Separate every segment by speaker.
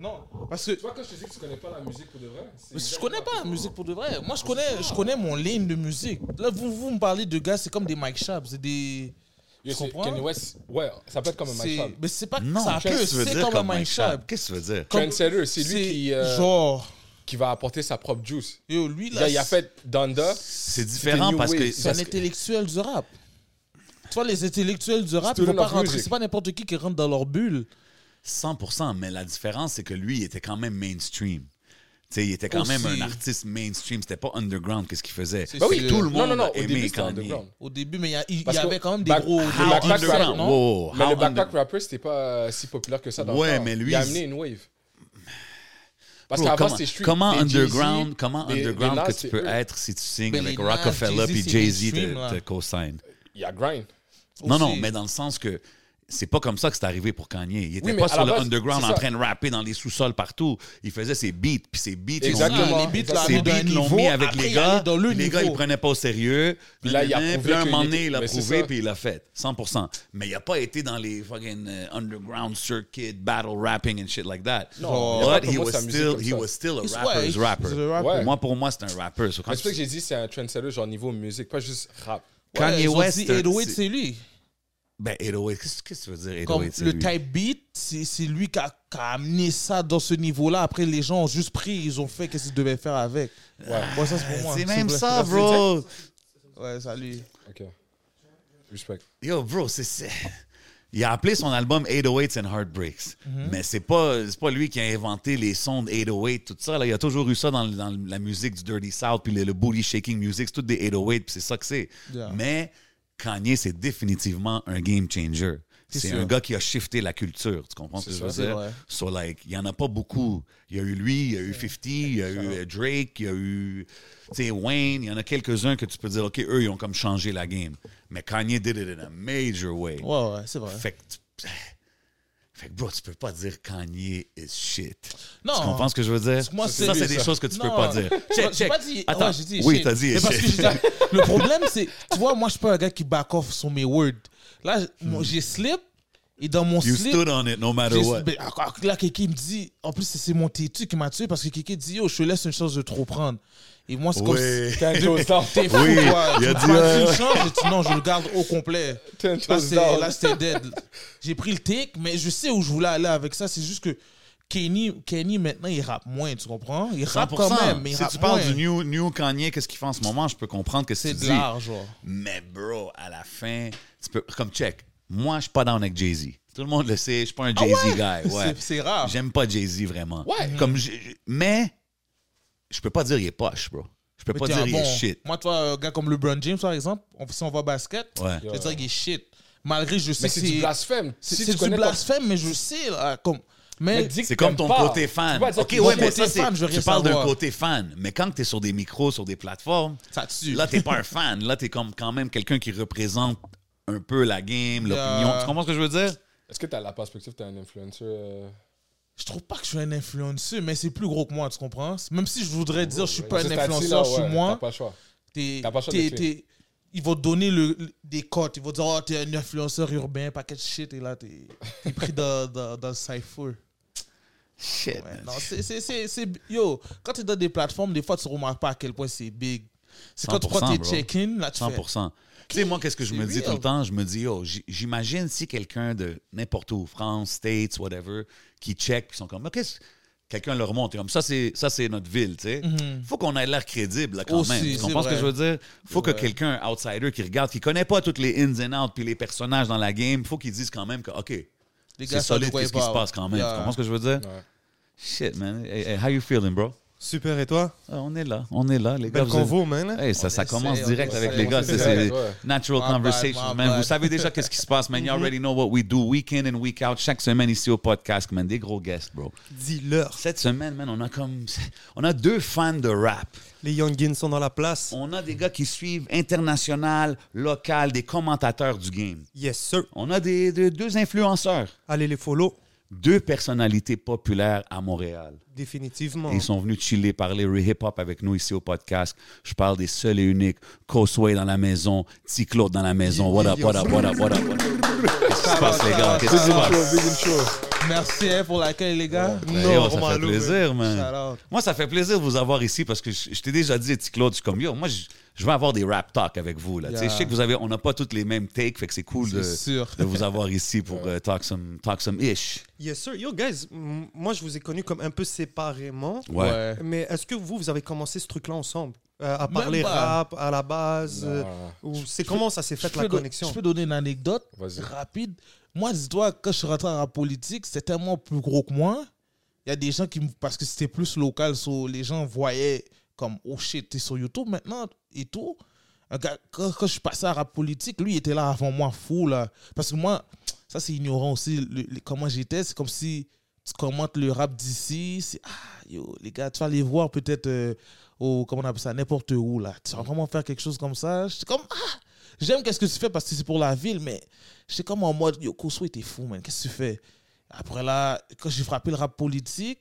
Speaker 1: Non,
Speaker 2: Parce que
Speaker 1: tu vois quand je te dis que tu connais pas la musique pour de vrai, c'est
Speaker 2: je
Speaker 1: exact-
Speaker 2: connais pas la musique pour de vrai. Moi, je connais, je connais mon ligne de musique. Là, vous, vous me parlez de gars, c'est comme des Mike Sharp, c'est des.
Speaker 1: Yo,
Speaker 2: Tu
Speaker 1: c'est
Speaker 2: comprends?
Speaker 1: Kanye West, ouais, ça peut être comme un
Speaker 2: c'est-
Speaker 1: Mike Fab.
Speaker 2: Mais c'est pas
Speaker 3: Non,
Speaker 2: ça
Speaker 3: qu'est-ce
Speaker 2: peut,
Speaker 3: que tu veux
Speaker 2: c'est
Speaker 3: dire
Speaker 2: comme, un Mike
Speaker 3: Sharp?
Speaker 2: Sharp.
Speaker 3: Qu'est-ce que tu veux dire?
Speaker 2: Comme-
Speaker 1: Trendsetter, c'est lui qui, euh,
Speaker 2: Genre,
Speaker 1: Qui va apporter sa propre juice.
Speaker 2: yo, lui
Speaker 1: Il a,
Speaker 2: là.
Speaker 1: il a fait Donda.
Speaker 3: C'est différent
Speaker 1: new
Speaker 3: parce que.
Speaker 1: wave.
Speaker 2: C'est
Speaker 3: parce
Speaker 2: un
Speaker 3: que-
Speaker 2: intellectuel du rap. Tu vois, les intellectuels du rap, ils
Speaker 1: Student
Speaker 2: vont pas
Speaker 1: of
Speaker 2: rentrer.
Speaker 1: music.
Speaker 2: C'est pas n'importe qui qui rentre dans leur bulle.
Speaker 3: 100%, mais la différence, c'est que lui, il était quand même mainstream. Tu sais, il était quand
Speaker 2: Aussi.
Speaker 3: même un artiste mainstream. C'était pas underground, qu'est-ce qu'il faisait.
Speaker 2: C'est
Speaker 1: Bah oui,
Speaker 2: sûr.
Speaker 3: tout le
Speaker 1: Non,
Speaker 3: monde
Speaker 1: non, non,
Speaker 3: a
Speaker 1: au
Speaker 3: aimé
Speaker 1: début, c'était
Speaker 3: Kanye.
Speaker 1: underground.
Speaker 2: Au début, mais il y a- il il y,
Speaker 1: Parce que
Speaker 2: avait quand même des
Speaker 1: back- how
Speaker 2: gros. des
Speaker 3: How
Speaker 1: Le
Speaker 2: gros
Speaker 1: backpack
Speaker 2: concepts,
Speaker 3: underground?
Speaker 2: non?
Speaker 3: Wow,
Speaker 1: Mais
Speaker 3: how
Speaker 1: le backpack
Speaker 3: under-
Speaker 1: rapper, c'était pas euh, si populaire que ça dans
Speaker 3: Ouais,
Speaker 1: le temps.
Speaker 3: mais lui,
Speaker 1: Il a
Speaker 3: c'est-
Speaker 1: amené une wave. Parce
Speaker 3: Bro,
Speaker 1: qu'avant,
Speaker 3: comment,
Speaker 1: c'était street.
Speaker 3: comment
Speaker 1: Des
Speaker 3: underground,
Speaker 1: Jay-Z,
Speaker 3: comment
Speaker 1: des- des
Speaker 3: underground
Speaker 1: Nas,
Speaker 3: que tu
Speaker 1: c'est
Speaker 3: peux
Speaker 1: eux.
Speaker 3: être si tu signes
Speaker 2: Mais
Speaker 3: avec
Speaker 2: les Nas,
Speaker 3: Rockefeller
Speaker 2: Jay-Z,
Speaker 3: puis
Speaker 2: c'est
Speaker 3: Jay-Z
Speaker 2: mainstream,
Speaker 3: te,
Speaker 2: là.
Speaker 3: te co-sign?
Speaker 1: Il y a Grind.
Speaker 3: Non, non,
Speaker 2: Aussi.
Speaker 3: mais dans le sens que c'est pas comme ça que c'est arrivé pour Kanye. Il était
Speaker 1: mais
Speaker 3: pas
Speaker 1: à
Speaker 3: sur
Speaker 1: la
Speaker 3: le
Speaker 1: base,
Speaker 3: underground
Speaker 1: c'est
Speaker 3: en
Speaker 1: ça.
Speaker 3: train de rapper dans les sous-sols partout. Il faisait ses beats, puis ses beats, ils l'ont mis-
Speaker 1: Exactement.
Speaker 2: Les beats, là,
Speaker 3: Ces
Speaker 2: mis d'un
Speaker 3: beats l'ont
Speaker 2: niveau,
Speaker 3: mis avec
Speaker 2: après,
Speaker 3: les
Speaker 2: il allait
Speaker 3: gars.
Speaker 2: dans le
Speaker 3: les
Speaker 2: niveau.
Speaker 3: gars, ils prenaient pas au sérieux.
Speaker 1: Puis là, il a
Speaker 3: Nanana,
Speaker 1: prouvé
Speaker 3: puis là, un
Speaker 1: qu'il
Speaker 3: moment
Speaker 1: était-
Speaker 3: donné, il a
Speaker 1: mais c'est
Speaker 3: prouvé,
Speaker 1: ça.
Speaker 3: puis il l'a fait. 100%. Mais il a pas été dans les fucking euh, underground circuit, battle rapping and shit like that.
Speaker 1: Non, il a pas
Speaker 3: But he
Speaker 1: promo
Speaker 3: was
Speaker 1: sa musique
Speaker 3: still,
Speaker 1: comme
Speaker 3: he
Speaker 1: ça.
Speaker 3: was still a
Speaker 2: It's- ouais,
Speaker 3: rapper's
Speaker 2: it's-
Speaker 3: rapper.
Speaker 2: it's a rapper.
Speaker 1: Ouais.
Speaker 3: Moi, pour moi, c'est un rapper. So, quand
Speaker 1: Mais c'est pour ça que
Speaker 3: tu-
Speaker 1: j'ai dit, c'est un trendsetter, genre niveau musique, pas juste rap.
Speaker 2: Ouais,
Speaker 3: Kanye
Speaker 2: ils ont
Speaker 3: West,
Speaker 2: dit, Ed Wade,
Speaker 3: c'est-
Speaker 2: c'est lui.
Speaker 3: Ben, 808, qu'est-ce qu'est-ce que tu veux dire,
Speaker 2: Comme
Speaker 3: 808? c'est
Speaker 2: le
Speaker 3: lui?
Speaker 2: type beat, c'est c'est lui qui a, qui a amené ça dans ce niveau-là. Après, les gens ont juste pris, ils ont fait qu'est-ce qu'ils devaient faire avec. Ouais, moi, ça, c'est pour moi.
Speaker 3: Ah, Eh, C'est même
Speaker 2: vrai.
Speaker 3: ça, bro.
Speaker 2: Ouais, salut.
Speaker 1: Ok. Respect.
Speaker 3: Yo, bro, c'est- c'est. Il a appelé son album 808s and Heartbreaks.
Speaker 2: Mhm.
Speaker 3: Mais c'est pas, c'est pas lui qui a inventé les sons de 808, tout ça. Là. Il y a toujours eu ça dans, dans la musique du Dirty South, puis le, le booty shaking music, c'est tout des 808, puis c'est ça que c'est.
Speaker 2: Yeah.
Speaker 3: Mais Kanye, c'est définitivement un game changer. C'est
Speaker 2: sûr.
Speaker 3: un gars qui a shifté la culture, tu comprends ce que je veux
Speaker 2: ça.
Speaker 3: dire?
Speaker 2: C'est vrai.
Speaker 3: So, like, il y en a pas beaucoup. Il y a eu lui, il y a eu 50, il y a eu euh, Drake, il y a eu tu sais, Wayne. Il y en a quelques-uns que tu peux dire, OK, eux, ils ont comme changé la game. Mais Kanye did it in a major way.
Speaker 2: Ouais, ouais, c'est vrai.
Speaker 3: Fait que, tu- fait que, bro, tu peux pas dire Kanye is shit.
Speaker 2: Non.
Speaker 3: Tu comprends ce que je veux dire?
Speaker 2: Moi, c'est
Speaker 3: ça,
Speaker 2: lui,
Speaker 3: c'est des
Speaker 2: ça.
Speaker 3: choses que tu peux
Speaker 2: Non.
Speaker 3: pas dire.
Speaker 2: J'ai
Speaker 3: Check, check.
Speaker 2: pas dit-
Speaker 3: Attends,
Speaker 2: ouais, j'ai dit
Speaker 3: oui,
Speaker 2: shit.
Speaker 3: t'as dit
Speaker 2: Mais parce que
Speaker 3: shit.
Speaker 2: j'ai dit- le problème, c'est. Tu vois, moi, je suis pas un gars qui back off sur mes words. Là, j- moi, j'ai slip. Et dans mon
Speaker 3: Hmm. You
Speaker 2: slip.
Speaker 3: stood on it no matter
Speaker 2: j'ai-
Speaker 3: what.
Speaker 2: ben, encore que Là, Kiki me dit. En plus, c'est- c'est mon têtu qui m'a tué parce que Kiki dit Yo, je te laisse une chance de trop prendre. Et moi, c'est comme si.
Speaker 3: Oui.
Speaker 1: Ten toes down.
Speaker 2: T'es fou,
Speaker 3: Oui,
Speaker 2: toi.
Speaker 3: il a
Speaker 2: Tu
Speaker 3: dit,
Speaker 2: m'as
Speaker 3: euh,
Speaker 2: une chance. J'ai dit non, je le garde au complet.
Speaker 1: Ten
Speaker 2: Là,
Speaker 1: toes
Speaker 2: c'est-
Speaker 1: down.
Speaker 2: là, c'était dead. J'ai pris le take, mais je sais où je voulais aller avec ça. C'est juste que Kenny, Kenny maintenant, il rappe moins, tu comprends? Il rappe quand
Speaker 3: 100%.
Speaker 2: même, mais il
Speaker 3: si
Speaker 2: rappe
Speaker 3: tu parles
Speaker 2: moins.
Speaker 3: du new, new Kanye, qu'est-ce qu'il fait en ce moment, je peux comprendre que
Speaker 2: C'est
Speaker 3: tu
Speaker 2: de
Speaker 3: dis.
Speaker 2: l'art, genre.
Speaker 3: Mais bro, à la fin, tu peux, comme check, moi je suis pas down avec Jay-Z. Tout le monde le sait, je suis pas un Jay-Z guy. Ouais.
Speaker 2: Ah C'est- c'est rare.
Speaker 3: J'aime pas Jay-Z vraiment.
Speaker 1: Ouais.
Speaker 2: Mm-hmm.
Speaker 3: Comme je- mais je peux pas dire il est poche, bro. Je peux
Speaker 2: Mais
Speaker 3: pas
Speaker 2: t'es
Speaker 3: dire
Speaker 2: un
Speaker 3: il
Speaker 2: bon-
Speaker 3: est shit.
Speaker 2: Moi, toi, un gars comme LeBron James, par exemple, on- si on va basket,
Speaker 3: Ouais.
Speaker 2: je vais dire qu'il est shit. Malgré, je sais
Speaker 1: Mais
Speaker 2: que
Speaker 1: c'est du blasphème.
Speaker 2: C'est
Speaker 1: Si
Speaker 2: c'est
Speaker 1: tu
Speaker 2: du
Speaker 1: connais ton-
Speaker 2: blasphème, mais je sais, là, comme... Mais,
Speaker 1: dis que
Speaker 3: C'est comme
Speaker 1: t'aimes
Speaker 3: ton
Speaker 1: pas.
Speaker 3: côté fan.
Speaker 1: Tu vas dire
Speaker 3: Ok,
Speaker 1: que
Speaker 3: ouais,
Speaker 1: ton
Speaker 3: mais
Speaker 2: côté
Speaker 3: ça, c'est.
Speaker 2: fan, je veux rien
Speaker 3: Tu parles d'un
Speaker 2: savoir.
Speaker 3: côté fan, mais quand t'es sur des micros, sur des plateformes,
Speaker 2: ça tue.
Speaker 3: là, t'es pas un fan. Là, t'es comme quand même quelqu'un qui représente un peu la game, l'opinion.
Speaker 2: Yeah.
Speaker 3: Tu comprends ce que je veux dire?
Speaker 1: Est-ce que t'as la perspective, t'es un influencer euh,
Speaker 2: Je trouve pas que je suis un influenceur, mais c'est plus gros que moi, tu comprends? Même si je voudrais dire je suis pas
Speaker 1: à
Speaker 2: un
Speaker 1: ce stade-ci,
Speaker 2: influenceur,
Speaker 1: là,
Speaker 2: je suis
Speaker 1: ouais, T'as
Speaker 2: moi.
Speaker 1: pas le choix.
Speaker 2: T'es,
Speaker 1: t'as pas le choix de
Speaker 2: t'es,
Speaker 1: le
Speaker 2: t'es- ils vont te donner le, le- des cotes. Ils vont te dire, oh, t'es un influenceur urbain, paquet de shit, et là, t'es t'es pris dans, dans, dans le cypher.
Speaker 3: Shit.
Speaker 2: Ouais,
Speaker 3: man.
Speaker 2: non, c'est, c'est, c'est, c'est- Yo, quand tu es dans des plateformes, des fois, tu ne remarques pas à quel point c'est big. C'est quand tu prends
Speaker 3: 100%,
Speaker 2: tes
Speaker 3: bro.
Speaker 2: check-in, là, tu fais.
Speaker 3: 100%. Tu sais, moi, qu'est-ce que je
Speaker 2: C'est
Speaker 3: me dis tout
Speaker 2: real.
Speaker 3: le temps? Je me dis, yo, j- j'imagine si quelqu'un de n'importe où, France, States, whatever, qui check, puis sont comme, OK, c'est- quelqu'un leur montre, comme ça, c'est ça, c'est notre ville, tu sais. Faut qu'on ait l'air crédible, là, quand
Speaker 2: Mm-hmm. Aussi,
Speaker 3: même. Tu
Speaker 2: c'est
Speaker 3: comprends ce que
Speaker 2: vrai.
Speaker 3: je veux dire? Faut que
Speaker 2: vrai.
Speaker 3: quelqu'un, outsider, qui regarde, qui connaît pas toutes les ins and outs, puis les personnages dans la game, faut qu'ils disent quand même que, OK,
Speaker 2: Les
Speaker 3: c'est
Speaker 2: ça
Speaker 3: solide,
Speaker 2: doit
Speaker 3: qu'est-ce qui
Speaker 2: pas.
Speaker 3: se passe quand même.
Speaker 2: Yeah.
Speaker 3: Tu comprends ce que je veux dire? Shit, man. Hey, hey, how you feeling, bro?
Speaker 4: Super, et toi?
Speaker 3: Ah, on est là, on est là, les gars.
Speaker 4: Bel
Speaker 3: vous êtes-
Speaker 4: convo, man. hein?
Speaker 3: Hey, ça, ça
Speaker 2: essaie,
Speaker 3: commence
Speaker 2: on
Speaker 3: direct avec
Speaker 2: essaie,
Speaker 3: les
Speaker 2: on
Speaker 3: gars.
Speaker 2: essaie.
Speaker 3: C'est c'est
Speaker 5: Ouais.
Speaker 3: natural
Speaker 2: My bad,
Speaker 3: conversations,
Speaker 2: my
Speaker 3: man.
Speaker 2: bad. Mm-hmm.
Speaker 3: Vous savez déjà qu'est-ce qui se passe, man. You already know what we do week in and week out. Chaque semaine ici au podcast, man. Des gros guests, bro.
Speaker 4: Dis-leur.
Speaker 3: Cette semaine, man, on a comme... On a deux fans de rap.
Speaker 4: Les Youngins sont dans la place.
Speaker 3: On a des gars qui suivent international, local, des commentateurs du game.
Speaker 4: Yes, sir.
Speaker 3: On a des, des- deux influenceurs.
Speaker 4: Allez les follow.
Speaker 3: Deux personnalités populaires à Montréal.
Speaker 4: Définitivement.
Speaker 3: Et Ils sont venus chiller, parler hip-hop avec nous ici au podcast. Je parle des seuls et uniques. Cosway dans la maison, T-Claude dans la maison. What up, what up, what up, what up, what up. Qu'est-ce qui se passe, les gars? Qu'est-ce qui se passe?
Speaker 2: Merci hein, pour l'accueil, les gars.
Speaker 3: Ben,
Speaker 4: Non,
Speaker 3: yo, ça fait
Speaker 4: Romano,
Speaker 3: plaisir,
Speaker 2: Shout
Speaker 3: man.
Speaker 2: out.
Speaker 3: Moi, ça fait plaisir de vous avoir ici parce que je, je t'ai déjà dit, T-Claude, je suis comme, yo, moi, je, je vais avoir des rap talk avec vous. Là. Tu sais,
Speaker 2: Yeah.
Speaker 3: Je sais que vous avez, on n'a pas toutes les mêmes takes, fait que c'est cool de,
Speaker 2: C'est sûr.
Speaker 3: de vous avoir ici pour euh, talk, some, talk some ish.
Speaker 4: Yes, sir. Yo, guys, m- moi, je vous ai connus comme un peu séparément.
Speaker 3: Ouais.
Speaker 4: Mais est-ce que vous, vous avez commencé ce truc-là ensemble Euh, À
Speaker 2: Même
Speaker 4: parler
Speaker 2: pas.
Speaker 4: rap, à la base euh, ou C'est comment ça s'est fait
Speaker 2: Je
Speaker 4: la
Speaker 2: peux don-
Speaker 4: connexion
Speaker 2: Je peux donner une anecdote
Speaker 1: Vas-y.
Speaker 2: rapide. Moi, dis-toi, quand je suis rentré en rap politique, c'était tellement plus gros que moi. Il y a des gens qui. me- Parce que c'était plus local, so les gens voyaient comme Oh shit, t'es sur YouTube maintenant et tout. Un gars- Quand, quand je suis passé à rap politique, lui, il était là avant moi, fou là. Parce que moi, ça c'est ignorant aussi, le- le- comment j'étais. C'est comme si tu commentes le rap d'ici. C'est ah, yo, les gars, tu vas aller voir peut-être euh, au. Comment on appelle ça N'importe où là. Tu vas vraiment faire quelque chose comme ça. J'étais comme ah, j'aime qu'est-ce que tu fais parce que c'est pour la ville, mais j'étais comme en mode yo, Koso, t'es fou, man. Qu'est-ce que tu fais Après là, quand j'ai frappé le rap politique,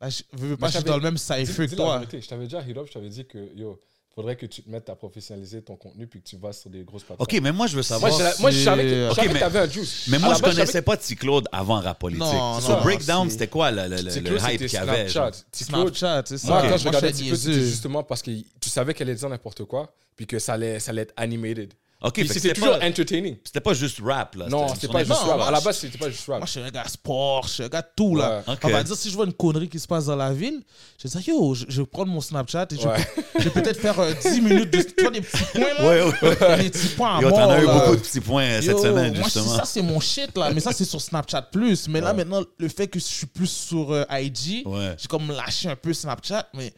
Speaker 2: là, je veux pas,
Speaker 1: Mais
Speaker 2: je suis
Speaker 1: t'avais-
Speaker 2: dans le même
Speaker 1: Dis-
Speaker 2: cypher
Speaker 1: dis
Speaker 2: que
Speaker 1: la
Speaker 2: toi.
Speaker 1: vérité, Je t'avais déjà hit up, je t'avais dit que yo, faudrait que tu te mettes à professionnaliser ton contenu puis que tu vas sur des grosses plateformes.
Speaker 3: OK, mais moi, je veux savoir.
Speaker 1: Moi, je, moi, je savais que, je
Speaker 3: Ok,
Speaker 1: savais que
Speaker 3: mais-
Speaker 1: t'avais un juice.
Speaker 3: Mais moi,
Speaker 1: À la
Speaker 3: je
Speaker 1: base,
Speaker 3: connaissais pas T-Claude avant rap politique.
Speaker 2: Non,
Speaker 3: so,
Speaker 2: non,
Speaker 3: Breakdown,
Speaker 2: c'est-
Speaker 3: c'était quoi le, le- le-
Speaker 1: savais que
Speaker 3: le
Speaker 1: T-Claude,
Speaker 3: hype
Speaker 1: c'était
Speaker 3: qu'il y avait? genre?
Speaker 1: Snapchat. T-Claude,
Speaker 2: Snapchat, c'est ça.
Speaker 1: Moi, quand
Speaker 2: Moi,
Speaker 1: je regardais
Speaker 2: j'étais
Speaker 1: T-Claude, c'était
Speaker 2: niaiseux.
Speaker 1: justement parce que tu savais qu'elle allait dire n'importe quoi puis que ça allait, ça allait être animated.
Speaker 3: OK,
Speaker 1: Puis
Speaker 3: fait que
Speaker 1: c'était
Speaker 3: c'était
Speaker 1: toujours
Speaker 3: pas-
Speaker 1: entertaining.
Speaker 3: C'était pas juste rap, là.
Speaker 1: Non,
Speaker 3: c'était
Speaker 1: c'était
Speaker 3: son
Speaker 1: pas
Speaker 3: émission.
Speaker 1: juste rap.
Speaker 2: moi,
Speaker 1: À la
Speaker 2: je-
Speaker 1: base, c'était pas juste rap.
Speaker 2: Moi, je suis un gars sport, je suis un gars tout là.
Speaker 1: Ouais.
Speaker 3: Ok.
Speaker 2: On va dire, si je vois une connerie qui se passe dans la ville, je vais dire, yo, je, je vais prendre mon Snapchat et je,
Speaker 1: Ouais.
Speaker 2: je vais peut-être faire euh, 10 minutes de. Tu vois, des petits points là
Speaker 3: Ouais, ouais,
Speaker 2: Des petits points à
Speaker 3: Yo,
Speaker 2: mort.
Speaker 3: t'en as eu
Speaker 2: là.
Speaker 3: beaucoup de petits points euh, cette
Speaker 2: Yo,
Speaker 3: semaine,
Speaker 2: moi, c'est-
Speaker 3: justement.
Speaker 2: ça, c'est mon shit là. Mais ça, c'est sur Snapchat Plus. Mais là, maintenant, le fait que je suis plus sur euh, IG,
Speaker 3: Ouais.
Speaker 2: j'ai comme lâché un peu Snapchat. Mais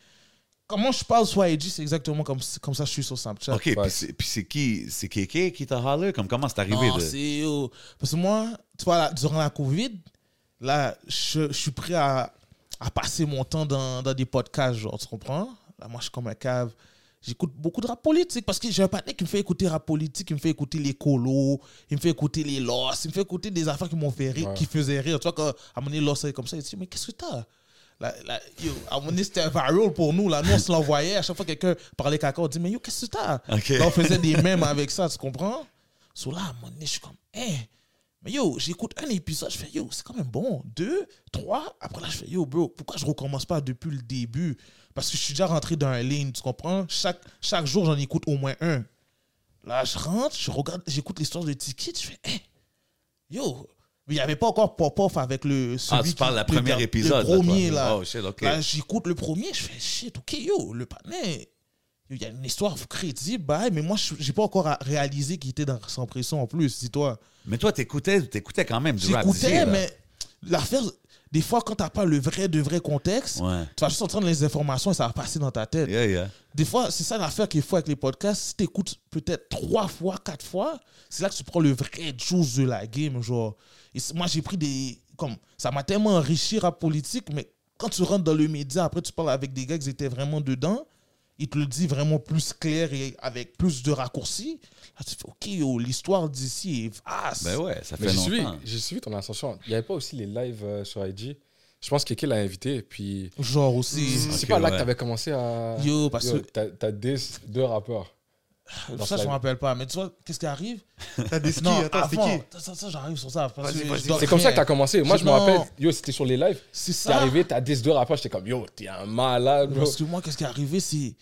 Speaker 2: comment je parle sur IG, c'est exactement comme, comme ça que je suis sur Snapchat.
Speaker 3: OK, puis c'est- puis c'est qui? C'est Kéké qui t'a râlé? Comme comment c'est arrivé?
Speaker 2: Non,
Speaker 3: de-
Speaker 2: c'est yo. Parce que moi, tu vois, là, durant la COVID, là, je, je suis prêt à, à passer mon temps dans, dans des podcasts, genre, tu comprends? Là, moi, je suis comme un cave. J'écoute beaucoup de rap politique parce que j'ai un partenaire qui me fait écouter rap politique, il me fait écouter les colos, il me fait écouter les loss, il me fait écouter des affaires qui m'ont fait rire, qui faisaient rire. Tu vois, quand, à mon moment donné, loss est comme ça, il dit, mais qu'est-ce que t'as? Là, là, yo, à un moment donné, c'était un viral pour nous. Là, nous, on se l'envoyait. À chaque fois que quelqu'un parlait caca, on dit, mais yo, qu'est-ce que t'as?
Speaker 3: Ok.
Speaker 2: Là, on faisait des mèmes avec ça, tu comprends? So là, à un moment donné, je suis comme, hein, mais yo, j'écoute un épisode, je fais yo, c'est quand même bon. Deux, trois, après là, je fais yo, bro, pourquoi je recommence pas depuis le début? Parce que je suis déjà rentré dans un ligne, tu comprends? Chaque, chaque jour, j'en écoute au moins un. Là, je rentre, je regarde, j'écoute l'histoire de Ticket, je fais hein, yo, mais il n'y avait pas encore pop-off avec le.
Speaker 3: Ah,
Speaker 2: celui
Speaker 3: tu
Speaker 2: qui-
Speaker 3: parles de la
Speaker 2: le
Speaker 3: première
Speaker 2: der-
Speaker 3: épisode.
Speaker 2: Le
Speaker 3: toi.
Speaker 2: premier, là. Ben,
Speaker 3: Oh, shit, OK.
Speaker 2: Là, Bah, j'écoute le premier, je fais shit, ok, yo, le panel. Il y a une histoire crédible, bah, mais moi, je n'ai pas encore à- réalisé qu'il était dans sans pression en plus, dis-toi.
Speaker 3: Mais toi, t'écoutais t'écoutais quand même du rap. d'ici,
Speaker 2: J'écoutais,
Speaker 3: là.
Speaker 2: mais l'affaire, des fois, quand tu n'as pas le vrai, de vrai contexte,
Speaker 3: Ouais.
Speaker 2: tu vas juste entendre les informations et ça va passer dans ta tête.
Speaker 3: Yeah, yeah.
Speaker 2: Des fois, c'est ça l'affaire qui est fou avec les podcasts. Si t'écoutes peut-être trois fois, quatre fois, c'est là que tu prends le vrai juice de la game, genre. Et c'est- moi, j'ai pris des... Comme, ça m'a tellement enrichi rap politique, mais quand tu rentres dans le média, après, tu parles avec des gars qui étaient vraiment dedans, ils te le disent vraiment plus clair et avec plus de raccourcis. Là, tu fais, OK, yo, l'histoire d'ici est vaste.
Speaker 3: Ben ouais, ça
Speaker 1: Mais
Speaker 3: fait
Speaker 1: j'ai suivi,
Speaker 3: longtemps.
Speaker 1: j'ai suivi ton ascension. Il n'y avait pas aussi les lives euh, sur IG. Je pense que Kéké l'a invité. Puis
Speaker 2: Genre aussi...
Speaker 1: c'est
Speaker 3: Ok,
Speaker 1: pas là
Speaker 3: ouais.
Speaker 6: Mm.
Speaker 1: que t'avais commencé à.
Speaker 2: Yo, parce
Speaker 1: Yo,
Speaker 2: que-
Speaker 1: t'as- T'as 10, deux rappeurs. Dans
Speaker 2: ça, je
Speaker 1: Slime.
Speaker 2: me rappelle pas. Mais tu vois, qu'est-ce qui arrive
Speaker 6: T'as des skis,
Speaker 2: Non,
Speaker 6: attends, c'est
Speaker 2: avant.
Speaker 6: qui
Speaker 2: Ça, ça, ça, j'arrive sur ça. parce
Speaker 6: Vas-y,
Speaker 2: que
Speaker 6: vas-y.
Speaker 2: je dors
Speaker 1: C'est comme ça que
Speaker 2: rien.
Speaker 1: t'as commencé. Moi, je me
Speaker 2: Non.
Speaker 1: rappelle, yo, c'était sur les lives.
Speaker 2: C'est
Speaker 1: T'es
Speaker 2: ça.
Speaker 1: arrivé, t'as 10 deux après, j'étais comme, yo, t'es un malade, Ah. bro.
Speaker 2: Parce que moi, qu'est-ce qui est arrivé, c'est.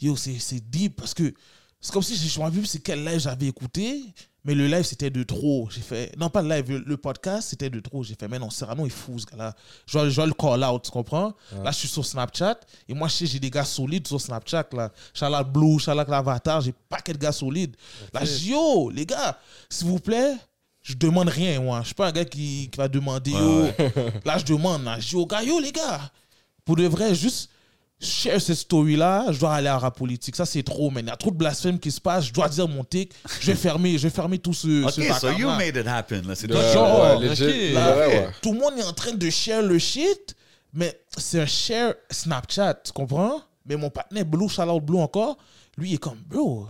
Speaker 2: Yo, c'est c'est deep. Parce que c'est comme si je je me rappelle plus c'est quel live j'avais écouté. Mais le live, c'était de trop. J'ai fait. Non, pas le live, le, le podcast, c'était de trop. J'ai fait, mais non, Serrano, il fou, ce gars-là. Je dois, je dois le call out, tu comprends? Là, je suis sur Snapchat. Et moi, je sais, j'ai des gars solides sur Snapchat, là. Chalak Blue, Chalak l'Avatar, j'ai paquet de gars solides. Là, je dis, yo, les gars, s'il vous plaît, je demande rien, moi. Je suis pas un gars qui, qui va demander, yo. Là, je demande, là. Je dis aux gars, yo, les gars, pour de vrai, juste share cette story-là, je dois aller à la politique. Ça, c'est trop, man. Il y a trop de blasphème qui se passe. Je dois dire mon tic. Je vais fermer, je vais fermer tout ce. ce
Speaker 3: OK, so you
Speaker 2: vacarme-là.
Speaker 3: made it happen. là. C'est
Speaker 1: De-
Speaker 3: toi qui-
Speaker 2: Genre,
Speaker 1: Euh, ouais, legit.
Speaker 2: ok,
Speaker 1: Ouais,
Speaker 2: là,
Speaker 1: ouais.
Speaker 2: Tout le monde est en train de share le shit, mais c'est un share Snapchat, tu comprends? Mais mon partenaire Blue, Shalout Blue encore, lui, il est comme, bro,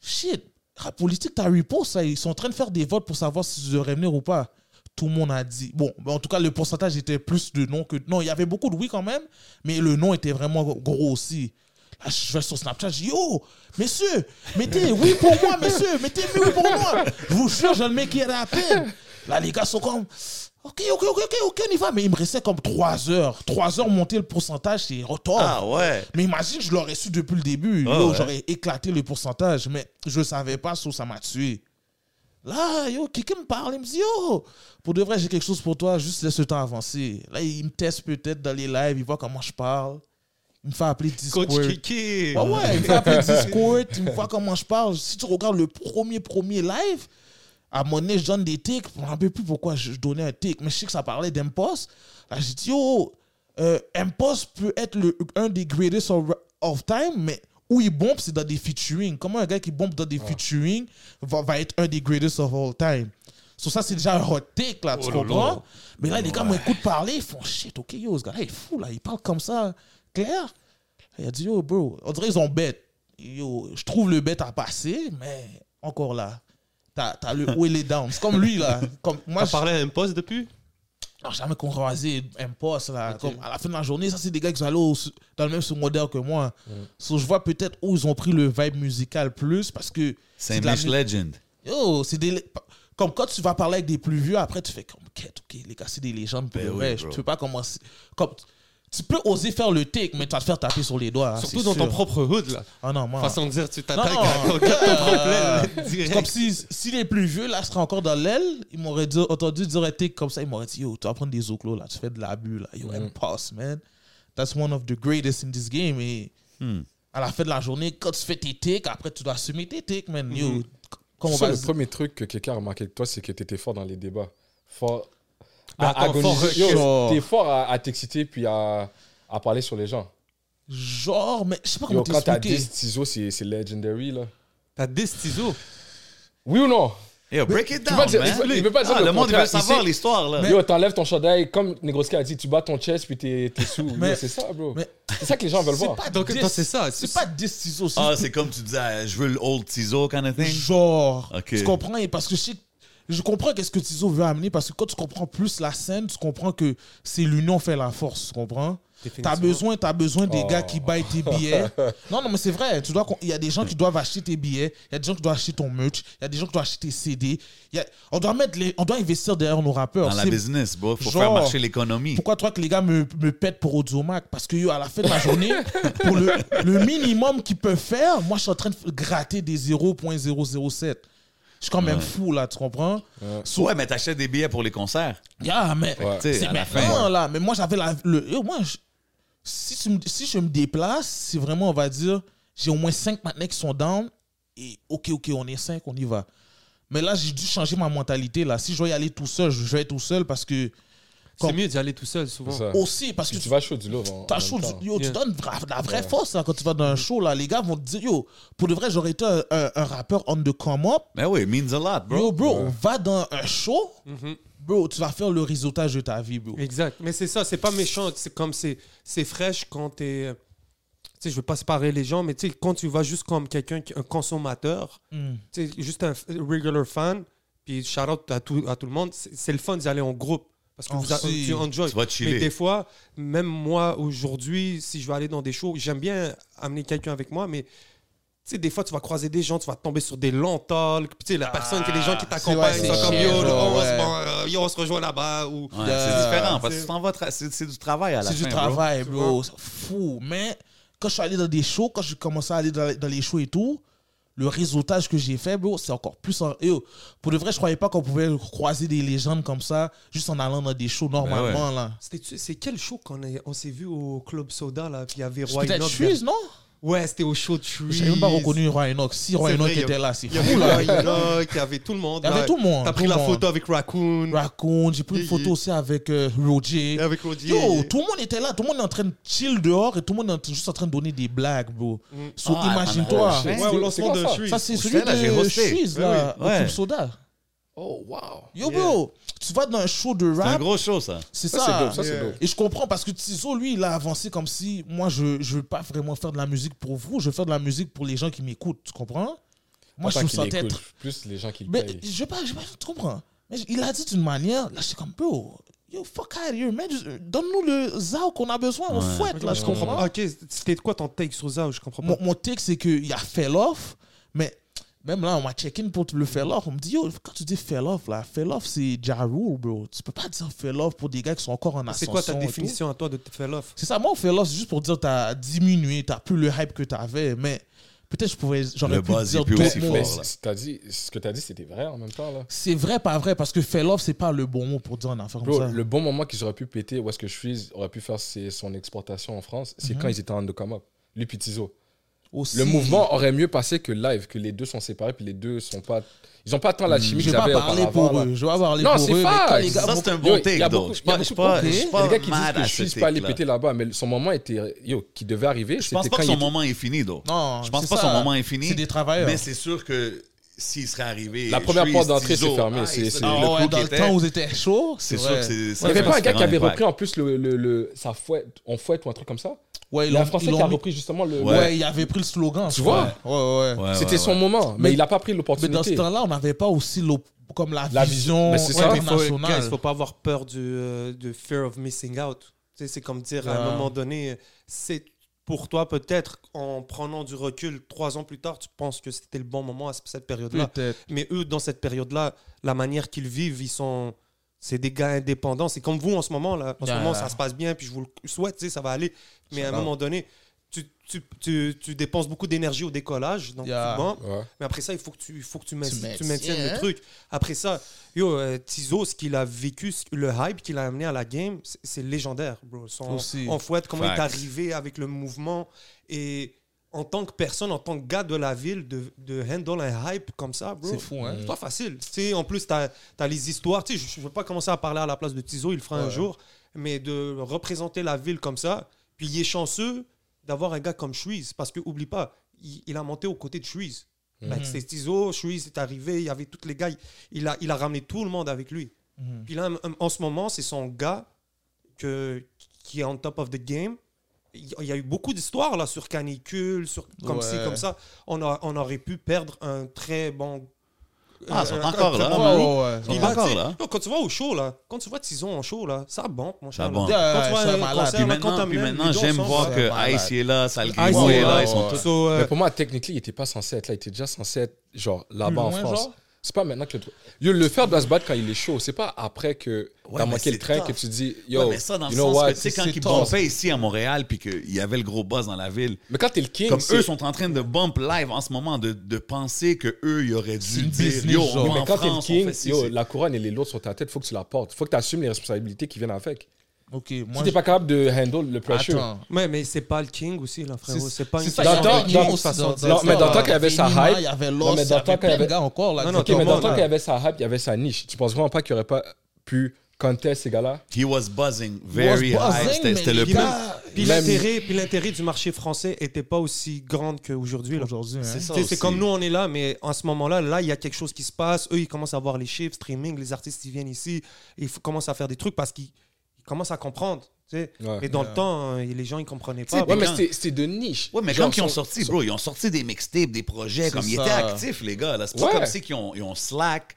Speaker 2: shit, la politique, ta repose, ça, ils sont en train de faire des votes pour savoir si je devrais venir ou pas. Tout le monde a dit. Bon, ben, en tout cas, le pourcentage était plus de non que. Non, il y avait beaucoup de oui quand même, mais le non était vraiment gros aussi. Là, je vais sur Snapchat, je dis Yo, messieurs, mettez oui pour moi, messieurs, mettez oui pour moi. Je vous jure, je le mets qui à peine. Là, les gars sont comme Ok, ok, ok, ok, ok, on y va. Mais il me restait comme 3 heures. 3 heures, monter le pourcentage, c'est retort.
Speaker 3: Ah ouais.
Speaker 2: Mais imagine, je l'aurais su depuis le début.
Speaker 3: Ah
Speaker 2: Yo,
Speaker 3: ouais.
Speaker 2: J'aurais éclaté le pourcentage, mais je ne savais pas, sauf ça m'a tué. Là, yo, quelqu'un me parle, il me dit, yo, pour de vrai, j'ai quelque chose pour toi, juste laisse le temps avancer. Là, il me teste peut-être dans les lives, il voit comment je parle. Il me fait appeler Discord.
Speaker 6: Coach Kiki.
Speaker 2: Ouais, ouais, il me fait appeler Discord, il me voit comment je parle. Si tu regardes le premier, premier live, à mon nez, je donne des tics. Je me rappelle plus pourquoi je je donnais un tic, mais je sais que ça parlait d'Impost. Là, j'ai dit, yo, euh, Impost peut être le, un des greatest of, of time, mais où il bombe, c'est dans des featuring. Comment un gars qui bombe dans des featuring va, va être un des greatest of all time? Sur ça, c'est déjà un hot take, Oh là, tu comprends? Mais là, les gars m'écoutent parler, ils font shit, ok, yo, ce gars-là, il est fou, là, il parle comme ça, clair. Il a dit, yo, bro, on dirait qu'ils ont bête. Yo, je trouve le bête à passer, mais encore là. T'as t'as le haut et les downs. C'est comme lui, là. Comme, moi,
Speaker 6: T'as
Speaker 2: je-
Speaker 6: parlé à un poste depuis
Speaker 2: ah, jamais qu'on croisait un poste là. Comme à la fin de la journée, ça c'est des gars qui sont allés au- dans le même secondaire que moi.
Speaker 6: Mm.
Speaker 2: So, je vois peut-être où ils ont pris le vibe musical plus parce que
Speaker 3: C'est
Speaker 2: de la
Speaker 3: Mish
Speaker 2: mu-
Speaker 3: Legend.
Speaker 2: Yo, c'est des. Comme quand tu vas parler avec des plus vieux, après tu fais comme, ok, ok, les gars, c'est des légendes. Pour
Speaker 3: Ben
Speaker 2: le
Speaker 3: oui,
Speaker 2: vrai.
Speaker 3: bro.
Speaker 2: tu peux pas commencer. Comme, tu peux oser faire le take, mais tu vas te faire taper sur les doigts. hein,
Speaker 6: Surtout
Speaker 2: c'est
Speaker 6: dans
Speaker 2: sûr.
Speaker 6: ton propre hood, là.
Speaker 2: Ah non, moi.
Speaker 6: Façon de dire, tu
Speaker 2: Non,
Speaker 6: t'attaques
Speaker 2: non.
Speaker 6: à ton gars, ton
Speaker 2: Euh,
Speaker 6: problème
Speaker 2: c'est
Speaker 6: direct.
Speaker 2: Comme si, si les plus vieux, là, seraient encore dans l'aile, ils m'auraient dit- entendu dire un take comme ça. Ils m'auraient dit, yo, tu vas prendre des oclos, là, tu fais de l'abus, là.
Speaker 6: Mm.
Speaker 2: Yo, impasse, man. That's one of the greatest in this game. Et
Speaker 6: Hmm.
Speaker 2: à la fin de la journée, quand tu fais tes takes, après, tu dois assumer tes takes, man. Yo,
Speaker 6: Hmm.
Speaker 2: c- comment on
Speaker 1: Ça,
Speaker 2: va
Speaker 1: le
Speaker 2: se-
Speaker 1: premier truc que quelqu'un a remarqué de toi, c'est que t'étais fort dans les débats. Fort
Speaker 6: Ben
Speaker 1: à
Speaker 6: attends, fort
Speaker 1: agoniser. Yo,
Speaker 2: genre.
Speaker 1: T'es fort à, à t'exciter puis à, à parler sur les gens.
Speaker 2: Genre, mais je sais pas
Speaker 1: Yo,
Speaker 2: comment
Speaker 1: quand t'as
Speaker 2: t'expliquer.
Speaker 1: 10 ciseaux, c'est c'est legendary, là.
Speaker 6: T'as des ciseaux.
Speaker 1: Oui ou non
Speaker 3: Yo, break it down,
Speaker 1: veux pas dire-
Speaker 3: man.
Speaker 1: il veut- il veut pas dire
Speaker 3: Ah,
Speaker 1: le
Speaker 3: le monde, il veut
Speaker 1: contraire. Il
Speaker 3: savoir
Speaker 1: sait-
Speaker 3: l'histoire, là.
Speaker 1: Yo, t'enlèves ton chandail, comme Negroski a dit, tu bats ton chest puis t'es t'es sous. Yo,
Speaker 2: Mais-
Speaker 1: C'est ça, bro.
Speaker 2: mais-
Speaker 1: C'est ça que les gens veulent voir.
Speaker 2: pas
Speaker 6: Donc,
Speaker 2: dix-
Speaker 6: attends, c'est ça.
Speaker 2: C'est pas 10 ciseaux, c'est
Speaker 3: Ah, c'est comme tu disais, je veux le old ciseau kind of thing.
Speaker 2: Genre,
Speaker 3: Ok.
Speaker 2: tu comprends et parce que je, sais- je comprends qu'est-ce que Tizo veut amener parce que quand tu comprends plus la scène, tu comprends que c'est l'union fait la force, tu comprends T'as besoin, t'as besoin des
Speaker 1: Oh.
Speaker 2: gars qui baillent tes billets. non, non, mais c'est vrai. Tu dois, con- il y a des gens qui doivent acheter tes billets. Il y a des gens qui doivent acheter ton merch. Il y a des gens qui doivent acheter tes CD. Il y a- on doit mettre, les, on doit investir derrière nos rappeurs.
Speaker 3: Dans la
Speaker 2: C'est-
Speaker 3: business, bro. Faut
Speaker 2: Genre.
Speaker 3: faire marcher l'économie.
Speaker 2: pourquoi toi que les gars me, me pètent pour Audiomac Parce que yo, à la fin de la journée, pour le, le minimum qu'ils peuvent faire, moi je suis en train de gratter des 0.007. Je suis quand même fou là, tu comprends
Speaker 3: Ouais, mais t'achètes des billets pour les concerts.
Speaker 2: Yeah, mais
Speaker 3: Ouais. Tu sais,
Speaker 2: c'est
Speaker 3: à la
Speaker 2: maintenant
Speaker 3: fin.
Speaker 2: là. Mais moi j'avais la. Le, yo, moi, je- si, tu me- si je me déplace, c'est vraiment, on va dire, j'ai au moins 5 maintenant qui sont down. Et ok, ok, on est 5, on y va. Mais là, j'ai dû changer ma mentalité là. Si je vais y aller tout seul, je vais être tout seul parce que.
Speaker 6: C'est
Speaker 2: Comme-
Speaker 6: mieux d'y aller tout seul, souvent.
Speaker 1: Ça.
Speaker 2: Aussi, parce que
Speaker 1: Puis tu vas chaud du love. en- en
Speaker 2: T'as
Speaker 1: même
Speaker 2: chaud,
Speaker 1: temps.
Speaker 2: tu- yo,
Speaker 6: Yeah.
Speaker 2: tu donnes vra- la vraie force là, quand tu vas dans un show. Là, les gars vont te dire Yo, pour de vrai, j'aurais été un, un- un rappeur on the come up.
Speaker 3: Mais Ben oui, it means a lot, bro.
Speaker 2: Yo, bro, va dans un show.
Speaker 6: Mm-hmm.
Speaker 2: Bro, tu vas faire le réseautage de ta vie, bro.
Speaker 6: Exact. Mais c'est ça, c'est pas méchant. C'est comme c'est, c'est fraîche quand t'es. Tu sais, je veux pas séparer les gens, mais tu sais, quand tu vas juste comme quelqu'un, qui- un consommateur,
Speaker 2: Mm.
Speaker 6: tu sais, juste un f- regular fan, puis shout out à tout, à tout le monde, c'est, c'est le fun d'y aller en groupe. Parce que
Speaker 2: Oh,
Speaker 6: vous a-
Speaker 2: si.
Speaker 6: tu enjoy.
Speaker 3: Tu vas chiller.
Speaker 6: Mais des fois, même moi aujourd'hui, si je vais aller dans des shows, j'aime bien amener quelqu'un avec moi, mais Tu sais, des fois, tu vas croiser des gens, tu vas tomber sur des longs talks. Puis, tu sais, la personne, que les gens qui t'accompagnent,
Speaker 2: Ah, c'est
Speaker 6: sont comme
Speaker 2: chill,
Speaker 6: yo,
Speaker 2: ouais,
Speaker 6: on se-
Speaker 2: ouais.
Speaker 6: bon, euh, yo, on se rejoint là-bas. Ou...
Speaker 3: Ouais,
Speaker 2: Yeah.
Speaker 3: euh, c'est différent parce que tu t'en vas tra- c'est c'est du travail à la fin.
Speaker 2: C'est du
Speaker 3: bro.
Speaker 2: travail, bro. C'est Fou. Mais quand je suis allé dans des shows, quand je commençais à aller dans, dans les shows et tout, le réseautage que j'ai fait, bro, c'est encore plus. En... Yo, pour de vrai, je croyais pas qu'on pouvait croiser des légendes comme ça juste en allant dans des shows
Speaker 6: Ben
Speaker 2: normalement, là.
Speaker 6: C'était- C'est quel show qu'on est- on s'est vu au Club Soda, là, puis il y avait
Speaker 2: C'est
Speaker 6: Roy
Speaker 2: Peut-être
Speaker 6: Knox.
Speaker 2: Suisse, non
Speaker 6: Ouais, c'était au show de Trees.
Speaker 2: J'ai même pas reconnu Roy Enoch. Si Roy
Speaker 6: C'est
Speaker 2: Enoch
Speaker 6: vrai,
Speaker 2: était
Speaker 6: y a-
Speaker 2: là, c'est
Speaker 6: Il y avait
Speaker 2: fou, là.
Speaker 6: Roy Knox, il y avait tout le monde.
Speaker 2: Il y avait
Speaker 6: là.
Speaker 2: tout le monde,
Speaker 6: T'as
Speaker 2: tout
Speaker 6: pris
Speaker 2: le
Speaker 6: la
Speaker 2: monde.
Speaker 6: photo avec Raccoon.
Speaker 2: Raconte, j'ai pris une
Speaker 6: Yeah,
Speaker 2: photo
Speaker 6: yeah.
Speaker 2: aussi avec euh, Roger.
Speaker 6: Avec Roger.
Speaker 2: Yo, tout le monde était là, tout le monde est en train de chill dehors et tout le monde est en train- juste en train de donner des blagues, bro.
Speaker 6: Mm.
Speaker 2: So,
Speaker 3: Ah,
Speaker 2: imagine-toi.
Speaker 3: attends,
Speaker 1: Ouais, au lancement de
Speaker 2: Ça,
Speaker 1: Trees.
Speaker 2: Ça, c'est
Speaker 3: Au
Speaker 2: celui
Speaker 3: Stella, j'ai
Speaker 2: de
Speaker 3: hosté.
Speaker 2: Suisse,
Speaker 3: Oui,
Speaker 2: là,
Speaker 3: oui.
Speaker 2: au
Speaker 3: Ouais.
Speaker 2: Club Soda.
Speaker 1: Oh, wow.
Speaker 2: Yo, bro, tu vas dans un show de
Speaker 3: C'est un
Speaker 2: rap,
Speaker 3: gros show, ça.
Speaker 2: c'est
Speaker 1: Ça, c'est
Speaker 2: ça.
Speaker 1: dope. Ça, c'est dope.
Speaker 2: Et je comprends parce que Tizo, lui, il a avancé comme si moi, je je veux pas vraiment faire de la musique pour vous, je veux faire de la musique pour les gens qui m'écoutent, tu comprends Moi, je
Speaker 1: Pas
Speaker 2: trouve
Speaker 1: qu'il
Speaker 2: ça
Speaker 1: les
Speaker 2: tête.
Speaker 1: coule, Plus les gens qui le
Speaker 2: Mais
Speaker 1: payent.
Speaker 2: je sais pas, je sais pas, tu comprends Mais il a dit d'une manière, là, j'étais comme, bro, yo, fuck out of here, man, Juste, euh, donne-nous le zao qu'on a besoin, on fouette, là, je comprends.
Speaker 6: Ok, c'était quoi ton take sur ça Je comprends pas.
Speaker 2: Mon, mon texte, c'est qu'il a fait l'off, mais même là, on m'a check-in pour le faire l'off. On me dit, yo, quand tu dis fait l'off, là, fait l'off, c'est Ja Rule, bro. Tu peux pas dire fait l'off pour des gars qui sont encore en ascension.
Speaker 6: C'est quoi ta
Speaker 2: et tout.
Speaker 6: définition à toi de te faire l'off
Speaker 2: C'est ça, moi, on fait l'off, c'est juste pour dire t'as diminué, t'as plus le hype que t'avais, mais peut-être je pouvais, j'aurais
Speaker 3: Le
Speaker 2: pu
Speaker 3: buzz est
Speaker 2: dire
Speaker 3: plus
Speaker 2: tout
Speaker 3: aussi
Speaker 2: le monde.
Speaker 1: Mais
Speaker 3: fort, là.
Speaker 1: c'est- t'as dit- ce que t'as dit, c'était vrai en même temps, là.
Speaker 2: C'est vrai, pas vrai, parce que fait l'off, c'est pas le bon mot pour dire un affaire comme
Speaker 1: Bro,
Speaker 2: ça.
Speaker 1: le bon moment qu'ils auraient pu péter, où est-ce que je suis, aurait pu faire ses- son exportation en France, c'est quand ils étaient en Undercom Lui puis Tizo.
Speaker 2: Aussi.
Speaker 1: Le mouvement aurait mieux passé que live, que les deux sont séparés, puis les deux sont pas. Ils ont pas tant la chimie
Speaker 2: Hmm. Je vais
Speaker 1: qu'ils
Speaker 2: pas
Speaker 1: avaient
Speaker 2: parler
Speaker 1: auparavant.
Speaker 2: pour
Speaker 1: là.
Speaker 2: eux. Je vais pas parler
Speaker 1: Non,
Speaker 2: pour
Speaker 1: c'est
Speaker 2: eux. mais
Speaker 1: fact.
Speaker 2: quand les gars
Speaker 3: Ça,
Speaker 2: vont-
Speaker 3: c'est un
Speaker 1: Yo,
Speaker 3: bon
Speaker 1: il y a
Speaker 3: take,
Speaker 1: beaucoup-
Speaker 3: though. Je
Speaker 1: il y a
Speaker 3: suis
Speaker 1: beaucoup-
Speaker 3: pas,
Speaker 2: ok.
Speaker 3: je suis
Speaker 1: Il y a
Speaker 3: pas
Speaker 1: des gars qui disent
Speaker 3: mad
Speaker 1: que
Speaker 3: à
Speaker 1: je
Speaker 3: ce
Speaker 1: suis pas allé
Speaker 3: take-là.
Speaker 1: péter là-bas, mais son moment était. Yo, qui devait arriver,
Speaker 3: Je pense
Speaker 1: c'était
Speaker 3: pas
Speaker 1: quand
Speaker 3: que
Speaker 1: il
Speaker 3: son
Speaker 1: était-
Speaker 3: moment est fini, though.
Speaker 2: Non,
Speaker 3: Je pense
Speaker 2: c'est
Speaker 3: pas que
Speaker 2: ça.
Speaker 3: son moment est fini.
Speaker 2: C'est des travailleurs.
Speaker 3: Mais c'est sûr que s'il serait arrivé.
Speaker 1: La première
Speaker 3: Trees,
Speaker 1: porte d'entrée,
Speaker 3: Tizo,
Speaker 1: c'est fermé,
Speaker 3: Ice,
Speaker 1: c'est- c'est-
Speaker 3: le
Speaker 2: Ah
Speaker 3: crew
Speaker 2: ouais,
Speaker 3: qui
Speaker 2: dans le
Speaker 3: était,
Speaker 2: temps où c'était chaud,
Speaker 3: C'est sûr
Speaker 2: vrai.
Speaker 3: que c'est. ça
Speaker 1: Il n'y
Speaker 3: fait
Speaker 1: avait pas un gars qui
Speaker 3: différent
Speaker 1: avait
Speaker 3: impact.
Speaker 1: repris en plus le, le, le- sa fouette, on fouette ou un truc comme ça
Speaker 2: Ouais,
Speaker 1: Il
Speaker 2: ils
Speaker 1: y a un
Speaker 2: l'ont-
Speaker 1: Français
Speaker 2: ils
Speaker 1: qui
Speaker 2: l'ont
Speaker 1: a
Speaker 2: mis-
Speaker 1: repris justement le.
Speaker 3: Ouais.
Speaker 2: Ouais, il avait pris le slogan.
Speaker 1: Tu
Speaker 2: je
Speaker 1: vois
Speaker 2: crois. Ouais, ouais.
Speaker 3: Ouais,
Speaker 1: C'était
Speaker 3: ouais,
Speaker 1: son
Speaker 3: ouais.
Speaker 1: moment, mais,
Speaker 2: Mais-
Speaker 1: il n'a pas pris
Speaker 2: Mais dans ce
Speaker 1: l'opportunité.
Speaker 2: temps-là, on n'avait pas aussi l'op- comme la,
Speaker 1: La vision,
Speaker 2: vision
Speaker 1: mais c'est ça.
Speaker 6: Il faut,
Speaker 2: internationale.
Speaker 6: guys, faut pas avoir peur du euh, de fear of missing out. Tu sais, C'est comme dire à
Speaker 2: Ah.
Speaker 6: un moment donné, c'est pour toi peut-être en prenant du recul trois ans plus tard, tu penses que c'était le bon moment à ce- cette période-là.
Speaker 2: Peut-être.
Speaker 6: Mais eux, dans cette période-là, la manière qu'ils vivent, ils sont. C'est des gars indépendants. C'est comme vous en ce moment. Là. En
Speaker 2: Yeah.
Speaker 6: ce moment, ça se passe bien, puis je vous le souhaite, tu sais, ça va aller. Mais à un moment donné, tu, tu, tu, tu dépenses beaucoup d'énergie au décollage. Donc,
Speaker 2: Yeah.
Speaker 6: tu bombes.
Speaker 1: Ouais.
Speaker 6: Mais après ça, il faut que tu, il faut que tu, mainti- tu maintiennes,
Speaker 2: maintiens, hein.
Speaker 6: le truc. Après ça, yo, euh, Tizo, ce qu'il a vécu, ce- le hype qu'il a amené à la game, c'est- c'est légendaire, bro. Son,
Speaker 2: Aussi.
Speaker 6: En fouette, comment il est
Speaker 3: Facts.
Speaker 6: arrivé avec le mouvement. Et en tant que personne, en tant que gars de la ville, de, de handle un hype comme ça, bro.
Speaker 2: C'est fou, hein.
Speaker 6: C'est pas facile. Tu sais, en plus, tu as, les histoires. Tu sais, je- je ne veux pas commencer à parler à la place de Tizo, il le fera un
Speaker 2: Ouais.
Speaker 6: jour. Mais de représenter la ville comme ça, puis il est chanceux d'avoir un gars comme Chuiz. Parce que, oublie pas, il, il a monté aux côtés de Chuiz.
Speaker 2: Mm.
Speaker 6: Avec ses Tizo, Chuiz est arrivé, il y avait tous les gars. Il a, il a ramené tout le monde avec lui.
Speaker 2: Mhm.
Speaker 6: Puis là, en- en ce moment, c'est son gars que, qui est on top of the game. Il il y a eu beaucoup d'histoires là sur canicule, sur comme ci,
Speaker 2: Ouais.
Speaker 6: comme ça. On, a, on aurait pu perdre un très bon.
Speaker 3: Ah, ils sont encore
Speaker 6: très
Speaker 3: là.
Speaker 6: bon
Speaker 2: Ouais,
Speaker 6: groupe.
Speaker 2: ouais, ouais.
Speaker 6: Puis
Speaker 3: sont
Speaker 6: là,
Speaker 3: encore
Speaker 6: tu sais,
Speaker 3: là.
Speaker 6: yo, Quand tu vas au show là, quand tu vois Tison en show là, ça bombe mon
Speaker 3: Ça
Speaker 6: cher.
Speaker 3: bombe.
Speaker 6: Quand
Speaker 2: Yeah,
Speaker 6: tu vois
Speaker 2: ça
Speaker 6: un
Speaker 2: malade.
Speaker 6: concert,
Speaker 3: Puis
Speaker 6: là,
Speaker 3: maintenant,
Speaker 6: quand t'as
Speaker 3: puis
Speaker 6: mis les
Speaker 3: maintenant
Speaker 6: deux
Speaker 3: j'aime
Speaker 6: ensemble,
Speaker 3: voir
Speaker 6: ça-
Speaker 3: que
Speaker 2: malade.
Speaker 3: Ice il est là, Salgrim
Speaker 6: Ice,
Speaker 3: est Ah là,
Speaker 1: ouais,
Speaker 3: ils sont tous.
Speaker 6: So, Ah, euh,
Speaker 1: Mais pour moi, techniquement, il était pas censé être là. Il était déjà censé être, genre, là-bas en
Speaker 2: loin,
Speaker 1: France.
Speaker 2: genre
Speaker 1: C'est pas maintenant que le. Yo, le faire doit se battre quand il est chaud. C'est pas après que
Speaker 3: Ouais,
Speaker 1: t'as
Speaker 3: mais
Speaker 1: manqué
Speaker 3: c'est
Speaker 1: le train
Speaker 3: tough.
Speaker 1: que tu dis, yo,
Speaker 3: Ouais, mais ça, dans le
Speaker 1: you know
Speaker 3: sens
Speaker 1: what?
Speaker 3: que, tu sais, quand
Speaker 2: c'est
Speaker 3: ils
Speaker 2: tough.
Speaker 3: bombaient ici à Montréal, puis qu'il y avait le gros buzz dans la ville,
Speaker 1: Mais quand t'es le king,
Speaker 3: comme
Speaker 1: c'est-
Speaker 3: eux sont en train de bump live en ce moment, de, de penser que eux, ils auraient
Speaker 2: C'est
Speaker 3: dû
Speaker 2: une
Speaker 3: dire,
Speaker 2: business,
Speaker 3: yo, on
Speaker 2: genre.
Speaker 3: va
Speaker 1: Mais
Speaker 3: en
Speaker 1: quand t'es le
Speaker 3: France, on
Speaker 1: king,
Speaker 3: fait ci,
Speaker 1: yo,
Speaker 3: c'est-
Speaker 1: la couronne et les lots sur ta tête, faut que tu la portes. Faut que tu assumes les responsabilités qui viennent avec.
Speaker 2: Ok,
Speaker 1: Si
Speaker 2: moi.
Speaker 1: t'es pas capable de handle le pressure.
Speaker 2: Attends.
Speaker 6: Ouais, mais c'est pas le king aussi là, frérot. C'est pas une
Speaker 2: ça,
Speaker 1: Dans
Speaker 2: il y avait
Speaker 1: ton-
Speaker 2: Kim
Speaker 1: dans-
Speaker 2: aussi
Speaker 6: façon de
Speaker 2: ça,
Speaker 6: dire.
Speaker 1: Non, mais dans
Speaker 2: ça.
Speaker 1: ton qu'il y avait sa
Speaker 2: Nima,
Speaker 1: hype.
Speaker 2: Il y avait
Speaker 1: Non,
Speaker 2: Lost,
Speaker 1: mais
Speaker 2: il y
Speaker 1: dans ton
Speaker 2: avait
Speaker 1: qu'il y
Speaker 2: plein de
Speaker 1: avait-
Speaker 2: gars encore là.
Speaker 6: Non,
Speaker 2: qui
Speaker 6: non,
Speaker 1: Ok,
Speaker 2: étaient
Speaker 6: tout
Speaker 1: mais
Speaker 6: le
Speaker 1: dans le
Speaker 6: monde,
Speaker 1: temps
Speaker 6: hein.
Speaker 1: qu'il y avait sa hype, il y avait sa niche. Tu penses vraiment pas qu'il aurait pas pu contester ces gars-là
Speaker 3: He was buzzing
Speaker 2: Was
Speaker 3: very high.
Speaker 2: buzzing,
Speaker 3: C'était-
Speaker 2: mais
Speaker 3: C'était le
Speaker 2: les
Speaker 3: plus.
Speaker 2: gars,
Speaker 6: Puis
Speaker 1: Même-
Speaker 6: l'intérêt, puis l'intérêt du marché français était pas aussi grand qu'aujourd'hui. là.
Speaker 2: Aujourd'hui, hein.
Speaker 3: C'est ça
Speaker 6: Tu sais,
Speaker 3: aussi.
Speaker 6: C'est comme nous, on est là, mais en ce moment-là, là, il y a quelque chose qui se passe. Eux, ils commencent à voir les chiffres, streaming, les artistes, ils viennent ici, ils f- commencent à faire des trucs parce qu'ils ils commencent à comprendre. tu sais.
Speaker 1: Ouais.
Speaker 6: Mais dans le temps, euh, les gens, ils comprenaient
Speaker 3: sais,
Speaker 6: pas.
Speaker 3: Mais
Speaker 1: Ouais,
Speaker 6: Ouais,
Speaker 1: mais
Speaker 3: quand-
Speaker 1: c'était- c'était de niche.
Speaker 3: Ouais, mais
Speaker 1: Genre,
Speaker 3: comme qu'ils ont
Speaker 1: son-
Speaker 3: sorti, bro, ils ont sorti des mixtapes, des projets,
Speaker 2: C'est
Speaker 3: comme ils
Speaker 2: ça.
Speaker 3: étaient actifs, les gars. là. C'est pas
Speaker 1: Ouais.
Speaker 3: comme si qu'ils ont, ils ont slack.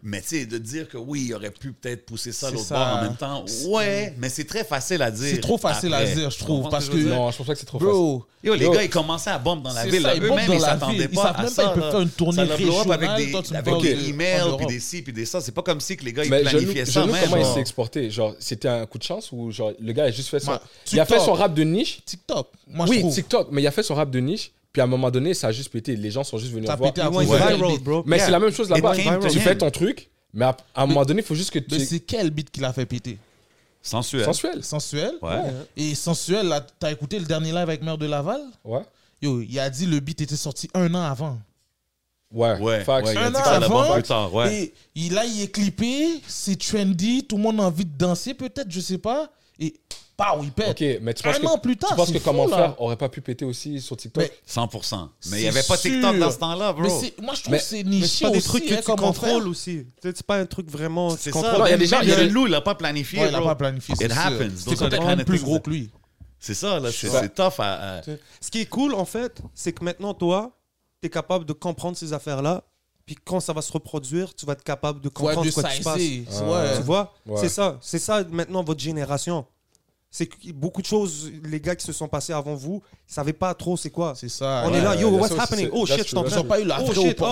Speaker 3: Mais tu sais, de dire que oui, il aurait pu peut-être pousser ça à
Speaker 2: C'est
Speaker 3: l'autre
Speaker 2: ça.
Speaker 3: bord en même temps, ouais, mais c'est très facile à dire.
Speaker 2: C'est trop facile
Speaker 3: après.
Speaker 2: à dire, je
Speaker 3: Tu
Speaker 2: trouve.
Speaker 3: comprends
Speaker 2: Parce
Speaker 3: ce que je veux
Speaker 2: que,
Speaker 1: Non, je pense pas que c'est trop facile.
Speaker 2: bro,
Speaker 3: Yo, les
Speaker 1: Yo.
Speaker 3: gars, ils commençaient à bomber dans la
Speaker 2: C'est
Speaker 3: ville.
Speaker 2: ça,
Speaker 3: là.
Speaker 2: ils bombent
Speaker 3: Eux-mêmes,
Speaker 2: dans
Speaker 3: ils
Speaker 2: la
Speaker 3: s'attendaient
Speaker 2: ville. Ils
Speaker 3: pas.
Speaker 2: savent
Speaker 3: à
Speaker 2: même
Speaker 3: ça,
Speaker 2: pas, ils peuvent
Speaker 3: là.
Speaker 2: faire une tournée
Speaker 3: Ça leur blow up
Speaker 2: régionale,
Speaker 3: avec des,
Speaker 2: toi, tu me
Speaker 3: avec
Speaker 2: parles
Speaker 3: des
Speaker 2: de- en
Speaker 3: emails, puis
Speaker 2: Europe.
Speaker 3: des ci, puis des ça. C'est pas comme si que les gars, ils
Speaker 1: Mais Jeannot,
Speaker 3: planifiaient ça
Speaker 1: Jeannot,
Speaker 3: même.
Speaker 1: comment il
Speaker 3: là.
Speaker 1: s'est exporté Genre, c'était un coup de chance ou genre le gars a juste fait son.
Speaker 2: Ma-
Speaker 1: il a fait
Speaker 2: TikTok.
Speaker 1: son rap de niche.
Speaker 2: TikTok, moi je
Speaker 1: oui,
Speaker 2: trouve.
Speaker 1: TikTok, mais il a fait son rap de niche. Puis à un moment donné, ça a juste pété. Les gens sont juste venus
Speaker 2: Ça a
Speaker 1: voir.
Speaker 2: pété à
Speaker 6: Ouais,
Speaker 2: cause de
Speaker 3: Ouais.
Speaker 2: quel
Speaker 6: viral,
Speaker 2: beat?
Speaker 6: bro.
Speaker 1: Mais
Speaker 3: Yeah.
Speaker 1: c'est la même chose
Speaker 3: It
Speaker 1: là-bas.
Speaker 3: came to
Speaker 1: Tu
Speaker 3: him.
Speaker 1: fais ton truc, mais à, à un moment donné, il faut juste que
Speaker 2: Mais
Speaker 1: tu.
Speaker 2: c'est quel beat qui l'a fait péter
Speaker 3: Sensuel.
Speaker 1: Sensuel.
Speaker 2: Sensuel
Speaker 3: Ouais.
Speaker 2: Et Sensuel, là, t'as écouté le dernier live avec Mère de Laval
Speaker 1: Ouais.
Speaker 2: Yo, il a dit le beat était sorti un an avant.
Speaker 1: Ouais.
Speaker 3: Ouais.
Speaker 1: Facts.
Speaker 3: ouais, il a
Speaker 2: Un
Speaker 3: dit
Speaker 2: an
Speaker 3: ça là-bas
Speaker 2: avant,
Speaker 3: plus tard, ouais.
Speaker 2: Et il, là, il est clippé, c'est trendy, tout le monde a envie de danser peut-être, je sais pas. Et pow, il pète.
Speaker 1: Ok, mais tu
Speaker 2: Un
Speaker 1: penses que.
Speaker 2: an plus tard,
Speaker 1: tu penses
Speaker 2: c'est
Speaker 1: que
Speaker 2: fou,
Speaker 1: comment
Speaker 2: là.
Speaker 1: faire aurait pas pu péter aussi sur TikTok
Speaker 2: Mais-
Speaker 3: 100%. Mais il n'y
Speaker 2: C'est
Speaker 3: avait pas TikTok
Speaker 2: sûr.
Speaker 3: dans ce temps-là, bro.
Speaker 2: Mais c'est- moi, je trouve
Speaker 1: Mais-
Speaker 2: que c'est
Speaker 6: Mais
Speaker 2: niché
Speaker 6: c'est pas des
Speaker 2: aussi,
Speaker 6: trucs que
Speaker 2: hein,
Speaker 6: tu
Speaker 2: comment
Speaker 6: contrôles
Speaker 2: faire.
Speaker 6: aussi. Tu sais, C'est pas un truc vraiment.
Speaker 3: C'est
Speaker 6: tu
Speaker 3: ça.
Speaker 6: contrôles.
Speaker 1: Non, il y a des gens-
Speaker 3: Même
Speaker 1: il y a
Speaker 3: le
Speaker 1: des-
Speaker 3: loup, il l'a pas planifié.
Speaker 2: Ouais, il a
Speaker 3: bro.
Speaker 2: pas planifié.
Speaker 3: It
Speaker 2: c'est sûr.
Speaker 3: happens.
Speaker 2: C'est
Speaker 3: Those
Speaker 2: quand
Speaker 3: are the
Speaker 2: même
Speaker 3: kind of
Speaker 2: plus
Speaker 3: things
Speaker 2: gros
Speaker 3: that-
Speaker 2: que lui.
Speaker 3: C'est ça, là. C'est
Speaker 1: Ouais.
Speaker 3: c'est tough à. à-
Speaker 6: Ce qui est cool, en fait, c'est que maintenant, toi, tu es capable de comprendre ces affaires-là. Puis quand ça va se reproduire, tu vas être capable de
Speaker 2: Ouais,
Speaker 6: comprendre
Speaker 2: de
Speaker 6: ce qui se passe.
Speaker 2: sizer, c'est-
Speaker 1: Ah.
Speaker 2: ouais.
Speaker 6: Tu vois
Speaker 1: Ouais.
Speaker 6: C'est ça. C'est ça maintenant votre génération. C'est que beaucoup de choses, les gars qui se sont passés avant vous, ils savaient pas trop c'est quoi.
Speaker 2: C'est ça.
Speaker 6: On
Speaker 2: ouais.
Speaker 6: est là,
Speaker 1: ouais,
Speaker 6: yo,
Speaker 1: ouais,
Speaker 6: what's
Speaker 1: ça aussi,
Speaker 6: happening?
Speaker 1: c'est-
Speaker 6: Oh
Speaker 1: là,
Speaker 6: shit,
Speaker 1: tu
Speaker 6: je t'en
Speaker 1: vois.
Speaker 2: Ils
Speaker 6: prie.
Speaker 2: ont pas eu la
Speaker 6: Oh
Speaker 2: vraie
Speaker 6: shit, oh shit, yo,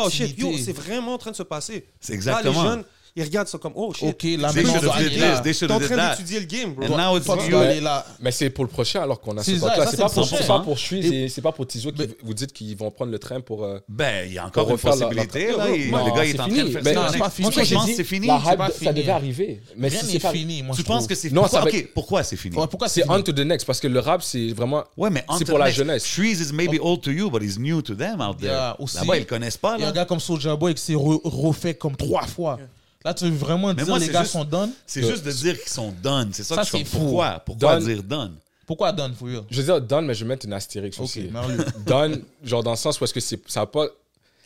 Speaker 2: opportunité.
Speaker 6: c'est vraiment en train de se passer.
Speaker 3: C'est
Speaker 6: Là, les
Speaker 3: exactement.
Speaker 6: jeunes, ils regardent ça comme, oh shit.
Speaker 2: Ok, là,
Speaker 3: They
Speaker 2: maintenant,
Speaker 3: should
Speaker 2: on
Speaker 3: have
Speaker 2: doit
Speaker 3: did
Speaker 2: aller
Speaker 3: this.
Speaker 2: là.
Speaker 3: They should
Speaker 6: T'es en
Speaker 3: have did
Speaker 6: train
Speaker 3: that.
Speaker 6: d'étudier le game, bro.
Speaker 3: And now it's
Speaker 2: Fuck, on
Speaker 3: you.
Speaker 2: doit aller là.
Speaker 1: Mais c'est pour le prochain alors qu'on a
Speaker 2: C'est
Speaker 1: ce
Speaker 2: ça,
Speaker 1: temps là
Speaker 2: ça,
Speaker 1: C'est
Speaker 2: c'est
Speaker 1: pas
Speaker 2: le
Speaker 1: pour-
Speaker 2: prochain.
Speaker 1: c'est pas pour Chui,
Speaker 2: Et-
Speaker 1: c'est- c'est pas pour Tizo qui
Speaker 2: Mais-
Speaker 1: vous dites qu'ils vont prendre le train pour. euh,
Speaker 3: Ben, il y a encore une
Speaker 1: Pour refaire la-
Speaker 3: possibilité.
Speaker 1: la-
Speaker 3: là. Il-
Speaker 1: Non,
Speaker 3: Le gars,
Speaker 1: c'est
Speaker 3: il est en
Speaker 1: fini.
Speaker 3: train de faire
Speaker 1: Mais-
Speaker 3: ça.
Speaker 2: Non, c'est pas fini.
Speaker 3: Moi, je
Speaker 2: J'ai
Speaker 3: pense
Speaker 2: dit-
Speaker 3: que c'est fini.
Speaker 1: La
Speaker 2: c'est
Speaker 1: hype,
Speaker 2: pas
Speaker 1: ça
Speaker 2: fini.
Speaker 1: devait arriver. Mais
Speaker 2: Rien
Speaker 1: si
Speaker 2: n'est
Speaker 1: c'est pas-
Speaker 2: fini, moi.
Speaker 3: Tu
Speaker 2: je
Speaker 3: penses
Speaker 2: trouve.
Speaker 3: que c'est fini?
Speaker 1: Non, ça va
Speaker 3: Ok,
Speaker 1: être-
Speaker 3: pourquoi c'est fini?
Speaker 2: Ouais, pourquoi
Speaker 1: C'est
Speaker 2: fini?
Speaker 1: on to the next parce que le rap c'est vraiment.
Speaker 3: Ouais, mais
Speaker 1: C'est
Speaker 3: entre-
Speaker 1: pour la
Speaker 3: mais
Speaker 1: jeunesse.
Speaker 3: Trees is maybe old to you, but he's new to them out there.
Speaker 2: Yeah, aussi.
Speaker 3: Là-bas, ils le connaissent pas.
Speaker 2: Il y a un
Speaker 3: Là.
Speaker 2: gars comme Soulja Boy qui s'est re- refait comme trois fois. Là, tu veux vraiment
Speaker 3: Mais
Speaker 2: dire
Speaker 3: moi,
Speaker 2: les
Speaker 3: c'est
Speaker 2: gars
Speaker 3: juste-
Speaker 2: sont done
Speaker 3: C'est
Speaker 1: Ouais.
Speaker 3: juste de dire qu'ils sont done. C'est ça,
Speaker 2: Ça,
Speaker 3: que je
Speaker 2: c'est
Speaker 3: comprends.
Speaker 2: fou.
Speaker 3: Pourquoi? Pourquoi
Speaker 1: Done.
Speaker 3: dire done?
Speaker 2: Pourquoi done, for real
Speaker 1: Je veux dire done mais je vais mettre une astérix
Speaker 2: Ok,
Speaker 1: aussi.
Speaker 2: merveilleux.
Speaker 1: Done genre dans le sens où est-ce que c'est ça a pas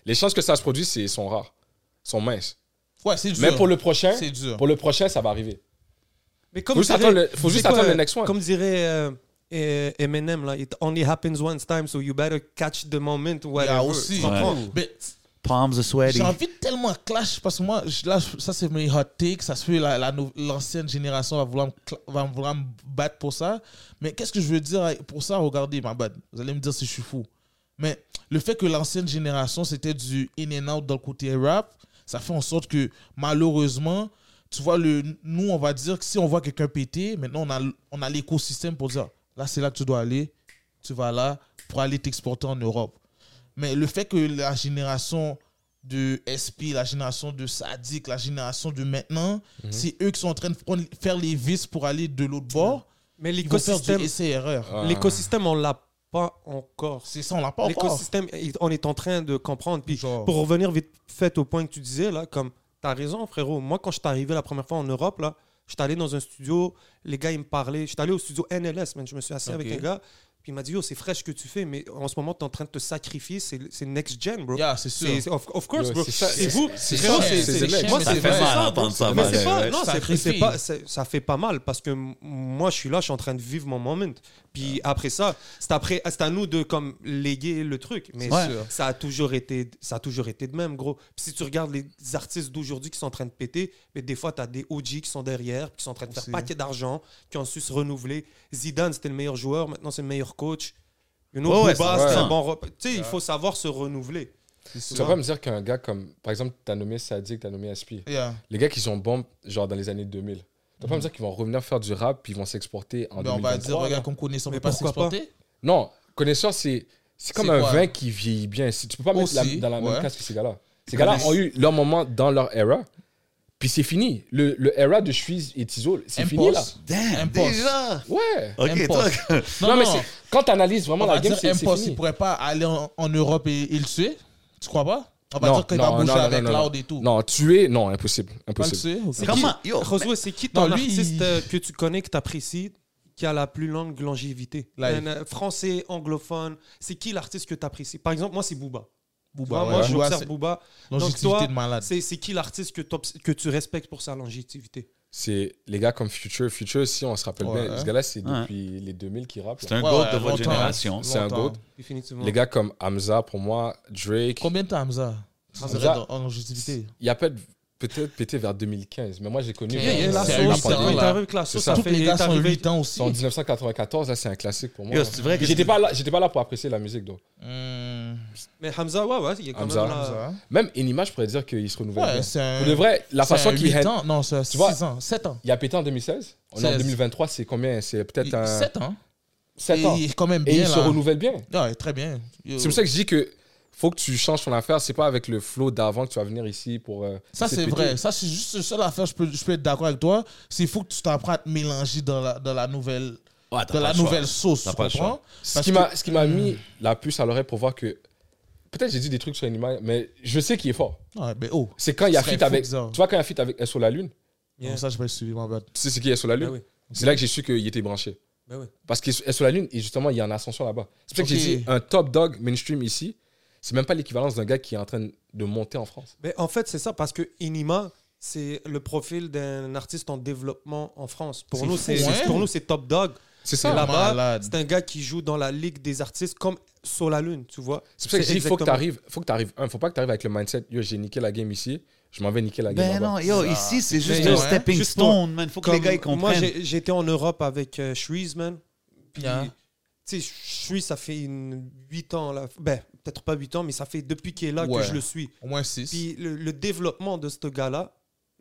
Speaker 1: les chances que ça se produise c'est sont rares, sont minces.
Speaker 2: Ouais, c'est dur.
Speaker 1: Mais pour le prochain,
Speaker 2: C'est dur.
Speaker 1: pour le prochain ça va arriver.
Speaker 6: Mais comme
Speaker 1: Faut juste
Speaker 6: dirait-
Speaker 1: attendre le- faut
Speaker 6: c'est
Speaker 1: juste
Speaker 6: quoi,
Speaker 1: attendre le
Speaker 6: euh,
Speaker 1: next one.
Speaker 6: Comme dirait euh, euh, Eminem, là, it only happens once time, so you better catch the moment.
Speaker 2: Il y
Speaker 6: whatever.
Speaker 2: a aussi.
Speaker 6: Tu comprends?
Speaker 2: Mais
Speaker 3: Palms are sweaty.
Speaker 2: j'ai envie de tellement clash parce que moi, je- là, je- ça, c'est mes hot takes. Ça se fait, la- la nou- l'ancienne génération va vouloir, me cla- va vouloir me battre pour ça. Mais qu'est-ce que je veux dire avec- pour ça Regardez, ma bad. Vous allez me dire si je suis fou. Mais le fait que l'ancienne génération, c'était du in and out dans le côté rap, ça fait en sorte que malheureusement, tu vois, le, nous, on va dire que si on voit quelqu'un péter, maintenant, on a, l- on a l'écosystème pour dire là, c'est là que tu dois aller, tu vas là pour aller t'exporter en Europe. Mais le fait que la génération de SP, la génération de Sadik, la génération de maintenant,
Speaker 1: Mhm.
Speaker 2: c'est eux qui sont en train de prendre- faire les vis pour aller de l'autre bord.
Speaker 6: Mais
Speaker 2: Ils vont faire
Speaker 6: l'écosystème,
Speaker 2: du essai-erreur.
Speaker 1: Ah.
Speaker 6: l'écosystème, on l'a pas encore.
Speaker 2: C'est ça, on l'a pas encore.
Speaker 6: L'écosystème, il- on est en train de comprendre. Puis
Speaker 2: Genre.
Speaker 6: pour revenir vite fait au point que tu disais, là, comme t'as raison, frérot. Moi, quand je suis arrivé la première fois en Europe, là, je suis allé dans un studio, les gars, ils me parlaient. Je suis allé au studio NLS, man. Je me suis assis avec
Speaker 2: Ok.
Speaker 6: un gars, puis il m'a dit, yo, c'est frais ce que tu fais, mais en ce moment, t'es en train de te sacrifier. C'est c'est next gen, bro.
Speaker 2: Yeah, c'est sûr.
Speaker 6: C'est- c'est- Of, of course,
Speaker 1: Ouais,
Speaker 6: bro.
Speaker 1: c'est ça,
Speaker 6: C'est
Speaker 1: c'est-
Speaker 6: vous.
Speaker 1: c'est
Speaker 6: frérot,
Speaker 1: ça,
Speaker 6: c'est-
Speaker 1: c'est-
Speaker 6: c'est-
Speaker 1: c'est-
Speaker 6: moi,
Speaker 2: mais
Speaker 3: ça
Speaker 2: c'est
Speaker 3: fait
Speaker 2: vrai.
Speaker 3: mal à entendre ça.
Speaker 6: mais
Speaker 3: Ah, ouais,
Speaker 6: c'est pas,
Speaker 3: ouais.
Speaker 6: non, c'est-
Speaker 2: Sacrifie.
Speaker 6: c'est pas- c'est- ça fait pas mal parce que m- moi, je suis là, je suis en train de vivre mon moment. Puis après ça, c'est après, c'est à nous de comme léguer le truc. Mais
Speaker 3: Ouais.
Speaker 6: sûr. ça a toujours été, ça a toujours été de même, gros. Puis si tu regardes les artistes d'aujourd'hui qui sont en train de péter, mais des fois, tu as des OG qui sont derrière, puis qui sont en train de faire
Speaker 2: Aussi.
Speaker 6: paquet d'argent, qui ont su se renouveler. Zidane, c'était le meilleur joueur, maintenant c'est le meilleur coach. You know,
Speaker 3: Ouais, ouais,
Speaker 6: Booba,
Speaker 3: c'est
Speaker 6: c'était
Speaker 3: vrai.
Speaker 6: un bon. rep- Tu sais, il faut savoir se renouveler.
Speaker 1: Tu vas pas me dire qu'un gars comme par exemple t'as nommé Sadik, t'as nommé Aspi.
Speaker 2: Yeah.
Speaker 1: Les gars qui sont bombes genre dans les années 2000. Tu vas pas me dire qu'ils vont revenir faire du rap puis ils vont s'exporter en
Speaker 2: Mais Mhm. Ben, on va dire,
Speaker 1: 2023, là.
Speaker 2: regarde, comme connaissant, on
Speaker 6: Mais
Speaker 2: peut pas
Speaker 6: pourquoi pas?
Speaker 2: s'exporter.
Speaker 1: Non, connaisseur, c'est c'est comme
Speaker 2: C'est
Speaker 1: un
Speaker 2: quoi
Speaker 1: vin qui vieillit bien. Si- Tu peux pas mettre la-
Speaker 2: Aussi,
Speaker 1: dans la même
Speaker 2: ouais.
Speaker 1: case que ces gars-là. Ces gars-là ont eu leur moment dans leur era, puis c'est fini. Le, le era de Suisse et Tizo, c'est fini là.
Speaker 2: Impulse.
Speaker 3: Damn,
Speaker 2: Impulse.
Speaker 3: déjà.
Speaker 1: Ouais.
Speaker 3: Ok, toi.
Speaker 2: Impulse.
Speaker 1: Non, mais c'est- quand t'analyses
Speaker 2: on
Speaker 1: vraiment
Speaker 2: va
Speaker 1: la game,
Speaker 2: dire
Speaker 1: c'est c'est
Speaker 2: Impulse, il
Speaker 1: fini.
Speaker 2: pourrait pas aller en, en Europe et, et le tuer. Tu crois pas On va
Speaker 1: Non,
Speaker 2: dire qu'il
Speaker 1: non,
Speaker 2: va bouger
Speaker 1: non, non,
Speaker 2: avec
Speaker 1: non, non.
Speaker 2: Loud et tout.
Speaker 1: Non, tuer, non, impossible.
Speaker 2: Pas le
Speaker 1: impossible.
Speaker 2: tuer ok.
Speaker 3: Comment? Yo,
Speaker 6: Roswell, c'est qui
Speaker 2: Oh, Non,
Speaker 6: ton
Speaker 2: lui,
Speaker 6: artiste
Speaker 2: il-
Speaker 6: euh, que tu connais, que tu apprécies, qui a la plus longue longévité
Speaker 2: Live.
Speaker 6: Un, euh, Français, anglophone, c'est qui l'artiste que tu apprécies Par exemple, moi, c'est Booba. Tu vois,
Speaker 2: Booba, ouais.
Speaker 6: moi,
Speaker 2: Booba,
Speaker 6: j'observe
Speaker 2: c'est-
Speaker 6: Booba. Donc,
Speaker 2: Longévité
Speaker 6: toi,
Speaker 2: de malade.
Speaker 6: c'est c'est qui l'artiste que, t'obs- que tu respectes pour sa longévité
Speaker 1: C'est les gars comme Future. Future, si on se rappelle
Speaker 2: Ouais.
Speaker 1: bien, ce gars-là, c'est
Speaker 3: Ouais.
Speaker 1: depuis les 2000 qui rappe.
Speaker 3: C'est un
Speaker 2: Ouais,
Speaker 3: goat
Speaker 2: ouais,
Speaker 3: de votre
Speaker 2: longtemps.
Speaker 3: génération.
Speaker 1: C'est un
Speaker 2: Longtemps.
Speaker 1: goat.
Speaker 6: Définitivement.
Speaker 1: Les gars comme Hamza, pour moi, Drake,
Speaker 2: Combien de temps, Hamza Tu
Speaker 1: Hamza-
Speaker 2: dirais dans- en longévité
Speaker 1: il y a pas de. peut-être pété vers 2015, mais moi j'ai connu.
Speaker 2: Yeah,
Speaker 1: vraiment
Speaker 2: yeah, la
Speaker 1: c'est
Speaker 2: sauce,
Speaker 1: la
Speaker 2: c'est
Speaker 1: pandémie.
Speaker 2: vrai, t'as
Speaker 6: hein, Avec la
Speaker 1: C'est
Speaker 6: sauce,
Speaker 1: ça.
Speaker 6: ça
Speaker 2: Tous
Speaker 6: fait.
Speaker 2: les
Speaker 6: il
Speaker 2: gars
Speaker 6: est
Speaker 2: sont
Speaker 6: arrivé-
Speaker 2: 8 ans aussi.
Speaker 1: C'est en 1994, là c'est un classique pour moi.
Speaker 3: Yo, c'est vrai que
Speaker 1: Mais J'étais pas là, j'étais pas là pour apprécier la musique donc.
Speaker 2: Hmm,
Speaker 6: Mais Hamza, ouais, ouais, il est quand
Speaker 1: Hamza.
Speaker 6: même là.
Speaker 2: ça.
Speaker 1: Même Enima, je pourrais dire qu'il se renouvelle.
Speaker 2: Ouais,
Speaker 1: bien.
Speaker 2: c'est un.
Speaker 1: Ah. Pour de vrai, la
Speaker 2: c'est
Speaker 1: façon
Speaker 2: un
Speaker 1: qu'il
Speaker 2: huit
Speaker 1: handle-
Speaker 2: ans. Non, c'est
Speaker 1: Tu vois,
Speaker 2: 6 ans, 7 ans.
Speaker 1: Il a pété en 2016. On est en
Speaker 2: 16.
Speaker 1: 2023, c'est combien C'est peut-être un
Speaker 2: 7 ans.
Speaker 1: 7
Speaker 2: Et
Speaker 1: ans.
Speaker 2: Il est quand même
Speaker 1: Et
Speaker 2: bien
Speaker 1: il se
Speaker 2: là.
Speaker 1: renouvelle bien.
Speaker 2: Ouais, très bien. Yo.
Speaker 1: C'est pour ça que je dis que faut que tu changes ton affaire. C'est pas avec le flow d'avant que tu vas venir ici pour. euh,
Speaker 2: Ça, c'est
Speaker 1: péter.
Speaker 2: vrai. Ça, c'est juste la seule affaire, je peux, je peux être d'accord avec toi. C'est qu'il faut que tu t'apprends à te mélanger dans la, dans la nouvelle,
Speaker 3: Ouais, t'as
Speaker 2: dans
Speaker 3: pas
Speaker 2: la
Speaker 3: le choix.
Speaker 2: nouvelle sauce.
Speaker 3: T'as
Speaker 2: Tu
Speaker 3: pas le
Speaker 2: comprends?
Speaker 1: Ce
Speaker 2: Parce
Speaker 1: qui
Speaker 2: que-
Speaker 1: m'a- ce qui m'a mis la puce à l'oreille pour voir que. Peut-être j'ai dit des trucs sur Enima, mais je sais qu'il est fort.
Speaker 2: Ouais, mais oh.
Speaker 1: C'est quand il y a
Speaker 2: Ce serait
Speaker 1: feat
Speaker 2: fou
Speaker 1: avec. Tu
Speaker 2: bizarre.
Speaker 1: vois, quand il y a feat avec Elle sur la Lune,
Speaker 6: Yeah.
Speaker 2: Non, ça, je peux suivre ma bad.
Speaker 1: tu sais c'est qui est sur la Lune
Speaker 6: Ben oui.
Speaker 1: C'est là que j'ai su qu'il était branché.
Speaker 6: Ben oui.
Speaker 1: Parce que sur la Lune, et justement, il y a un ascension là-bas. C'est pour ça que
Speaker 2: Ok.
Speaker 1: j'ai dit un top dog mainstream ici, c'est même pas l'équivalence d'un gars qui est en train de monter en France.
Speaker 6: Mais en fait, c'est ça, parce que Inima, c'est le profil d'un artiste en développement en France. Pour
Speaker 2: C'est
Speaker 6: nous,
Speaker 2: fou,
Speaker 6: c'est
Speaker 2: ouais.
Speaker 6: pour nous, c'est top dog.
Speaker 1: C'est
Speaker 6: Et
Speaker 1: ça.
Speaker 6: là-bas,
Speaker 2: malade.
Speaker 6: c'est un gars qui joue dans la ligue des artistes comme sur la lune, tu vois.
Speaker 1: C'est pour ça que je dis, faut que
Speaker 6: exactement-
Speaker 1: t'arrives, faut que t'arrives, un, faut pas que t'arrives avec le mindset, yo, j'ai niqué la game ici, je m'en vais niquer la game
Speaker 3: Ben
Speaker 1: là-bas.
Speaker 3: non, yo, ici, c'est juste
Speaker 6: Mais
Speaker 3: un
Speaker 6: ouais.
Speaker 3: stepping
Speaker 6: Juste pour-
Speaker 3: stone, man. Faut que les
Speaker 6: Comme
Speaker 3: gars ils
Speaker 6: Moi,
Speaker 3: comprennent.
Speaker 6: j'ai- j'étais en Europe avec euh, Shreeze, man. Puis,
Speaker 1: Ah.
Speaker 2: Yeah.
Speaker 6: tu sais, Shreeze, ça fait une 8 ans, là. Ben, peut-être pas 8 ans, mais ça fait depuis qu'il est là
Speaker 2: Ouais.
Speaker 6: que je le suis.
Speaker 2: Au moins 6.
Speaker 6: Puis le, le développement de ce gars-là,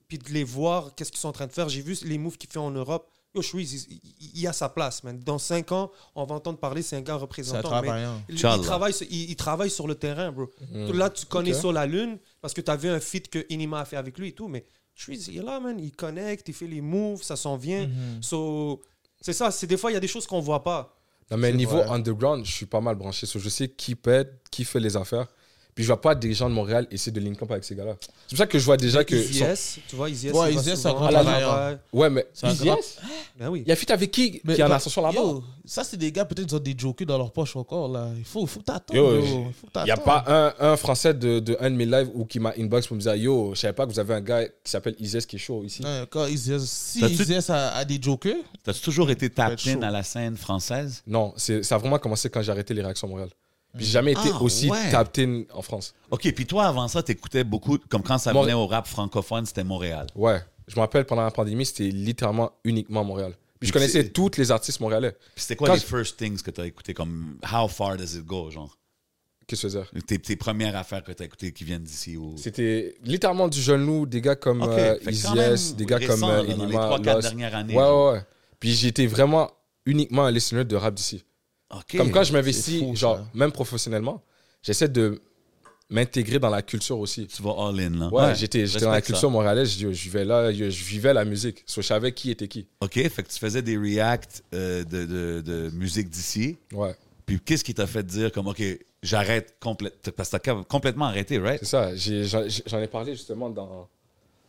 Speaker 6: puis de les voir, qu'est-ce qu'ils sont en train de faire. J'ai vu les moves qu'il fait en Europe. Yo, Shreeze, il, il- il a sa place, man. Dans 5 ans, on va entendre parler, c'est un gars
Speaker 2: C'est un hein.
Speaker 6: représentant. mais-
Speaker 2: travaillant.
Speaker 6: Il, il
Speaker 3: Inch'Allah.
Speaker 6: travaille, sur- il, il travaille sur le terrain, bro.
Speaker 1: Mm.
Speaker 6: Là, tu connais
Speaker 1: Ok.
Speaker 6: sur la lune parce que tu avais un feat que Inima a fait avec lui et tout, mais je suis il est là, man. Il connecte, il fait les moves, ça s'en vient. So, c'est ça, c'est des fois, il y a des choses qu'on voit pas.
Speaker 1: Non, mais
Speaker 2: C'est
Speaker 1: niveau
Speaker 2: vrai.
Speaker 1: underground, je suis pas mal branché, so je sais qui pète, qui fait les affaires. Puis je vois pas des gens de Montréal essayer de link up avec ces gars-là. C'est pour ça que je vois déjà que.
Speaker 6: Easy
Speaker 1: son-
Speaker 6: S, tu vois, Easy S,
Speaker 2: Ouais,
Speaker 6: il va
Speaker 2: Easy
Speaker 6: souvent
Speaker 2: S, c'est un grand
Speaker 6: à la
Speaker 2: travailleur.
Speaker 6: travail.
Speaker 1: Ouais, mais.
Speaker 2: C'est un
Speaker 1: Easy
Speaker 2: grand-
Speaker 1: S?
Speaker 6: Ben oui.
Speaker 1: Il y a fit avec qui
Speaker 2: Mais
Speaker 1: qui est en
Speaker 2: quand-
Speaker 1: ascension là-bas
Speaker 2: Yo, ça, c'est des gars, peut-être, ils ont des jokers dans leur poche encore, là. Il faut, faut que t'attendes,
Speaker 1: Yo,
Speaker 2: yo. Il faut que
Speaker 1: Il n'y a
Speaker 2: t'attendes.
Speaker 1: pas un, un Français de, de un de mes lives ou qui m'a inbox pour me dire Yo, je savais pas que vous avez un gars qui s'appelle Isès qui est chaud ici.
Speaker 2: Non, quand Izias- si
Speaker 3: T'as-tu-
Speaker 2: Izias a, a des jokers,
Speaker 3: T'as-tu toujours été
Speaker 2: être
Speaker 3: tapped
Speaker 2: chaud.
Speaker 3: in à la scène française?
Speaker 1: Non, c'est ça a vraiment commencé quand j'ai arrêté les réactions à Montréal. Puis j'ai jamais été
Speaker 3: Ah,
Speaker 1: aussi
Speaker 3: ouais.
Speaker 1: tapped in en France.
Speaker 3: OK, puis toi, avant ça, t'écoutais beaucoup, comme quand ça
Speaker 1: Mon-
Speaker 3: venait au rap francophone, c'était Montréal.
Speaker 1: Ouais. Je me rappelle pendant la pandémie, c'était littéralement uniquement Montréal. Puis je
Speaker 3: Puis
Speaker 1: connaissais
Speaker 3: c'est-
Speaker 1: toutes les artistes montréalais.
Speaker 3: Puis c'était quoi
Speaker 1: Quand
Speaker 3: les
Speaker 1: je-
Speaker 3: first things que t'as écouté, comme How Far Does It Go, genre?
Speaker 1: Qu'est-ce que je veux dire
Speaker 3: Tes, tes premières affaires que t'as écoutées qui viennent d'ici ou...
Speaker 1: C'était littéralement du jeune loup, des gars comme
Speaker 3: Ok,
Speaker 1: euh,
Speaker 3: fait que
Speaker 1: Easy
Speaker 3: quand même
Speaker 1: S, des gars
Speaker 3: récent,
Speaker 1: comme
Speaker 3: là,
Speaker 1: euh,
Speaker 3: dans les
Speaker 1: Enigma,
Speaker 3: 3-4
Speaker 1: Lost.
Speaker 3: dernières années,
Speaker 1: Ouais, ouais,
Speaker 3: genre.
Speaker 1: ouais. Puis j'étais vraiment uniquement un listener de rap d'ici.
Speaker 3: OK.
Speaker 1: Comme quand je
Speaker 2: c'est
Speaker 1: m'investis,
Speaker 2: fou,
Speaker 1: genre,
Speaker 2: ça.
Speaker 1: même professionnellement, j'essaie de m'intégrer dans la culture aussi.
Speaker 3: Tu vas all-in, là.
Speaker 1: Ouais, j'étais j'étais dans la
Speaker 3: respecte ça.
Speaker 1: culture montréalaise, je, je vivais là, je, je vivais la musique. So, je savais qui était qui.
Speaker 3: OK, fait que tu faisais des reacts euh, de, de- de musique d'ici.
Speaker 1: Ouais,
Speaker 3: Puis qu'est-ce qui t'a fait dire, comme, OK, j'arrête complètement... Parce que t'as cap- complètement arrêté, right?
Speaker 1: c'est ça. J'ai- J'en j'en ai parlé justement dans,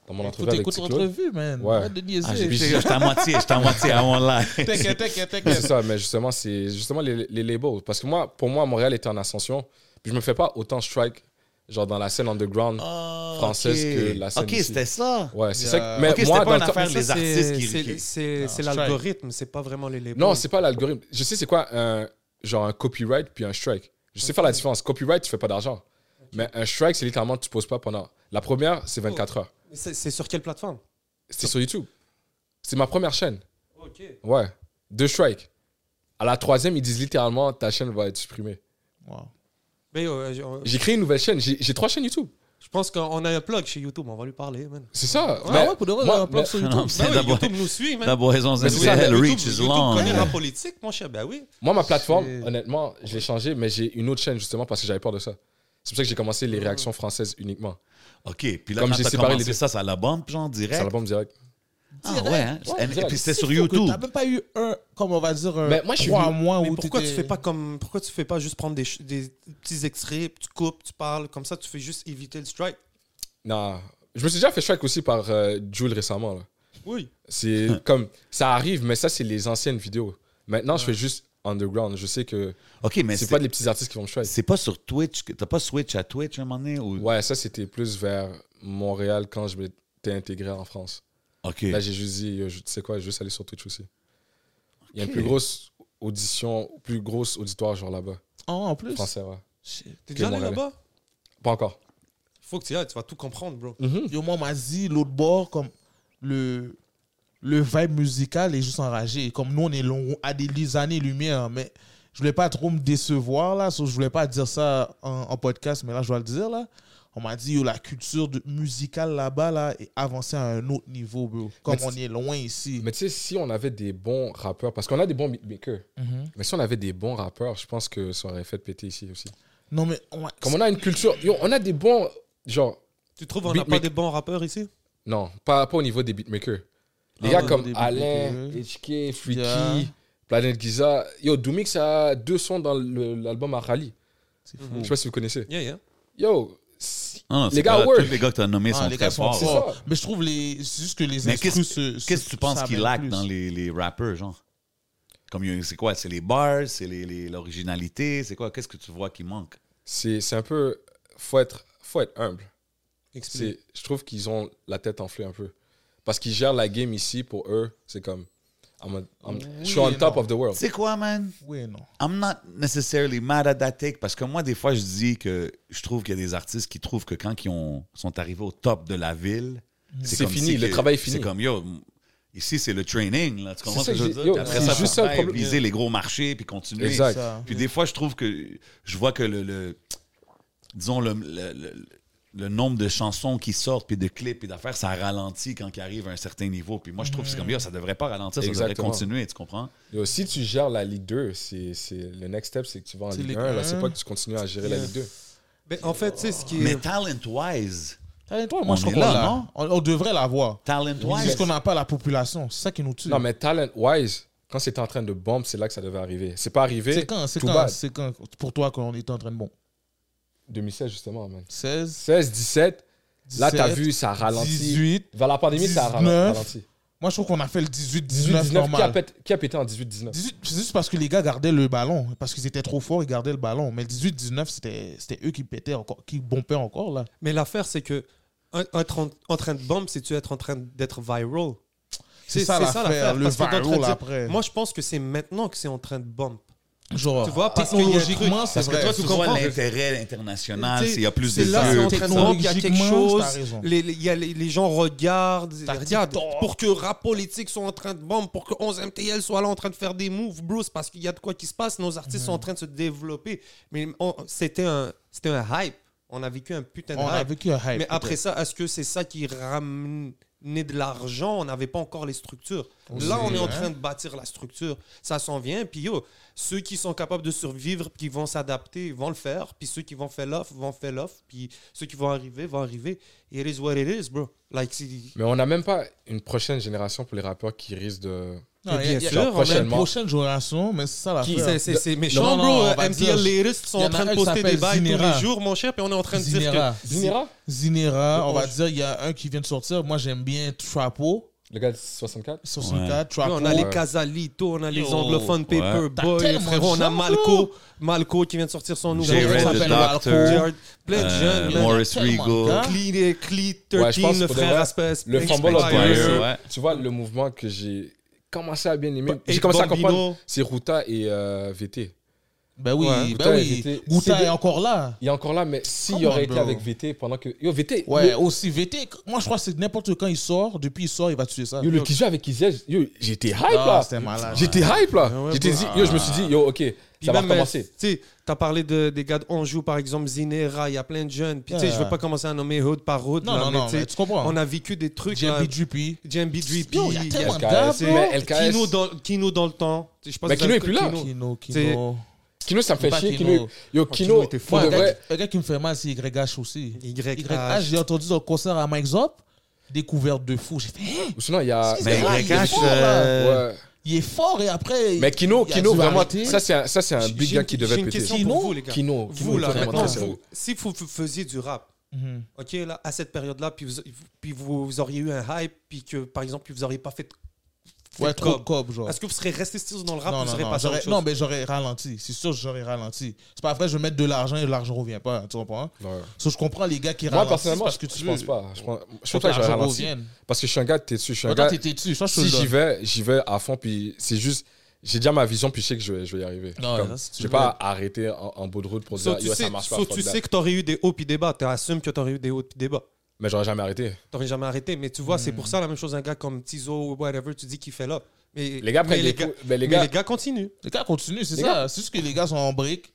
Speaker 1: dans mon
Speaker 2: faut
Speaker 1: entrevue avec
Speaker 2: t'écouter
Speaker 1: Ticlo.
Speaker 2: l'entrevue, man.
Speaker 1: Ouais.
Speaker 2: Arrête de niaiser.
Speaker 3: Ah, j'ai- j'étais à moitié, j'étais à moitié à mon live.
Speaker 2: T'inquiète, t'inquiète, t'inquiète.
Speaker 1: C'est ça, mais justement, c'est justement les, les labels. Parce que moi, pour moi, Montréal était en ascension. Puis je me fais pas autant strike, genre dans la scène underground.
Speaker 3: Ah, ok.
Speaker 1: Française que la scène
Speaker 3: OK,
Speaker 1: ici.
Speaker 3: c'était ça.
Speaker 1: Ouais, c'est
Speaker 2: Yeah.
Speaker 1: ça. que- Mais
Speaker 3: Ok, c'était
Speaker 1: moi,
Speaker 3: pas
Speaker 1: dans
Speaker 3: une
Speaker 1: le temps-
Speaker 3: affaire
Speaker 6: Mais
Speaker 3: les
Speaker 6: ça,
Speaker 3: artistes
Speaker 6: c'est-
Speaker 3: qui-
Speaker 6: c'est-
Speaker 3: qui-
Speaker 6: C'est c'est
Speaker 2: strike.
Speaker 6: l'algorithme, c'est pas vraiment les labels.
Speaker 1: Non, c'est pas l'algorithme. Je sais c'est quoi un genre un copyright puis un strike. Je sais faire la différence. Copyright, tu fais pas d'argent. Mais un strike, c'est littéralement tu poses pas pendant. La première,
Speaker 3: Oh.
Speaker 1: c'est 24 heures.
Speaker 6: C'est c'est sur quelle plateforme
Speaker 1: C'était sur YouTube. C'est ma première chaîne.
Speaker 6: Ok.
Speaker 1: Ouais. Deux strikes. À la troisième, ils disent littéralement ta chaîne va être supprimée.
Speaker 2: Wow.
Speaker 6: Mais euh, je-
Speaker 1: J'ai créé une nouvelle chaîne. J'ai j'ai trois chaînes YouTube.
Speaker 6: je pense qu'on a un plug chez YouTube, on va lui parler, man.
Speaker 1: C'est ça.
Speaker 2: Ah
Speaker 1: Mais-
Speaker 2: ouais, pour de vrai,
Speaker 1: moi-
Speaker 2: on a un plan
Speaker 1: mais-
Speaker 2: sur
Speaker 3: Non,
Speaker 2: YouTube.
Speaker 3: c'est
Speaker 6: Ben oui,
Speaker 3: d'abord...
Speaker 6: YouTube nous suit, man.
Speaker 3: La raison,
Speaker 1: Mais
Speaker 3: c'est
Speaker 1: c'est ça,
Speaker 3: the
Speaker 6: YouTube-
Speaker 3: reach is
Speaker 6: YouTube
Speaker 3: long.
Speaker 6: connaît la politique, mon cher, ben oui.
Speaker 1: Moi, ma plateforme, honnêtement, je l'ai changée, mais j'ai une autre chaîne justement parce que j'avais peur de ça. C'est pour ça que j'ai commencé
Speaker 2: Ah.
Speaker 1: les réactions françaises uniquement.
Speaker 3: OK, puis là,
Speaker 1: Comme
Speaker 3: quand
Speaker 1: j'ai
Speaker 3: t'as
Speaker 1: séparé les
Speaker 3: commencé
Speaker 1: deux.
Speaker 3: ça, ça la bombe, genre, direct.
Speaker 1: Ça l'album direct.
Speaker 3: Ah ouais, hein?
Speaker 1: Ouais,
Speaker 3: Et- Et
Speaker 1: direct.
Speaker 3: puis c'était
Speaker 2: C'est
Speaker 3: sur
Speaker 2: fou que
Speaker 3: YouTube.
Speaker 2: T'as même pas eu un, comme on va dire, un
Speaker 1: Mais moi, je suis
Speaker 2: trois
Speaker 1: venu-
Speaker 2: mois
Speaker 6: Mais
Speaker 2: où
Speaker 6: pourquoi tu
Speaker 2: t'étais-
Speaker 6: fais pas comme pourquoi tu fais pas juste prendre des, ch- des petits extraits, tu coupes, tu parles comme ça, tu fais juste éviter le strike.
Speaker 1: Non. Je me suis déjà fait strike aussi par euh, Jul récemment. Là.
Speaker 6: Oui.
Speaker 1: C'est comme ça arrive, mais ça c'est les anciennes vidéos. Maintenant, je fais juste underground. Je sais que
Speaker 3: OK, mais
Speaker 1: c'est
Speaker 3: c'est
Speaker 1: pas les petits artistes qui vont me strike.
Speaker 3: c'est pas sur Twitch. que- T'as pas switch à Twitch à un moment donné? Ou...
Speaker 1: Ouais, ça c'était plus vers Montréal quand je m'étais intégré en France.
Speaker 3: OK.
Speaker 1: Là, j'ai juste dit, euh, je- tu sais quoi, je vais juste aller sur Twitch aussi. Il y a une
Speaker 3: Ok.
Speaker 1: plus grosse audition, plus grosse auditoire genre là-bas,
Speaker 2: Ah, en plus.
Speaker 1: français, ouais.
Speaker 2: Shit.
Speaker 6: T'es déjà allé
Speaker 1: Montréalais.
Speaker 6: là-bas
Speaker 1: Pas encore.
Speaker 6: faut que tu y ailles, tu vas tout comprendre, bro.
Speaker 3: Mm-hmm.
Speaker 2: Yo, moi, on m'a dit, l'autre bord, comme le, le vibe musical est juste enragé. Comme nous, on est long, à des, des années-lumière, mais je voulais pas trop me décevoir, là. so je voulais pas dire ça en, en podcast, mais là, je dois le dire, là. On m'a dit, yo, la culture de, musicale là-bas, là, est avancée à un autre niveau, bro. Comme
Speaker 1: Mais
Speaker 2: on
Speaker 1: c'est-
Speaker 2: est loin ici.
Speaker 1: Mais tu sais, si on avait des bons rappeurs, parce qu'on a des bons beatmakers,
Speaker 2: Mhm.
Speaker 1: mais si on avait des bons rappeurs, je pense que ça aurait fait péter ici aussi.
Speaker 2: Non, mais on m'a-
Speaker 1: Comme on a une culture, yo, on a des bons, genre,
Speaker 6: Tu trouves qu'on
Speaker 1: Oui,
Speaker 6: n'a
Speaker 1: mais-
Speaker 6: pas des bons rappeurs ici
Speaker 1: non, pas, pas au niveau des beatmakers. Les
Speaker 2: Ah
Speaker 1: gars
Speaker 2: ouais,
Speaker 1: comme
Speaker 2: des
Speaker 1: Alain, HK, Freaky, Planet Giza, yo, Doomix a deux sons dans le- l'album Arali.
Speaker 2: c'est
Speaker 1: Je
Speaker 2: fou.
Speaker 1: sais pas si vous connaissez.
Speaker 6: Yeah, yeah.
Speaker 1: Yo, si-
Speaker 3: Non, non,
Speaker 1: Les
Speaker 3: c'est
Speaker 1: gars
Speaker 3: pas-
Speaker 1: work.
Speaker 3: Tous les gars que tu as nommés
Speaker 2: Ah,
Speaker 3: sont
Speaker 2: les
Speaker 3: très
Speaker 2: gars sont
Speaker 3: forts.
Speaker 1: C'est
Speaker 2: forts.
Speaker 1: ça.
Speaker 2: Mais je trouve les. C'est juste que les
Speaker 3: Mais
Speaker 2: instrus
Speaker 3: qu'est-ce
Speaker 2: se- se-
Speaker 3: qu'est-ce que tu penses
Speaker 2: s'amènent
Speaker 3: qu'il lack
Speaker 2: plus.
Speaker 3: dans les, les rappeurs, genre? Comme il y a- c'est quoi? C'est les bars, c'est les- les- l'originalité, c'est quoi? Qu'est-ce que tu vois qui manque?
Speaker 1: c'est c'est un peu. Faut être, faut être humble.
Speaker 6: Explique.
Speaker 3: Mm.
Speaker 1: C'est- Je trouve qu'ils ont la tête enflée un peu. Parce qu'ils gèrent la game ici pour eux. C'est comme. I'm a- I'm- je suis
Speaker 2: Oui
Speaker 1: on
Speaker 2: et
Speaker 1: top
Speaker 2: non.
Speaker 1: of the world.
Speaker 3: C'est quoi, man?
Speaker 2: Oui, non.
Speaker 3: I'm not necessarily mad at that take parce que moi, des fois, je dis que je trouve qu'il y a des artistes qui trouvent que quand ils ont, sont arrivés au top de la ville,
Speaker 1: Mm. C'est
Speaker 3: comme
Speaker 1: fini,
Speaker 3: si
Speaker 1: le
Speaker 3: que-
Speaker 1: travail est fini.
Speaker 3: C'est comme, yo, ici, c'est le training, là. Tu comprends
Speaker 1: ça
Speaker 3: ce que je
Speaker 1: que
Speaker 3: veux
Speaker 1: j'ai-
Speaker 3: dire?
Speaker 1: yo,
Speaker 3: Puis après
Speaker 1: c'est
Speaker 3: ça,
Speaker 1: juste
Speaker 3: juste
Speaker 1: ça le
Speaker 3: ça
Speaker 1: problème.
Speaker 3: viser les gros marchés puis continuer.
Speaker 1: Exact.
Speaker 2: Ça.
Speaker 3: Puis des fois, je trouve que je vois que le, le- disons, le, le- le- le nombre de chansons qui sortent, puis de clips, puis d'affaires, ça ralentit quand ils arrivent à un certain niveau. Puis moi, je trouve que c'est comme, yo, ça devrait pas ralentir, ça
Speaker 1: Mm. Exactement.
Speaker 3: devrait continuer, tu comprends?
Speaker 1: Yo, si tu gères la Ligue 2, c'est c'est- le next step, c'est que tu vas en
Speaker 2: C'est
Speaker 1: Ligue
Speaker 2: Ligue
Speaker 1: 1. Là,
Speaker 2: un.
Speaker 1: c'est pas que tu continues à gérer la
Speaker 6: Yeah.
Speaker 1: Ligue 2.
Speaker 6: Mais en fait, tu sais, ce qui
Speaker 3: Mais
Speaker 6: est.
Speaker 3: talent-wise,
Speaker 2: T'as- Toi, moi,
Speaker 3: On
Speaker 2: je crois
Speaker 3: est
Speaker 2: qu'on
Speaker 3: là,
Speaker 2: l'a.
Speaker 3: non?
Speaker 2: On, on devrait l'avoir. C'est
Speaker 3: talent-wise,
Speaker 2: juste qu'on n'a pas la population. C'est ça qui nous tue.
Speaker 1: Non, mais talent-wise, quand c'était en train de bomber, c'est là que ça devait arriver. C'est pas arrivé.
Speaker 2: c'est quand, c'est
Speaker 1: too
Speaker 2: quand,
Speaker 1: bad.
Speaker 2: c'est quand, pour toi, qu'on était en train de bon.
Speaker 1: 2016, justement, man.
Speaker 2: 16,
Speaker 1: 16, 17. Là, t'as
Speaker 2: 17,
Speaker 1: vu, ça ralentit.
Speaker 2: 18.
Speaker 1: Vers la pandémie, ça a
Speaker 2: 19.
Speaker 1: ralenti.
Speaker 2: Moi, je trouve qu'on a fait le 18, 19,
Speaker 1: 18-19, qui, a
Speaker 2: normal.
Speaker 1: pét- qui a pété en 18-19
Speaker 2: 18, c'est juste parce que les gars gardaient le ballon. Parce qu'ils étaient trop forts, ils gardaient le ballon. Mais le 18, 19, c'était, c'était eux qui pétaient encore, qui bompaient encore, là.
Speaker 6: Mais l'affaire, c'est que un- être en, en train de bombe, c'est tu être en train d'être viral.
Speaker 2: C'est ça l'affaire, le
Speaker 6: parce que t'es en train de
Speaker 2: viral
Speaker 6: dire-
Speaker 2: après.
Speaker 6: Moi, je pense que c'est maintenant que c'est en train de bombe.
Speaker 2: Genre,
Speaker 6: Tu vois, parce qu'il y a un truc-
Speaker 2: technologiquement, c'est
Speaker 3: parce que
Speaker 2: vrai.
Speaker 3: toi, tu
Speaker 6: tu
Speaker 3: vois
Speaker 6: comprends que-
Speaker 3: l'intérêt international,
Speaker 6: Tu sais,
Speaker 3: c'est- il y a plus de
Speaker 6: C'est là c'est
Speaker 3: yeux,
Speaker 6: en
Speaker 3: tout
Speaker 6: train de
Speaker 3: ça.
Speaker 6: bombe, il y a quelque
Speaker 2: Technologiquement,
Speaker 6: chose.
Speaker 2: t'as raison.
Speaker 6: Les, les- il y a les, les gens regardent.
Speaker 2: T'as
Speaker 6: Regarde,
Speaker 2: TikTok.
Speaker 6: pour que rap politique soit en train de bombe, pour que 11 MTL soit là en train de faire des moves, Bruce, parce qu'il y a de quoi qui se passe. Nos artistes sont en train de se développer. Mais on- c'était un, c'était un hype. On a vécu un putain de
Speaker 2: on a
Speaker 6: hype.
Speaker 2: vécu un hype.
Speaker 6: Mais après
Speaker 2: Eh, peut-être.
Speaker 6: ça, est-ce que c'est ça qui ramenait de l'argent On n'avait pas encore les structures. Là, on est
Speaker 2: hein.
Speaker 6: en train de bâtir la structure. Ça s'en vient. Puis yo, ceux qui sont capables de survivre, puis qui vont s'adapter, vont le faire. Puis ceux qui vont faire l'offre, vont faire l'offre. Puis ceux qui vont arriver, vont arriver. It is what it is, bro. Like, c'est-
Speaker 1: Mais on n'a même pas une prochaine génération pour les rappeurs qui risquent de.
Speaker 2: Non,
Speaker 6: Mais
Speaker 2: il y
Speaker 6: bien
Speaker 2: a- il y a-
Speaker 6: sûr,
Speaker 2: la
Speaker 6: on a-
Speaker 2: prochaine- prochaine génération, mais c'est ça
Speaker 6: Qui-
Speaker 2: l'affaire.
Speaker 6: c'est- c'est c'est méchant,
Speaker 2: Non, non, on
Speaker 6: bro. Euh,
Speaker 2: va dire-
Speaker 6: MTL, les Russes sont
Speaker 2: Il y en
Speaker 6: en
Speaker 2: a
Speaker 6: train
Speaker 2: un
Speaker 6: de
Speaker 2: qui
Speaker 6: poster des
Speaker 2: s'appelle
Speaker 6: bails tous les
Speaker 2: Zinera.
Speaker 6: jours, mon cher. Puis on est en train de dire que.
Speaker 2: Zinera.
Speaker 1: Zinera
Speaker 2: Zinera, on
Speaker 6: on
Speaker 2: va
Speaker 6: j-
Speaker 2: dire, il y a un qui vient de sortir. Moi, j'aime bien Trapo,
Speaker 1: Le gars de 64
Speaker 2: 64,
Speaker 6: Yo,
Speaker 2: Trapo.
Speaker 6: on a
Speaker 1: euh,
Speaker 6: les Casalito, on a les anglophones Paperboy,
Speaker 2: T'as tellement
Speaker 6: frérot, on
Speaker 2: de
Speaker 6: a
Speaker 2: gens,
Speaker 6: Malco, Malco qui vient de sortir son nouveau
Speaker 3: J'ai
Speaker 6: album,
Speaker 3: Red
Speaker 6: ça
Speaker 3: the
Speaker 6: s'appelle
Speaker 3: Doctor,
Speaker 6: Malco. plein de
Speaker 3: euh,
Speaker 6: jeunes,
Speaker 2: Mor-
Speaker 6: là.
Speaker 3: Morris
Speaker 2: tellement de
Speaker 3: Regal,
Speaker 2: gars.
Speaker 6: Clee, Clee
Speaker 1: Ouais, je
Speaker 6: 13,
Speaker 1: pense
Speaker 6: le
Speaker 1: pour de
Speaker 6: frère
Speaker 1: vrai,
Speaker 6: Aspes,
Speaker 1: Le Fumble of
Speaker 6: Inspire,
Speaker 3: Inspire,
Speaker 1: Fire.
Speaker 3: ouais.
Speaker 1: Tu vois, le mouvement que j'ai commencé à bien
Speaker 2: Bah,
Speaker 1: aimer.
Speaker 6: Eight
Speaker 1: J'ai commencé à
Speaker 6: Bambino.
Speaker 1: comprendre. C'est Ruta et euh, VT.
Speaker 2: Ben oui,
Speaker 6: Ouais.
Speaker 2: ben
Speaker 1: Gouta est
Speaker 2: oui.
Speaker 1: VT.
Speaker 2: Gouta
Speaker 1: C'est
Speaker 2: est
Speaker 1: des-
Speaker 2: encore là.
Speaker 1: Il est encore là, mais s'il
Speaker 2: Come on,
Speaker 1: aurait été
Speaker 2: bro.
Speaker 1: avec VT pendant que. Yo, VT
Speaker 2: Ouais,
Speaker 1: yo,
Speaker 2: aussi VT. Moi, je crois que c'est n'importe quand il sort. Depuis il sort, il va tuer ça.
Speaker 1: Yo, le Kizia avec Kizia, yo, j'étais hype
Speaker 2: Ah,
Speaker 1: là.
Speaker 2: c'était malade.
Speaker 1: J'étais hype là.
Speaker 6: Ouais, ouais,
Speaker 1: J'étais
Speaker 6: bah.
Speaker 1: dit, yo, je me suis dit, yo, ok,
Speaker 6: Puis
Speaker 1: ça va
Speaker 6: même, euh, Tu
Speaker 1: recommencer.
Speaker 6: sais, t'as parlé de, des gars de Anjou, par exemple, Zinera, il y a plein de jeunes. Puis tu sais,
Speaker 2: Yeah.
Speaker 6: je veux pas commencer à nommer hood par hood.
Speaker 2: Non,
Speaker 6: là,
Speaker 2: non,
Speaker 6: mais
Speaker 2: non,
Speaker 6: tu sais,
Speaker 2: mais tu comprends.
Speaker 6: On a vécu des trucs.
Speaker 2: JB Drippy.
Speaker 6: Jambi Drippy,
Speaker 2: Yo, il y a tellement de
Speaker 1: LKS,
Speaker 2: gars,
Speaker 1: c'est-
Speaker 2: bro.
Speaker 1: mais LKS.
Speaker 6: Kino dans, Kino dans le temps. Je sais pas
Speaker 1: Mais
Speaker 6: si vous
Speaker 1: Kino
Speaker 6: avez-
Speaker 1: est plus là.
Speaker 2: Kino,
Speaker 6: C'est-
Speaker 2: Kino.
Speaker 1: Kino, ça me fait
Speaker 2: pas
Speaker 1: chier.
Speaker 2: Kino.
Speaker 1: Kino, yo, Kino,
Speaker 6: était
Speaker 1: pour
Speaker 2: Moi,
Speaker 1: de
Speaker 2: un, gars,
Speaker 1: vrai.
Speaker 2: un gars qui me fait mal, c'est YH aussi.
Speaker 6: YH.
Speaker 2: YH, j'ai entendu dans le concert à Mike Zop, découverte de fou. J'ai fait, Hein,
Speaker 1: Ou sinon, il y a.
Speaker 2: Excusez-moi.
Speaker 3: mais
Speaker 2: Ah, il est
Speaker 3: Rekash,
Speaker 2: fort, là.
Speaker 3: euh,
Speaker 1: Ouais.
Speaker 2: il est fort et après.
Speaker 1: Mais Kino,
Speaker 2: il a
Speaker 1: Kino,
Speaker 2: dû
Speaker 1: vraiment,
Speaker 2: arrêter.
Speaker 1: ça c'est un, ça, c'est un
Speaker 6: J'ai-
Speaker 1: big
Speaker 6: j'ai
Speaker 1: gars
Speaker 6: une-
Speaker 1: qui devait
Speaker 6: J'ai une
Speaker 1: péter.
Speaker 6: question
Speaker 2: Kino,
Speaker 6: pour vous, les gars.
Speaker 1: Kino, Kino,
Speaker 6: vous, là,
Speaker 1: il est vraiment
Speaker 6: maintenant,
Speaker 1: très sérieux.
Speaker 6: vous- si vous f- faisiez du rap,
Speaker 2: Mhm.
Speaker 6: ok, là, à cette période-là, puis vous, puis vous auriez eu un hype, puis que, par exemple, puis vous auriez pas fait de fait
Speaker 2: Ouais,
Speaker 6: de
Speaker 2: trop
Speaker 6: cob.
Speaker 2: cop, genre.
Speaker 6: Est-ce que vous serez resté still dans le rap
Speaker 2: Non,
Speaker 6: ou vous
Speaker 2: non,
Speaker 6: serez
Speaker 2: non,
Speaker 6: passé à
Speaker 2: j'aurais-
Speaker 6: autre chose
Speaker 2: non, mais j'aurais ralenti. C'est sûr que j'aurais ralenti. C'est pas vrai, je vais mettre de l'argent et l'argent revient pas. Tu comprends?
Speaker 1: Ouais.
Speaker 2: So, je comprends les gars qui
Speaker 1: Moi,
Speaker 2: ralentissent.
Speaker 1: personnellement,
Speaker 2: parce que
Speaker 1: je
Speaker 2: tu
Speaker 1: je
Speaker 2: veux.
Speaker 1: pense pas. Je pense je
Speaker 2: Faut
Speaker 1: pense pas
Speaker 2: que
Speaker 1: que j'aurais
Speaker 2: l'argent
Speaker 1: ralenti.
Speaker 2: revienne.
Speaker 1: Parce que je suis un gars de têtu. Je suis un
Speaker 2: Toi,
Speaker 1: gars.
Speaker 2: t'étais dessus. Ça, je te
Speaker 1: Si
Speaker 2: le
Speaker 1: j'y
Speaker 2: donne.
Speaker 1: vais, j'y vais à fond. Puis c'est juste. j'ai déjà ma vision, puis je sais que je vais, je vais y arriver.
Speaker 2: Non,
Speaker 1: Comme,
Speaker 2: là, si tu
Speaker 1: je vais
Speaker 2: veux.
Speaker 1: pas arrêter en, en bout de route pour
Speaker 6: So,
Speaker 1: dire,
Speaker 6: tu
Speaker 1: yo,
Speaker 6: sais,
Speaker 1: ça marche pas.
Speaker 6: so,
Speaker 1: fuck
Speaker 6: tu
Speaker 1: that.
Speaker 6: sais que t'aurais eu des hauts puis des bas. T'assumes que t'aurais eu des hauts puis des bas.
Speaker 1: Mais j'aurais jamais arrêté.
Speaker 6: T'aurais jamais arrêté. Mais tu vois, c'est
Speaker 1: Hmm.
Speaker 6: pour ça la même chose, un gars comme Tizo ou whatever, tu dis qu'il fait là. Mais,
Speaker 1: Les gars
Speaker 6: mais
Speaker 1: prennent des coups- mais les
Speaker 6: mais
Speaker 1: gars-
Speaker 6: les gars continuent.
Speaker 2: Les gars continuent, c'est
Speaker 1: Les
Speaker 2: ça. C'est juste que les gars sont en brique.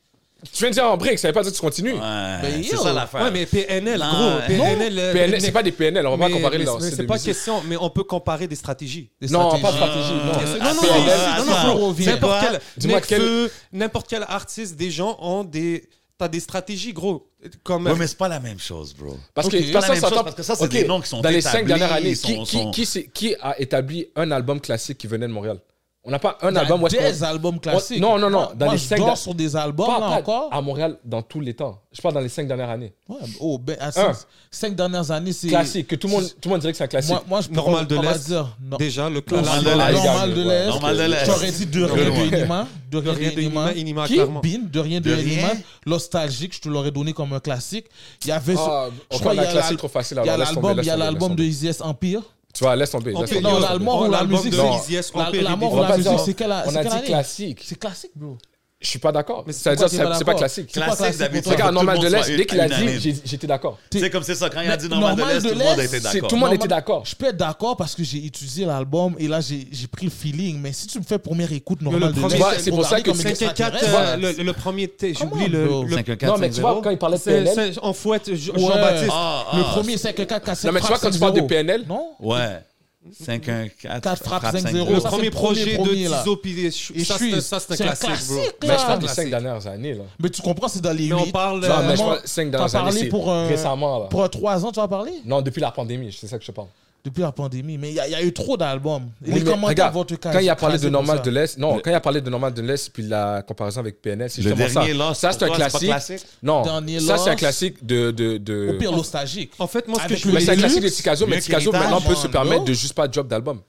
Speaker 1: Tu viens de dire en break, ça veut pas dire que tu continues.
Speaker 2: Ben,
Speaker 3: Ouais, c'est
Speaker 2: yo.
Speaker 3: ça l'affaire.
Speaker 6: Ouais, mais PNL,
Speaker 3: Non,
Speaker 6: gros.
Speaker 3: ouais.
Speaker 6: PNL, euh,
Speaker 1: PNL, c'est pas des PNL, on va
Speaker 6: mais-
Speaker 1: pas comparer
Speaker 6: mais-
Speaker 1: leurs
Speaker 6: mais
Speaker 1: styles
Speaker 6: C'est
Speaker 1: de
Speaker 6: pas
Speaker 1: musique.
Speaker 6: question, mais on peut comparer des stratégies.
Speaker 2: Des
Speaker 1: Non, pas de
Speaker 2: stratégies.
Speaker 1: stratégie. non.
Speaker 6: Non, non,
Speaker 3: PNL,
Speaker 6: mais-
Speaker 3: attends,
Speaker 6: non, non,
Speaker 2: attends.
Speaker 6: bro, n'importe
Speaker 3: Dis-moi-
Speaker 6: quel,
Speaker 1: dis-moi
Speaker 6: Nekfeu, n'importe quel artiste, des gens ont des, t'as des stratégies, gros. Comme,
Speaker 3: Ouais, mais c'est pas la même chose, bro.
Speaker 1: Parce que,
Speaker 3: C'est
Speaker 1: parce
Speaker 2: Ok.
Speaker 3: la
Speaker 1: que
Speaker 3: même
Speaker 1: s'entend-
Speaker 3: chose, parce que ça, c'est
Speaker 1: ok,
Speaker 3: des noms qui sont
Speaker 1: Dans les
Speaker 3: établis,
Speaker 1: cinq dernières années,
Speaker 3: ils
Speaker 1: qui,
Speaker 3: sont-
Speaker 1: qui,
Speaker 3: sont-
Speaker 1: qui, s'est- qui a établi un album classique qui venait de Montréal On n'a pas un
Speaker 2: T'as
Speaker 1: album où est-ce
Speaker 2: des
Speaker 1: qu'on-
Speaker 2: albums classiques.
Speaker 1: non, non, non,
Speaker 2: Moi,
Speaker 1: dans
Speaker 2: moi,
Speaker 1: les
Speaker 2: je
Speaker 1: cinq
Speaker 2: dors
Speaker 1: da-
Speaker 2: sur des albums,
Speaker 1: Pas-
Speaker 2: là,
Speaker 1: pas
Speaker 2: encore.
Speaker 1: À Montréal, dans tous les temps. Je parle dans les cinq dernières années.
Speaker 2: Ouais, oh, ben, à
Speaker 1: Un.
Speaker 2: cinq, cinq dernières années, c'est...
Speaker 1: Classique, que tout le monde, tout le monde dirait que c'est un classique.
Speaker 2: Moi, moi, je
Speaker 6: Normal de
Speaker 2: on va
Speaker 6: l'Est.
Speaker 2: dire, no-
Speaker 6: Déjà, le
Speaker 3: Normal de
Speaker 6: classique.
Speaker 3: l'Est.
Speaker 2: Normal de l'Est.
Speaker 3: Normal de l'Est.
Speaker 2: J'aurais dit de rien
Speaker 3: loin.
Speaker 2: de Inima. De
Speaker 6: De rien de Inima, Inima,
Speaker 2: Qui?
Speaker 6: clairement.
Speaker 2: Bin, de rien de,
Speaker 3: De rien.
Speaker 2: Inima. Nostalgique, je te l'aurais donné comme un classique. Il y avait.
Speaker 1: Ah,
Speaker 2: je
Speaker 1: encore
Speaker 2: crois qu'il y
Speaker 1: un
Speaker 2: a
Speaker 1: classique
Speaker 2: l'al-
Speaker 1: trop facile.
Speaker 2: il y a
Speaker 1: alors laisse tomber,
Speaker 2: l'album, il y a
Speaker 1: laisse tomber,
Speaker 2: l'album de
Speaker 1: laisse
Speaker 2: Easy Empire.
Speaker 1: tomber. Tu vois, laisse tomber.
Speaker 6: On
Speaker 1: laisse
Speaker 6: peut-
Speaker 1: tomber,
Speaker 2: Non,
Speaker 1: laisse
Speaker 3: oh,
Speaker 2: l'allemand
Speaker 1: tomber.
Speaker 2: ou la
Speaker 6: L'album
Speaker 2: musique,
Speaker 6: de
Speaker 2: c'est
Speaker 6: Easy S,
Speaker 2: la-
Speaker 6: Empire,
Speaker 2: la mort
Speaker 6: Didi.
Speaker 2: ou
Speaker 1: On va
Speaker 2: la
Speaker 1: dire-
Speaker 2: musique, c'est quelle a-
Speaker 1: On
Speaker 2: c'est
Speaker 1: a
Speaker 2: quelle
Speaker 1: dit
Speaker 2: année
Speaker 1: classique.
Speaker 2: C'est classique, bro.
Speaker 1: Je suis pas d'accord.
Speaker 6: Mais c'est
Speaker 1: Ça veut
Speaker 2: pourquoi
Speaker 1: dire
Speaker 2: t'es
Speaker 1: que
Speaker 2: pas
Speaker 1: c'est c'est pas
Speaker 2: d'accord
Speaker 1: classique.
Speaker 2: C'est quoi
Speaker 3: Classique
Speaker 2: classique
Speaker 3: d'habitude.
Speaker 2: pour toi?
Speaker 1: Regarde, normal de l'Est,
Speaker 3: soit
Speaker 1: dès qu'il a dit,
Speaker 3: unanime.
Speaker 1: j'ai- j'étais d'accord.
Speaker 3: C'est comme c'est ça, quand il a dit
Speaker 2: Mais
Speaker 3: normal de
Speaker 2: normal
Speaker 3: l'Est,
Speaker 2: de
Speaker 3: tout le monde
Speaker 2: l'Est,
Speaker 3: était
Speaker 1: C'est-
Speaker 3: d'accord.
Speaker 1: Tout le monde
Speaker 2: Normal-
Speaker 1: était d'accord.
Speaker 2: Je peux être d'accord parce que j'ai étudié l'album et là j'ai j'ai pris le feeling, mais si tu me fais première écoute normale de
Speaker 6: premier-
Speaker 2: l'Est,
Speaker 6: Tu vois,
Speaker 2: faut
Speaker 1: c'est pour ça
Speaker 2: regarder
Speaker 1: que
Speaker 2: comme
Speaker 1: tu-
Speaker 2: une
Speaker 6: 54,
Speaker 2: extraterrestre.
Speaker 6: euh, le, le premier, T, j'oublie
Speaker 2: Come on,
Speaker 6: le,
Speaker 2: bro.
Speaker 6: le-
Speaker 3: 5-4,
Speaker 1: Non, mais tu vois, quand il parlait de
Speaker 6: c'est-
Speaker 1: PNL,
Speaker 6: c'est- on fouette Je-
Speaker 2: Ouais.
Speaker 6: Jean-Baptiste.
Speaker 3: Ah, ah.
Speaker 2: Le premier 5-4-4-7.
Speaker 1: Non, mais tu vois, quand tu parles de PNL,
Speaker 2: Non
Speaker 3: Ouais. 5 1 4
Speaker 2: Quatre frappes,
Speaker 3: frappe,
Speaker 2: 5-0.
Speaker 3: 5-0.
Speaker 6: Le
Speaker 2: Ça, c'est
Speaker 6: premier
Speaker 2: le
Speaker 6: projet
Speaker 2: premier, premier,
Speaker 6: de
Speaker 2: là.
Speaker 6: Tizo, puis je-
Speaker 2: Et
Speaker 6: ça,
Speaker 2: suis-
Speaker 6: c'est- ça, c'est un classique, bro.
Speaker 2: classique,
Speaker 1: mais je parle
Speaker 2: là.
Speaker 1: des cinq dernières années. là.
Speaker 2: Mais tu comprends, c'est dans les
Speaker 6: Mais on
Speaker 2: huit.
Speaker 6: parle,
Speaker 2: Tu
Speaker 6: euh,
Speaker 2: vas
Speaker 1: Non, mais je
Speaker 2: vraiment-
Speaker 1: parle cinq
Speaker 2: t'as
Speaker 1: dernières
Speaker 2: parlé
Speaker 1: années.
Speaker 2: pour,
Speaker 1: Pour,
Speaker 2: euh,
Speaker 1: récemment, là.
Speaker 2: Pour un 3 ans, tu vas parler
Speaker 1: Non, depuis la pandémie, c'est ça que je parle.
Speaker 2: Depuis la pandémie, mais il y, a- il y a eu trop d'albums. Et
Speaker 1: Oui,
Speaker 2: les
Speaker 1: mais
Speaker 2: commentaires
Speaker 1: regarde,
Speaker 2: vont te casser.
Speaker 1: Quand il a parlé de
Speaker 2: casser pour
Speaker 1: Normal
Speaker 2: ça.
Speaker 1: de l'Est, non,
Speaker 3: Le-
Speaker 1: quand il a parlé de Normal de l'Est, puis la comparaison avec PNL, c'est
Speaker 3: Le
Speaker 1: justement ça.
Speaker 3: dernier Lost,
Speaker 1: ça, c'est un
Speaker 3: pour toi, c'est pas
Speaker 1: classique. Non,
Speaker 2: Dernier
Speaker 1: ça, c'est un
Speaker 2: Lost.
Speaker 1: classique de. de, de...
Speaker 2: Au pire, nostalgique.
Speaker 6: En fait, moi, ce que
Speaker 2: Avec
Speaker 6: je
Speaker 2: le
Speaker 1: Mais c'est un
Speaker 2: Deluxe,
Speaker 1: classique de Ticazo, mais
Speaker 3: Luc
Speaker 1: Ticazo
Speaker 3: Héritage,
Speaker 1: maintenant peut se
Speaker 2: man,
Speaker 1: permettre
Speaker 2: bro.
Speaker 1: de juste pas drop d'album.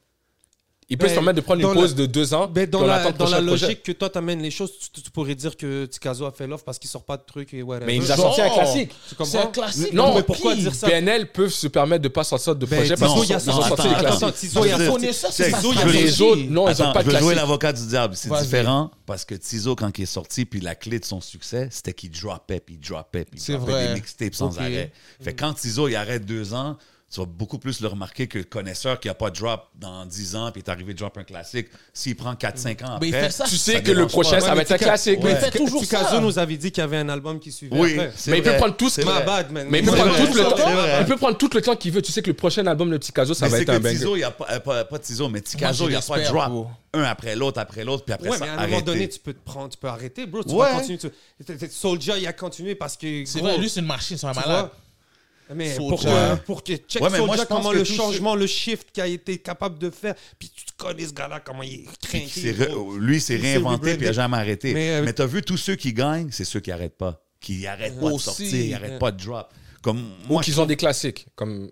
Speaker 1: Il peut
Speaker 6: Ben,
Speaker 1: se permettre de prendre
Speaker 6: dans
Speaker 1: une
Speaker 6: la-
Speaker 1: pause de deux ans.
Speaker 6: Ben, dans
Speaker 1: puis on
Speaker 6: la,
Speaker 1: attend le
Speaker 6: dans la
Speaker 1: prochain projet.
Speaker 6: logique que toi t'amènes les choses, tu, tu pourrais dire que Tikazo a fait l'offre parce qu'il sort pas de trucs et whatever.
Speaker 1: Mais il nous a
Speaker 2: Genre,
Speaker 1: sorti un classique.
Speaker 6: tu
Speaker 2: C'est un
Speaker 6: comprends?
Speaker 2: classique.
Speaker 1: Non,
Speaker 2: mais
Speaker 1: mais
Speaker 6: pourquoi dire ça
Speaker 1: PNL peuvent se permettre de pas sortir de
Speaker 6: Ben,
Speaker 1: projet parce
Speaker 6: Tizo,
Speaker 1: qu'ils
Speaker 6: il y a
Speaker 1: ont- ils ont
Speaker 6: sorti-
Speaker 1: sorti des
Speaker 6: attends, attends,
Speaker 1: classiques.
Speaker 6: Tizo, il y a
Speaker 3: Attends,
Speaker 2: Connais ça, c'est
Speaker 3: Check.
Speaker 2: sa
Speaker 3: Tizo, il y a
Speaker 2: stratégie.
Speaker 1: Les autres, non, ils ont
Speaker 3: Attends,
Speaker 1: pas
Speaker 3: je
Speaker 1: de
Speaker 3: vais jouer
Speaker 1: classique.
Speaker 3: l'avocat du diable. C'est
Speaker 2: Vas-y.
Speaker 3: différent parce que Tizo, quand il est sorti, puis la clé de son succès, c'était qu'il dropait, puis il dropait, puis
Speaker 2: C'est
Speaker 3: il dropait
Speaker 2: vrai.
Speaker 3: des mixtapes sans
Speaker 2: Ok.
Speaker 3: arrêt. Fait que quand Tizo, il arrête deux ans, tu vas beaucoup plus le remarquer que le connaisseur qui n'a pas de drop dans 10 ans, puis est arrivé de drop un classique. S'il prend 4-5 ans après,
Speaker 2: il fait ça.
Speaker 1: Tu
Speaker 3: Ça
Speaker 1: sais que le
Speaker 3: dérange
Speaker 1: prochain,
Speaker 3: pas.
Speaker 1: ça va être un classique.
Speaker 2: Mais
Speaker 1: mais-
Speaker 2: il fait toujours
Speaker 6: Tikazo
Speaker 2: ça.
Speaker 6: nous avait dit qu'il y avait un album qui suivait.
Speaker 3: Oui,
Speaker 6: après.
Speaker 3: c'est
Speaker 1: Mais il peut
Speaker 3: vrai.
Speaker 1: prendre tout ce
Speaker 3: C'est
Speaker 6: Ma
Speaker 3: vrai.
Speaker 6: bad, man.
Speaker 1: Mais il peut
Speaker 3: C'est
Speaker 1: prendre
Speaker 3: vrai.
Speaker 1: tout le
Speaker 3: C'est
Speaker 1: temps.
Speaker 3: vrai.
Speaker 1: Il peut prendre tout le temps qu'il veut. Tu sais que le prochain album de Ticazo, ça
Speaker 3: Mais
Speaker 1: va
Speaker 3: c'est
Speaker 1: être
Speaker 3: que
Speaker 1: un banger.
Speaker 3: Tizo, il n'y a pas, euh, pas, pas Tizo, mais Ticazo,
Speaker 2: Moi,
Speaker 3: il
Speaker 2: j'ai
Speaker 3: n'y a pas de
Speaker 2: l'espère,
Speaker 3: drop.
Speaker 2: bro.
Speaker 3: Un après l'autre, après l'autre, puis après
Speaker 6: Ouais,
Speaker 3: ça,
Speaker 6: mais à un
Speaker 3: arrêter.
Speaker 6: moment donné, tu peux te prendre, tu peux arrêter, bro. Tu
Speaker 3: Ouais.
Speaker 6: peux continuer. Tu... Soldier, il a continué parce que.
Speaker 2: C'est
Speaker 6: gros,
Speaker 2: vrai, lui, c'est une machine, c'est un
Speaker 6: tu
Speaker 2: malade.
Speaker 6: vois. Mais
Speaker 2: Soldier.
Speaker 6: pour que, pour que check
Speaker 3: Ouais, mais moi,
Speaker 6: Soldier,
Speaker 3: je pense
Speaker 6: comment
Speaker 3: que
Speaker 6: le
Speaker 3: tout ce-
Speaker 6: changement, le shift qu'il a été capable de faire, puis tu connais ce gars-là, comment il est
Speaker 3: Puis
Speaker 6: craqué.
Speaker 3: qui s'est re- oh,
Speaker 6: gros.
Speaker 3: lui, il s'est
Speaker 6: Il s'est
Speaker 3: réinventé puis il
Speaker 6: rebrandé.
Speaker 3: n'a jamais arrêté.
Speaker 6: Mais, euh,
Speaker 3: Mais, t'as vu, tous ceux qui gagnent, c'est ceux qui n'arrêtent pas. Qui n'arrêtent pas de
Speaker 2: Aussi.
Speaker 3: sortir, ils n'arrêtent pas de drop. Comme
Speaker 1: Ou
Speaker 3: moi, je
Speaker 1: qu'ils ont des classiques, comme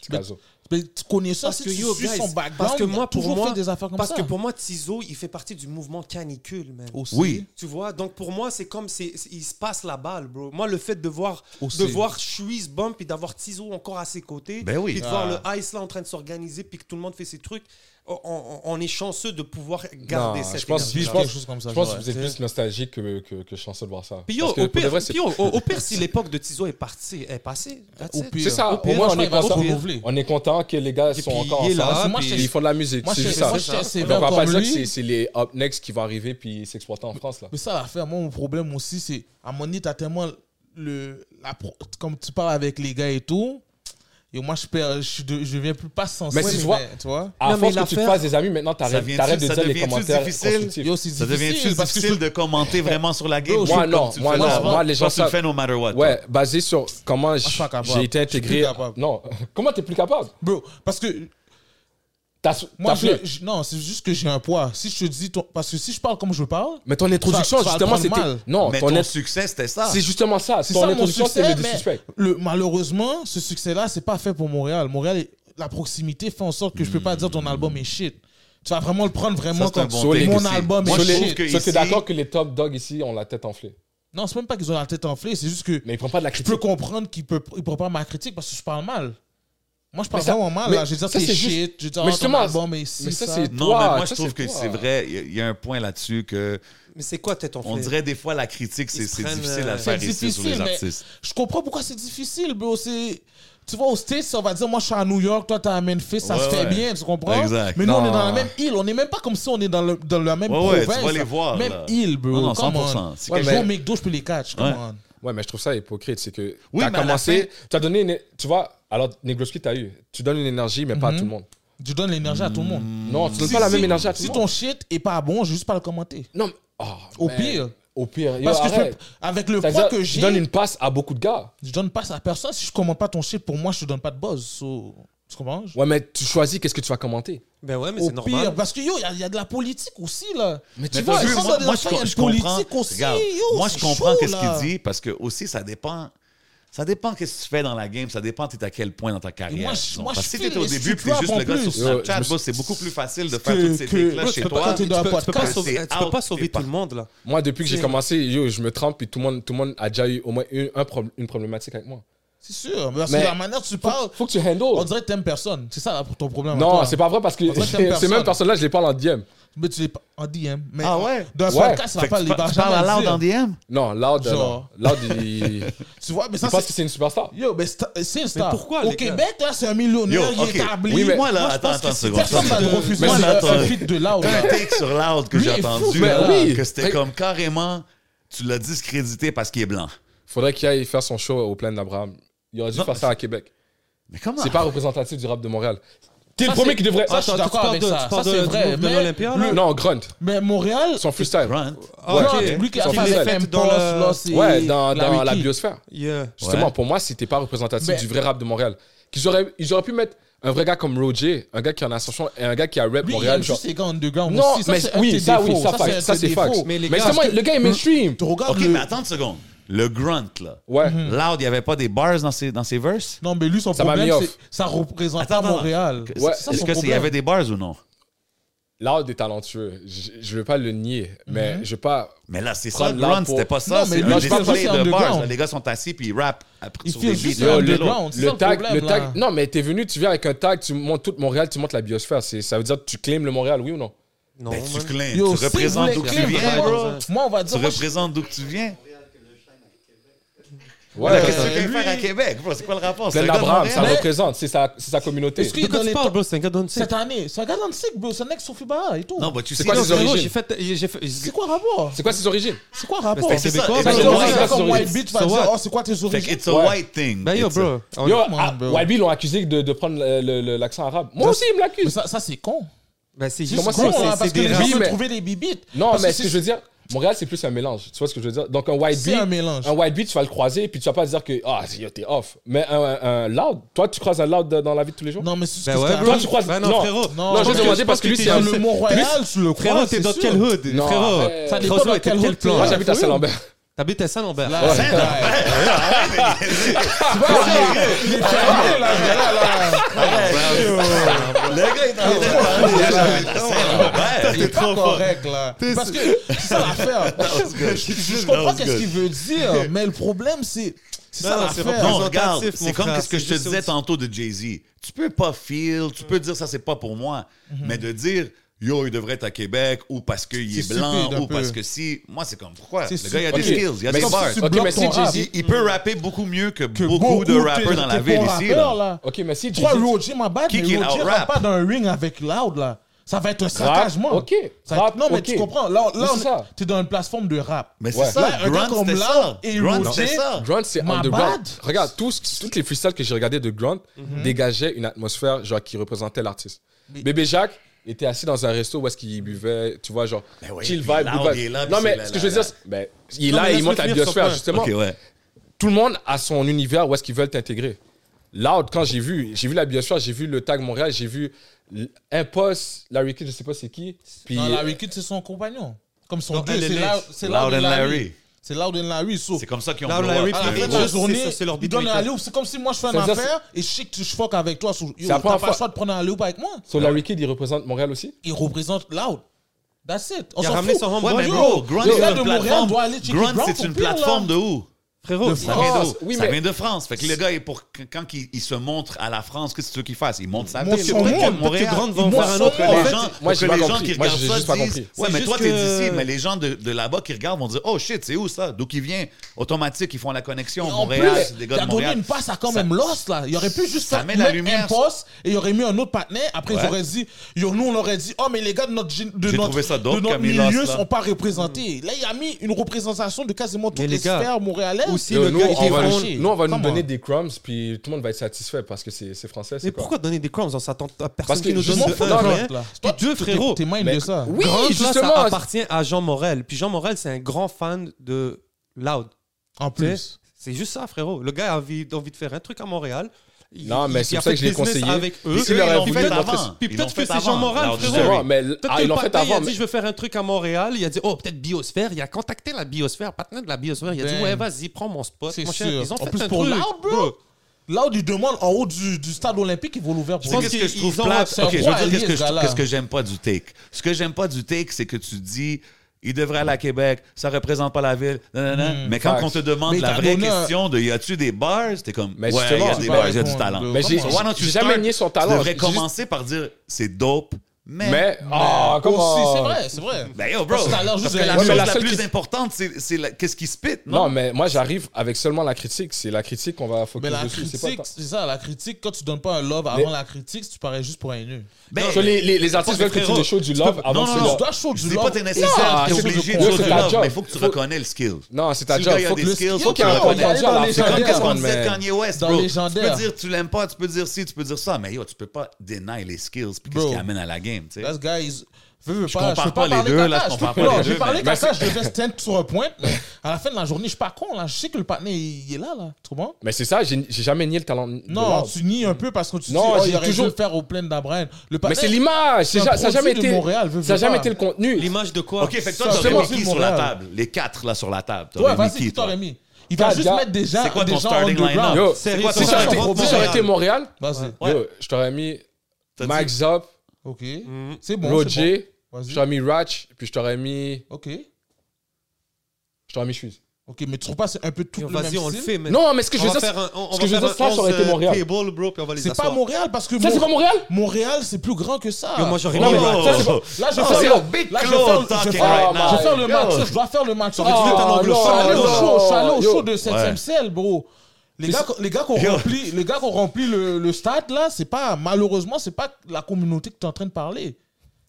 Speaker 1: Ticazo.
Speaker 2: Mais tu connais ça, si
Speaker 6: que
Speaker 2: tu
Speaker 6: yo,
Speaker 2: suis
Speaker 6: guys,
Speaker 2: son background.
Speaker 6: parce que
Speaker 2: il a
Speaker 6: moi, pour
Speaker 2: toujours
Speaker 6: moi,
Speaker 2: fait des affaires comme
Speaker 6: parce
Speaker 2: ça.
Speaker 6: que pour moi, Tizo, il fait partie du mouvement canicule, man.
Speaker 2: Aussi.
Speaker 3: Oui.
Speaker 6: Tu vois, donc pour moi, c'est comme c'est, c'est- il se passe la balle, bro. Moi, le fait de voir,
Speaker 2: Aussi.
Speaker 6: de voir Shuiz bump et d'avoir Tizo encore à ses côtés,
Speaker 3: Ben oui.
Speaker 6: puis de voir
Speaker 1: Ah.
Speaker 6: le Ice là en train de s'organiser, puis que tout le monde fait ses trucs, on, on- on est chanceux de pouvoir garder
Speaker 1: Non,
Speaker 6: cette
Speaker 1: je pense,
Speaker 6: énergie.
Speaker 1: je
Speaker 2: Vivre
Speaker 1: pense,
Speaker 2: quelque chose comme ça,
Speaker 1: je pense
Speaker 2: c'est
Speaker 1: que vous êtes
Speaker 2: vrai.
Speaker 1: plus nostalgique que, que, que chanceux de voir ça.
Speaker 6: Puis yo,
Speaker 1: Parce que
Speaker 6: au
Speaker 1: pour de
Speaker 6: pire,
Speaker 1: vrai, c'est-
Speaker 6: puis yo, au, au pire, si l'époque de Tizo est partie, est passée, that's
Speaker 2: Au
Speaker 6: it.
Speaker 2: pire.
Speaker 1: c'est ça, au
Speaker 2: pire,
Speaker 1: moins
Speaker 2: je
Speaker 1: on est
Speaker 2: crois qu'il va
Speaker 1: content.
Speaker 2: renouveler.
Speaker 1: On est content que les gars sont
Speaker 6: puis,
Speaker 1: encore
Speaker 6: il est là,
Speaker 1: ensemble.
Speaker 2: Moi,
Speaker 1: puis
Speaker 2: je-
Speaker 1: ils font de la musique,
Speaker 2: Moi,
Speaker 1: c'est
Speaker 2: je-
Speaker 1: juste ça.
Speaker 2: moi, je- c'est
Speaker 1: Donc
Speaker 2: vrai
Speaker 1: on va
Speaker 2: comme
Speaker 1: pas dire que
Speaker 2: lui.
Speaker 1: c'est- c'est les up next qui vont arriver puis s'exploiter en France là.
Speaker 2: Mais ça, l'affaire, moi, mon problème aussi, c'est à mon avis, t'as tellement le. La, pro- comme tu parles avec les gars et tout, et moi, je perds, je, suis de- je viens plus pas sensible.
Speaker 1: Mais si tu vois-
Speaker 2: tu vois.
Speaker 1: À
Speaker 6: Non, mais
Speaker 1: force que tu te
Speaker 6: l'affaire-
Speaker 1: fasses des amis, maintenant t'arrêtes
Speaker 3: vient-tu-
Speaker 1: t'arrêtes de
Speaker 3: ça
Speaker 1: dire les
Speaker 3: devient-tu
Speaker 1: commentaires
Speaker 3: difficile?
Speaker 1: constructifs.
Speaker 2: Yo, c'est
Speaker 3: Ça devient-tu
Speaker 2: difficile parce que je-
Speaker 3: difficile de commenter vraiment sur la game?
Speaker 2: Yo,
Speaker 3: Toi,
Speaker 1: moi,
Speaker 3: comme
Speaker 1: non,
Speaker 3: tu le
Speaker 1: moi,
Speaker 3: fais,
Speaker 1: non,
Speaker 3: toi,
Speaker 1: moi, les
Speaker 3: toi,
Speaker 1: gens
Speaker 3: tu le
Speaker 1: savent-
Speaker 3: fais no matter what.
Speaker 1: Ouais, basé sur comment
Speaker 2: suis pas capable.
Speaker 1: j'ai été
Speaker 2: Je suis plus
Speaker 1: intégré.
Speaker 2: capable.
Speaker 1: Non, comment t'es plus capable
Speaker 2: Bro, parce que
Speaker 1: T'as
Speaker 2: moi,
Speaker 1: t'as
Speaker 2: je,
Speaker 1: plus.
Speaker 2: je- non, c'est juste que j'ai un poids. Si je te dis, ton- parce que si je parle comme je parle,
Speaker 1: Mais ton introduction
Speaker 2: Ça- ça va
Speaker 1: justement
Speaker 2: prendre
Speaker 1: c'était
Speaker 2: mal.
Speaker 1: non,
Speaker 3: Mais
Speaker 1: ton
Speaker 3: ton
Speaker 1: int-
Speaker 3: succès, c'était ça.
Speaker 1: c'est justement ça.
Speaker 2: c'est
Speaker 1: Ton
Speaker 2: ça mon
Speaker 1: introduction
Speaker 2: succès.
Speaker 1: c'était le
Speaker 2: Mais
Speaker 1: disrespect.
Speaker 2: le, malheureusement, ce succès-là, c'est pas fait pour Montréal. Montréal, la proximité fait en sorte que je peux pas dire ton album est shit. Tu vas vraiment le prendre vraiment
Speaker 3: Ça, c'est un
Speaker 2: comme
Speaker 3: bon
Speaker 1: sur les-
Speaker 3: take
Speaker 2: mon
Speaker 3: aussi.
Speaker 2: album
Speaker 3: Moi,
Speaker 2: est
Speaker 3: je
Speaker 2: shit.
Speaker 3: trouve que
Speaker 1: So,
Speaker 3: ici-
Speaker 1: t'es d'accord que les top dogs ici ont la tête enflée.
Speaker 2: Non, c'est même pas qu'ils ont la tête enflée, c'est juste que
Speaker 1: Mais ils prennent pas de la
Speaker 2: je
Speaker 1: critique.
Speaker 2: peux comprendre qu'ils ne peuvent pas ma critique parce que je parle mal. Moi, je parle
Speaker 1: ça-
Speaker 2: vraiment mal,
Speaker 1: mais
Speaker 2: là. Je veux dire,
Speaker 1: ça,
Speaker 2: c'est
Speaker 1: c'est juste-
Speaker 2: shit. Je veux dire,
Speaker 1: mais
Speaker 2: ah, ton
Speaker 1: justement,
Speaker 2: album est si,
Speaker 1: mais ça,
Speaker 2: ça.
Speaker 1: c'est-
Speaker 3: Non,
Speaker 1: Toi,
Speaker 3: mais moi,
Speaker 1: ça,
Speaker 3: je
Speaker 1: c'est
Speaker 3: trouve que
Speaker 1: toi.
Speaker 3: c'est vrai. Il y a- il y, a un point là-dessus que
Speaker 6: Mais c'est quoi, t'es ton
Speaker 3: on
Speaker 6: flair?
Speaker 3: dirait des fois la critique, c'est
Speaker 6: Ils se
Speaker 3: c'est
Speaker 6: prennent,
Speaker 3: difficile à
Speaker 6: euh,
Speaker 3: faire
Speaker 2: c'est
Speaker 3: ici sur les
Speaker 2: difficile, mais-
Speaker 3: artistes.
Speaker 2: Je comprends pourquoi c'est difficile, bro. C'est... Tu vois, aux States, on va dire, moi, je suis à New York, toi, t'es à Memphis, ça
Speaker 3: Ouais,
Speaker 2: se fait
Speaker 3: ouais.
Speaker 2: bien, tu comprends?
Speaker 3: Exact.
Speaker 2: Mais nous, on est dans la
Speaker 1: Non.
Speaker 2: même île. On n'est même pas comme si on est dans, le, dans la même
Speaker 3: Ouais, ouais, tu
Speaker 2: province.
Speaker 3: vas les
Speaker 2: là.
Speaker 3: voir,
Speaker 2: Même
Speaker 3: là.
Speaker 2: île, bro.
Speaker 3: Non, non,
Speaker 2: Come on.
Speaker 3: 100%. C'est
Speaker 2: Ouais,
Speaker 3: quelque
Speaker 2: je vais au
Speaker 3: chose-
Speaker 2: McDo, je peux les catch. Come
Speaker 3: Ouais.
Speaker 2: on.
Speaker 1: Ouais, mais je trouve ça hypocrite. C'est que
Speaker 3: Oui,
Speaker 1: t'as
Speaker 3: mais à la
Speaker 1: commencé, t'as donné une. Tu vois, alors Negroski, t'as eu. Tu donnes une énergie, mais pas à tout le monde.
Speaker 2: Tu donnes l'énergie à tout le monde.
Speaker 3: Mm.
Speaker 1: Non, tu donnes
Speaker 2: Mhm. Si-
Speaker 1: pas la
Speaker 2: si-
Speaker 1: même énergie à tout
Speaker 2: Si
Speaker 1: le
Speaker 2: ton
Speaker 1: monde.
Speaker 2: shit est pas bon, je vais juste pas le commenter.
Speaker 1: Non, mais- oh,
Speaker 2: Au
Speaker 1: man.
Speaker 2: pire.
Speaker 1: Au pire. Yo,
Speaker 2: Parce que je peux-
Speaker 1: arrête.
Speaker 2: avec le
Speaker 1: Ça veut
Speaker 2: poids
Speaker 1: dire,
Speaker 2: que
Speaker 1: tu
Speaker 2: j'ai,
Speaker 1: donnes une passe à beaucoup de gars.
Speaker 2: je donne pas ça à personne. Si je commente pas ton shit, pour moi, je te donne pas de buzz. So, tu comprends?
Speaker 1: Ouais, mais tu choisis qu'est-ce que tu vas commenter.
Speaker 6: Ben ouais, mais
Speaker 2: Au
Speaker 6: c'est
Speaker 2: pire,
Speaker 6: normal.
Speaker 2: parce que yo, il y, a de la politique aussi là. Mais
Speaker 3: Mais
Speaker 2: tu vois,
Speaker 3: t'as
Speaker 2: ils
Speaker 3: vu,
Speaker 2: sont
Speaker 3: moi,
Speaker 2: dans des
Speaker 3: moi,
Speaker 2: affaires,
Speaker 3: je,
Speaker 2: il y a
Speaker 3: com-
Speaker 2: une
Speaker 3: je comprends.
Speaker 2: politique aussi.
Speaker 3: Regarde,
Speaker 2: yo,
Speaker 3: moi,
Speaker 2: c'est
Speaker 3: je comprends
Speaker 2: chaud,
Speaker 3: qu'est-ce
Speaker 2: là.
Speaker 3: qu'il dit parce que aussi, ça dépend. Ça dépend qu'est-ce que tu fais dans la game, ça dépend t'es à quel point dans ta carrière.
Speaker 2: moi, je-
Speaker 3: disons.
Speaker 2: moi, je
Speaker 3: Parce que si
Speaker 2: file
Speaker 3: t'es au
Speaker 2: les
Speaker 3: début, puis
Speaker 2: stupios
Speaker 3: t'es juste
Speaker 2: en
Speaker 3: le gars
Speaker 2: plus.
Speaker 3: sur Snapchat,
Speaker 1: Yo, je
Speaker 3: bro,
Speaker 1: me-
Speaker 3: c'est beaucoup plus facile de
Speaker 2: que-
Speaker 3: faire toutes ces
Speaker 2: que-
Speaker 3: trucs-là
Speaker 2: bro,
Speaker 3: chez
Speaker 2: tu peux pas
Speaker 3: toi.
Speaker 2: compter
Speaker 6: Tu
Speaker 2: dans un
Speaker 6: peux, tu peux pas
Speaker 2: podcast.
Speaker 6: sauver,
Speaker 3: C'est
Speaker 6: tu peux pas
Speaker 3: out,
Speaker 6: sauver
Speaker 3: t'es
Speaker 6: tout
Speaker 3: pas-
Speaker 6: le monde, là.
Speaker 1: Moi, depuis que j'ai
Speaker 6: C'est-
Speaker 1: commencé, yo, je me trempe, puis tout le monde, tout le monde a déjà eu au moins une, un pro- une problématique avec moi.
Speaker 2: C'est sûr, mais parce
Speaker 1: Mais-
Speaker 2: que la manière dont tu parles,
Speaker 1: Faut que tu handles.
Speaker 2: on dirait que t'aimes personne. C'est ça pour ton problème.
Speaker 1: non, c'est pas vrai parce que
Speaker 2: On dirait que t'aimes
Speaker 1: ces
Speaker 2: personne.
Speaker 1: mêmes personnes-là, je les parle en DM.
Speaker 2: Mais tu l'es pas en DM. Mais
Speaker 3: Ah ouais?
Speaker 2: Dans un
Speaker 1: Ouais.
Speaker 2: podcast, ça
Speaker 3: Fait
Speaker 2: va
Speaker 3: que
Speaker 2: pas
Speaker 3: tu
Speaker 2: les
Speaker 3: par-
Speaker 2: va
Speaker 3: tu
Speaker 2: jamais
Speaker 3: parles à
Speaker 2: le
Speaker 3: loud en
Speaker 2: dire.
Speaker 3: DM?
Speaker 1: Non, Loud, euh,
Speaker 2: Genre.
Speaker 1: non. Loud, il,
Speaker 2: Tu vois, mais
Speaker 1: il
Speaker 2: ça
Speaker 1: pense
Speaker 2: c'est
Speaker 1: que c'est une superstar.
Speaker 2: Yo, mais c'est c'est une star.
Speaker 6: pourquoi, les
Speaker 2: Au
Speaker 6: gars
Speaker 2: Québec, là, c'est un millionnaire,
Speaker 3: Yo,
Speaker 2: il
Speaker 3: ok.
Speaker 2: est établi.
Speaker 1: Oui, mais-
Speaker 3: Moi, là,
Speaker 2: je
Speaker 3: attends,
Speaker 2: pense que
Speaker 3: attends une
Speaker 2: c'est-
Speaker 3: seconde.
Speaker 2: Personne va te refuser
Speaker 1: Mais
Speaker 2: un-
Speaker 1: c'est-
Speaker 2: un feat de là.
Speaker 3: T'as un take sur Loud que
Speaker 2: Lui
Speaker 3: j'ai
Speaker 2: est fou,
Speaker 3: entendu,
Speaker 2: mais
Speaker 3: là,
Speaker 1: oui.
Speaker 3: que c'était
Speaker 1: Mais-
Speaker 3: comme carrément, tu l'as discrédité parce qu'il est blanc.
Speaker 1: Faudrait qu'il aille faire son show au plein d'Abraham. Il aurait dû
Speaker 3: Non,
Speaker 1: faire ça à Québec.
Speaker 3: Mais comment?
Speaker 1: C'est pas représentatif du rap de Montréal. T'es le
Speaker 2: Ça,
Speaker 1: premier
Speaker 2: c'est-
Speaker 1: qui devrait.
Speaker 2: Ça, je suis
Speaker 6: Attends, tu
Speaker 2: d'accord
Speaker 6: parles
Speaker 2: avec
Speaker 6: de-
Speaker 2: ça.
Speaker 6: tu
Speaker 2: Ça,
Speaker 6: parles
Speaker 2: c'est
Speaker 6: de-
Speaker 2: vrai.
Speaker 6: de
Speaker 2: mais-
Speaker 6: l'Olympia, là?
Speaker 1: Le- Non, Grunt.
Speaker 2: Mais Montréal,
Speaker 1: Son freestyle.
Speaker 3: Grant.
Speaker 6: Ah,
Speaker 2: Genre,
Speaker 6: ok.
Speaker 2: lui qui a
Speaker 1: Son
Speaker 2: fait les
Speaker 1: fils.
Speaker 2: femmes
Speaker 6: Dans
Speaker 2: posts,
Speaker 6: le-
Speaker 2: là, c'est
Speaker 1: Ouais, dans,
Speaker 2: la
Speaker 1: dans la
Speaker 2: wiki.
Speaker 1: biosphère.
Speaker 6: Yeah.
Speaker 1: Justement,
Speaker 3: Ouais.
Speaker 1: pour moi, c'était pas représentatif
Speaker 2: Mais-
Speaker 1: du vrai rap de Montréal. Qu'ils auraient, ils auraient pu mettre un vrai gars comme Roger, un gars qui est en ascension et un gars qui a rap
Speaker 2: Lui, il
Speaker 1: Montréal.
Speaker 2: aime
Speaker 1: Genre.
Speaker 2: juste les gars underground
Speaker 1: Non,
Speaker 2: aussi.
Speaker 1: mais
Speaker 2: c'est un de
Speaker 1: oui,
Speaker 2: ses
Speaker 1: ça, oui,
Speaker 2: défauts.
Speaker 1: ça,
Speaker 2: un
Speaker 1: fact-
Speaker 2: de
Speaker 1: ça,
Speaker 2: ses
Speaker 1: c'est fact.
Speaker 2: défauts.
Speaker 1: Mais,
Speaker 6: Mais les gars,
Speaker 1: justement,
Speaker 6: parce
Speaker 1: le gars est mainstream.
Speaker 2: Tu regardes
Speaker 3: Ok,
Speaker 2: le-
Speaker 3: mais attends une seconde. Le grunt, là.
Speaker 1: Ouais.
Speaker 3: Loud, il n'y avait pas des bars dans ses, dans ses verses?
Speaker 2: Non, mais lui, son
Speaker 1: Ça m'a
Speaker 2: problème,
Speaker 1: mis
Speaker 2: c'est
Speaker 1: off.
Speaker 2: ça représente
Speaker 3: Attends,
Speaker 2: pas
Speaker 3: attends.
Speaker 2: Montréal.
Speaker 3: Que-
Speaker 1: Ouais.
Speaker 2: C'est ça
Speaker 3: Est-ce
Speaker 2: son
Speaker 3: que c'est- il y
Speaker 2: problème.
Speaker 3: avait des bars ou non?
Speaker 1: Loud est talentueux. Je, je veux pas le nier,
Speaker 2: Mhm.
Speaker 1: mais je veux pas.
Speaker 3: Mais là, c'est ça,
Speaker 1: Prendre
Speaker 3: le
Speaker 1: Loud
Speaker 3: grunt,
Speaker 1: pour-
Speaker 3: c'était pas ça.
Speaker 2: Non, mais
Speaker 3: C'est
Speaker 2: lui,
Speaker 3: un
Speaker 2: je parle
Speaker 3: display
Speaker 2: juste
Speaker 3: de
Speaker 2: underground.
Speaker 3: bars. là. Les gars sont assis puis ils rappent après
Speaker 2: Il
Speaker 3: sur
Speaker 2: feel
Speaker 3: des
Speaker 2: juste
Speaker 3: beats.
Speaker 2: le
Speaker 3: un de l'autre.
Speaker 2: underground. C'est ça
Speaker 1: Le
Speaker 2: le
Speaker 1: tag,
Speaker 2: problème,
Speaker 1: le
Speaker 2: là.
Speaker 1: tag. Non, mais t'es venu, tu viens avec un tag, tu montes toute Montréal, tu montes la biosphère. C'est- Ça veut dire que tu claimes le Montréal, oui ou non
Speaker 6: Non,
Speaker 3: Ben, tu
Speaker 6: man.
Speaker 3: clins,
Speaker 2: Yo,
Speaker 3: tu
Speaker 2: si
Speaker 3: représentes
Speaker 2: vous
Speaker 3: d'où
Speaker 2: voulez
Speaker 3: tu
Speaker 2: claim,
Speaker 3: viens,
Speaker 2: bro,
Speaker 3: bro.
Speaker 2: Moi, on va
Speaker 3: Tu
Speaker 2: dire. moi, je-
Speaker 3: représentes d'où que tu viens.
Speaker 1: Ouais.
Speaker 3: Là, Qu'est-ce que
Speaker 1: ouais.
Speaker 3: tu viens faire à Québec, bro? C'est quoi le rapport?
Speaker 1: Plein hein.
Speaker 3: C'est un gars de
Speaker 1: d'Abraham, ça
Speaker 3: Montréal.
Speaker 1: représente, c'est sa, c'est sa communauté.
Speaker 2: Est-ce
Speaker 6: De
Speaker 2: que
Speaker 6: quoi
Speaker 2: dans
Speaker 6: tu
Speaker 2: les
Speaker 6: parles,
Speaker 2: temps-
Speaker 6: bro? C'est un gars d'un
Speaker 2: cette année, c'est un gars dans le cycle, bro. C'est un ex-Sofiba et tout.
Speaker 3: Non, bah, tu
Speaker 1: C'est
Speaker 3: sais,
Speaker 1: quoi ses
Speaker 6: Frérot,
Speaker 1: origines
Speaker 6: j'ai fait... j'ai fait-
Speaker 2: C'est quoi le rapport
Speaker 1: C'est quoi ses origines
Speaker 2: C'est quoi le rapport
Speaker 6: c'est
Speaker 2: Oh, C'est
Speaker 3: ça. Ben,
Speaker 6: québécois, bro.
Speaker 3: c'est
Speaker 2: genre,
Speaker 3: vrai,
Speaker 2: c'est
Speaker 1: c'est
Speaker 2: comme
Speaker 1: son
Speaker 2: White
Speaker 1: origine.
Speaker 2: Beat, tu vas
Speaker 6: So
Speaker 2: dire,
Speaker 6: what?
Speaker 2: oh, c'est quoi tes
Speaker 3: Fait que
Speaker 2: origines
Speaker 3: it's a
Speaker 1: Ouais.
Speaker 3: white thing.
Speaker 6: Ben yo,
Speaker 3: It's a-
Speaker 6: bro. On-
Speaker 1: Yo,
Speaker 2: Come on,
Speaker 1: ah,
Speaker 2: Oh, bro.
Speaker 1: Walby l'ont accusé de, de prendre le- le- le- l'accent arabe. Moi aussi, il me
Speaker 2: Mais
Speaker 1: l'accuse.
Speaker 2: ça, ça, c'est con.
Speaker 6: Ben c'est
Speaker 2: C'est
Speaker 6: juste
Speaker 1: Comment
Speaker 2: con,
Speaker 1: c'est-
Speaker 2: là,
Speaker 6: c'est-
Speaker 2: parce
Speaker 6: c'est
Speaker 2: que
Speaker 6: des
Speaker 2: les gens
Speaker 1: races.
Speaker 2: veulent
Speaker 1: Mais-
Speaker 2: trouver des bibites.
Speaker 1: Non,
Speaker 2: Parce
Speaker 1: mais ce
Speaker 2: c'est-
Speaker 1: que je veux dire, Montréal, c'est plus un mélange. Tu vois ce que je veux dire Donc, un white
Speaker 2: C'est
Speaker 1: beat,
Speaker 2: un mélange.
Speaker 1: un white beat, tu vas le croiser, puis tu vas pas dire que ah, yo, t'es off. Mais un, un- un loud, toi, tu croises un loud dans la vie de tous les jours
Speaker 2: Non, mais c'est ce
Speaker 6: Ben
Speaker 2: que
Speaker 6: ouais,
Speaker 2: c'est
Speaker 6: bro.
Speaker 1: Toi, tu croises.
Speaker 6: Ben non, frérot.
Speaker 2: Non,
Speaker 1: Non,
Speaker 2: parce
Speaker 1: je
Speaker 2: que
Speaker 1: vais
Speaker 6: je
Speaker 1: demander
Speaker 6: pense
Speaker 1: parce que
Speaker 6: que
Speaker 1: lui,
Speaker 6: t'es
Speaker 1: c'est
Speaker 6: dans
Speaker 1: un.
Speaker 2: Dans le Mont-Royal, tu le crois.
Speaker 6: Frérot, t'es
Speaker 2: c'est
Speaker 6: dans
Speaker 2: sûr.
Speaker 6: quel hood?
Speaker 1: Non,
Speaker 6: Frérot,
Speaker 1: arrête.
Speaker 2: Ça dépend
Speaker 6: François,
Speaker 2: dans
Speaker 6: t'es
Speaker 2: quel
Speaker 6: de quel
Speaker 2: hood,
Speaker 6: plan?
Speaker 1: Moi,
Speaker 2: là.
Speaker 1: j'habite à Saint-Lambert.
Speaker 6: T'habites à Saint-Lambert.
Speaker 2: Là, c'est vrai. Tu vois, il est fermé, là, ce gars-là, là.
Speaker 3: Le gars est en train de parler. Ouais.
Speaker 2: Il est pas correct, là. Parce que c'est ça l'affaire. Je je comprends
Speaker 3: That was
Speaker 2: qu'est-ce
Speaker 3: good.
Speaker 2: qu'il veut dire, mais le problème, c'est. C'est
Speaker 6: Non,
Speaker 2: ça
Speaker 6: c'est
Speaker 2: l'affaire.
Speaker 3: Non,
Speaker 6: Représentatif,
Speaker 3: regarde,
Speaker 6: mon
Speaker 3: c'est comme
Speaker 6: frère,
Speaker 3: ce que
Speaker 6: c'est
Speaker 3: je te
Speaker 6: juste
Speaker 3: disais
Speaker 6: aussi.
Speaker 3: tantôt de Jay-Z. Tu peux pas feel, tu peux dire ça, c'est pas pour moi, mais de dire yo, il devrait être à Québec ou parce qu'il
Speaker 2: C'est
Speaker 3: est blanc
Speaker 2: stupide un
Speaker 3: ou
Speaker 2: peu.
Speaker 3: parce que si. Moi, c'est comme pourquoi
Speaker 2: C'est
Speaker 3: Le gars, il y a
Speaker 2: stupide.
Speaker 3: des skills, il y a
Speaker 1: Mais
Speaker 3: des
Speaker 1: comme
Speaker 3: bars.
Speaker 2: si
Speaker 1: Ok,
Speaker 2: bloques
Speaker 1: mais
Speaker 2: ton
Speaker 1: si
Speaker 2: rap.
Speaker 1: Jay-Z.
Speaker 3: Il peut rapper beaucoup mieux que
Speaker 2: que
Speaker 3: beaucoup de
Speaker 2: t'es-
Speaker 3: rappers dans la
Speaker 2: t'es
Speaker 3: ville
Speaker 2: bon
Speaker 3: ici.
Speaker 2: rappeur,
Speaker 3: là.
Speaker 1: Ok, mais si
Speaker 2: Tu vois,
Speaker 1: Jay-Z-
Speaker 2: Roger, ma bad,
Speaker 3: Qui
Speaker 2: mais
Speaker 3: qui
Speaker 2: Roger
Speaker 3: outrap?
Speaker 2: rentre pas dans un ring avec Loud, là. Ça va être un saccagement.
Speaker 1: ok.
Speaker 2: Ça va être-
Speaker 1: Rap,
Speaker 2: Non, mais
Speaker 1: ok.
Speaker 2: tu comprends. Là,
Speaker 1: Mais
Speaker 2: là
Speaker 1: c'est ça.
Speaker 2: on- t'es dans une plateforme de rap.
Speaker 3: Mais
Speaker 1: Ouais.
Speaker 3: c'est ça,
Speaker 2: Là, un gars
Speaker 3: Grunt,
Speaker 2: comme
Speaker 3: c'était
Speaker 2: Loud
Speaker 3: ça.
Speaker 2: et
Speaker 3: Grunt,
Speaker 2: Roger-
Speaker 3: c'est ça.
Speaker 1: Grunt, c'est
Speaker 2: My
Speaker 1: underground.
Speaker 2: bad.
Speaker 1: Regarde, tous, toutes les freestyles que j'ai regardées de Grunt dégageaient une atmosphère genre, qui représentait l'artiste. Bébé Jacques était assis dans un resto où est-ce qu'il buvait, tu vois, genre,
Speaker 3: Ben oui,
Speaker 1: chill
Speaker 3: puis
Speaker 1: vibe,
Speaker 3: là,
Speaker 1: good
Speaker 3: on
Speaker 1: vibe.
Speaker 3: est là, puis
Speaker 1: non, mais
Speaker 3: c'est
Speaker 1: ce
Speaker 3: là,
Speaker 1: que je veux
Speaker 3: là,
Speaker 1: dire, c'est- ben, il est
Speaker 6: Non,
Speaker 1: là,
Speaker 6: mais
Speaker 1: il
Speaker 6: laisse-le
Speaker 1: monte la
Speaker 6: finir son
Speaker 1: biosphère,
Speaker 6: point.
Speaker 1: justement.
Speaker 3: Ok, ouais.
Speaker 1: Tout le monde a son univers où est-ce qu'ils veulent t'intégrer. Loud, quand j'ai vu, j'ai vu la biosphère, j'ai vu le tag Montréal, j'ai vu l- Impost, Larry Kidd, je sais pas c'est qui. Puis,
Speaker 2: Non, Larry Kidd, c'est son compagnon. Comme son
Speaker 6: Non,
Speaker 2: dieu, c'est
Speaker 6: LLX.
Speaker 2: Loud- c'est
Speaker 3: Loud and Larry.
Speaker 2: C'est Loud and Larry, sauf.
Speaker 3: C'est comme ça qu'ils ont
Speaker 6: Loud and
Speaker 3: blow up. Ah,
Speaker 6: Larry,
Speaker 2: À la
Speaker 6: puis
Speaker 2: fin de
Speaker 6: Ouais,
Speaker 2: la
Speaker 6: c'est
Speaker 2: journée,
Speaker 6: ça, c'est leur
Speaker 2: il
Speaker 6: beat
Speaker 2: donne un
Speaker 6: week-end.
Speaker 2: alley C'est comme si moi je fais une
Speaker 1: C'est-à-dire,
Speaker 2: affaire et je sais que tu- je fuck avec toi. so- yo,
Speaker 1: la
Speaker 2: T'as
Speaker 1: première
Speaker 2: pas
Speaker 1: fois.
Speaker 2: le choix de prendre un alley avec moi.
Speaker 1: so, Larry Kidd, il représente Montréal aussi
Speaker 2: Il représente Loud. That's it. On
Speaker 6: Il a
Speaker 2: s'en
Speaker 6: ramené
Speaker 2: fout.
Speaker 6: son homeboy.
Speaker 3: Ouais, mais
Speaker 2: Yo,
Speaker 3: bro, Grunt,
Speaker 2: les
Speaker 3: c'est
Speaker 2: gars
Speaker 3: une
Speaker 2: de Montréal
Speaker 3: plateforme.
Speaker 2: doivent aller checker
Speaker 3: Grunt,
Speaker 2: Grunt
Speaker 3: c'est
Speaker 2: au
Speaker 3: une
Speaker 2: pire, là.
Speaker 3: plateforme de où?
Speaker 6: Frérot,
Speaker 3: Ça
Speaker 6: il-
Speaker 3: vient,
Speaker 1: France.
Speaker 3: d'où?
Speaker 1: Oui,
Speaker 3: Ça
Speaker 1: mais-
Speaker 3: vient de France. Fait que le gars, est pour... quand il, il se montre à la France, qu'est-ce que tu veux qu'il fasse? Il monte sa
Speaker 2: Montre
Speaker 3: ville.
Speaker 2: son
Speaker 3: Peut-être que
Speaker 2: monde,
Speaker 3: Montréal-
Speaker 6: peut-être que Grande va en
Speaker 3: Moi,
Speaker 6: faire un
Speaker 3: son
Speaker 6: autre.
Speaker 3: monde,
Speaker 6: En
Speaker 3: les
Speaker 6: fait,
Speaker 3: gens-
Speaker 1: moi,
Speaker 3: que
Speaker 1: j'ai
Speaker 3: les
Speaker 1: pas
Speaker 3: gens
Speaker 1: compris.
Speaker 3: qui
Speaker 1: Moi,
Speaker 3: regardent
Speaker 1: j'ai
Speaker 3: ça
Speaker 1: juste pas
Speaker 3: disent-
Speaker 1: compris.
Speaker 3: Ouais,
Speaker 6: C'est
Speaker 3: mais
Speaker 6: juste
Speaker 3: toi, t'es
Speaker 6: que-
Speaker 3: d'ici, mais les gens de, de là-bas qui regardent vont dire Oh shit, c'est où ça? D'où qui vient? Automatique, ils font la connexion.
Speaker 2: En
Speaker 3: Montréal,
Speaker 2: plus,
Speaker 3: c'est des gars
Speaker 2: t'as
Speaker 3: de
Speaker 2: donné
Speaker 3: Montréal.
Speaker 2: une passe à quand
Speaker 3: Ça-
Speaker 2: même Lost, là. Il aurait pu juste
Speaker 3: Ça
Speaker 2: faire-
Speaker 3: met la
Speaker 2: mettre
Speaker 3: lumière.
Speaker 2: un poste et il aurait mis un autre partenaire. Après,
Speaker 3: Ouais.
Speaker 2: ils auraient dit, yo, nous, on aurait dit, oh, mais les gars de notre, gé- de
Speaker 3: J'ai
Speaker 2: notre,
Speaker 3: trouvé ça dope,
Speaker 2: de notre
Speaker 3: Camille Lost,
Speaker 2: milieu
Speaker 3: là.
Speaker 2: sont pas représentés. Là, il a mis une représentation de quasiment toutes
Speaker 6: Mais les
Speaker 2: les,
Speaker 6: gars,
Speaker 2: sphères montréalaises.
Speaker 6: aussi
Speaker 1: Yo,
Speaker 6: le
Speaker 1: nous,
Speaker 6: gars,
Speaker 1: on
Speaker 6: il
Speaker 1: va,
Speaker 6: est
Speaker 1: nous-
Speaker 6: branché.
Speaker 1: nous, on va nous
Speaker 2: Come
Speaker 1: donner
Speaker 2: on.
Speaker 1: des crumbs, puis tout le monde va être satisfait parce que c'est c'est français. c'est
Speaker 6: Mais
Speaker 1: quoi.
Speaker 6: pourquoi donner des crumbs On s'attend à
Speaker 1: Parce
Speaker 6: personne
Speaker 1: que
Speaker 6: qui nous
Speaker 1: je
Speaker 6: donne
Speaker 1: m'en
Speaker 6: de
Speaker 1: fous
Speaker 6: un
Speaker 1: de Grant,
Speaker 3: hein.
Speaker 6: rien.
Speaker 2: là.
Speaker 6: Puis deux, frérot.
Speaker 2: T'es mind de ça.
Speaker 1: Oui,
Speaker 6: Grant, là,
Speaker 1: justement.
Speaker 6: ça appartient à Jean Morel. Puis Jean Morel, c'est un grand fan de Loud.
Speaker 2: En plus.
Speaker 6: C'est juste ça, frérot. Le gars a envie, envie de faire un truc à Montréal. Il-
Speaker 1: Non, mais c'est
Speaker 6: il a
Speaker 1: pour ça
Speaker 6: fait
Speaker 1: que je l'ai
Speaker 6: business
Speaker 1: conseillé.
Speaker 6: Avec eux.
Speaker 1: Puis s'il
Speaker 6: Eux,
Speaker 1: aurait
Speaker 6: ils l'ont
Speaker 1: voulu
Speaker 6: fait
Speaker 1: montrer
Speaker 6: avant.
Speaker 3: ça.
Speaker 6: Puis
Speaker 3: Ils l'ont
Speaker 6: peut-être que
Speaker 3: fait
Speaker 6: c'est Jean
Speaker 3: avant,
Speaker 6: Morel,
Speaker 3: Loud
Speaker 6: frérot.
Speaker 3: Jerry.
Speaker 1: Justement, mais
Speaker 6: Peut-être
Speaker 1: ah,
Speaker 6: que
Speaker 1: ils
Speaker 6: le
Speaker 1: l'ont fait
Speaker 6: patin,
Speaker 1: avant.
Speaker 6: Il a dit,
Speaker 1: mais-
Speaker 6: je veux faire un truc à Montréal. Il a dit, oh, peut-être biosphère. Il a contacté la biosphère, partenaire de la biosphère. Il a dit,
Speaker 2: Ben.
Speaker 6: ouais, vas-y, prends mon spot.
Speaker 2: C'est
Speaker 6: Mon cher,
Speaker 2: sûr.
Speaker 6: Ils ont
Speaker 2: En
Speaker 6: fait
Speaker 2: plus,
Speaker 6: un
Speaker 2: pour
Speaker 6: truc.
Speaker 2: Loud, bro. Là où ils demandent en haut du, du stade olympique, ils vont l'ouvrir pour
Speaker 3: Tu sais,
Speaker 2: eux.
Speaker 3: qu'est-ce que je trouve
Speaker 2: Ils ont
Speaker 3: plate?
Speaker 2: un
Speaker 3: Ok, je veux
Speaker 2: roi
Speaker 3: dire qu'est-ce que
Speaker 2: allié, ce
Speaker 3: je-
Speaker 2: gars-là.
Speaker 3: qu'est-ce que j'aime pas du take. Ce que j'aime pas du take, c'est que tu dis, il devrait aller à Québec, ça représente pas la ville, nan, nan, nan. Mais quand
Speaker 1: Mm. Facts.
Speaker 3: on te demande
Speaker 2: Mais
Speaker 3: la
Speaker 2: t'as
Speaker 3: vraie
Speaker 2: donné un-
Speaker 3: question de y a-tu des bars, t'es comme,
Speaker 1: Mais
Speaker 3: ouais, il y
Speaker 1: justement,
Speaker 3: a
Speaker 1: tu
Speaker 3: des
Speaker 1: peux
Speaker 3: bars, il y a du
Speaker 2: répondre,
Speaker 3: talent.
Speaker 2: bro.
Speaker 1: Mais j'ai
Speaker 2: Comment
Speaker 3: Why don't you
Speaker 1: j'ai jamais
Speaker 3: start?
Speaker 1: nié son
Speaker 3: Tu
Speaker 1: talent.
Speaker 3: devrais
Speaker 1: J'ai
Speaker 3: commencer par dire, c'est dope, mais.
Speaker 1: juste- Mais, ah, comment
Speaker 2: Aussi, c'est vrai, c'est vrai.
Speaker 3: Ben yo, bro!
Speaker 2: Parce que ça a l'air
Speaker 3: Parce
Speaker 2: juste
Speaker 3: que
Speaker 2: de-
Speaker 3: la
Speaker 2: Ouais, mais
Speaker 3: chose
Speaker 1: la
Speaker 3: la
Speaker 1: seule
Speaker 3: plus
Speaker 1: qui-
Speaker 3: importante, c'est c'est la- qu'est-ce qui spit,
Speaker 1: Non,
Speaker 3: non?
Speaker 1: mais moi, j'arrive avec seulement la critique. C'est la critique qu'on va
Speaker 2: Mais
Speaker 1: focus
Speaker 2: la
Speaker 1: dessus. C'est pas le
Speaker 2: critique,
Speaker 1: temps.
Speaker 2: c'est ça, la critique, quand tu donnes pas un love
Speaker 1: Mais-
Speaker 2: avant la critique, tu parais juste pour un nœud.
Speaker 3: Ben,
Speaker 1: Parce que les- Les les artistes
Speaker 3: Mais
Speaker 1: veulent que tu
Speaker 3: frérot,
Speaker 1: les shows du love
Speaker 3: non,
Speaker 1: avant que
Speaker 3: non,
Speaker 1: c'est
Speaker 3: non,
Speaker 1: leur-
Speaker 2: Tu dois show
Speaker 3: Je
Speaker 2: du
Speaker 3: dis pas
Speaker 2: love.
Speaker 3: t'es
Speaker 1: Non,
Speaker 3: nécessaire, t'es
Speaker 1: c'est
Speaker 3: obligé
Speaker 1: le-
Speaker 3: de
Speaker 1: c'est
Speaker 3: jouer
Speaker 1: ta
Speaker 3: là,
Speaker 1: job.
Speaker 3: mais faut que tu
Speaker 1: Faut-
Speaker 3: reconnais le skill.
Speaker 1: Non, c'est ta
Speaker 3: Si le gars,
Speaker 1: job.
Speaker 3: il y a
Speaker 1: Faut
Speaker 3: des
Speaker 1: que-
Speaker 3: skills,
Speaker 1: faut
Speaker 3: faut
Speaker 1: qu'il y ait
Speaker 3: qu'il
Speaker 1: un
Speaker 3: reconnaisse.
Speaker 1: potentiel
Speaker 2: Dans
Speaker 1: à la fin.
Speaker 2: les
Speaker 3: C'est comme
Speaker 2: Légendaire,
Speaker 3: qu'est-ce qu'on disait de
Speaker 1: man.
Speaker 3: Kanye West,
Speaker 2: Dans
Speaker 3: bro. Tu
Speaker 2: Légendaire.
Speaker 3: peux dire tu l'aimes pas, tu peux dire ci, tu peux dire ça, mais yo, tu peux pas deny les skills puis qu'est-ce
Speaker 2: Bro.
Speaker 3: qui amène à la game, tu sais.
Speaker 2: That guy is- veux, veux
Speaker 3: compare
Speaker 2: peux
Speaker 3: pas les
Speaker 2: parler
Speaker 3: deux,
Speaker 2: caca,
Speaker 3: là, je
Speaker 2: peux-
Speaker 3: compare pas les
Speaker 2: non,
Speaker 3: deux,
Speaker 2: J'ai parlé
Speaker 3: mais-
Speaker 2: comme ça, je devais stand sur un point, mais à la fin de la journée, je suis pas con, là. Je sais que le partenaire, il est là, là. Tu comprends?
Speaker 1: Mais c'est ça, j'ai j'ai jamais nié le talent. de
Speaker 2: Non,
Speaker 1: Loud.
Speaker 2: tu nies un peu parce que tu
Speaker 1: Non,
Speaker 2: dis, oh,
Speaker 1: j'ai
Speaker 2: il
Speaker 1: toujours-
Speaker 2: aurait toujours... dû le faire au plein d'Abraham. Le
Speaker 1: Mais
Speaker 2: partenaire-
Speaker 1: c'est l'image. c'est
Speaker 2: un
Speaker 1: ja- Ça n'a jamais
Speaker 2: produit de
Speaker 1: été
Speaker 2: Montréal, veux,
Speaker 1: ça a
Speaker 2: veux
Speaker 1: jamais
Speaker 2: pas.
Speaker 1: été le contenu.
Speaker 6: L'image de quoi
Speaker 3: OK, fait que toi
Speaker 2: Ça,
Speaker 3: t'aurais
Speaker 2: c'est
Speaker 3: mis qui
Speaker 2: mon
Speaker 3: sur la
Speaker 2: rêve.
Speaker 3: table Les quatre là sur la table,
Speaker 2: Ouais,
Speaker 3: t'aurais mis
Speaker 2: vas-y,
Speaker 3: qui
Speaker 2: qui
Speaker 3: toi
Speaker 2: t'aurais mis? Il va
Speaker 1: Gars,
Speaker 2: juste
Speaker 1: gars,
Speaker 2: mettre des gens,
Speaker 3: c'est quoi
Speaker 2: des
Speaker 3: ton
Speaker 2: gens
Speaker 3: starting
Speaker 2: underground.
Speaker 3: line-up?
Speaker 1: Yo,
Speaker 6: Sérieux,
Speaker 3: quoi
Speaker 6: ça,
Speaker 1: Si
Speaker 3: ton
Speaker 1: ça aurait
Speaker 6: c'est
Speaker 1: été-
Speaker 6: un
Speaker 3: starting
Speaker 1: si ça aurait été
Speaker 3: line-up?
Speaker 1: Montréal,
Speaker 2: Vas-y.
Speaker 3: Ouais.
Speaker 1: yo, je t'aurais mis
Speaker 3: T'as dit-
Speaker 1: Max Up,
Speaker 2: Ok. C'est bon. c'est
Speaker 1: Roger,
Speaker 2: bon.
Speaker 1: je
Speaker 2: Vas-y.
Speaker 1: t'aurais mis Ratch, puis je t'aurais mis.
Speaker 2: Ok.
Speaker 1: Je t'aurais mis Shoes.
Speaker 2: Ok, mais tu trouves pas c'est un peu tout le même
Speaker 6: Vas-y, on le
Speaker 2: style?
Speaker 6: fait, mais.
Speaker 1: Non, mais ce que je
Speaker 6: on
Speaker 1: veux
Speaker 6: va
Speaker 1: dire,
Speaker 6: faire un, on
Speaker 1: ce
Speaker 6: on
Speaker 1: que
Speaker 6: va
Speaker 1: je veux dire,
Speaker 6: faire
Speaker 1: ça,
Speaker 6: un
Speaker 1: ça aurait été
Speaker 6: 11, euh,
Speaker 1: Montréal.
Speaker 6: table, bro, puis on va les
Speaker 2: C'est pas
Speaker 6: asseoir.
Speaker 2: Montréal parce que
Speaker 1: Ça, c'est
Speaker 2: Mon-
Speaker 1: pas Montréal
Speaker 2: Montréal, c'est plus grand que ça.
Speaker 6: Yo, moi, j'aurais
Speaker 1: Non,
Speaker 6: mis
Speaker 1: mais
Speaker 6: Ratch.
Speaker 1: ça, c'est pas-
Speaker 2: Là, je vais
Speaker 3: Oh,
Speaker 2: faire
Speaker 3: c'est
Speaker 2: le
Speaker 3: le big
Speaker 2: là, je vais
Speaker 3: Claude
Speaker 2: faire le- je vais
Speaker 3: talking
Speaker 2: faire-
Speaker 3: right
Speaker 2: je vais
Speaker 3: now.
Speaker 2: faire le
Speaker 3: Yo.
Speaker 2: match. Je dois faire le match.
Speaker 1: Ah,
Speaker 2: Je
Speaker 1: non,
Speaker 2: suis allé au
Speaker 1: non,
Speaker 2: show, je suis allé au
Speaker 1: yo.
Speaker 2: show de 7 e
Speaker 3: Ouais.
Speaker 2: ciel, bro. Les gars, les gars qu'on
Speaker 3: Yo.
Speaker 2: remplit, les gars qu'on remplit le, le stade là, c'est pas malheureusement c'est pas la communauté que tu es en train de parler.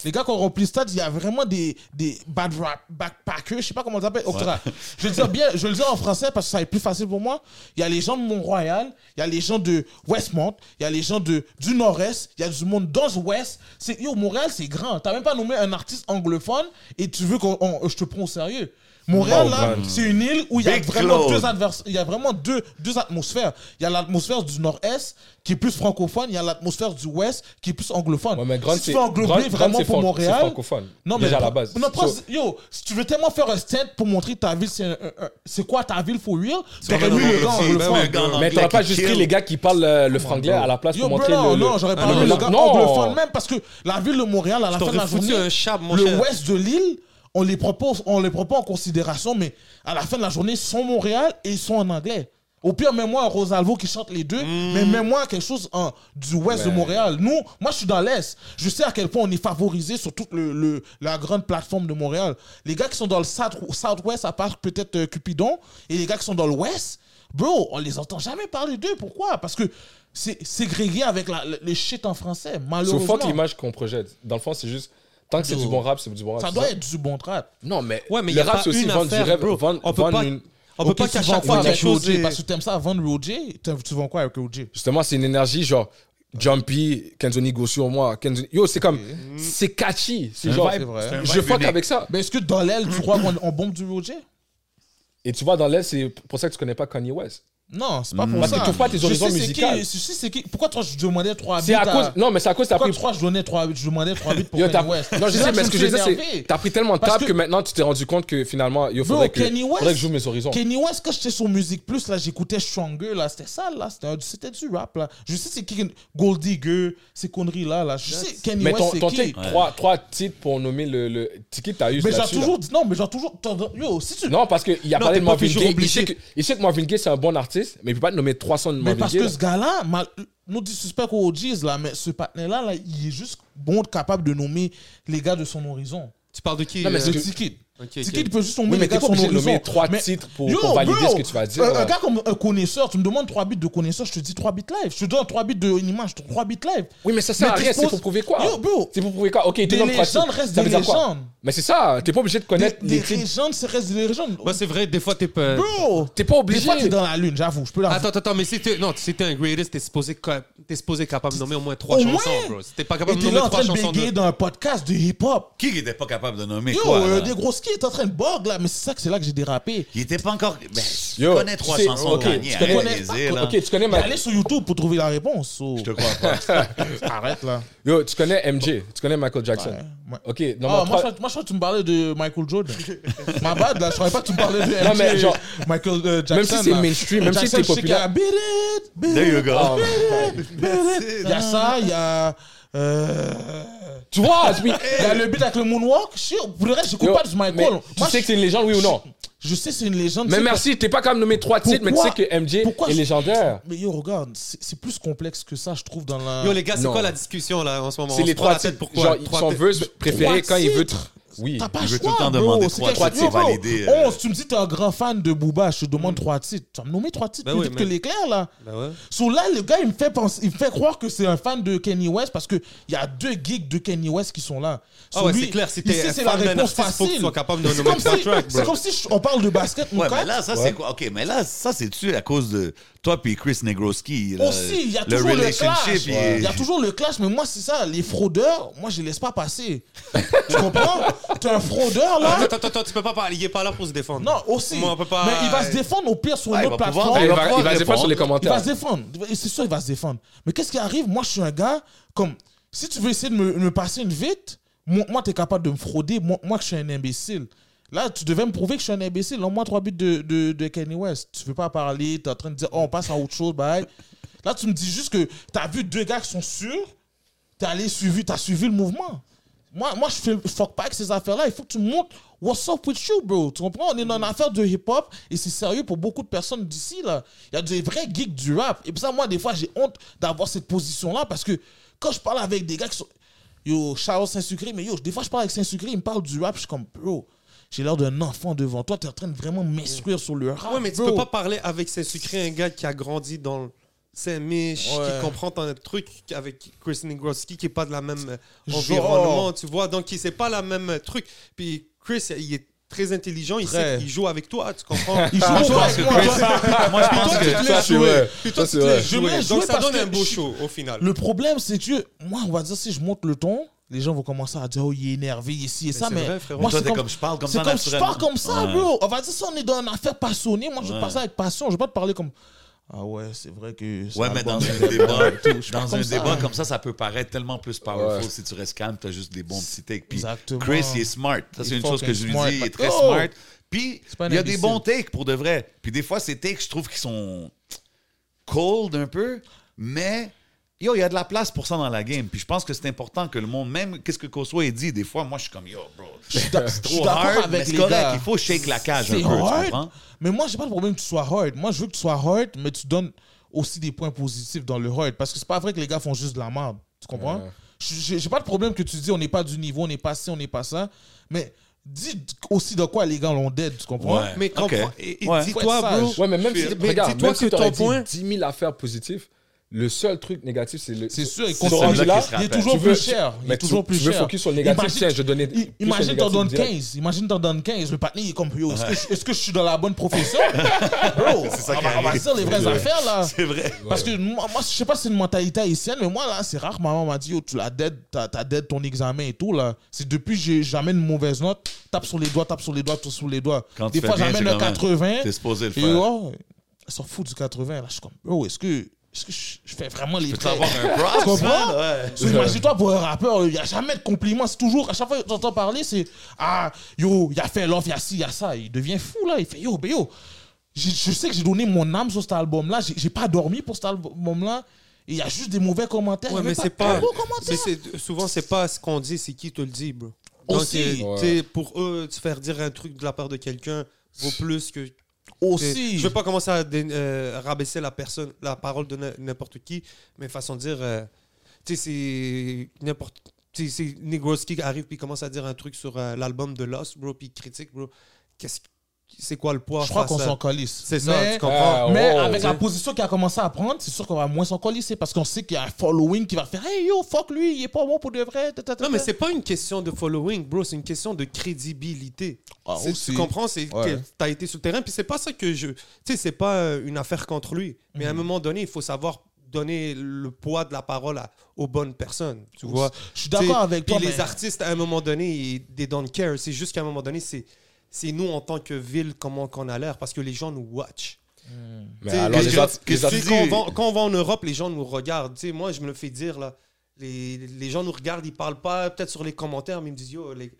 Speaker 2: Les gars qu'on remplit le stade, il y a vraiment des des bad rap, backpackers, je sais pas comment on s'appelle. au tra- Je vais le dire bien, je vais le dire en français parce que ça est plus facile pour moi. Il y a les gens de Mont-Royal, il y a les gens de Westmont, il y a les gens de du Nord-Est, il y a du monde dans l'Ouest. C'est yo Montréal, c'est grand. T'as même pas nommé un artiste anglophone et tu veux qu'on on- je te prends au sérieux. Montréal, là, c'est une île où il y a
Speaker 3: Big
Speaker 2: vraiment
Speaker 3: Claude.
Speaker 2: deux advers- il y a vraiment deux, deux atmosphères. Il y a l'atmosphère du nord-est qui est plus francophone, il y a l'atmosphère du ouest qui est plus anglophone.
Speaker 1: Ouais, mais Grande,
Speaker 2: si tu
Speaker 1: c'est
Speaker 2: veux englober
Speaker 1: Grande- Grande,
Speaker 2: vraiment
Speaker 1: c'est
Speaker 2: pour
Speaker 1: fran-
Speaker 2: Montréal.
Speaker 1: c'est francophone.
Speaker 2: Non, mais
Speaker 1: Déjà à la
Speaker 2: pre-
Speaker 1: base.
Speaker 2: Non, prends-
Speaker 1: So-
Speaker 2: yo, si tu veux tellement faire un stand pour montrer ta ville, c'est un- un- un- c'est quoi ta ville for real,
Speaker 3: T'aurais
Speaker 2: t'aurais
Speaker 3: mis
Speaker 2: mis le gars
Speaker 3: Ben un
Speaker 2: anglophone.
Speaker 3: gars en
Speaker 1: Mais t'aurais
Speaker 3: anglais
Speaker 1: pas
Speaker 3: qui
Speaker 1: juste
Speaker 3: kill.
Speaker 1: pris les gars qui parlent euh, le franglais à la place
Speaker 2: Yo,
Speaker 1: pour
Speaker 2: bro,
Speaker 1: montrer le.
Speaker 2: non,
Speaker 1: le-
Speaker 2: non, j'aurais
Speaker 1: Ah,
Speaker 2: parlé
Speaker 1: mais
Speaker 2: le
Speaker 1: non,
Speaker 2: gars
Speaker 1: non.
Speaker 2: anglophone même parce que la ville de Montréal, à la fin de
Speaker 6: T'aurais
Speaker 2: la
Speaker 6: foutu
Speaker 2: journée,
Speaker 6: un chap, mon
Speaker 2: le
Speaker 6: cher.
Speaker 2: ouest de l'île, on les propose, on les prend pas en considération, mais à la fin de la journée, ils sont Montréal et ils sont en anglais. Au pire, même moi, Rosalvo qui chante les deux,
Speaker 6: Hmm.
Speaker 2: mais même moi, quelque chose en- du ouest de Montréal. Nous, moi, je suis dans l'est. Je sais à quel point on est favorisé sur toute le, le- la grande plateforme de Montréal. Les gars qui sont dans le south- southwest, à part peut-être euh, Cupidon, et les gars qui sont dans l'ouest, bro, on les entend jamais parler d'eux. Pourquoi Parce que c'est ségrégué avec la, le, le shit en français,
Speaker 1: So,
Speaker 2: malheureusement.
Speaker 1: fuck l'image qu'on projette. Dans le fond, c'est juste. Tant que c'est
Speaker 2: Yo.
Speaker 1: du bon rap, c'est du bon rap.
Speaker 2: ça
Speaker 1: c'est
Speaker 2: doit être du bon trap.
Speaker 1: Non, mais,
Speaker 6: Ouais,
Speaker 1: le
Speaker 6: mais il n'y a
Speaker 1: rap,
Speaker 6: pas
Speaker 1: c'est aussi
Speaker 6: une
Speaker 1: vendre
Speaker 6: affaire,
Speaker 1: du rêve.
Speaker 6: bro.
Speaker 1: Vendre,
Speaker 6: on peut
Speaker 1: vendre
Speaker 6: pas,
Speaker 1: une-
Speaker 6: on peut
Speaker 2: Ok,
Speaker 6: pas
Speaker 2: tu
Speaker 6: qu'à
Speaker 2: vends
Speaker 6: chaque
Speaker 2: quoi
Speaker 6: fois quelque
Speaker 2: avec
Speaker 6: chose.
Speaker 2: Roger
Speaker 6: est-
Speaker 2: Parce que t'aimes ça, vendre Roger. t'aimes- Tu vends quoi avec Roger
Speaker 1: Justement, c'est une énergie genre jumpy, Kenzoni go sur moi. Kenzoni... Yo, c'est comme. C'est catchy. C'est genre.
Speaker 2: vibe, vrai.
Speaker 3: un
Speaker 1: Je
Speaker 3: vibe
Speaker 1: fuck
Speaker 3: unique.
Speaker 1: avec ça.
Speaker 2: Mais est-ce que dans l'aile, tu crois qu'on on bombe du Roger
Speaker 1: Et tu vois, dans l'Est, c'est pour ça que tu connais pas Kanye West.
Speaker 2: Non, c'est pas pour
Speaker 1: Parce
Speaker 2: ça.
Speaker 1: que t'ouvres pas tes
Speaker 2: Je
Speaker 1: horizons
Speaker 2: sais c'est
Speaker 1: musicaux.
Speaker 2: qui, je sais c'est qui. Pourquoi toi, je demandais 3 bits
Speaker 1: C'est à cause. Non, mais c'est à cause que t'as
Speaker 2: hein. Pourquoi
Speaker 1: pris.
Speaker 2: 3 je donnais 3 bits Je demandais 3 bits pour
Speaker 1: Yo, t'as-
Speaker 2: Kanye West.
Speaker 1: Non, je
Speaker 2: C'est là
Speaker 1: sais, mais
Speaker 2: je
Speaker 1: ce que
Speaker 2: me
Speaker 1: je veux dire,
Speaker 2: suis
Speaker 1: c'est.
Speaker 2: énervé.
Speaker 1: T'as pris tellement de
Speaker 2: Parce
Speaker 1: table
Speaker 2: que-
Speaker 1: que maintenant tu t'es rendu compte que finalement, il
Speaker 2: Bro,
Speaker 1: faudrait que
Speaker 2: Kanye West-
Speaker 1: faudrait que je joue mes horizons.
Speaker 2: Kenny West, quand j'étais sur Musique Plus, là, j'écoutais Stronger, là, c'était ça, là, c'était un- c'était du rap, là. Je sais c'est qui, Gold Digger, ces conneries-là, là. Je sais Kenny
Speaker 1: Mais
Speaker 2: West,
Speaker 1: ton,
Speaker 2: c'est
Speaker 1: ton
Speaker 2: qui.
Speaker 1: take, trois, trois titres pour nommer le, le ticket, t'as eu
Speaker 2: Mais j'ai
Speaker 1: là-dessus, là.
Speaker 2: toujours dit, non, mais j'ai toujours, t'en- yo, si tu,
Speaker 1: Non, parce qu'il a
Speaker 6: Non,
Speaker 1: parlé
Speaker 6: t'es
Speaker 1: de
Speaker 6: pas
Speaker 1: Marvin
Speaker 6: toujours
Speaker 1: Gaye. Il
Speaker 6: obligé.
Speaker 1: sait, que, il sait que Marvin Gaye, c'est un bon artiste, mais il peut pas te nommer 300 de
Speaker 2: mais
Speaker 1: Marvin
Speaker 2: parce
Speaker 1: Gaye.
Speaker 2: que
Speaker 1: là.
Speaker 2: ce gars-là, mal- nous disrespect aux OGs, là, mais ce partenaire-là, là, il est juste bon, capable de nommer les gars de son horizon.
Speaker 6: Tu parles de qui
Speaker 1: Non, mais
Speaker 6: euh,
Speaker 1: c'est
Speaker 2: Le
Speaker 1: que-
Speaker 2: Ticket.
Speaker 6: Ok, ok.
Speaker 2: Ticket, il peut juste nommer
Speaker 1: Oui, mais
Speaker 2: les
Speaker 1: t'es
Speaker 2: gars
Speaker 1: pas
Speaker 2: de son
Speaker 1: obligé de
Speaker 2: horizon.
Speaker 1: nommer trois
Speaker 2: Mais-
Speaker 1: titres pour,
Speaker 2: Yo,
Speaker 1: pour valider
Speaker 2: bro,
Speaker 1: ce que tu vas dire.
Speaker 2: Un, un
Speaker 1: ouais.
Speaker 2: gars comme un connaisseur, tu me demandes 3 bits de connaisseur, je te dis 3 bits live. Je te donne 3 bits d'une image, 3 bits live.
Speaker 1: Oui, mais ça sert
Speaker 2: Mais
Speaker 1: à
Speaker 2: tu
Speaker 1: rien. C'est
Speaker 2: poses-
Speaker 1: pour prouver quoi
Speaker 2: Yo, bro,
Speaker 1: C'est pour prouver quoi Ok, il te
Speaker 2: des
Speaker 1: nomme trois
Speaker 2: légendes
Speaker 1: titres.
Speaker 2: restent
Speaker 1: Ça
Speaker 2: des
Speaker 1: veut dire quoi
Speaker 2: légendes.
Speaker 1: Mais c'est ça, t'es pas obligé de
Speaker 2: Des,
Speaker 1: connaître
Speaker 2: des
Speaker 1: les titres.
Speaker 2: légendes, c'est reste des légendes.
Speaker 6: Ouais, c'est vrai, des fois, t'es pas.
Speaker 2: Bro,
Speaker 1: T'es pas
Speaker 2: des
Speaker 1: obligé.
Speaker 2: fois t'es dans la lune, j'avoue, je peux l'avouer.
Speaker 6: Attends, attends, mais si t'es non, si t'es un greatest, t'es supposé, ca- t'es supposé capable de nommer au moins trois
Speaker 2: Au moins.
Speaker 6: chansons, bro. Si t'es pas
Speaker 2: Et
Speaker 6: capable de
Speaker 2: t'es
Speaker 6: nommer
Speaker 2: là en
Speaker 6: trois
Speaker 2: train de
Speaker 6: chansons de-
Speaker 2: bégayer dans un podcast de hip-hop.
Speaker 3: Qui n'était pas capable de nommer
Speaker 2: Yo,
Speaker 3: quoi?
Speaker 2: euh,
Speaker 3: là?
Speaker 2: des gros skis, t'es en train de bog là, mais c'est ça que c'est là que j'ai dérapé.
Speaker 3: Il était pas encore. Ben, tu
Speaker 1: Yo,
Speaker 3: connais trois
Speaker 1: tu sais-
Speaker 3: chansons de
Speaker 1: ok, tu
Speaker 3: Kanye. arrête de
Speaker 1: connais-
Speaker 3: niaiser, là.
Speaker 1: Ok, tu connais
Speaker 2: Mais
Speaker 1: ma-
Speaker 2: allez sur YouTube pour trouver la réponse. so.
Speaker 3: Je te crois pas.
Speaker 2: Arrête là.
Speaker 1: Yo, tu connais MJ, tu connais Michael Jackson.
Speaker 2: Ouais, ouais.
Speaker 1: Ok,
Speaker 2: Oh,
Speaker 1: non,
Speaker 2: moi,
Speaker 1: mais trois-
Speaker 2: je, crois- moi, je crois que tu me parlais de Michael Jordan. Ma bad, là, je savais pas que tu me parlais de
Speaker 1: Non, mais
Speaker 2: MJ,
Speaker 1: genre-
Speaker 2: Michael euh, Jackson.
Speaker 1: Même si c'est
Speaker 2: là.
Speaker 1: mainstream, même si
Speaker 2: Jackson,
Speaker 1: c'est
Speaker 2: je sais qu'il y a
Speaker 1: populaire.
Speaker 2: Beat It, Beat
Speaker 3: There you
Speaker 2: It,
Speaker 3: go.
Speaker 1: Oh,
Speaker 2: Beat It. Il y a ça, il y a. euh,
Speaker 1: Tu vois, tu-
Speaker 2: Il y a le beat avec le moonwalk. Je sais- Pour le reste, j'écoute
Speaker 1: Eh, Yo,
Speaker 2: pas du
Speaker 1: mais
Speaker 2: Michael.
Speaker 1: Tu
Speaker 2: Moi,
Speaker 1: sais
Speaker 2: je-
Speaker 1: que c'est une légende, oui ou non
Speaker 2: Je sais, c'est une légende.
Speaker 1: Mais
Speaker 2: c'est-
Speaker 1: merci, t'es pas quand même nommé trois titres, mais tu sais
Speaker 2: Pourquoi-
Speaker 1: que MJ
Speaker 2: pourquoi
Speaker 1: est
Speaker 2: je-
Speaker 1: légendaire.
Speaker 2: Mais yo, regarde, c'est c'est plus complexe que ça, je trouve, dans la.
Speaker 6: Yo, les gars, c'est
Speaker 1: Non.
Speaker 6: quoi la discussion là en ce moment
Speaker 1: C'est
Speaker 6: On
Speaker 1: les
Speaker 6: se prend
Speaker 1: trois
Speaker 6: la tête
Speaker 1: titres.
Speaker 6: pourquoi
Speaker 1: Genre,
Speaker 6: Trois
Speaker 1: son
Speaker 6: titres.
Speaker 1: vœu préféré
Speaker 2: Trois
Speaker 1: quand il veut.
Speaker 2: titres.
Speaker 1: Oui.
Speaker 2: T'as pas
Speaker 3: Je
Speaker 2: le
Speaker 3: veux
Speaker 2: choix,
Speaker 3: tout le temps
Speaker 2: bro.
Speaker 3: demander
Speaker 2: C'est
Speaker 3: trois
Speaker 2: quelque-
Speaker 3: titres,
Speaker 2: yo, bro,
Speaker 3: valider, euh.
Speaker 2: 11, tu me dis t'es un grand fan de Booba, je te demande trois titres. Tu vas me nommer trois titres
Speaker 6: Mm. Ben
Speaker 2: plus
Speaker 6: oui,
Speaker 2: vite
Speaker 6: mais-
Speaker 2: que l'éclair, là.
Speaker 6: Ben ouais.
Speaker 2: So là, le gars, il me fait, penser, il me fait croire que c'est un fan de Kanye West parce qu'il y a deux geeks de Kanye West qui sont là. So
Speaker 6: Ah ouais,
Speaker 2: lui,
Speaker 6: c'est clair, si
Speaker 2: il
Speaker 6: t'es
Speaker 2: sait,
Speaker 6: un
Speaker 2: c'est la
Speaker 6: fan d'un artiste,
Speaker 2: réponse
Speaker 6: faut que tu
Speaker 2: facile.
Speaker 6: sois capable de
Speaker 2: C'est
Speaker 6: nommer
Speaker 2: comme
Speaker 6: trois
Speaker 2: si-
Speaker 6: tracks, bro.
Speaker 2: C'est comme si je- on parle de basket, mon
Speaker 3: Ouais,
Speaker 2: gars.
Speaker 3: mais là, ça, c'est quoi? OK, mais là, ça, c'est-tu à cause de toi puis Chris Negroski? là,
Speaker 2: Aussi, il y a toujours le, clash.
Speaker 3: Euh, relationship,
Speaker 2: Il y a toujours le clash, mais moi, c'est ça, les fraudeurs, moi, je les laisse pas passer. tu comprends T'es un fraudeur, là
Speaker 6: Attends, attends, attends, tu peux pas parler. Il est pas là pour se défendre.
Speaker 2: Non, aussi.
Speaker 6: Moi, on peut pas.
Speaker 2: Mais il va se défendre au pire sur
Speaker 3: Ouais,
Speaker 2: une
Speaker 3: il
Speaker 2: autre
Speaker 3: va pouvoir
Speaker 2: plateforme.
Speaker 1: Ah, Il
Speaker 3: va
Speaker 1: va,
Speaker 3: pouvoir
Speaker 1: il va se défendre
Speaker 3: répondre.
Speaker 1: sur les
Speaker 2: Il va
Speaker 1: commentaires.
Speaker 2: se défendre. Et C'est sûr, il va se défendre. Mais qu'est-ce qui arrive Moi, je suis un gars, comme, si tu veux essayer de me, me passer une vite, moi, moi tu es capable de me frauder, moi, moi, que je suis un imbécile. Là, tu devais me prouver que je suis un imbécile. Au moins, trois buts de, de, de Kanye West. Tu veux pas parler, tu es en train de dire, oh, on passe à autre chose, bye. Là, tu me dis juste que tu as vu deux gars qui sont sûrs, tu allé suivi, tu as suivi le mouvement. Moi, moi je fais- je fuck pas avec ces affaires-là. Il faut que tu me montres what's up with you, bro. Tu comprends? On est dans une affaire de hip-hop et c'est sérieux pour beaucoup de personnes d'ici, là. Il y a des vrais geeks du rap. Et puis ça, moi, des fois, j'ai honte d'avoir cette position-là parce que quand je parle avec des gars qui sont. Yo, Charles Saint-Sucré, mais yo, des fois, je parle avec Saint-Sucré, il me parle du rap, je suis comme, bro, j'ai l'air d'un enfant devant toi, t'es en train de vraiment m'instruire sur le rap.
Speaker 6: Ouais, mais tu
Speaker 2: Ah, bro.
Speaker 6: peux pas parler avec Saint-Sucré, un gars qui a grandi dans le Saint-Mich,
Speaker 2: Ouais.
Speaker 6: qui comprend un truc avec Chris Negroski, qui est pas de la même euh,
Speaker 2: Genre.
Speaker 6: environnement, tu vois. Donc, il- c'est pas la même euh, truc. Puis Chris, il est très intelligent, il
Speaker 2: Très.
Speaker 6: sait qu'il joue avec toi, tu comprends.
Speaker 2: Il joue
Speaker 1: Ah,
Speaker 6: Puis
Speaker 2: pas
Speaker 6: toi,
Speaker 2: avec moi.
Speaker 3: Moi, je pense
Speaker 6: toi, tu
Speaker 3: que...
Speaker 6: te
Speaker 1: ça,
Speaker 6: laisses
Speaker 1: c'est
Speaker 6: jouer.
Speaker 1: vrai.
Speaker 6: Puis toi,
Speaker 1: Ça,
Speaker 6: tu
Speaker 1: c'est
Speaker 6: te
Speaker 1: vrai.
Speaker 6: laisses
Speaker 2: Je me
Speaker 6: jouer.
Speaker 2: laisse
Speaker 6: Donc,
Speaker 2: jouer
Speaker 6: ça
Speaker 2: parce
Speaker 6: donne
Speaker 2: que
Speaker 6: un beau
Speaker 2: je-
Speaker 6: show au final.
Speaker 2: Le problème, c'est que moi, on va dire, si je monte le ton, les gens vont commencer à dire, oh, il est énervé ici et ça,
Speaker 6: c'est
Speaker 2: mais.
Speaker 6: vrai, frérot.
Speaker 2: moi,
Speaker 3: Toi,
Speaker 2: c'est
Speaker 3: t'es comme je parle comme
Speaker 2: C'est
Speaker 3: ça,
Speaker 2: comme je parle
Speaker 3: naturellement.
Speaker 2: comme ça,
Speaker 3: Ouais.
Speaker 2: bro. On va dire, si on est dans une affaire passionnée, moi, je vais
Speaker 3: Ouais.
Speaker 2: passer avec passion. Je vais pas te parler comme. Ah ouais, c'est vrai que. c'est
Speaker 3: Ouais,
Speaker 2: un
Speaker 3: mais
Speaker 2: bon
Speaker 3: dans un
Speaker 2: album
Speaker 3: débat,
Speaker 2: et tout. Je parle
Speaker 3: dans un
Speaker 2: comme ça.
Speaker 3: débat comme ça, ça peut paraître tellement plus powerful
Speaker 1: Ouais.
Speaker 3: si tu restes calme, t'as juste des bons petits takes. Puis
Speaker 2: Exactement.
Speaker 3: Chris, il est smart. Ça,
Speaker 2: Il
Speaker 3: c'est
Speaker 2: est
Speaker 3: une chose que
Speaker 2: fucking
Speaker 3: je lui
Speaker 2: smart,
Speaker 3: dis. Il
Speaker 2: man.
Speaker 3: est très
Speaker 2: Oh!
Speaker 3: smart. Puis,
Speaker 2: C'est pas un
Speaker 3: il y a des
Speaker 2: imbécile.
Speaker 3: bons takes pour de vrai. Puis, des fois, ces takes, je trouve qu'ils sont cold un peu, mais yo, il y a de la place pour ça dans la game. Puis, je pense que c'est important que le monde, même qu'est-ce que Kosoa ait dit, des fois, moi, je suis comme yo, bro. C'est
Speaker 2: d'a- je suis
Speaker 3: trop
Speaker 2: d'accord
Speaker 3: hard,
Speaker 2: avec
Speaker 3: mais c'est
Speaker 2: les
Speaker 3: correct.
Speaker 2: gars.
Speaker 3: Il faut shake la cage un peu.
Speaker 2: C'est
Speaker 3: Tu
Speaker 2: hard.
Speaker 3: comprends?
Speaker 2: Mais moi, j'ai pas le problème que tu sois hard. Moi, je veux que tu sois hard, mais tu donnes aussi des points positifs dans le hard. Parce que c'est pas vrai que les gars font juste de la merde. Tu comprends? J'ai j'ai pas de problème que tu dis on n'est pas du niveau, on n'est pas ci, on n'est pas ça. Mais dis aussi de quoi les gars l'ont d'aide. Tu comprends?
Speaker 3: Ouais.
Speaker 6: Mais
Speaker 3: Ok.
Speaker 6: comprends. Et, et
Speaker 3: Ouais.
Speaker 6: dis-toi,
Speaker 2: Faut être
Speaker 6: bro.
Speaker 2: sage.
Speaker 1: Ouais, mais même si,
Speaker 6: Mais
Speaker 1: mais regarde,
Speaker 6: dis-toi
Speaker 1: même si
Speaker 6: que ton
Speaker 1: t'aurais dit
Speaker 6: point-
Speaker 1: 10 000 affaires positives, le seul truc négatif, c'est le.
Speaker 2: C'est sûr, il
Speaker 1: ce
Speaker 2: continue.
Speaker 1: rendu-là,
Speaker 3: là qui se
Speaker 2: Il est
Speaker 3: rappelle.
Speaker 2: toujours
Speaker 1: tu veux-
Speaker 2: plus cher. Il est
Speaker 1: mais tu-
Speaker 2: toujours plus
Speaker 1: tu veux
Speaker 2: cher.
Speaker 1: focus sur le négatif, tiens, je donnais plus
Speaker 2: i-
Speaker 1: le
Speaker 2: Imagine, t'en
Speaker 1: négatif
Speaker 2: donnes
Speaker 1: direct.
Speaker 2: 15. Imagine, t'en donnes 15. Le partner, il est comme, yo, est-ce que, je- est-ce que je suis dans la bonne profession? Bro,
Speaker 3: C'est ça
Speaker 2: on
Speaker 3: qui
Speaker 2: va- on va
Speaker 3: arrive.
Speaker 2: se dire les vraies
Speaker 3: Ouais.
Speaker 2: affaires, là.
Speaker 3: C'est vrai.
Speaker 2: Parce que moi, moi, je sais pas si c'est une mentalité haïtienne, mais moi, là, c'est rare. Maman m'a dit, yo, tu la dead, t'as t'as dead ton examen et tout, là. C'est depuis que j'ai jamais une mauvaise note. Tape sur les doigts, tape sur les doigts, tape sur les doigts.
Speaker 3: Quand
Speaker 2: Des
Speaker 3: tu
Speaker 2: fois,
Speaker 3: fais bien,
Speaker 2: j'amène
Speaker 3: c'est
Speaker 2: un
Speaker 3: quand même-
Speaker 2: 80.
Speaker 3: T'es supposé le
Speaker 2: Et
Speaker 3: faire.
Speaker 2: ouais, elle s'en fout du 80. Là, je suis comme, oh, est-ce que, est-ce que je, je fais vraiment les frais?
Speaker 3: avoir un props,
Speaker 2: Tu comprends?
Speaker 3: man? Ouais.
Speaker 2: So, Imagine-toi pour un rappeur, il n'y a jamais de compliments. C'est toujours, à chaque fois que tu entends parler, c'est Ah, yo, il a fait l'offre, il a ci, il a ça. Il devient fou là. Il fait Yo, ben yo, je, je sais que j'ai donné mon âme sur cet album là. J'ai j'ai pas dormi pour cet album là. Il y a juste des mauvais commentaires.
Speaker 6: Ouais,
Speaker 2: Il y
Speaker 6: mais
Speaker 2: avait
Speaker 6: c'est
Speaker 2: de
Speaker 6: pas.
Speaker 2: beaux commentaires.
Speaker 6: mais c'est- souvent, c'est pas ce qu'on dit, c'est qui te le dit, bro.
Speaker 2: Aussi.
Speaker 6: euh, t'sais, pour eux, se faire dire un truc de la part de quelqu'un vaut plus que.
Speaker 2: Aussi.
Speaker 6: Je veux pas commencer à dé- euh, rabaisser la personne, la parole de n- n'importe qui, mais façon de dire, euh, tu sais, c'est n'importe. tu sais, C'est Negroski qui arrive puis commence à dire un truc sur euh, l'album de Lost, bro, puis il critique, bro. Qu'est-ce que- c'est quoi le poids
Speaker 2: Je crois
Speaker 6: face
Speaker 2: qu'on
Speaker 6: à-
Speaker 2: s'en calisse.
Speaker 6: C'est ça,
Speaker 2: Mais-
Speaker 6: tu comprends? Oh,
Speaker 1: Ah,
Speaker 2: Mais
Speaker 1: wow.
Speaker 2: avec la position qu'il a commencé à prendre, c'est sûr qu'on va moins s'en colisser parce qu'on sait qu'il y a un following qui va faire Hey yo, fuck lui, il est pas bon pour de vrai. ta, ta, ta,
Speaker 6: Non, mais
Speaker 2: ta.
Speaker 6: c'est pas une question de following, bro. C'est une question de crédibilité.
Speaker 2: Ah,
Speaker 6: C'est-
Speaker 2: aussi.
Speaker 6: tu comprends? C'est
Speaker 2: Ouais.
Speaker 6: que t'as été sur le terrain. Puis c'est pas ça que je. Tu sais, c'est pas euh, une affaire contre lui. Mais
Speaker 2: Mhm.
Speaker 6: à un moment donné, il faut savoir donner le poids de la parole à- aux bonnes personnes. Tu vois?
Speaker 2: Je suis d'accord
Speaker 6: T'sais,
Speaker 2: avec
Speaker 6: puis
Speaker 2: toi.
Speaker 6: les
Speaker 2: mais-
Speaker 6: artistes, à un moment donné, ils they don't care. C'est juste qu'à un moment donné, c'est. C'est nous en tant que ville comment qu'on a l'air parce que les gens nous watch.
Speaker 1: Mais
Speaker 6: T'sais,
Speaker 1: alors,
Speaker 6: les
Speaker 1: les
Speaker 6: gens-
Speaker 1: artistes. les
Speaker 6: Tu sais,
Speaker 1: artistes-
Speaker 6: quand, on va, quand on va en Europe, les gens nous regardent. Tu sais, moi, je me le fais dire, là. Les, les gens nous regardent, ils parlent pas, peut-être sur les commentaires, mais ils me disent, yo, les...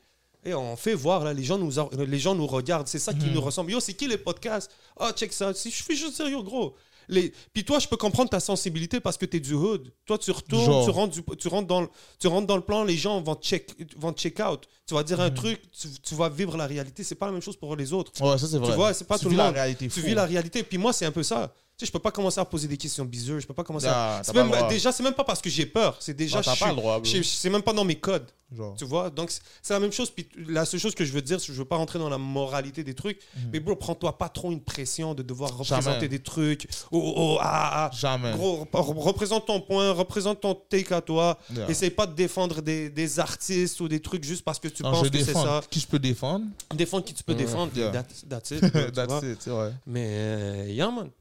Speaker 6: eh, on fait voir, là, les gens nous, en- les gens nous regardent. C'est ça qui nous ressemble. Yo, c'est qui les podcasts Ah, check ça. Si je suis juste sérieux, gros. Les... Puis toi, je peux comprendre ta sensibilité parce que t'es du hood. Toi, tu retournes,
Speaker 2: Genre.
Speaker 6: tu rentres, du- tu, rentres dans, le- tu rentres dans le plan, les gens vont check, vont check out. Tu vas dire un truc, tu, tu vas vivre la réalité. C'est pas la même chose pour les autres.
Speaker 2: Ouais, ça c'est vrai.
Speaker 6: Tu vois, c'est pas
Speaker 2: Tu
Speaker 6: tout
Speaker 2: vis
Speaker 6: le monde.
Speaker 2: la réalité.
Speaker 6: Tu
Speaker 2: fou. hein.
Speaker 6: vis la réalité. Puis moi, c'est un peu ça. Tu sais, je peux pas commencer à poser des questions bizarres. Je peux pas commencer
Speaker 2: Ah,
Speaker 6: à.
Speaker 2: t'as
Speaker 6: C'est
Speaker 2: pas
Speaker 6: même-
Speaker 2: le droit.
Speaker 6: déjà, c'est même pas parce que j'ai peur. C'est déjà.
Speaker 2: Non, t'as
Speaker 6: je
Speaker 2: pas
Speaker 6: suis-
Speaker 2: le droit, bro.
Speaker 6: je- je- C'est même pas dans mes codes.
Speaker 2: Genre.
Speaker 6: Tu vois Donc, c'est- c'est la même chose. Puis la seule chose que je veux dire, c'est que je veux pas rentrer dans la moralité des trucs. Mais bro, prends-toi pas trop une pression de devoir
Speaker 2: Mhm. Jamais.
Speaker 6: représenter des trucs. Oh, oh, oh, ah, ah.
Speaker 2: Jamais.
Speaker 6: Gros, rep- représente ton point, représente ton take à toi.
Speaker 2: Yeah.
Speaker 6: Essaye pas de défendre des, des artistes ou des trucs juste parce que tu
Speaker 2: Non, je
Speaker 6: penses que c'est
Speaker 2: défends.
Speaker 6: ça.
Speaker 2: Qui je peux défendre
Speaker 6: Défendre qui tu peux défendre.
Speaker 2: Yeah.
Speaker 6: that's- that's it, bro, tu vois.
Speaker 2: That's it, ouais.
Speaker 6: Mais euh, yeah, man.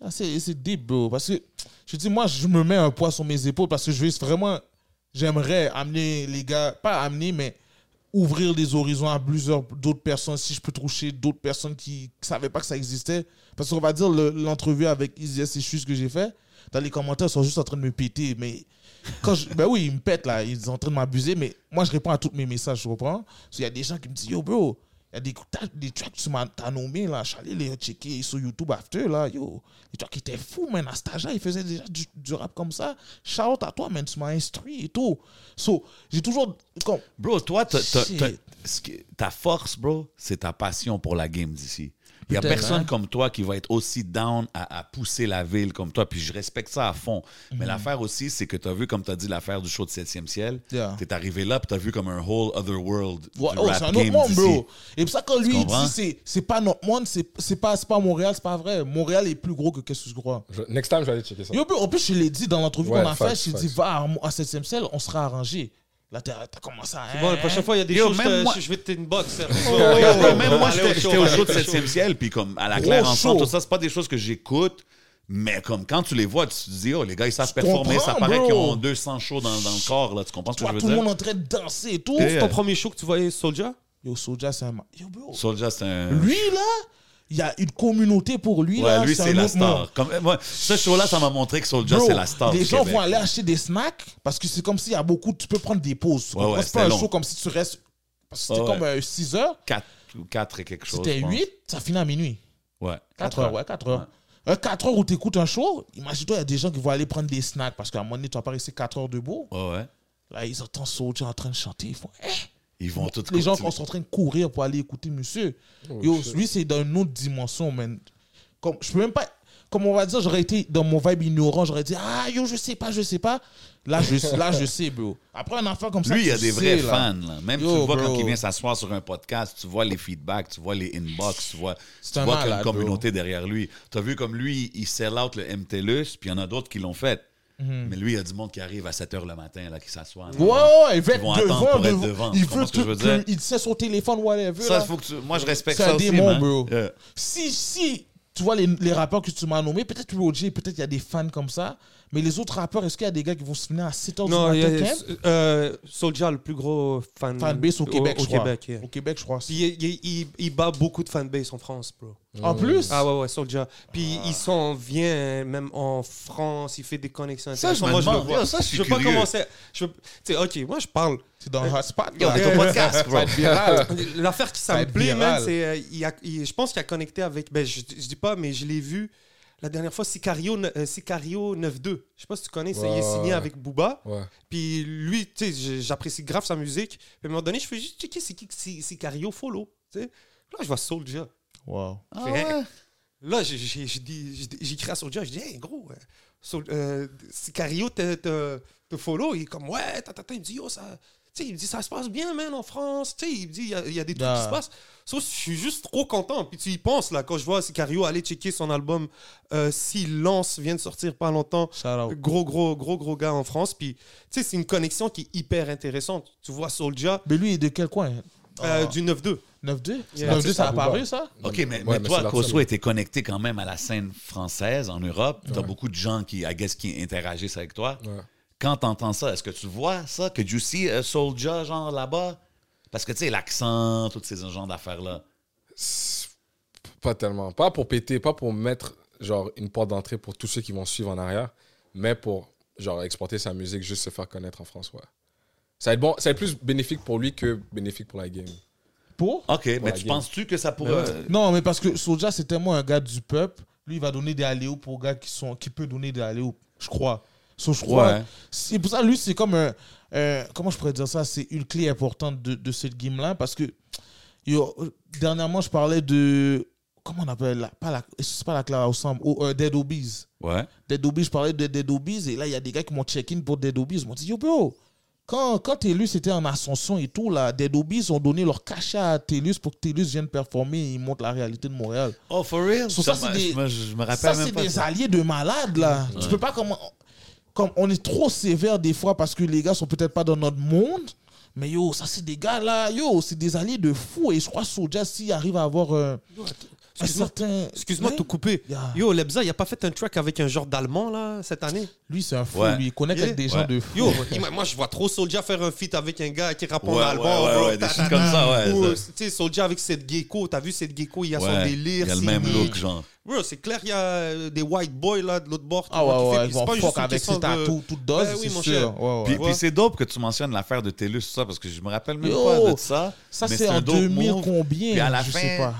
Speaker 2: Ah, c'est c'est deep, bro. Parce que je dis, moi, je me mets un poids sur mes épaules parce que je veux vraiment. J'aimerais amener les gars, pas amener, mais ouvrir les horizons à plusieurs d'autres personnes. Si je peux toucher d'autres personnes qui ne savaient pas que ça existait. Parce qu'on va dire, le- l'entrevue avec Isias et Chus que j'ai fait, dans les commentaires, ils sont juste en train de me péter. Mais quand je- ben oui, ils me pètent là, ils sont en train de m'abuser, mais moi je réponds à tous mes messages, je comprends. Il y a des gens qui me disent Yo, bro, il y a des, t'as- des tracks que tu m'as t'as nommé là, je suis allé les checker sur YouTube after là, yo. Les tracks étaient fous, man, à cet âge-là, ils faisaient déjà du, du rap comme ça. Shout à toi, man, tu m'as instruit et tout. So, j'ai toujours. Comme,
Speaker 3: Bro, toi, t'as- t'as-
Speaker 2: Shit.
Speaker 3: t'as- ce que- ta force, bro, c'est ta passion pour la game d'ici. Il n'y a
Speaker 2: Putain,
Speaker 3: personne
Speaker 2: hein.
Speaker 3: comme toi qui va être aussi down à, à pousser la ville comme toi. Puis je respecte ça à fond.
Speaker 2: Mhm.
Speaker 3: Mais l'affaire aussi, c'est que tu as vu, comme tu as dit, l'affaire du show de 7e ciel.
Speaker 2: Yeah.
Speaker 3: Tu es arrivé là, puis tu as vu comme un whole other world. du
Speaker 2: Ouais, oh,
Speaker 3: rap
Speaker 2: c'est un
Speaker 3: game
Speaker 2: autre monde,
Speaker 3: d'ici.
Speaker 2: bro. Et pour ça, quand lui, il
Speaker 3: comprends?
Speaker 2: dit c'est- c'est pas notre monde, c'est c'est pas, c'est pas Montréal, c'est pas vrai. Montréal est plus gros que qu'est-ce que je crois.
Speaker 1: Je- Next time, je vais aller checker ça.
Speaker 2: Yo, puis, en plus, je l'ai dit dans l'entrevue
Speaker 1: Ouais,
Speaker 2: qu'on a
Speaker 1: facts,
Speaker 2: faite, je
Speaker 1: facts.
Speaker 2: dit, va à- à 7 e ciel, on sera arrangé. Là, t'as t'as commencé à. hein?
Speaker 6: Bon, la prochaine fois, il y a des
Speaker 3: Yo,
Speaker 6: choses, je,
Speaker 3: même
Speaker 6: te-
Speaker 3: moi-
Speaker 6: je vais te inbox. oh.
Speaker 3: Bro, même moi,
Speaker 6: Allez
Speaker 3: j'étais j'étais au
Speaker 6: allez
Speaker 3: show de 7e ciel, puis comme à la
Speaker 2: Oh. Gros
Speaker 3: claire ensemble,
Speaker 2: show.
Speaker 3: tout ça, c'est pas des choses que j'écoute. Mais comme quand tu les vois, tu te dis, oh, les gars, ils savent
Speaker 2: Tu
Speaker 3: performer. Ça
Speaker 2: comprends,
Speaker 3: paraît
Speaker 2: bro.
Speaker 3: qu'ils ont 200 shows dans, dans le corps, là. Tu comprends ce que
Speaker 2: Tu vois
Speaker 3: je veux
Speaker 2: tout le
Speaker 3: dire?
Speaker 2: monde en train de danser et tout.
Speaker 6: C'est ton premier show que tu voyais, Soldier
Speaker 2: Yo, Soja, c'est un. ma- Yo, bro.
Speaker 3: Soulja, c'est un.
Speaker 2: Lui, là, il y a une communauté pour lui.
Speaker 3: Ouais,
Speaker 2: là,
Speaker 3: lui, c'est
Speaker 2: un
Speaker 3: la
Speaker 2: autre monde.
Speaker 3: star. Comme, moi, ce show-là, ça m'a montré que Soulja,
Speaker 2: Bro,
Speaker 3: c'est la star.
Speaker 2: les
Speaker 3: du
Speaker 2: gens
Speaker 3: Québec.
Speaker 2: vont aller acheter des snacks parce que c'est comme s'il y a beaucoup. Tu peux prendre des pauses.
Speaker 3: Ouais,
Speaker 2: Quand
Speaker 3: ouais,
Speaker 2: c'est pas un
Speaker 3: c'était long.
Speaker 2: show comme si tu restes. Parce que
Speaker 3: Ouais,
Speaker 2: c'était
Speaker 3: ouais.
Speaker 2: comme 6 heures.
Speaker 3: 4 ou 4 et quelque chose.
Speaker 2: C'était
Speaker 3: je pense.
Speaker 2: 8, ça finit à minuit.
Speaker 3: Ouais.
Speaker 2: 4 heures, ouais, 4 heures. Un 4 heures où tu écoutes un show, imagine-toi, il y a des gens qui vont aller prendre des snacks parce qu'à un moment donné, tu vas pas rester 4 heures debout.
Speaker 3: Ouais, ouais.
Speaker 2: Là, ils entendent Soulja en train de chanter. Ils font, eh,
Speaker 3: Ils vont tous
Speaker 2: les gens
Speaker 3: continuer.
Speaker 2: sont en train de courir pour aller écouter monsieur.
Speaker 3: Oh,
Speaker 2: Yo, lui, c'est dans une autre dimension, man. Comme, je peux même pas. Comme on va dire, j'aurais été dans mon vibe ignorant, j'aurais dit, ah, yo, je sais pas, je sais pas. Là, je, là, je sais, bro. Après, un enfant comme ça.
Speaker 3: Lui, il y a
Speaker 2: tu
Speaker 3: des vrais
Speaker 2: sais, là.
Speaker 3: fans. Là. Même tu
Speaker 2: Yo,
Speaker 3: le vois
Speaker 2: bro.
Speaker 3: quand il vient s'asseoir sur un podcast, tu vois les feedbacks, tu vois les inbox, tu vois, tu
Speaker 2: un
Speaker 3: vois qu'il y a
Speaker 2: malade,
Speaker 3: une
Speaker 2: bro.
Speaker 3: communauté derrière lui. Tu as vu comme lui, il sell out le MTLUS, puis il y en a d'autres qui l'ont fait. Mais lui, il y a du monde qui arrive à 7 h le matin, là, qui s'assoit.
Speaker 2: Mhm. Ouais, ouais, ouais, il veut être
Speaker 3: vont
Speaker 2: devant,
Speaker 3: attendre pour être
Speaker 2: devant.
Speaker 3: devant, tu
Speaker 2: Il
Speaker 3: comprends
Speaker 2: veut
Speaker 3: ce que je veux
Speaker 2: que-
Speaker 3: dire?
Speaker 2: que- Il sait son téléphone, whatever.
Speaker 3: Ça,
Speaker 2: là.
Speaker 3: faut que tu- Moi, je respecte
Speaker 2: C'est un
Speaker 3: ça aussi.
Speaker 2: démon,
Speaker 3: man.
Speaker 2: bro.
Speaker 3: Yeah.
Speaker 2: Si, si tu vois les, les rappeurs que tu m'as nommés, peut-être Roger, peut-être il y a des fans comme ça, mais les autres rappeurs, est-ce qu'il y a des gars qui vont se finir à 7h du
Speaker 6: Non, il y
Speaker 2: matin
Speaker 6: a-
Speaker 2: quand même?
Speaker 6: euh, Soulja, le plus gros fan,
Speaker 2: Fanbase au Québec,
Speaker 6: au,
Speaker 2: je crois.
Speaker 6: Québec, yeah.
Speaker 2: Au Québec, je crois.
Speaker 6: Puis il, il- il- il bat beaucoup de fanbase en France, bro.
Speaker 2: En plus,
Speaker 6: Ah ouais, ouais, Soulja. Puis il s'en vient hein, même en France, il fait des connexions.
Speaker 3: Ça, je
Speaker 6: intéressantes.
Speaker 3: me
Speaker 6: Moi,
Speaker 3: demande.
Speaker 6: le vois.
Speaker 3: Yo, ça, je suis
Speaker 6: veux pas
Speaker 3: curieux.
Speaker 6: commencer. à- Je veux- tu sais, ok, moi, je parle.
Speaker 2: c'est dans Hotspot.
Speaker 3: Yo, t'es au podcast, bro.
Speaker 6: L'affaire qui
Speaker 2: va
Speaker 6: ça me
Speaker 2: être
Speaker 6: plaît,
Speaker 2: viral.
Speaker 6: man, c'est. euh, il a- il- je pense qu'il a connecté avec. Ben, je, je dis pas, mais je l'ai vu la dernière fois, Sicario, ne- euh, Sicario 9-2. Je sais pas si tu connais, c'est- il
Speaker 1: Ouais.
Speaker 6: est signé avec Booba.
Speaker 1: Ouais.
Speaker 6: Puis lui, tu sais, je- j'apprécie grave sa musique. Mais à un moment donné, je fais juste checker c'est qui que Si- Sicario Follow. tu sais. Là, je vois Soldier.
Speaker 2: Wow.
Speaker 3: Ah ouais?
Speaker 6: Là, j'ai- j'ai- j'ai dit- j'ai dit- j'écris à Soldier, je dis, hey, gros, euh, Sol- euh, Sicario te, te, te follow. Il est comme, ouais, ta, ta, ta. Il me dit, yo, ça. Tu sais, il me dit, ça se passe bien, man, en France. Tu sais, il me dit, il y a- il y, a des trucs
Speaker 2: Ah.
Speaker 6: qui se passent. So, je suis juste trop content. Puis tu y penses, là, quand je vois Sicario aller checker son album euh, Silence, vient de sortir pas longtemps.
Speaker 2: Shout out.
Speaker 6: Gros, gros, gros, gros gars en France. Puis, tu sais, c'est une connexion qui est hyper intéressante. Tu vois Soldier
Speaker 2: Mais lui, il est de quel coin
Speaker 6: euh,
Speaker 2: Ah,
Speaker 6: du 9-2.
Speaker 2: 9-2
Speaker 6: Yeah.
Speaker 2: 9-2, ça a paru, ça
Speaker 3: OK, mais,
Speaker 1: Ouais,
Speaker 3: mais
Speaker 1: mais c'est
Speaker 3: toi,
Speaker 1: leur
Speaker 3: Kosovo
Speaker 1: seul.
Speaker 3: était connecté quand même à la scène française en Europe. T'as beaucoup de gens qui, I guess, qui interagissent avec toi.
Speaker 1: Ouais.
Speaker 3: Quand t'entends ça, est-ce que tu vois ça? Que Juicy euh, Soldier, genre, là-bas? Parce que, tu sais, l'accent, tous ces genres d'affaires-là.
Speaker 1: C'est- Pas tellement. Pas pour péter, pas pour mettre genre une porte d'entrée pour tous ceux qui vont suivre en arrière, mais pour genre exporter sa musique, juste se faire connaître en France. Ouais. Ça va être bon, ça va être plus bénéfique pour lui que bénéfique pour la game.
Speaker 2: Pour
Speaker 3: OK, mais
Speaker 1: la
Speaker 3: tu
Speaker 1: game.
Speaker 3: penses-tu que ça pourrait... euh,
Speaker 2: Non, mais parce que Soja, c'est tellement un gars du peuple. Lui, il va donner des alléos pour gars qui sont qui peut donner des alléos, je crois. So, je crois.
Speaker 3: Ouais.
Speaker 2: C'est pour ça, lui, c'est comme un. un- comment je pourrais dire ça C'est une clé importante de, de cette game-là parce que. yo, dernièrement, je parlais de. Comment on appelle la, pas la, C'est pas la Clara ensemble. Oh, euh, Dead Obies.
Speaker 3: Ouais.
Speaker 2: Dead Obies, je parlais de Dead Obies et là, il y a des gars qui m'ont check-in pour Dead Obies. Ils m'ont dit Yo, bro, quand, quand Télus était en ascension et tout, là, Dead Obies ont donné leur cachet à Télus pour que Télus vienne performer et il montre la réalité de Montréal.
Speaker 3: Oh, for real?
Speaker 2: So, ça,
Speaker 3: Ça,
Speaker 2: c'est
Speaker 3: je
Speaker 2: des-
Speaker 3: me- je me rappelle
Speaker 2: Ça,
Speaker 3: même
Speaker 2: c'est
Speaker 3: pas.
Speaker 2: des
Speaker 3: ça.
Speaker 2: alliés de malades, là. Tu peux pas comme. Comme on est trop sévère des fois parce que les gars sont peut-être pas dans notre monde. Mais yo, ça c'est des gars là, yo, c'est des alliés de fou. Et je crois que Soulja, s'il arrive à avoir euh, un
Speaker 6: excuse-moi.
Speaker 2: certain.
Speaker 6: Excuse-moi de
Speaker 2: Ouais.
Speaker 6: tout couper.
Speaker 2: Yeah.
Speaker 6: Yo, Lebza, il a pas fait un track avec un genre d'allemand, là, cette année
Speaker 2: Lui, c'est un fou,
Speaker 3: Ouais.
Speaker 2: lui. Il connecte
Speaker 6: Yeah.
Speaker 2: avec des gens
Speaker 3: Ouais.
Speaker 2: de fou.
Speaker 6: Yo, moi- moi je vois trop Soldier faire un feat avec un gars qui rappe en
Speaker 3: Ouais,
Speaker 6: allemand,
Speaker 3: ouais, ouais,
Speaker 6: bro,
Speaker 3: ouais, des choses
Speaker 6: tatana.
Speaker 3: comme ça, ouais,
Speaker 6: Ou,
Speaker 3: ça.
Speaker 6: Tu sais, Soldier avec cette gecko, t'as vu cette gecko, il y a son
Speaker 3: Ouais,
Speaker 6: délire.
Speaker 3: Il y a le
Speaker 6: signé.
Speaker 3: même look, genre.
Speaker 6: Bro, c'est clair, il y a euh, des white boys là de l'autre bord.
Speaker 2: Ah ouais, ouais,
Speaker 6: ils
Speaker 2: ils vont fuck avec ses tatous, toute dose,
Speaker 6: Ben oui,
Speaker 2: c'est
Speaker 6: mon
Speaker 2: sûr.
Speaker 6: cher.
Speaker 2: Ouais, ouais.
Speaker 3: Puis,
Speaker 6: Ouais.
Speaker 3: puis c'est dope que tu mentionnes l'affaire de Télus, tout ça, parce que je me rappelle même
Speaker 2: Yo,
Speaker 3: pas de ça.
Speaker 2: ça,
Speaker 3: mais
Speaker 2: c'est en
Speaker 3: un dope
Speaker 2: 2000
Speaker 3: move.
Speaker 2: combien,
Speaker 3: Puis à la
Speaker 2: je
Speaker 3: fin,
Speaker 2: sais pas.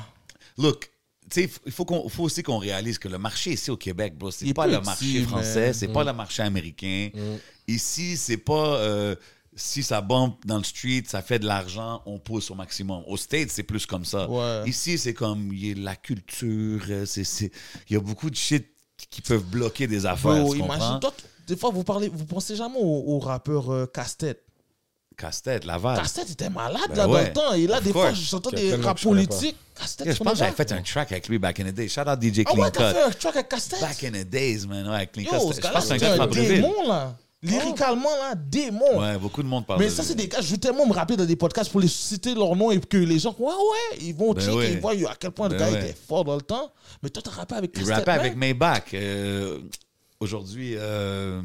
Speaker 3: Look, tu sais, il faut- il faut, qu'on- faut aussi qu'on réalise que le marché ici au Québec, bro,
Speaker 2: Il
Speaker 3: c'est
Speaker 2: est
Speaker 3: pas le
Speaker 2: petit,
Speaker 3: marché
Speaker 2: man. Mm.
Speaker 3: français, c'est pas le marché américain. Ici, c'est pas euh, si ça bombe dans le street, ça fait de l'argent, on pousse au maximum. Au States, c'est plus comme ça.
Speaker 2: Ouais.
Speaker 3: Ici, c'est comme il y a la culture, euh, c'est- c'est- il y a beaucoup de shit qui peuvent bloquer des affaires.
Speaker 2: Yo,
Speaker 3: tu comprends?
Speaker 2: imagine, toi, tu- des fois, vous parlez, vous pensez jamais au, au rappeur euh, Casse-Tête.
Speaker 3: Casse-tête, Laval.
Speaker 2: Casse-Tête était malade,
Speaker 3: Ben
Speaker 2: là,
Speaker 3: ouais.
Speaker 2: dans le temps. Et là,
Speaker 3: Of
Speaker 2: des fois,
Speaker 3: course.
Speaker 2: j'entends
Speaker 1: Il y a
Speaker 2: des
Speaker 1: tellement
Speaker 2: rap
Speaker 1: que je connais
Speaker 2: politiques. Casse-Tête,
Speaker 3: Yeah, je
Speaker 2: tu
Speaker 3: pense que
Speaker 2: connais
Speaker 3: j'avais fait un track avec lui back in the day. Shout out DJ
Speaker 2: pas? Ah
Speaker 3: Clean
Speaker 2: ouais, t'as fait
Speaker 3: Cut.
Speaker 2: un track avec Casse-Tête.
Speaker 3: Back in the days, man. Ouais, Clean Cut.
Speaker 2: Yo,
Speaker 3: c'était-
Speaker 2: ce
Speaker 3: Je
Speaker 2: gars-là,
Speaker 3: pense que c'est un
Speaker 2: c'était
Speaker 3: gars de
Speaker 2: un
Speaker 3: Fabreville.
Speaker 2: démon, là. Lyricalement, là, démon.
Speaker 3: Ouais, beaucoup de monde parle
Speaker 2: Mais
Speaker 3: de
Speaker 2: ça,
Speaker 3: lui.
Speaker 2: c'est des gars, je veux tellement me rappeler dans des podcasts pour les citer leur nom et que les gens, ouais, ouais, ils vont
Speaker 3: Ben
Speaker 2: checker,
Speaker 3: ouais.
Speaker 2: ils voient à quel point le
Speaker 3: Ben
Speaker 2: gars
Speaker 3: ouais.
Speaker 2: était fort dans le temps. Mais toi, t'as rappé avec
Speaker 3: Il
Speaker 2: Casse-Tête.
Speaker 3: rappait
Speaker 2: man.
Speaker 3: avec Maybach. euh, Aujourd'hui, euh,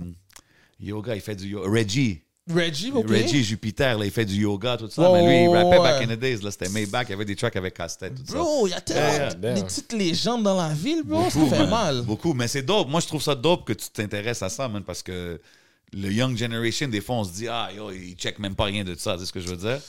Speaker 3: yoga, il fait du yoga. Reggie.
Speaker 2: Reggie, ok.
Speaker 3: Reggie Jupiter, là, il fait du yoga, tout ça.
Speaker 2: Ouais,
Speaker 3: mais lui, il
Speaker 2: ouais,
Speaker 3: rappait
Speaker 2: ouais.
Speaker 3: back in the days. là, C'était Maybach. Il y avait des tracks avec Castet, tout ça.
Speaker 2: Bro, il y a tellement
Speaker 3: Yeah,
Speaker 1: yeah.
Speaker 2: des petites légendes dans la ville, bro.
Speaker 3: Beaucoup,
Speaker 2: ça fait
Speaker 3: man.
Speaker 2: mal.
Speaker 3: Beaucoup, mais c'est dope. Moi, je trouve ça dope que tu t'intéresses à ça, man, parce que le young generation, des fois, on se dit, ah, yo, il check même pas rien de ça, c'est ce que je veux dire.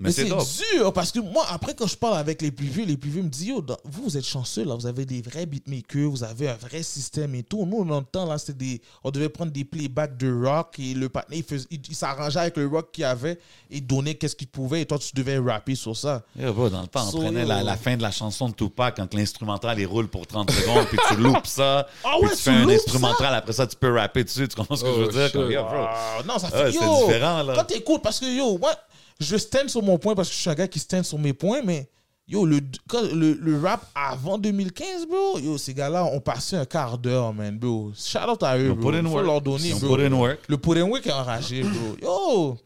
Speaker 3: Mais,
Speaker 2: Mais
Speaker 3: c'est
Speaker 2: c'est
Speaker 3: dope.
Speaker 2: dur parce que moi, après, quand je parle avec les plus vieux, les plus vieux me disent Yo, dans- vous, vous êtes chanceux là, vous avez des vrais beatmakers, vous avez un vrai système et tout. Nous, on temps là, c'est des. On devait prendre des playbacks de rock et le partner, il, fais- il- il s'arrangeait avec le rock qu'il avait et donnait qu'est-ce qu'il pouvait et toi, tu devais rapper sur ça.
Speaker 3: Yo, bro, dans le temps, on
Speaker 2: So,
Speaker 3: prenait la,
Speaker 2: yo.
Speaker 3: la fin de la chanson de Tupac quand l'instrumental il roule pour 30 secondes, puis tu loupes ça.
Speaker 2: Ah
Speaker 3: puis
Speaker 2: ouais,
Speaker 3: tu
Speaker 2: tu
Speaker 3: fais un
Speaker 2: loupes
Speaker 3: instrumental, après ça, tu peux rapper dessus. Tu comprends ce que je
Speaker 1: Oh,
Speaker 3: veux dire?
Speaker 1: shit.
Speaker 3: Comme, yo, bro.
Speaker 2: Ah, non, ça fait
Speaker 3: Ouais, c'est
Speaker 2: yo,
Speaker 3: différent, là.
Speaker 2: Quand t'écoutes, parce que yo, moi, je stand sur mon point parce que je suis un gars qui stand sur mes points, mais yo, le, quand le, le rap avant 2015, bro, yo, ces gars-là ont passé un quart d'heure, man, bro. Shout out à eux,
Speaker 3: Ils ont
Speaker 2: bro.
Speaker 3: put in
Speaker 2: Faut
Speaker 3: work.
Speaker 2: leur donner,
Speaker 3: Ils ont
Speaker 2: bro.
Speaker 3: put in work.
Speaker 2: Le put in work est enragé, bro. Yo!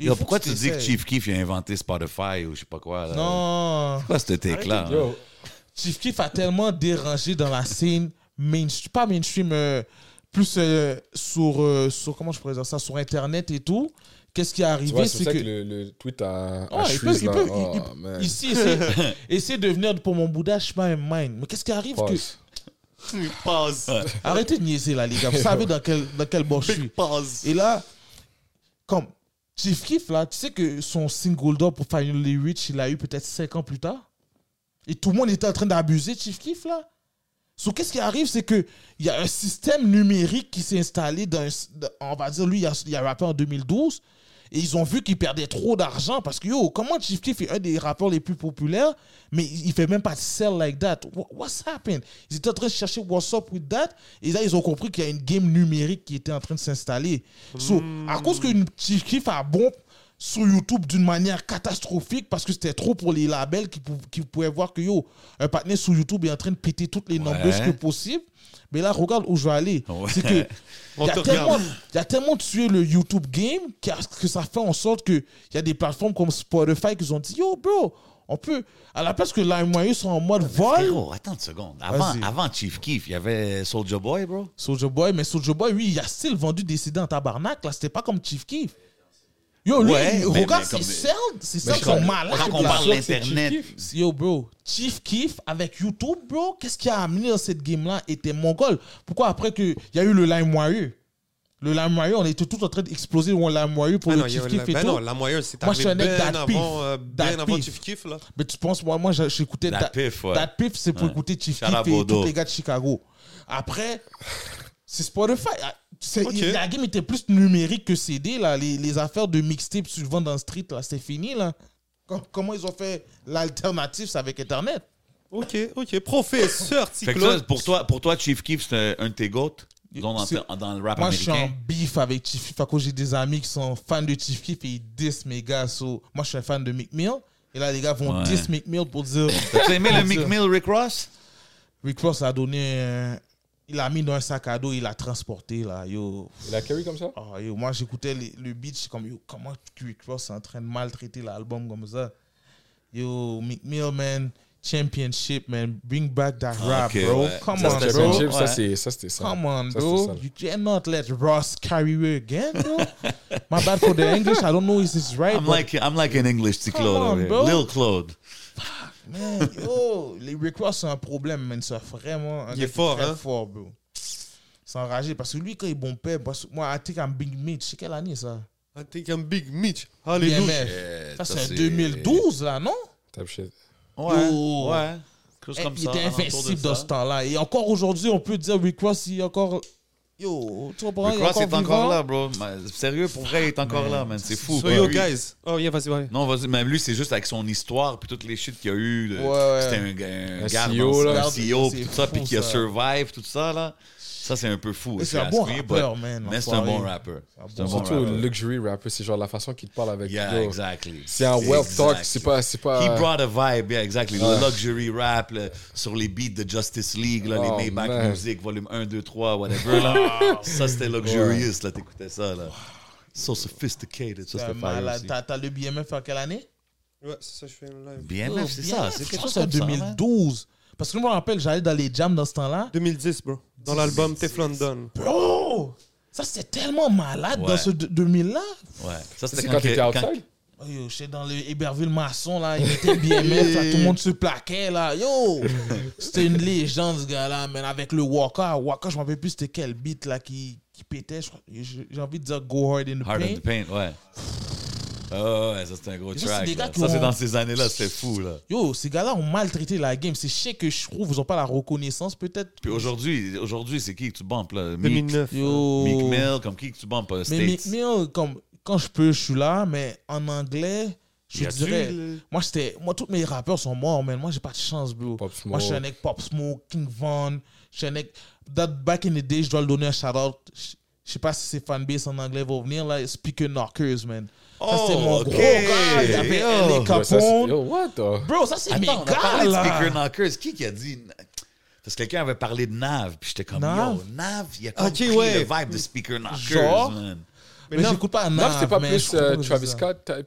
Speaker 2: il
Speaker 3: Yo,
Speaker 2: faut
Speaker 3: pourquoi
Speaker 2: que
Speaker 3: tu dis que
Speaker 2: t'essayes.
Speaker 3: Chief Keef il a inventé Spotify ou je sais pas quoi? là?
Speaker 2: Non!
Speaker 3: Pourquoi ce take-là? hein?
Speaker 1: Yo,
Speaker 2: Chief Keef a tellement dérangé dans la scène mainstream, pas mainstream, euh, plus euh, sur, euh, sur, comment je pourrais dire ça, sur Internet et tout. Qu'est-ce qui est
Speaker 1: Tu
Speaker 2: arrivé,
Speaker 1: vois, c'est
Speaker 2: c'est
Speaker 1: pour ça
Speaker 2: que...
Speaker 1: que, le, le tweet a.
Speaker 2: Ouais,
Speaker 1: a
Speaker 2: Ah, il
Speaker 1: Shreeze,
Speaker 2: peut, il
Speaker 1: là.
Speaker 2: peut,
Speaker 1: Oh,
Speaker 2: il- il-
Speaker 1: man.
Speaker 2: ici, essayer, essayer de venir pour mon Bouddha, je suis pas un mind. Mais qu'est-ce qui arrive que...
Speaker 1: Pause.
Speaker 3: Big pause.
Speaker 2: Arrêtez de niaiser là, les gars. Vous savez dans quel, dans quel bord je suis.
Speaker 3: Big pause.
Speaker 2: Et là, comme Chief Keef, là, tu sais que son single d'or pour Finally Rich, il l'a eu peut-être 5 ans plus tard. Et tout le monde était en train d'abuser de Chief Keef, là. So, qu'est-ce qui arrive, c'est que il y a un système numérique qui s'est installé dans, un s- dans- on va dire, lui, il a, il a rappé en 2012. Et ils ont vu qu'il perdait trop d'argent parce que, yo, comment Chief Keef est un des rappeurs les plus populaires, mais il il fait même pas de sell like that. Wha- What's happened? Ils étaient en train de chercher what's up with that. Et là, ils ont compris qu'il y a une game numérique qui était en train de s'installer. So,
Speaker 3: Hmm.
Speaker 2: à cause que une- Chief Keef a bon sur YouTube d'une manière catastrophique parce que c'était trop pour les labels qui, pou- qui pouvaient voir que, yo, un partenaire sur YouTube est en train de péter toutes les nombreuses que possible. Mais là, regarde où je vais aller.
Speaker 3: Ouais.
Speaker 2: C'est que il y, a
Speaker 3: te
Speaker 2: tellement-
Speaker 3: regarde.
Speaker 2: il y a tellement tué le YouTube game qu'il y a- que ça fait en sorte qu'il y a des plateformes comme Spotify qui ont dit Yo, bro, on peut. À la place que LimeWire soit en mode vol,
Speaker 3: Frérot, attends une seconde. Avant,
Speaker 2: Vas-y.
Speaker 3: avant Chief Keef, il y avait Soldier Boy, bro.
Speaker 2: Soulja Boy, mais Soulja Boy, oui, il a still vendu des CD en tabarnak. Là, c'était pas comme Chief Keef. Yo, lui,
Speaker 3: Ouais,
Speaker 2: il-
Speaker 3: mais-
Speaker 2: regarde,
Speaker 3: mais comme-
Speaker 2: ses sales, ses sales
Speaker 1: je
Speaker 2: sont
Speaker 1: comprends-
Speaker 2: malades.
Speaker 3: Quand on
Speaker 2: là.
Speaker 3: parle d'Internet,
Speaker 2: Yo, bro, Chief Keef avec YouTube, bro, qu'est-ce qui a amené dans cette game-là était mongol. Pourquoi après qu'il y a eu le LimeWire Le LimeWire, on était tout en train d'exploser le LimeWire pour
Speaker 6: Ah
Speaker 2: le
Speaker 6: non, il y
Speaker 2: Chief
Speaker 6: a-
Speaker 2: Keef et
Speaker 6: ben
Speaker 2: tout.
Speaker 6: non, la moyenne, c'est
Speaker 2: Moi, je suis
Speaker 6: arrivé
Speaker 2: un mec
Speaker 6: bien
Speaker 2: d'At
Speaker 6: avant,
Speaker 2: Beef.
Speaker 6: euh, bien
Speaker 2: D'At
Speaker 6: avant
Speaker 2: Beef.
Speaker 6: Chief Keef, là.
Speaker 2: Mais tu penses, moi, moi j'a- j'écoutais
Speaker 3: That
Speaker 2: Dat
Speaker 3: Piff, ouais.
Speaker 2: Dat Piff, c'est pour
Speaker 3: Ouais.
Speaker 2: écouter Chief
Speaker 3: Shout out
Speaker 2: Keef et
Speaker 3: Bodo.
Speaker 2: tous les gars de Chicago. Après, c'est Spotify. Ah, tu sais,
Speaker 6: Ok.
Speaker 2: il- La game était plus numérique que CD, là. Les, les affaires de mixtape souvent dans le street, là, c'est fini, là. Com- Comment ils ont fait l'alternative c'est avec Internet
Speaker 6: Ok, ok. Professeur
Speaker 3: Fait que ça,
Speaker 6: Cyclone.
Speaker 3: pour toi, pour toi, Chief Keef, c'est un un de tes goats disons,
Speaker 2: C'est-
Speaker 3: dans, dans le rap
Speaker 2: Moi, je suis en
Speaker 3: américain.
Speaker 2: bif avec Chief Keef. À cause, j'ai des amis qui sont fans de Chief Keef et ils disent mes gars. So, moi, je suis un fan de Mick Mill. Et là, les gars vont
Speaker 3: Ouais.
Speaker 2: diss Mick Mill pour dire
Speaker 3: T'as aimé le
Speaker 2: Bien
Speaker 3: Mick
Speaker 2: sûr.
Speaker 3: Mill Rick Ross?
Speaker 2: Rick Ross a donné. un- il a mis dans un sac à dos, il l'a transporté là. Yo.
Speaker 1: Il a carry comme ça
Speaker 2: Ah, yo, Moi, j'écoutais les- le beat, je suis comme yo, comment Rick Ross est en train de maltraiter l'album comme ça. Yo, Mick Mill, man, championship, man, bring back that rap,
Speaker 3: ok,
Speaker 2: bro.
Speaker 3: ouais.
Speaker 2: Come
Speaker 3: Ça,
Speaker 2: on,
Speaker 3: c'était
Speaker 2: bro.
Speaker 1: Championship,
Speaker 3: ouais.
Speaker 1: ça, c'est- ça, c'était ça.
Speaker 2: Come on,
Speaker 1: Ça, c'était
Speaker 2: bro.
Speaker 1: ça.
Speaker 2: You cannot let Ross carry you again, bro. My bad for the English. I don't know if it's right.
Speaker 3: I'm
Speaker 2: but-
Speaker 3: like, I'm like an English to
Speaker 2: Come
Speaker 3: Claude.
Speaker 2: on,
Speaker 3: over here.
Speaker 2: bro.
Speaker 3: Lil Claude.
Speaker 2: Man, yo, les Records, c'est un problème, man. C'est vraiment un
Speaker 6: Il
Speaker 2: des
Speaker 6: est fort,
Speaker 2: très
Speaker 6: hein?
Speaker 2: fort, bro. C'est enragé parce que lui, quand il bompait, parce que moi, I think I'm Big Mitch, c'est quelle année ça?
Speaker 6: I think I'm Ah, Big Mitch.
Speaker 2: BMF.
Speaker 6: Alléluia.
Speaker 2: Eh, ça, c'est en 2012, là, non?
Speaker 1: Type shit.
Speaker 3: Ouais.
Speaker 2: Yo.
Speaker 3: Ouais. Chose comme
Speaker 2: Eh, il
Speaker 3: ça,
Speaker 2: était
Speaker 3: alentour de
Speaker 2: invincible
Speaker 3: ça.
Speaker 2: dans ce temps-là. Et encore aujourd'hui, on peut dire Rick Ross, il est encore. Yo, tu comprends?
Speaker 3: Rick
Speaker 2: il
Speaker 3: Ross est encore
Speaker 2: vivant.
Speaker 3: là, bro. Mais Sérieux, pour vrai, il est encore là, man. C'est fou.
Speaker 6: So
Speaker 3: bro.
Speaker 6: yo,
Speaker 3: Lui-
Speaker 6: guys. Oh, yeah, vas-y, vas-y.
Speaker 3: Non, vas-y, même lui, c'est juste avec son histoire puis toutes les shit qu'il y a eu. de-
Speaker 2: Ouais, ouais. E
Speaker 3: C'était un, gars- un
Speaker 1: Un
Speaker 3: gars
Speaker 1: CEO,
Speaker 3: dans-
Speaker 1: là.
Speaker 3: un CEO, puis
Speaker 2: C'est
Speaker 3: tout ça, puis
Speaker 2: fou,
Speaker 3: qui a
Speaker 2: ça.
Speaker 3: survive, tout ça, là. Ça, c'est un peu fou.
Speaker 2: Et C'est
Speaker 3: à
Speaker 2: un bon
Speaker 3: suivre,
Speaker 2: rappeur,
Speaker 3: but-
Speaker 2: man.
Speaker 3: Mais c'est un bon
Speaker 2: enfoiré.
Speaker 3: rapper.
Speaker 2: un
Speaker 3: C'est un
Speaker 2: bon
Speaker 3: bon
Speaker 1: Surtout
Speaker 3: rapper.
Speaker 1: luxury rapper, c'est genre la façon qu'il te parle avec.
Speaker 3: Yeah,
Speaker 1: Yo,
Speaker 3: exactly.
Speaker 1: C'est un wealth talk,
Speaker 3: Exactly.
Speaker 1: c'est pas. C'est
Speaker 3: He
Speaker 1: pas
Speaker 3: brought a vibe, yeah, exactly.
Speaker 1: Ouais.
Speaker 3: Le luxury rap, le- sur les beats de Justice League, là,
Speaker 1: Oh,
Speaker 3: les Maybach
Speaker 1: man.
Speaker 3: Music, volume 1, 2, 3, whatever. Là. ça, c'était luxurious, là, t'écoutais ça, là. So sophisticated, ça,
Speaker 2: T'as
Speaker 3: c'était fire
Speaker 2: malade.
Speaker 3: aussi.
Speaker 2: T'as t'as le BMF en quelle année?
Speaker 6: Ouais, c'est ça, je fais un live.
Speaker 2: Oh,
Speaker 3: BMF, c'est ça, c'est quelque chose
Speaker 2: en
Speaker 3: comme ça, hein.
Speaker 2: hein.
Speaker 3: man.
Speaker 2: 2012. Parce que je me rappelle, j'allais dans les jams dans ce temps-là.
Speaker 6: 2010, bro. Dans l'album Teflon Don.
Speaker 2: Bro! Ça, c'est tellement malade
Speaker 3: Ouais.
Speaker 2: dans ce de- 2000-là.
Speaker 3: Ouais. Ça,
Speaker 1: C'est
Speaker 3: c'était
Speaker 1: quand
Speaker 3: quand,
Speaker 1: t'étais
Speaker 3: que- quand-
Speaker 1: outside
Speaker 2: Oh, Yo, j'étais dans le Héberville maçon, là. Il était BMF, là. Tout le monde se plaquait, là. Yo! C'était une légende, ce gars-là, man. Avec le Waka. Waka, je me rappelle plus c'était quel beat, là, qui, qui pétait. Je crois- J'ai j'ai envie de dire Go Hard in the
Speaker 3: Hard
Speaker 2: Paint.
Speaker 3: on the Paint, ouais. Ah ouais, ça, c'était un gros
Speaker 2: Ça, c'est
Speaker 3: track.
Speaker 2: des gars
Speaker 3: là.
Speaker 2: qui
Speaker 3: Ça, c'est
Speaker 2: ont-
Speaker 3: dans ces années-là, c'était fou, là.
Speaker 2: Yo, ces gars-là ont maltraité la game. C'est chier que je trouve, ils ont pas la reconnaissance, peut-être.
Speaker 3: Puis aujourd'hui, aujourd'hui, c'est qui que tu bumpes, là? Meek,
Speaker 6: 2009.
Speaker 2: Yo!
Speaker 3: Meek Mill, comme qui que tu bumpes, euh,
Speaker 2: Mais Meek
Speaker 3: States?
Speaker 2: Mill, comme, quand je peux, je suis là, mais en anglais, je
Speaker 3: Y a-tu
Speaker 2: dirais.
Speaker 3: le-
Speaker 2: Moi, j'étais. Moi, tous mes rappeurs sont morts, man. Moi, j'ai pas de chance, bro.
Speaker 1: Pop
Speaker 2: Moi, je suis un
Speaker 1: Smoke.
Speaker 2: mec Pop Smoke, King Von. Je suis un mec. That back in the day, je dois le donner un shout-out. Je je sais pas si ses fanbase en anglais vont venir, là. Speaker Knockers, man. ça, c'était
Speaker 3: Oh,
Speaker 2: mon
Speaker 3: ok.
Speaker 2: gros gars. Il y avait
Speaker 3: Yo.
Speaker 2: L.A.
Speaker 1: Yo, ça, c'est-
Speaker 2: Capone.
Speaker 1: Yo, what the-
Speaker 2: bro, ça, c'est mes
Speaker 3: Attends, on a parlé
Speaker 2: gars,
Speaker 3: de
Speaker 2: Ah, là.
Speaker 3: Speaker Knockers. Qui qui a dit... Parce que quelqu'un avait parlé de Nav, puis j'étais comme,
Speaker 2: Nav?
Speaker 3: yo, Nav, il a comme
Speaker 6: Ok,
Speaker 3: pris
Speaker 6: ouais.
Speaker 3: le vibe de Speaker Knockers,
Speaker 2: Genre?
Speaker 3: man.
Speaker 2: Mais j'écoute pas
Speaker 1: Non,
Speaker 2: Nav,
Speaker 1: c'était pas
Speaker 2: man, je
Speaker 1: plus
Speaker 2: comprends
Speaker 1: euh,
Speaker 2: pas ce que
Speaker 1: Travis
Speaker 2: c'est.
Speaker 1: Scott type.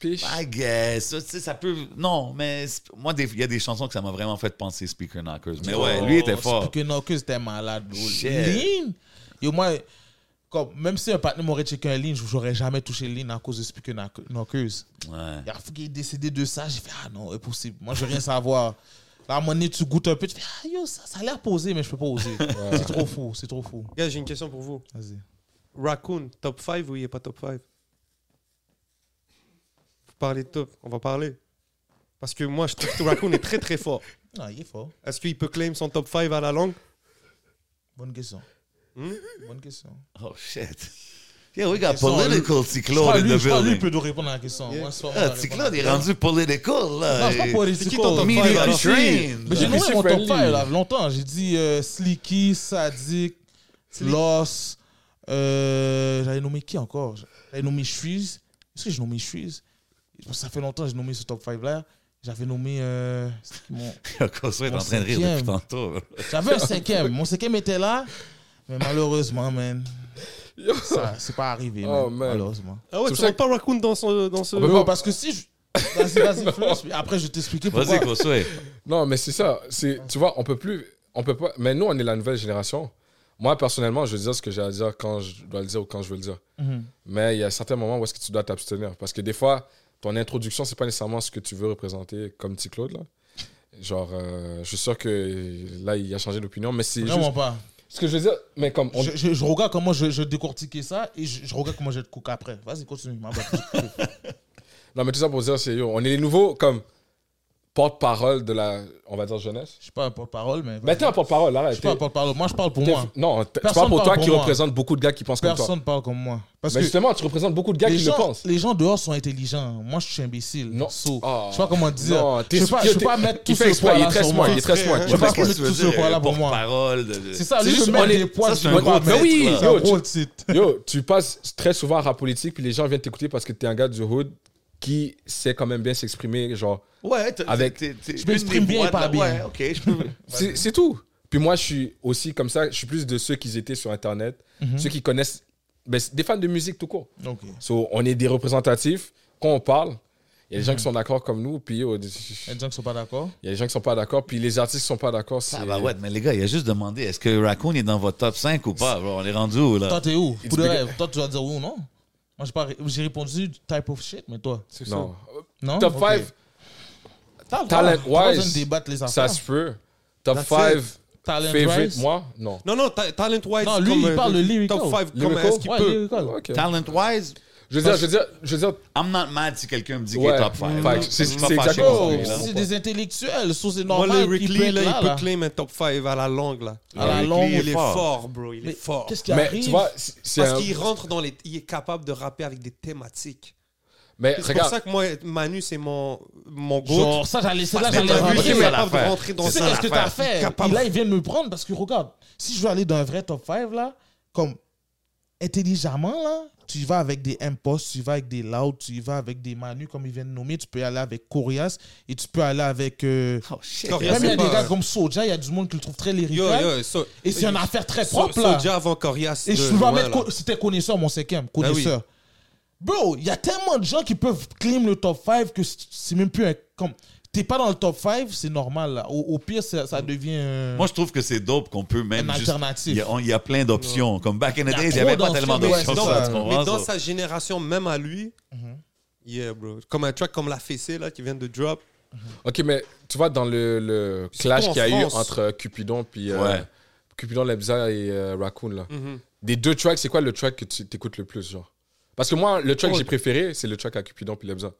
Speaker 1: Piche.
Speaker 3: I guess. Ça, tu sais, ça peut. Non, mais c'est- moi, des- il y a des chansons que ça m'a vraiment fait penser Speaker Knockers. Mais ouais, lui
Speaker 2: Oh,
Speaker 3: était fort.
Speaker 2: que non, que c'était malade, bro.
Speaker 3: Oh. Shit.
Speaker 2: Lean. Yo, moi, comme, même si un partenaire m'aurait checké un Lean, j'aurais jamais touché Lean à cause de Speaker Knock- Knockers.
Speaker 3: Ouais.
Speaker 2: Il a fou qu'il est décédé de ça. J'ai fait, ah non, impossible. Moi, je veux rien savoir. Là, à un moment donné, tu goûtes un peu, tu fais, ah yo, ça, ça a l'air posé, mais je peux pas oser. c'est trop fou, c'est trop fou.
Speaker 6: Gars, j'ai une question pour vous.
Speaker 2: Vas-y.
Speaker 6: Raccoon, top 5 ou il est pas top 5 Vous parlez de top, on va parler. Parce que moi, je trouve que Raccoon est très très fort.
Speaker 2: Non, il est fort.
Speaker 6: Est-ce qu'il peut claim son top 5 à la langue
Speaker 2: Bonne question.
Speaker 3: Hmm?
Speaker 2: Bonne question.
Speaker 3: Oh shit. Yeah, we got
Speaker 2: Question,
Speaker 3: political,
Speaker 2: Je crois
Speaker 3: T-Claude in
Speaker 2: lui,
Speaker 3: the
Speaker 2: je crois lui
Speaker 3: building.
Speaker 2: peut nous répondre à la question. Moi, c'est pas moi
Speaker 3: Ah,
Speaker 2: qui vais
Speaker 3: T-Claude est
Speaker 2: répondre à la
Speaker 3: rendu political, là.
Speaker 2: question. Non, c'est pas
Speaker 3: Et-
Speaker 2: politique.
Speaker 6: ton top
Speaker 3: Media
Speaker 6: five, alors?
Speaker 3: hein? train.
Speaker 2: Mais j'ai
Speaker 3: là.
Speaker 1: Monsieur
Speaker 2: nommé mon top
Speaker 1: Friendly.
Speaker 2: 5 là, longtemps. J'ai dit euh, Slicky, Sadik, Loss. euh, J'avais nommé qui encore J'avais nommé Suisse. Est-ce que j'ai nommé Suisse Ça fait longtemps que j'ai nommé ce top 5 là. J'avais nommé. euh, c'est qui mon-
Speaker 3: Cosmo est en train de rire
Speaker 2: Cinquième.
Speaker 3: depuis tantôt.
Speaker 2: J'avais un cinquième. Mon cinquième était là. Mais malheureusement, man. Ça, c'est pas arrivé, man,
Speaker 1: Oh, man.
Speaker 2: Malheureusement.
Speaker 6: Ah ouais,
Speaker 1: C'est
Speaker 6: tu
Speaker 1: pour
Speaker 6: Ah, bah-
Speaker 1: ça
Speaker 6: rentres pas Raccoon dans, son, dans ce.
Speaker 1: On peut
Speaker 2: Non,
Speaker 1: pas-
Speaker 2: parce que si je. Vas-y, vas-y, Flores, puis Après, je vais t'expliquer pourquoi.
Speaker 3: Vas-y, Cosmo.
Speaker 1: Non, mais c'est ça. C'est, tu vois, on peut plus. On peut pas. Mais nous, on est la nouvelle génération. Moi, personnellement, je veux dire ce que j'ai à dire quand je dois le dire ou quand je veux le dire.
Speaker 2: Mhm.
Speaker 1: Mais il y a certains moments où est-ce que tu dois t'abstenir. Parce que des fois, ton introduction, c'est pas nécessairement ce que tu veux représenter comme petit Claude. Là. Genre, euh, je suis sûr que là, il a changé d'opinion. Mais c'est
Speaker 2: Vraiment
Speaker 1: juste-
Speaker 2: pas.
Speaker 1: Ce que je veux dire, mais comme. on-
Speaker 2: Je, je- je regarde comment je, je décortiquais ça et je, je regarde comment je te cook après. Vas-y, continue. ma bad.
Speaker 1: Non, mais tout ça pour dire, c'est yo, on est les nouveaux, comme, porte-parole de la, on va dire, jeunesse.
Speaker 2: Je suis pas un porte-parole, mais.
Speaker 1: Mais
Speaker 2: vas-y.
Speaker 1: t'es un porte-parole,
Speaker 2: Je
Speaker 1: arrête.
Speaker 2: suis pas un
Speaker 1: T'es-
Speaker 2: porte-parole. Moi, je parle pour
Speaker 1: t'es-
Speaker 2: moi.
Speaker 1: Non, t-
Speaker 2: Personne
Speaker 1: tu parles pour
Speaker 2: parle
Speaker 1: toi
Speaker 2: pour
Speaker 1: qui
Speaker 2: moi.
Speaker 1: représente beaucoup de gars qui pensent comme toi.
Speaker 2: Personne parle comme moi. Parce
Speaker 1: Mais
Speaker 2: que
Speaker 1: justement, tu représentes beaucoup de gars
Speaker 2: les
Speaker 1: qui le
Speaker 2: gens,
Speaker 1: pensent.
Speaker 2: les gens dehors sont intelligents. Moi, je suis imbécile.
Speaker 1: Non.
Speaker 2: So,
Speaker 1: Oh.
Speaker 2: Je sais pas comment dire.
Speaker 1: Non,
Speaker 2: je
Speaker 1: t'es-
Speaker 2: peux pas, je peux
Speaker 1: t'es-
Speaker 2: pas mettre
Speaker 1: il
Speaker 2: tout
Speaker 1: fait
Speaker 2: ce
Speaker 1: exprès, il est
Speaker 2: poids-là
Speaker 1: très
Speaker 2: sur
Speaker 1: smart,
Speaker 2: moi.
Speaker 1: il est très smart.
Speaker 2: Je
Speaker 1: Je
Speaker 2: sais pas
Speaker 1: pense
Speaker 2: que
Speaker 1: que
Speaker 2: tout ce poids-là pour moi.
Speaker 3: Parole. De...
Speaker 2: C'est ça,
Speaker 1: C'est
Speaker 2: lui,
Speaker 1: juste,
Speaker 2: il peut
Speaker 1: on
Speaker 2: mettre
Speaker 1: est-
Speaker 2: des poids
Speaker 3: ça, c'est
Speaker 2: sur
Speaker 3: un
Speaker 2: le
Speaker 3: gros
Speaker 2: gros
Speaker 3: titre,
Speaker 2: titre,
Speaker 1: oui,
Speaker 2: là.
Speaker 1: yo,
Speaker 2: Un gros titre.
Speaker 1: Yo, tu passes très souvent à rap politique, puis les gens viennent t'écouter parce que t'es un gars du hood qui sait quand même bien s'exprimer, genre.
Speaker 3: Ouais, t'as-
Speaker 1: Avec-
Speaker 3: t'es- t'es-
Speaker 2: Je m'exprime
Speaker 3: une
Speaker 2: bien et
Speaker 3: boîte,
Speaker 2: pas
Speaker 3: là.
Speaker 2: bien.
Speaker 3: Ouais, ok, je peux.
Speaker 1: C'est c'est tout. Puis moi, je suis aussi comme ça, je suis plus de ceux qui étaient sur Internet,
Speaker 2: Mhm.
Speaker 1: ceux qui connaissent, ben, c'est des fans de musique tout court.
Speaker 2: Ok.
Speaker 1: So, on est des représentatifs. Quand on parle, il y a
Speaker 2: Mhm.
Speaker 1: des gens qui sont d'accord comme nous, puis oh,
Speaker 2: Il y a des
Speaker 1: il
Speaker 2: gens qui sont pas d'accord.
Speaker 1: y a des gens qui sont pas d'accord, puis les artistes qui sont pas d'accord. c'est-
Speaker 3: Ah bah ouais, mais les gars, il a juste demandé est-ce que Raccoon est dans votre top 5 ou pas bro? On est rendu où là
Speaker 2: Toi, t'es où Pour de
Speaker 1: bigger.
Speaker 2: rêve. Toi, tu vas dire où, non Moi, j'ai pas ré- j'ai répondu type of shit, mais toi.
Speaker 1: Non.
Speaker 2: Non
Speaker 1: Ah, Top
Speaker 2: Ok.
Speaker 1: 5,
Speaker 2: T'as le
Speaker 1: Talent
Speaker 2: droit. T'as pas besoin
Speaker 1: wise,
Speaker 2: de débattre les
Speaker 1: ça
Speaker 2: affaires.
Speaker 1: se peut. Top
Speaker 6: That's
Speaker 1: 5,
Speaker 2: Talent
Speaker 1: favorite,
Speaker 2: wise.
Speaker 1: moi Non.
Speaker 6: Non, non, ta- Talent Wise.
Speaker 2: Non, lui,
Speaker 6: comme,
Speaker 2: il
Speaker 6: euh,
Speaker 2: parle de lyrical.
Speaker 6: Top 5, comme
Speaker 1: Lyrical?
Speaker 6: est-ce qu'il
Speaker 2: Ouais,
Speaker 6: peut.
Speaker 2: lyrical.
Speaker 1: Ok.
Speaker 3: Talent-wise,
Speaker 1: Je veux dire, je veux dire, je veux dire,
Speaker 3: I'm not mad si quelqu'un me dit qu'il
Speaker 1: Ouais.
Speaker 3: est top 5.
Speaker 1: Facts. C'est- c'est
Speaker 2: Oh,
Speaker 1: exactement
Speaker 3: ça.
Speaker 2: c'est des intellectuels, so c'est
Speaker 6: Moi,
Speaker 2: normal.
Speaker 6: le
Speaker 2: qu'ils
Speaker 6: Rickley,
Speaker 2: prennent
Speaker 6: là, il peut
Speaker 2: là.
Speaker 6: claim un top 5 à la langue, là.
Speaker 2: À la longue,
Speaker 6: Il est
Speaker 3: fort.
Speaker 6: fort, bro, il est
Speaker 2: Mais
Speaker 6: fort.
Speaker 2: Qu'est-ce qui
Speaker 1: mais
Speaker 2: arrive
Speaker 1: tu vois, c'est c'est
Speaker 6: Parce
Speaker 1: un-
Speaker 6: qu'il rentre dans les. Il est capable de rapper avec des thématiques.
Speaker 1: Mais
Speaker 6: C'est pour
Speaker 1: regarde,
Speaker 6: ça que moi, Manu, c'est mon, mon goat.
Speaker 2: Genre, ça, j'allais, c'est là,
Speaker 6: Mais
Speaker 2: j'allais
Speaker 6: t'as vu,
Speaker 2: rentrer.
Speaker 6: il est
Speaker 3: ça,
Speaker 6: capable de
Speaker 3: l'affaire.
Speaker 6: rentrer dans
Speaker 2: Tu sais
Speaker 6: ça.
Speaker 2: qu'est-ce que
Speaker 3: l'affaire.
Speaker 2: t'as fait
Speaker 6: Capable.
Speaker 2: Et Là, ils viennent me prendre parce que regarde, si je veux aller dans un vrai top 5, là, comme intelligemment, là, tu y vas avec des impostes, tu y vas avec des Loud, tu y vas avec des Manu, comme ils viennent de nommer, tu peux y aller avec Corias et tu peux aller avec. euh,
Speaker 3: Oh shit.
Speaker 6: Coriace.
Speaker 2: Même il y a
Speaker 6: pas,
Speaker 2: des gars
Speaker 6: euh,
Speaker 2: comme Soja, il y a du monde qui le trouve très lyrique.
Speaker 6: Yo, yo, so-
Speaker 2: Et c'est une affaire très
Speaker 6: so-
Speaker 2: propre, là.
Speaker 6: Soulja avant Corias.
Speaker 2: Et
Speaker 6: de
Speaker 2: je peux pas
Speaker 6: loin,
Speaker 2: mettre.
Speaker 6: là.
Speaker 2: co- C'était connaisseur, mon cinquième.
Speaker 1: Ah
Speaker 2: Connaisseur. Bro, il y a tellement de gens qui peuvent claim le top 5 que c'est- c'est même plus un. Comme, t'es pas dans le top 5, c'est normal. là. Au, au pire, ça, ça devient. euh,
Speaker 3: Moi, je trouve que c'est dope qu'on peut même.
Speaker 2: Une
Speaker 3: juste-
Speaker 2: alternative.
Speaker 3: Il y a- on- il y, a plein d'options. Comme back in the
Speaker 2: a
Speaker 3: days, il n'y
Speaker 2: trop
Speaker 3: avait pas tellement
Speaker 2: d'options, Ah, ouais,
Speaker 3: d'options.
Speaker 2: c'est
Speaker 3: là,
Speaker 2: ça. Mhm.
Speaker 3: tu
Speaker 6: Mais
Speaker 3: comprends,
Speaker 6: dans
Speaker 3: ça?
Speaker 6: sa génération, même à lui, yeah, bro. Comme un track comme La Fessée, là, qui vient de drop.
Speaker 1: ok, mais tu vois, dans le, le
Speaker 6: Surtout
Speaker 1: clash
Speaker 6: en
Speaker 1: qu'il y a eu
Speaker 6: France.
Speaker 1: entre euh, Cupidon puis euh,
Speaker 3: Ouais.
Speaker 1: Cupidon Lebza et euh, Raccoon, là.
Speaker 6: Mhm.
Speaker 1: Des deux tracks, c'est quoi le track que tu t'écoutes le plus, genre Parce que moi, le track que
Speaker 6: Oh.
Speaker 1: j'ai préféré, c'est le track à Cupidon puis Lebza.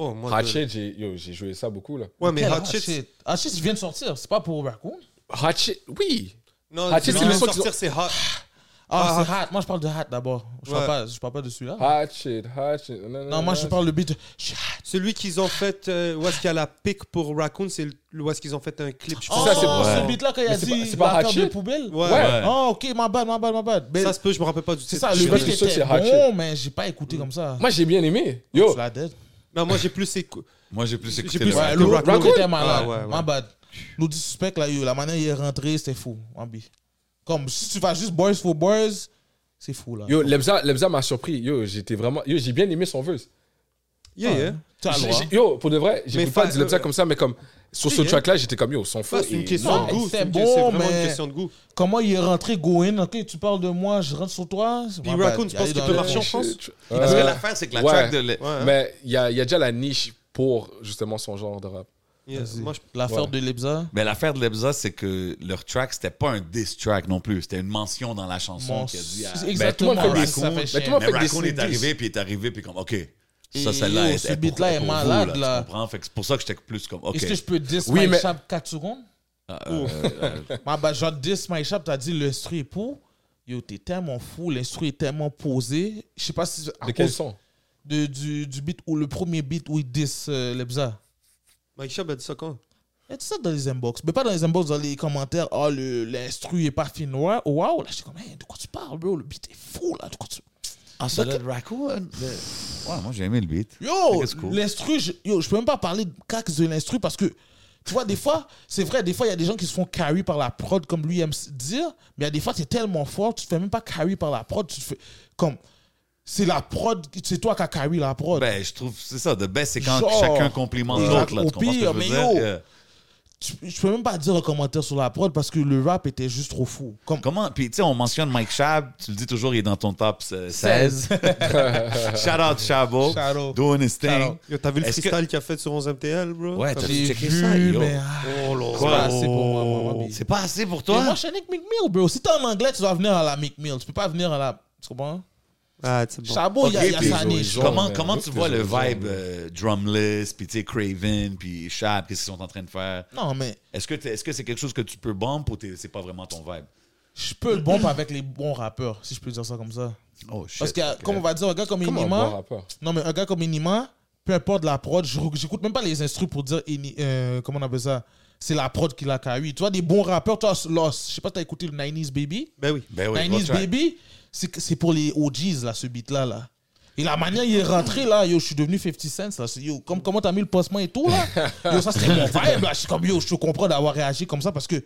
Speaker 6: Oh, moi.
Speaker 1: Ratchet, j'ai yo, j'ai joué ça beaucoup, là.
Speaker 6: je- Ouais, mais
Speaker 2: Quel
Speaker 6: Ratchet.
Speaker 2: Ratchet Ratchet, il vient de sortir. C'est pas pour Raccoon.
Speaker 1: Ratchet, oui
Speaker 6: Non,
Speaker 1: Ratchet,
Speaker 6: Ratchet,
Speaker 1: c'est le son qu'ils
Speaker 6: sortir, c'est hot.
Speaker 2: Ah,
Speaker 6: Ah,
Speaker 2: c'est Hat. Moi, je parle de Hat d'abord. Je,
Speaker 6: Ouais.
Speaker 2: parle pas- je parle pas de celui-là.
Speaker 1: Ah, Ratchet, Ratchet.
Speaker 2: Non, moi, je parle le beat de. Je suis Hat.
Speaker 6: Celui qu'ils ont fait, euh, où est-ce qu'il y a la pique pour Raccoon, c'est le- où est-ce qu'ils ont fait un clip. je
Speaker 2: Oh,
Speaker 6: pense.
Speaker 1: c'est-
Speaker 2: ce
Speaker 1: ouais.
Speaker 2: beat-là, quand il a
Speaker 1: Mais c'est
Speaker 2: dit.
Speaker 1: pas- c'est pas
Speaker 2: la carte de
Speaker 1: Ratchet
Speaker 2: poubelle
Speaker 6: Ouais.
Speaker 1: Ouais.
Speaker 2: Oh, ok, ma bad, ma bad, ma bad. Mais
Speaker 6: Ça se peut, je me rappelle pas du titre.
Speaker 2: c'est ça,
Speaker 1: je
Speaker 2: le
Speaker 1: suis
Speaker 2: beat
Speaker 1: sûr que c'est
Speaker 2: était
Speaker 1: Ratchet.
Speaker 2: bon, mais j'ai pas écouté comme ça.
Speaker 1: Moi, j'ai bien aimé. Yo,
Speaker 2: Tu l'as dead.
Speaker 6: Non, moi, j'ai plus écouté.
Speaker 3: Moi, j'ai plus écouté
Speaker 6: J'ai
Speaker 3: le
Speaker 6: plus-
Speaker 2: Ouais,
Speaker 3: rap.
Speaker 2: le
Speaker 6: Raccoon.
Speaker 2: Raccoon était malade.
Speaker 6: Ah, ouais, ouais.
Speaker 2: My bad. Nous dit suspect, là, yo, la manière il est rentré, c'était fou. Wambi. Comme si tu vas juste boys for boys, c'est fou, là.
Speaker 1: yo Lebza Lebza m'a surpris. Yo, j'étais vraiment. Yo, j'ai bien aimé son verse.
Speaker 6: Yeah, yeah.
Speaker 2: ah, Tu as le
Speaker 1: hein. J'ai-
Speaker 2: droit.
Speaker 1: j'ai- Yo, pour de vrai, j'écoute
Speaker 6: Mais
Speaker 1: pas
Speaker 6: fa-
Speaker 1: Dillem ça
Speaker 6: euh,
Speaker 1: comme ça, mais comme sur ce
Speaker 6: yeah.
Speaker 1: track-là, j'étais comme yo, son feu.
Speaker 6: Ça, c'est une
Speaker 1: est
Speaker 6: question
Speaker 1: nice.
Speaker 6: de goût.
Speaker 2: c'est
Speaker 6: C'est une-
Speaker 2: bon,
Speaker 6: c'est vraiment
Speaker 2: mais-
Speaker 6: une question de goût.
Speaker 2: Comment il est rentré, Goin Ok, tu parles de moi, je rentre sur toi.
Speaker 6: Puis
Speaker 2: Ah, bah,
Speaker 6: Raccoon, tu
Speaker 2: allez
Speaker 6: penses qu'il
Speaker 2: dans
Speaker 6: peut
Speaker 2: le-
Speaker 6: marcher en
Speaker 1: shit.
Speaker 6: France
Speaker 1: Euh,
Speaker 3: Parce que l'affaire, c'est que la
Speaker 1: ouais.
Speaker 3: track de. le-
Speaker 6: Ouais.
Speaker 1: Mais il y a, il y a déjà la niche pour justement son genre de rap.
Speaker 6: Yeah, Moi, je-
Speaker 2: L'affaire
Speaker 1: Ouais.
Speaker 2: de Lebza.
Speaker 3: Mais l'affaire de Lebza, c'est que leur track, c'était pas un diss track non plus. C'était une mention dans la chanson
Speaker 2: Mon-
Speaker 3: qui a dit. ah,
Speaker 2: c'est
Speaker 3: ben,
Speaker 2: Exactement,
Speaker 1: tout le monde fait des
Speaker 2: ça,
Speaker 1: Mais
Speaker 2: ça fait
Speaker 1: tout le
Speaker 2: chier.
Speaker 1: monde
Speaker 3: Mais
Speaker 1: fait des
Speaker 3: Raccoon est
Speaker 1: sneak
Speaker 3: arrivé,
Speaker 1: diss.
Speaker 3: puis il est arrivé, puis comme, OK,
Speaker 2: Et
Speaker 3: ça, celle-là,
Speaker 2: yo,
Speaker 3: elle-
Speaker 2: ce
Speaker 3: elle pour-
Speaker 2: beat-là
Speaker 3: elle pour
Speaker 2: est
Speaker 3: vous,
Speaker 2: malade,
Speaker 3: tu
Speaker 2: là.
Speaker 3: comprends? Fait que c'est pour ça que j'étais plus comme, OK.
Speaker 2: Est-ce que je peux 10
Speaker 1: Oui,
Speaker 2: My
Speaker 1: mais-
Speaker 2: Shop 4 secondes
Speaker 3: Ah, euh, euh,
Speaker 2: Ma bah, genre 10 My Shop, t'as dit l'instru est pour. Yo, t'es tellement fou, l'instru est tellement posé. Je sais pas si. à
Speaker 6: Ah,
Speaker 1: De quel
Speaker 2: cause
Speaker 1: son
Speaker 2: de- du, du beat ou le premier beat où il euh, 10 Lebza.
Speaker 6: Mike Shab a dit ça quand
Speaker 2: Et tout ça dans les inbox. Mais pas dans les inbox, dans les commentaires. Oh, le- l'instru est pas finois. Waouh, là, je suis comme, hey, de quoi tu parles, bro Le beat est fou, là. De quoi tu...
Speaker 3: Ah, ça de Raccoon. le- Ouais, moi, j'ai aimé le beat.
Speaker 2: Yo,
Speaker 3: Fait que c'est cool.
Speaker 2: l'instru, je, yo, je peux même pas parler de cax de l'instru parce que, tu vois, des fois, c'est vrai, des fois, il y a des gens qui se font carry par la prod, comme lui aime s- dire, mais il y a des fois, t'es tellement fort, tu te fais même pas carry par la prod, tu te fais. Comme, c'est la prod, c'est toi qui as carry la prod.
Speaker 3: Ben, je trouve, c'est ça, de best, c'est quand
Speaker 2: Genre.
Speaker 3: chacun complimente
Speaker 2: Exact.
Speaker 3: l'autre, là.
Speaker 2: Au
Speaker 3: Tu comprends ce que je
Speaker 2: pire,
Speaker 3: veux
Speaker 2: mais yo.
Speaker 3: dire? Euh,
Speaker 2: Tu- je peux même pas dire un commentaire sur la prod parce que le rap était juste trop fou. Comme,
Speaker 3: Comment, puis tu sais, on mentionne Mike Shab, tu le dis toujours, il est dans ton top euh, 16. Shout out Shabo,
Speaker 2: Shout out.
Speaker 3: doing his
Speaker 2: Shout
Speaker 3: thing.
Speaker 2: out.
Speaker 6: Yo, t'as vu le
Speaker 3: Est-ce que-
Speaker 6: freestyle qu'il a fait sur 11 MTL, bro
Speaker 3: Ouais, t'as
Speaker 2: j'ai
Speaker 3: checké
Speaker 2: vu,
Speaker 3: ça, yo.
Speaker 2: mais. ah, c'est
Speaker 3: Quoi? Oh.
Speaker 2: pas assez pour moi, moi, moi,
Speaker 3: C'est pas assez pour
Speaker 2: Toi?
Speaker 3: toi?
Speaker 2: Moi, je suis avec McMill, bro. Si t'es en anglais, tu dois venir à la McMill. Tu peux pas venir à la. Tu comprends?
Speaker 6: Ah, c'est bon.
Speaker 2: Chabot, il y a- il y a,
Speaker 3: Ok, puis
Speaker 2: sa niche.
Speaker 1: Genre,
Speaker 3: Comment,
Speaker 1: mais
Speaker 3: comment
Speaker 1: juste
Speaker 3: tu
Speaker 1: que
Speaker 3: vois
Speaker 1: je
Speaker 3: le
Speaker 1: le sens,
Speaker 3: vibe
Speaker 1: mais-
Speaker 3: euh, drumless, puis tu sais, Craven, puis Shab, qu'est-ce qu'ils sont en train de faire?
Speaker 2: Non, mais.
Speaker 3: Est-ce que t'es- est-ce que c'est quelque chose que tu peux bump ou t'es- c'est pas vraiment ton vibe?
Speaker 2: je peux le bomber avec les bons rappeurs, si je peux dire ça comme ça.
Speaker 3: Oh shit.
Speaker 2: Parce que,
Speaker 3: ok.
Speaker 2: comme on va dire, un gars comme
Speaker 1: Comment un bon
Speaker 2: Inima,
Speaker 1: rappeur
Speaker 2: non, mais un gars comme Inima, peu importe la prod, je- j'écoute même pas les instrus pour dire, Ini- euh, comment on appelle ça, c'est la prod qui l'a carry. Tu vois, des bons rappeurs, toi, Lost, je sais pas si t'as écouté le 90s Baby.
Speaker 6: Ben oui.
Speaker 3: Ben oui, gros
Speaker 2: 90s
Speaker 3: track.
Speaker 2: Baby, c'est que- c'est pour les OGs, là, ce beat-là, là. Et la manière il est rentré, là, yo, je suis devenu 50 Cent, là. C'est, Yo, comme, comment t'as mis le pansement et tout, là? Yo, ça, c'était mon vibe, là. Je suis comme, yo, je te comprends d'avoir réagi comme ça parce que,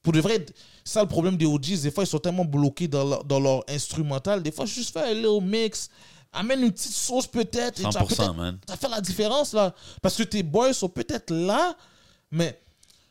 Speaker 2: pour de vrai, ça, le problème des OGs, des fois, ils sont tellement bloqués dans leur, dans leur instrumental. Des fois, juste faire un little mix, amène une petite sauce peut-être. et tu vas
Speaker 3: 100%,
Speaker 2: peut-être-
Speaker 3: man.
Speaker 2: Ça fait la différence, là. Parce que tes boys sont peut-être là, mais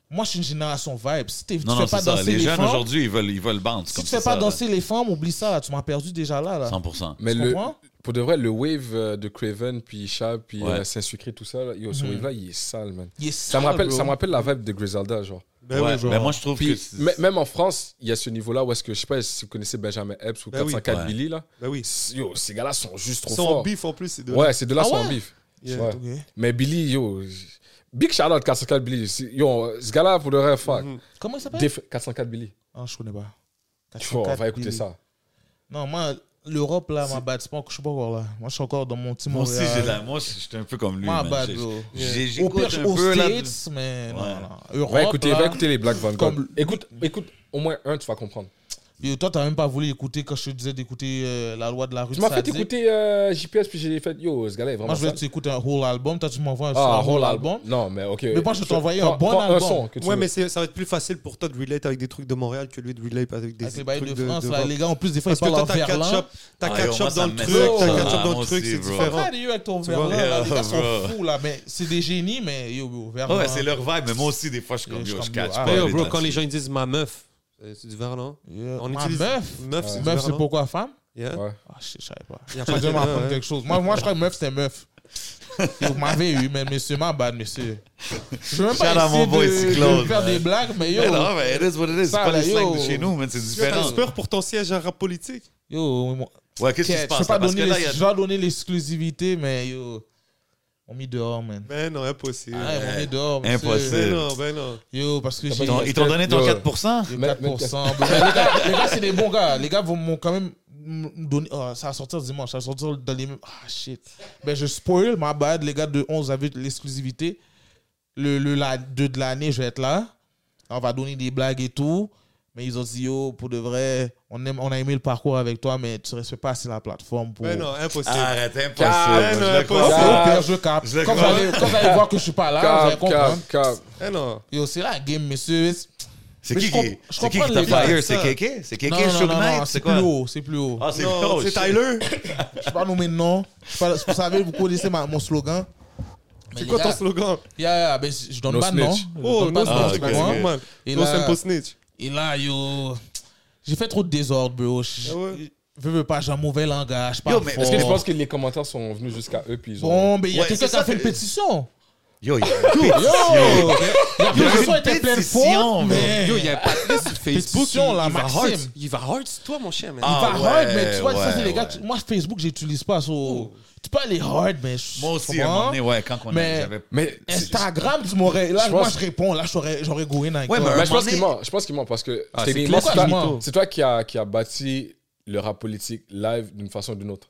Speaker 2: moi, je suis une génération vibe. Si t'es- tu
Speaker 3: Non,
Speaker 2: fais
Speaker 3: non,
Speaker 2: pas
Speaker 3: c'est ça.
Speaker 2: danser
Speaker 3: Les jeunes
Speaker 2: femmes-
Speaker 3: aujourd'hui, ils veulent, ils veulent bounce.
Speaker 2: si
Speaker 3: comme
Speaker 2: tu
Speaker 3: c'est
Speaker 2: fais pas
Speaker 3: ça, là.
Speaker 2: danser les femmes, oublie ça, là. Tu m'as perdu déjà là. là.
Speaker 3: 100%.
Speaker 1: Mais
Speaker 2: Tu
Speaker 1: le,
Speaker 2: comprends
Speaker 1: pour de vrai, le wave euh, de Craven, puis Shab, puis
Speaker 3: Ouais.
Speaker 1: euh, Saint-Sucré, tout ça, là, yo,
Speaker 6: Mm.
Speaker 1: ce wave-là, il est sale, man.
Speaker 2: Il est
Speaker 1: Ça me,
Speaker 2: sale,
Speaker 1: rappelle,
Speaker 2: bro.
Speaker 1: ça me rappelle la vibe de Griselda, genre.
Speaker 6: Ben
Speaker 3: ouais,
Speaker 6: oui, genre.
Speaker 3: ben moi, je trouve que.
Speaker 1: Puis,
Speaker 3: c'est-
Speaker 1: m- même en France, il y a ce niveau-là où est-ce que, je sais pas si vous connaissez Benjamin Epps ou
Speaker 6: Ben oui.
Speaker 1: 404
Speaker 3: Ouais.
Speaker 1: Billy, là.
Speaker 6: Ben oui.
Speaker 1: Yo, ces gars-là sont juste trop
Speaker 6: Sans
Speaker 1: forts.
Speaker 6: bif en plus, c'est de
Speaker 1: Ouais, ces deux-là
Speaker 2: Ah
Speaker 1: sont en
Speaker 2: ouais
Speaker 1: bif.
Speaker 6: Yeah.
Speaker 1: Ouais.
Speaker 2: Ok.
Speaker 1: Mais Billy, yo, j- big shout-out 404 Billy. C'est- Yo, ce gars-là, pour de vrai, fuck.
Speaker 6: Mhm.
Speaker 2: Comment il s'appelle
Speaker 1: Déf- 404 Billy.
Speaker 2: Ah, je connais pas.
Speaker 1: Yo, on
Speaker 2: 404
Speaker 1: va écouter
Speaker 2: Billy.
Speaker 1: ça.
Speaker 2: Non, moi, l'Europe là, ma bad, c'est pas- je suis pas encore là. Moi, je suis encore dans mon petit
Speaker 3: Moi aussi,
Speaker 2: Montréal.
Speaker 3: j'ai la. Moi, j'étais un peu comme lui.
Speaker 2: Ma
Speaker 3: man.
Speaker 2: bad,
Speaker 3: J'ai-
Speaker 2: bro.
Speaker 3: j'ai-
Speaker 2: Au
Speaker 3: J'écoute
Speaker 2: pire,
Speaker 3: un
Speaker 2: aux
Speaker 3: peu là.
Speaker 2: States, mais non,
Speaker 3: Ouais.
Speaker 2: non, non. Europe,
Speaker 1: Va écouter,
Speaker 2: là,
Speaker 1: va écouter les Black Van Gogh.
Speaker 2: hein. Comme-
Speaker 1: Écoute, écoute, au moins un, tu vas comprendre.
Speaker 2: Et toi, t'as même pas voulu écouter quand je te disais d'écouter euh, la loi de la rue.
Speaker 1: Je m'en fait
Speaker 2: sadique.
Speaker 1: écouter euh, JPS, puis j'ai fait, yo, ce gars-là est vraiment
Speaker 2: Moi, je voulais
Speaker 1: sale.
Speaker 2: que tu écoutes un whole album. Toi, tu m'envoies un
Speaker 1: Ah,
Speaker 2: un
Speaker 1: whole album. Non, mais ok.
Speaker 2: Mais moi, je vais t'envoyer un
Speaker 1: Prends-
Speaker 2: bon
Speaker 1: prends
Speaker 2: album.
Speaker 1: son que tu
Speaker 6: Ouais,
Speaker 1: veux.
Speaker 6: mais c'est- ça va être plus facile pour toi de relate avec des trucs de Montréal que lui de relate avec des
Speaker 2: Avec les
Speaker 6: trucs
Speaker 2: bails Ah, de France,
Speaker 6: de
Speaker 2: là,
Speaker 6: rap.
Speaker 2: les gars, en plus, des fois, ils
Speaker 6: Parce que
Speaker 2: parlent en
Speaker 6: toi, t'as
Speaker 2: verlan.
Speaker 6: 4 shops, t'as
Speaker 3: Ah, yo,
Speaker 6: quatre
Speaker 3: moi,
Speaker 6: shops
Speaker 3: ça
Speaker 6: dans
Speaker 3: me
Speaker 6: le
Speaker 3: met
Speaker 6: truc,
Speaker 3: ça.
Speaker 6: t'as quatre
Speaker 3: Ah,
Speaker 6: shops dans
Speaker 3: moi
Speaker 6: le truc,
Speaker 3: aussi,
Speaker 6: c'est
Speaker 3: bro.
Speaker 6: différent.
Speaker 2: Ah, les yeux avec ton verlan,
Speaker 6: vois?
Speaker 2: là, les
Speaker 3: Yeah,
Speaker 2: gars sont
Speaker 3: bro.
Speaker 2: fous, là, mais c'est des génies, mais yo, yo, verlan.
Speaker 3: Ouais, ouais, c'est leur vibe, mais moi aussi, des fois, je suis comme
Speaker 2: Je
Speaker 3: yo, je
Speaker 2: suis comme, yo,
Speaker 3: catch
Speaker 2: ah,
Speaker 3: pas.
Speaker 6: Ben, yo,
Speaker 3: les
Speaker 6: bro,
Speaker 3: danseurs.
Speaker 6: quand les gens ils disent ma meuf, euh, c'est du verlan.
Speaker 2: Yeah.
Speaker 6: On
Speaker 2: Ma
Speaker 6: utilise-
Speaker 2: meuf
Speaker 6: Meuf, c'est du
Speaker 2: Meuf, c'est
Speaker 6: verlan.
Speaker 2: pourquoi femme
Speaker 6: Yeah.
Speaker 1: Ouais.
Speaker 2: Ah, je je savais pas.
Speaker 6: Y a pas
Speaker 2: Tu vas
Speaker 6: de-
Speaker 2: déjà m'apprendre
Speaker 6: ouais.
Speaker 2: quelque chose. Moi, moi je crois que meuf, c'était meuf. Et Vous m'avez eu, mais monsieur, ma bad, monsieur. Je veux même pas
Speaker 3: Shout out
Speaker 2: essayer
Speaker 3: mon boy
Speaker 2: de,
Speaker 3: Cyclone,
Speaker 2: de faire
Speaker 3: man.
Speaker 2: des blagues, mais yo,
Speaker 3: Mais non, mais it is what it is. C'est
Speaker 2: Ça,
Speaker 3: pas
Speaker 2: là,
Speaker 3: les slang de
Speaker 2: yo.
Speaker 3: chez nous, mais c'est
Speaker 6: Yo,
Speaker 3: différent.
Speaker 6: T'as peur pour ton siège à rap politique
Speaker 2: yo, moi,
Speaker 3: Ouais, qu'est-ce qui se
Speaker 2: je peux
Speaker 3: passe?
Speaker 2: pas
Speaker 3: là? Parce que
Speaker 2: donner,
Speaker 3: là,
Speaker 2: les-
Speaker 3: il y a.
Speaker 2: je vais donner l'exclusivité, mais yo, on mis dehors, man.
Speaker 6: Ben non, impossible.
Speaker 2: Ah, on mis dehors, monsieur.
Speaker 3: impossible.
Speaker 6: Ben non, ben non.
Speaker 2: Yo, parce que
Speaker 1: Ils
Speaker 2: j'ai.
Speaker 3: Ils t'ont- Ils t'ont donné ton
Speaker 1: Yo.
Speaker 3: 4%?
Speaker 2: Yo,
Speaker 1: Mais-
Speaker 2: 4%. bro. Les gars, les gars, c'est des bons gars. Les gars vont m'ont quand même m- me donner. oh, ça va sortir dimanche. Ça va sortir dans les mêmes. Ah, shit. Ben, je spoil, ma bad. Les gars de 11 avec l'exclusivité. Le, le la, de, de l'année, je vais être là. On va donner des blagues et tout. Mais ils ont dit, yo, pour de vrai, on, aime, on a aimé le parcours avec toi, mais tu respectes pas assez la plateforme pour.
Speaker 6: Ben non, impossible.
Speaker 3: Ah, Arrête, impossible. Je le
Speaker 1: Calme,
Speaker 2: Ben
Speaker 3: crois
Speaker 2: Au
Speaker 6: impossible.
Speaker 3: pas.
Speaker 2: pire, je capte.
Speaker 3: Je le
Speaker 2: Quand vous
Speaker 3: crois.
Speaker 2: allez, quand vous allez voir que Ah, je suis pas là, vous allez
Speaker 1: Cap,
Speaker 2: comprendre.
Speaker 1: cap, cap.
Speaker 6: Ben non.
Speaker 2: Yo, c'est la game, messieurs.
Speaker 3: C'est
Speaker 2: Mais
Speaker 3: qui
Speaker 2: je
Speaker 3: qui
Speaker 2: comp- je
Speaker 3: c'est qui
Speaker 2: comprends
Speaker 3: qui t'a
Speaker 2: le lien.
Speaker 3: fire? C'est KK? C'est
Speaker 2: Non,
Speaker 3: KK,
Speaker 2: non,
Speaker 3: Shook
Speaker 2: non, non,
Speaker 3: Knight?
Speaker 2: c'est
Speaker 3: C'est
Speaker 2: plus
Speaker 3: quoi?
Speaker 2: haut, c'est plus haut.
Speaker 3: Ah, c'est
Speaker 6: Non,
Speaker 3: oh,
Speaker 6: c'est
Speaker 3: shit.
Speaker 6: Tyler.
Speaker 2: Je parle au maintenant. Je parle- vous savez, vous connaissez ma- mon slogan.
Speaker 6: C'est quoi ton slogan?
Speaker 2: Yeah, yeah, ben, je donne
Speaker 1: No
Speaker 2: pas de nom.
Speaker 1: snitch.
Speaker 2: Je
Speaker 6: Oh,
Speaker 2: donne pas
Speaker 6: no
Speaker 2: de
Speaker 3: Ah,
Speaker 2: nom,
Speaker 6: snitch,
Speaker 2: tu
Speaker 3: ok,
Speaker 6: man.
Speaker 2: comprends?
Speaker 3: ok.
Speaker 6: man.
Speaker 2: Et
Speaker 6: No
Speaker 2: là-
Speaker 6: simple snitch.
Speaker 2: Et là, yo, j'ai fait trop de désordre, bro. Je
Speaker 6: Ah ouais.
Speaker 2: veux, veux pas, j'ai un mauvais langage. Je parle
Speaker 3: Yo, mais
Speaker 2: fort.
Speaker 3: est-ce
Speaker 1: Est-ce que tu penses que les commentaires sont venus jusqu'à eux, puis ils ont.
Speaker 2: Bon, mais il y a
Speaker 3: Ouais,
Speaker 2: quelqu'un
Speaker 3: c'est
Speaker 2: qui a
Speaker 3: ça,
Speaker 2: fait une
Speaker 3: c'est-
Speaker 2: pétition.
Speaker 3: Yo, il y a une pétition.
Speaker 2: Yo, la
Speaker 3: Yo,
Speaker 2: pétition
Speaker 3: une
Speaker 2: était pleine de
Speaker 3: pétition,
Speaker 2: fautes,
Speaker 3: bro.
Speaker 2: mais
Speaker 6: Yo, il y a un patin sur Facebook.
Speaker 2: Pétition,
Speaker 6: il,
Speaker 2: là,
Speaker 6: il va
Speaker 2: Maxime.
Speaker 6: hard. Il va hard, c'est toi, mon chien, man.
Speaker 3: Ah,
Speaker 2: va
Speaker 3: ouais,
Speaker 2: hard, mais tu vois, ça,
Speaker 3: ouais,
Speaker 2: c'est les gars.
Speaker 3: ouais.
Speaker 2: qui- Moi, Facebook, j'utilise pas. so- Tu peux aller hard, mais je.
Speaker 3: Moi aussi,
Speaker 2: comprends?
Speaker 3: à un moment donné, ouais, quand on
Speaker 2: Mais-
Speaker 3: a- j'avais...
Speaker 1: Mais
Speaker 2: Instagram, tu m'aurais. Là,
Speaker 1: Je
Speaker 2: moi,
Speaker 1: pense-
Speaker 2: je réponds. Là, j'aurais j'aurais goué dans les
Speaker 3: Ouais,
Speaker 2: gars.
Speaker 3: mais-
Speaker 1: Mais je pense
Speaker 3: Mané-
Speaker 1: qu'il ment. Je pense qu'il ment parce que
Speaker 6: Ah,
Speaker 1: c'est
Speaker 6: c'est
Speaker 1: toi,
Speaker 2: clair,
Speaker 1: qui-
Speaker 2: c'est mytho.
Speaker 1: c'est toi qui a, qui a bâti le rap politique live d'une façon ou d'une autre.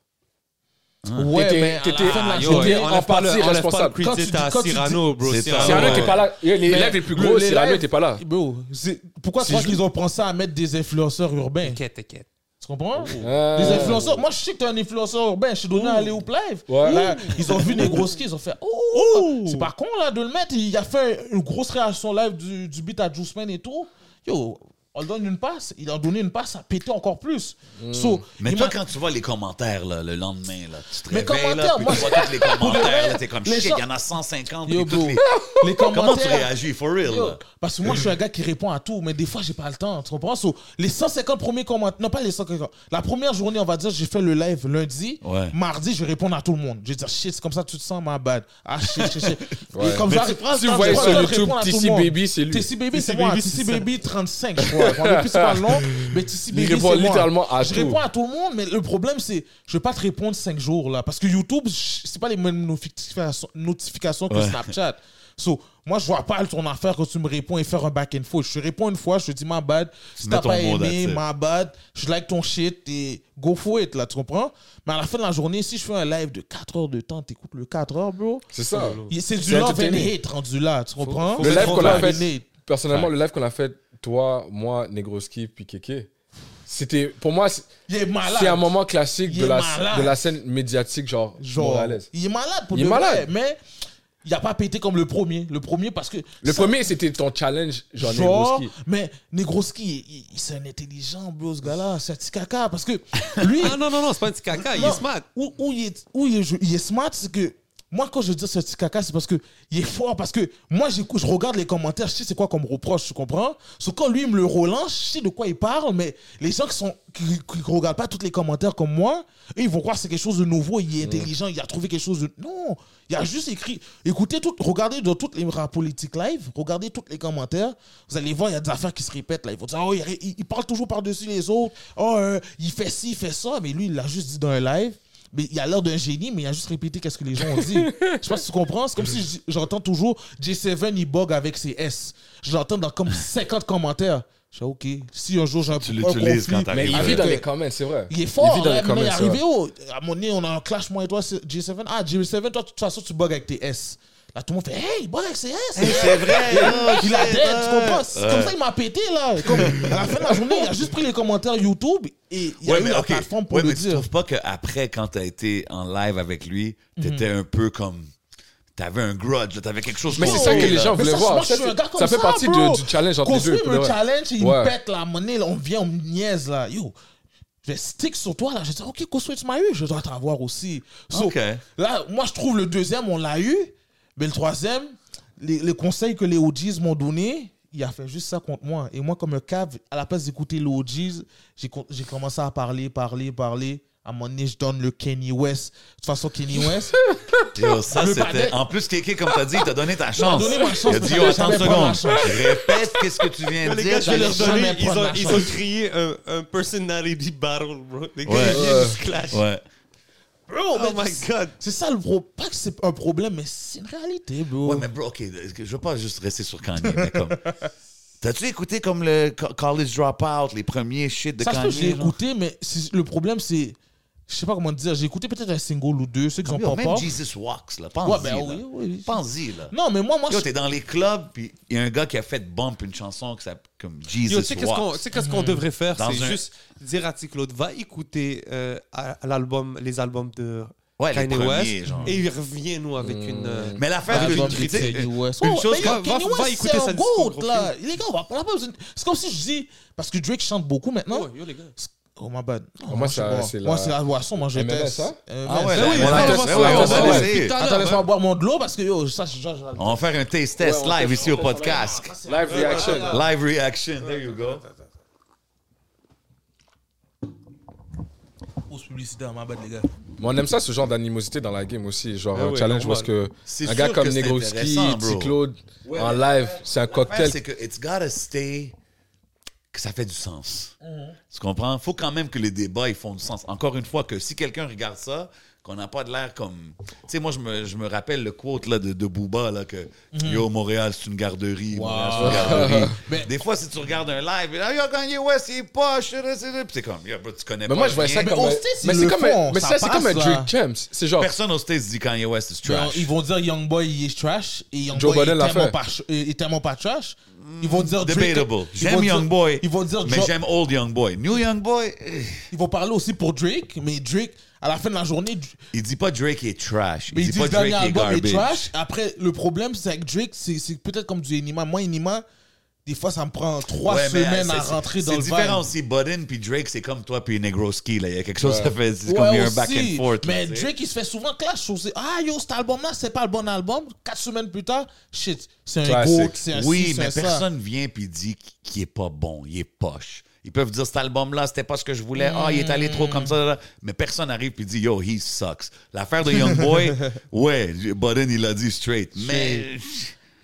Speaker 2: Ouais,
Speaker 1: T'étais-
Speaker 2: mais. à la
Speaker 1: t'étais-
Speaker 2: fin de la
Speaker 1: Ah, yo,
Speaker 2: journée,
Speaker 1: ouais. en partie responsable.
Speaker 2: Quand tu
Speaker 6: Quand
Speaker 2: dis-
Speaker 6: à
Speaker 2: quand tu dis-
Speaker 6: Cyrano, bro.
Speaker 3: C'est
Speaker 2: Ah,
Speaker 3: Cyrano
Speaker 6: Cyrano,
Speaker 1: Cyrano
Speaker 6: ouais.
Speaker 1: était pas là. Les lives les plus gros,
Speaker 2: les
Speaker 1: Cyrano
Speaker 2: lives-
Speaker 1: était pas là.
Speaker 2: Bro, c'est- pourquoi tu crois
Speaker 1: je-
Speaker 2: qu'ils ont pensé à mettre des influenceurs urbains
Speaker 6: T'inquiète, t'inquiète.
Speaker 2: Tu
Speaker 3: Oh.
Speaker 2: comprends
Speaker 1: Euh,
Speaker 2: Des influenceurs. Moi, je sais que t'es un influenceur urbain. Je suis donné à Léo Live.
Speaker 1: Ouais.
Speaker 2: Là, ils ont vu Negro Ski. Ils ont fait Oh, c'est pas con là de le mettre. Il a fait une grosse réaction live du, du beat à Juice Man et tout. Yo, on le donne une passe. Il a donné une passe. Ça a pété encore plus. So,
Speaker 3: Hmm. Mais
Speaker 2: il
Speaker 3: toi,
Speaker 2: m'a-
Speaker 3: quand tu vois les commentaires là, le lendemain, là, tu te
Speaker 2: Mais
Speaker 3: réveilles, là,
Speaker 2: commentaires,
Speaker 3: puis
Speaker 2: moi,
Speaker 3: tu vois tous les commentaires,
Speaker 2: vrai,
Speaker 3: là, t'es comme
Speaker 2: les
Speaker 3: shit,
Speaker 2: gens-
Speaker 3: il y en a 150,
Speaker 2: Yo,
Speaker 3: puis
Speaker 2: bro.
Speaker 3: toutes les...
Speaker 2: les
Speaker 3: Comment tu
Speaker 2: commentaires.
Speaker 3: réagis, for real?
Speaker 2: Yo,
Speaker 3: là?
Speaker 2: Parce que moi, je suis un gars qui répond à tout, mais des fois, j'ai pas le temps. Tu comprends? So, les 150 premiers commentaires, non pas les 150. La première journée, on va dire, j'ai fait le live lundi.
Speaker 3: Ouais.
Speaker 2: Mardi, je vais répondre à tout le monde. Je vais dire, shit, c'est comme ça, que tu te sens, ma bad. Ah, shit, shit, shit. Et comme
Speaker 1: Mais
Speaker 2: ça,
Speaker 1: tu-
Speaker 2: je prends le
Speaker 1: si
Speaker 2: temps,
Speaker 1: vous voyez
Speaker 2: je prends
Speaker 1: sur
Speaker 2: le temps de
Speaker 1: YouTube,
Speaker 2: répondre à tout le
Speaker 1: TC
Speaker 2: monde.
Speaker 1: Baby, c'est lui.
Speaker 2: TC Baby, c'est
Speaker 6: TC
Speaker 2: moi.
Speaker 6: Baby,
Speaker 2: TC
Speaker 6: c'est ça.
Speaker 2: Baby 35, je crois. On plus pas le nom, mais TC
Speaker 1: Il
Speaker 2: Baby, c'est
Speaker 1: répond
Speaker 2: moi.
Speaker 1: littéralement à
Speaker 2: Je
Speaker 1: tout.
Speaker 2: réponds à tout le monde, mais le problème, c'est je vais pas te répondre 5 jours, là. Parce que YouTube, je- c'est pas les mêmes notifications- notifications que
Speaker 3: Ouais.
Speaker 2: Snapchat. So, moi, je vois pas ton affaire quand tu me réponds et faire un back and forth. Je te réponds une fois, je te dis ma bad. Si
Speaker 3: mets
Speaker 2: t'as
Speaker 3: ton
Speaker 2: pas
Speaker 3: mot,
Speaker 2: aimé,
Speaker 3: that's it.
Speaker 2: ma bad. Je like ton shit et go for it, là, tu comprends? Mais à la fin de la journée, si je fais un live de 4 heures de temps, t'écoutes le 4 heures, bro.
Speaker 1: C'est ça.
Speaker 2: C'est du
Speaker 1: C'est
Speaker 2: love and
Speaker 1: entertaining.
Speaker 2: hate rendu là, tu comprends?
Speaker 1: Le live
Speaker 2: Faut
Speaker 1: qu'on a
Speaker 2: faire
Speaker 1: fait-
Speaker 2: une hate.
Speaker 1: Personnellement, le live qu'on a fait, toi, moi, Negroski, puis Keke, c'était. Pour moi, c'est
Speaker 2: Il est malade.
Speaker 1: c'est un moment classique
Speaker 2: Ah, Il
Speaker 1: de
Speaker 2: est
Speaker 1: la,
Speaker 2: malade.
Speaker 1: de la scène médiatique, genre.
Speaker 2: Genre,
Speaker 1: Morales.
Speaker 2: il est malade pour
Speaker 1: Il est
Speaker 2: de vrai,
Speaker 1: malade.
Speaker 2: mais il a pas pété comme le premier. Le premier parce que
Speaker 1: Le
Speaker 2: ça-
Speaker 1: premier, c'était ton challenge, genre
Speaker 2: genre,
Speaker 1: Negroski.
Speaker 2: mais Negroski, il, il- c'est un intelligent, bro, ce gars-là, c'est un petit caca parce que lui,
Speaker 6: Ah non, non, non, c'est pas un petit caca, il
Speaker 2: non,
Speaker 6: est smart.
Speaker 2: Où, où il est, où il est- il est smart, c'est que moi quand je dis ce petit caca, c'est parce que il est fort, parce que moi j'écoute, je regarde les commentaires, je sais c'est quoi qu'on me reproche, tu comprends Sauf quand lui il me le relance, je sais de quoi il parle, mais les gens qui sont qui, qui regardent pas tous les commentaires comme moi, eux, ils vont croire que c'est quelque chose de nouveau, il
Speaker 6: Mm.
Speaker 2: est intelligent, il a trouvé quelque chose de non, il a juste écrit, écoutez tout, regardez dans toutes les rap politiques live, regardez tous les commentaires, vous allez voir il y a des affaires qui se répètent là, ils vont dire oh il, ré- il- il parle toujours par dessus les autres, oh euh, il fait ci, il fait ça, mais lui il l'a juste dit dans un live. Mais il a l'air d'un génie, mais il a juste répété qu'est-ce que les gens ont dit. je sais pas si tu comprends. C'est comme si j- j'entends toujours J7, il bug avec ses S. Je l'entends dans comme 50 commentaires. Je dis, OK, si un jour j'ai un,
Speaker 3: Tu
Speaker 2: un
Speaker 3: l'utilises
Speaker 2: conflit,
Speaker 3: quand
Speaker 1: Mais
Speaker 3: t'arrives.
Speaker 1: il
Speaker 2: Avec,
Speaker 1: vit dans
Speaker 2: euh,
Speaker 1: les comments, c'est vrai.
Speaker 2: il est fort,
Speaker 1: vit dans
Speaker 2: là,
Speaker 1: les
Speaker 2: mais il est
Speaker 1: comments, c'est vrai.
Speaker 2: arrivé haut. À un moment donné, on a un clash, moi et toi, c'est J7. Ah, J7, toi, de toute façon, tu bug avec tes S. Là, tout le monde fait, hey, il bug avec ses S.
Speaker 3: C'est vrai, yo,
Speaker 2: Il a dead, tu comprends? C'est Comme
Speaker 3: Ouais.
Speaker 2: ça, il m'a pété, là. Comme, à la fin de la journée, il a juste pris les commentaires YouTube et il a
Speaker 3: Ouais,
Speaker 2: eu
Speaker 3: mais
Speaker 2: la
Speaker 3: ok.
Speaker 2: plateforme pour
Speaker 3: Ouais,
Speaker 2: le
Speaker 3: mais tu
Speaker 2: dire.
Speaker 3: trouves pas qu'après, quand t'as été en live avec lui, t'étais un peu comme. T'avais un grudge, là, t'avais quelque chose.
Speaker 1: Mais c'est
Speaker 3: contre
Speaker 1: ça que
Speaker 3: lui,
Speaker 1: les
Speaker 3: là.
Speaker 1: gens
Speaker 2: Mhm. Mais
Speaker 1: voulaient
Speaker 2: ça, je
Speaker 1: voir.
Speaker 2: pense que
Speaker 1: Ça,
Speaker 2: je suis un gars
Speaker 1: c'est-
Speaker 2: comme
Speaker 1: ça fait
Speaker 2: ça,
Speaker 1: partie
Speaker 2: bro.
Speaker 1: de- du challenge entre les deux.
Speaker 2: Construis
Speaker 1: pour de
Speaker 2: le
Speaker 1: vrai.
Speaker 2: challenge et il
Speaker 1: Ouais.
Speaker 2: me pète la monnaie. Là, on vient, on me niaise là. Yo, je vais stick sur toi là. Je dis, ok, construis, tu m'as eu. Je dois t'avoir aussi. So,
Speaker 3: Ok.
Speaker 2: Là, moi, je trouve le deuxième, on l'a eu. Mais le troisième, les, les conseils que les OGs m'ont donné, il a fait juste ça contre moi. Et moi, comme un cave, à la place d'écouter les OGs, j'ai con- j'ai commencé à parler, parler, parler. À un moment donné, je donne le Kenny West. De toute façon, Kenny West,
Speaker 3: Yo, ça,
Speaker 2: Ah, Le
Speaker 3: c'était.
Speaker 2: padel-
Speaker 3: En plus, Kéké, comme t'as dit, il t'a donné ta chance.
Speaker 2: donné ma chance,
Speaker 3: Il a
Speaker 2: parce
Speaker 3: dit,
Speaker 2: que
Speaker 3: yo,
Speaker 2: je
Speaker 3: attends une
Speaker 2: savais prendre ma Ah,
Speaker 3: seconde. Répète qu'est-ce que tu viens de
Speaker 6: Les
Speaker 3: dire.
Speaker 6: gars, je vais
Speaker 2: j'allais
Speaker 6: leur donner,
Speaker 2: jamais
Speaker 6: ils
Speaker 2: prendre
Speaker 6: ont,
Speaker 2: la
Speaker 6: ils
Speaker 2: chance.
Speaker 6: ont créé un, un personality battle, bro. Les gars,
Speaker 3: Ouais.
Speaker 6: ils viennent, ils se clashent.
Speaker 3: Ouais.
Speaker 2: bro,
Speaker 6: Oh
Speaker 2: mais
Speaker 6: my god.
Speaker 2: c'est ça le pro. Pas que c'est un problème, mais c'est une réalité, bro.
Speaker 3: Ouais, mais bro, ok, je veux pas juste rester sur Kanye, mais comme. T'as-tu écouté comme le co- College Dropout, les premiers shit de
Speaker 2: Ça se peut,
Speaker 3: Kanye?
Speaker 2: je l'ai
Speaker 3: genre?
Speaker 2: écouté, mais c'est- le problème, c'est. Je sais pas comment te dire. J'ai écouté peut-être un single ou deux, ceux qui sont
Speaker 3: Ah, Yo,
Speaker 2: pas
Speaker 3: même
Speaker 2: encore.
Speaker 3: Jesus Walks, là.
Speaker 2: Ouais,
Speaker 3: Pense-y.
Speaker 2: ben
Speaker 3: là.
Speaker 2: oui, oui.
Speaker 3: Pense-y, là.
Speaker 2: Non, mais moi, moi,
Speaker 3: Yo,
Speaker 2: je-
Speaker 3: t'es dans les clubs, puis il y a un gars qui a fait bump une chanson qui s'appelle comme Jesus
Speaker 6: Yo, tu sais qu'est-ce qu'on,
Speaker 3: Walks.
Speaker 6: tu sais qu'est-ce qu'on devrait faire?
Speaker 3: Mm. Dans
Speaker 6: C'est
Speaker 3: un-
Speaker 6: juste dire à T. Claude, va écouter euh, à- à l'album, les albums de
Speaker 3: Ouais, les
Speaker 6: Kanye
Speaker 3: premiers,
Speaker 6: West.
Speaker 3: genre. Mm.
Speaker 6: Et il revient, nous, avec une. euh,
Speaker 3: Mais l'affaire que
Speaker 2: Album
Speaker 3: je
Speaker 2: Ah, de
Speaker 3: critique,
Speaker 2: Kanye West.
Speaker 3: une
Speaker 2: Ouais, Oh,
Speaker 3: chose
Speaker 2: mais yo,
Speaker 3: qu'on-
Speaker 2: Kanye
Speaker 6: va-
Speaker 2: West,
Speaker 6: va écouter
Speaker 2: c'est
Speaker 6: sa
Speaker 2: un
Speaker 6: discographie.
Speaker 2: goat, là. Les gars, on va on a pas besoin. de- C'est comme si je dis, parce que Drake chante beaucoup maintenant.
Speaker 6: oh, yo, les gars.
Speaker 2: Oh, my bad. Non,
Speaker 1: moi,
Speaker 2: je sais
Speaker 1: c'est-
Speaker 2: pas.
Speaker 1: c'est
Speaker 2: Moi,
Speaker 1: la-
Speaker 2: c'est la boisson, moi, je
Speaker 1: MLS,
Speaker 2: teste.
Speaker 1: hein?
Speaker 2: Euh,
Speaker 3: Ah
Speaker 2: mais-
Speaker 3: ouais,
Speaker 2: Ben
Speaker 3: la
Speaker 2: oui,
Speaker 3: MLS,
Speaker 2: attends,
Speaker 3: ouais, ouais,
Speaker 2: laisse-moi boire-
Speaker 3: ouais,
Speaker 2: attends,
Speaker 3: ouais,
Speaker 2: laisse-
Speaker 3: ouais. Hein?
Speaker 2: Attends, laisse-moi boire mon de l'eau parce que yo, ça, je- je- je-
Speaker 3: on va faire un taste test live ici au podcast.
Speaker 1: Live reaction.
Speaker 3: Live reaction, there you go.
Speaker 2: Pause publicitaire, my bad, les gars.
Speaker 1: Mais on aime ça, ce genre d'animosité dans la game aussi. Genre,
Speaker 3: Ah
Speaker 1: un
Speaker 3: ouais,
Speaker 1: challenge,
Speaker 3: normal.
Speaker 1: parce que
Speaker 3: C'est
Speaker 1: un gars
Speaker 3: sûr
Speaker 1: comme
Speaker 3: que c'est
Speaker 1: Negroski,
Speaker 3: intéressant, bro.
Speaker 1: T-Claude,
Speaker 3: Ouais,
Speaker 1: en
Speaker 3: mais
Speaker 1: live, c'est un cocktail.
Speaker 3: L'affaire, c'est que it's gotta stay que ça fait du sens. Tu comprends? Faut quand même que les débats ils font du sens. Encore une fois, que si quelqu'un regarde ça, qu'on n'a pas de l'air comme. Tu sais, moi, je me, je me rappelle le quote là, de, de Booba là, que
Speaker 2: Mhm.
Speaker 3: Yo, Montréal, c'est une garderie. Montréal, c'est une garderie. Des fois, si tu regardes un live, ah, Yo, Kanye West, il est poche. c'est- c'est- c'est- Puis c'est comme, Yo, bro, tu connais
Speaker 1: Mais
Speaker 3: pas.
Speaker 1: moi, je vois
Speaker 3: rien.
Speaker 1: ça
Speaker 2: Mais
Speaker 1: comme.
Speaker 2: on
Speaker 1: un-
Speaker 2: sait s'ils
Speaker 1: Mais
Speaker 2: le
Speaker 1: c'est comme un-
Speaker 2: font,
Speaker 1: mais
Speaker 2: ça
Speaker 1: ça, c'est comme un
Speaker 2: passe, là.
Speaker 1: Drake James. C'est genre.
Speaker 3: Personne aux States dit Kanye West is
Speaker 2: Non,
Speaker 3: trash.
Speaker 2: ils vont dire Young Boy il est trash et Young
Speaker 1: Joe
Speaker 2: Boy
Speaker 1: Budden
Speaker 2: est
Speaker 1: l'a
Speaker 2: tellement,
Speaker 1: fait.
Speaker 2: pas, ch- euh, est tellement pas trash. Ils vont dire Drake-
Speaker 3: Debatable.
Speaker 2: ils vont
Speaker 3: J'aime
Speaker 2: dire-
Speaker 3: Young Boy,
Speaker 2: Ils vont dire
Speaker 3: mais
Speaker 2: Dra-
Speaker 3: j'aime Old Young Boy. New Young Boy, eh,
Speaker 2: ils vont parler aussi pour Drake, mais Drake à la fin de la journée, Dr-
Speaker 3: il dit pas Drake est trash. Il
Speaker 2: mais ils
Speaker 3: dit
Speaker 2: disent
Speaker 3: pas
Speaker 2: le dernier
Speaker 3: Drake est
Speaker 2: album
Speaker 3: garbage.
Speaker 2: est trash. Après le problème c'est avec Drake, c'est c'est peut-être comme du Enima. Moi Enima, des fois ça me prend trois
Speaker 3: Ouais, mais,
Speaker 2: semaines
Speaker 3: euh,
Speaker 2: à
Speaker 3: c'est-
Speaker 2: rentrer dans le
Speaker 3: C'est différent
Speaker 2: vibe.
Speaker 3: aussi. Budden puis Drake, c'est comme toi puis Negroski. là. Il y a quelque chose qui fait. C'est
Speaker 2: Ouais,
Speaker 3: comme il y a un
Speaker 2: aussi.
Speaker 3: back and forth. là,
Speaker 2: Mais
Speaker 3: tu sais.
Speaker 2: Drake, il se fait souvent clash. On sait, ah yo, cet album-là, c'est pas le bon album. Quatre semaines plus tard, shit, c'est un
Speaker 1: Classique.
Speaker 2: goat, c'est un ci,
Speaker 3: Oui,
Speaker 2: c'est
Speaker 3: mais
Speaker 2: un ça.
Speaker 3: personne vient puis dit qu'il est pas bon, il est poche. Ils peuvent dire cet album-là, c'était pas ce que je voulais. Ah, il est allé trop comme ça. là, là. Mais personne n'arrive puis dit Yo, he sucks. L'affaire de Young Boy, ouais, Budden, il l'a dit straight. Mais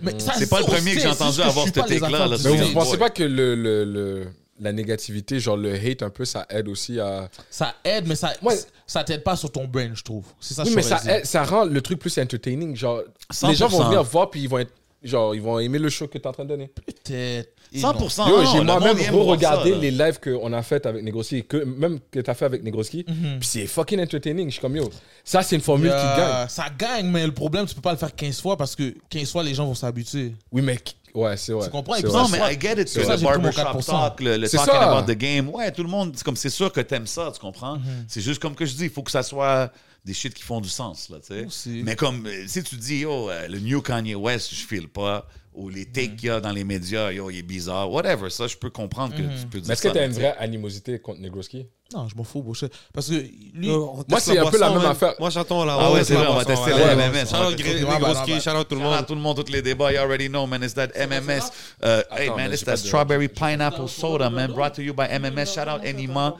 Speaker 2: Mais ça,
Speaker 3: C'est pas le
Speaker 2: aussi,
Speaker 3: premier que j'ai
Speaker 2: c'est
Speaker 3: entendu
Speaker 2: ce je
Speaker 3: avoir
Speaker 2: suis
Speaker 3: ce
Speaker 2: pas les
Speaker 3: take-là,
Speaker 2: enfants
Speaker 3: là,
Speaker 2: du
Speaker 1: Mais vous
Speaker 2: Sud.
Speaker 1: ne pensez pas que le, le- le- la négativité, genre le hate un peu, ça aide aussi à.
Speaker 2: Ça aide, mais ça,
Speaker 1: Ouais.
Speaker 2: ça t'aide pas sur ton brain, je trouve. C'est ça que
Speaker 1: Oui,
Speaker 2: je
Speaker 1: mais
Speaker 2: saurais
Speaker 1: ça,
Speaker 2: dire.
Speaker 1: aide- ça rend le truc plus entertaining. Genre, les
Speaker 3: 100%.
Speaker 1: gens vont venir voir, puis ils vont être. Genre, ils vont aimer le show que tu es en train de donner.
Speaker 2: Peut-être. Et non.
Speaker 3: 100%.
Speaker 1: Yo,
Speaker 3: non,
Speaker 1: j'ai
Speaker 3: le
Speaker 1: moi-même
Speaker 3: monde aime voir
Speaker 1: re-regardé
Speaker 3: ça, là.
Speaker 1: les lives qu'on a fait avec Negroski, et que, même que tu as fait avec Negroski. Puis c'est fucking entertaining. Je suis comme, yo, ça, c'est une formule
Speaker 2: Euh,
Speaker 1: qui gagne.
Speaker 2: Ça gagne, mais le problème, tu peux pas le faire 15 fois parce que 15 fois, les gens vont s'habituer.
Speaker 1: Oui, mais. qui- Ouais, c'est vrai.
Speaker 2: Tu comprends?
Speaker 1: C'est
Speaker 2: Et puis
Speaker 1: vrai.
Speaker 3: Non,
Speaker 2: ça,
Speaker 3: mais I get it.
Speaker 2: c'est
Speaker 3: que
Speaker 2: ça,
Speaker 3: le
Speaker 2: j'ai pris mon
Speaker 3: barbershop
Speaker 2: 4%.
Speaker 3: talk, le, le
Speaker 1: C'est
Speaker 3: talking
Speaker 1: ça.
Speaker 3: about the game. Ouais, tout le monde, c'est comme c'est sûr que t'aimes ça, tu comprends? C'est juste comme que je dis, il faut que ça soit des shit qui font du sens, là, tu sais.
Speaker 2: Aussi.
Speaker 3: Mais comme, euh, si tu dis, yo, euh, le new Kanye West, je file pas, ou les takes qu'il y a dans les médias, yo, il est bizarre, whatever, ça, je peux comprendre que tu peux dire
Speaker 1: Mais est-ce que
Speaker 3: ça.
Speaker 1: t'as une
Speaker 3: mais
Speaker 1: vraie animosité contre Negroski
Speaker 2: Non, je m'en fous, Boucher. Parce que lui.
Speaker 6: Yo, on teste
Speaker 1: Moi, c'est
Speaker 6: la
Speaker 1: un peu la
Speaker 6: boisson,
Speaker 1: même
Speaker 6: man.
Speaker 1: affaire.
Speaker 6: Moi, j'attends la
Speaker 3: Ah ouais, c'est
Speaker 6: la
Speaker 3: vrai, on va
Speaker 6: boisson,
Speaker 3: tester
Speaker 6: ouais.
Speaker 3: la MMS.
Speaker 6: Shout out Greg-
Speaker 2: Ouais, ouais, ouais.
Speaker 6: Groski, shout out tout le
Speaker 3: Shout out
Speaker 6: monde.
Speaker 3: tout le monde, tous les débats. You already know, man. It's that MMS. Uh, hey, man,
Speaker 1: Attends, mais
Speaker 3: it's
Speaker 1: j'ai
Speaker 3: that
Speaker 1: pas de-
Speaker 3: strawberry pineapple soda, man. Brought to you by MMS. Shout out Enima.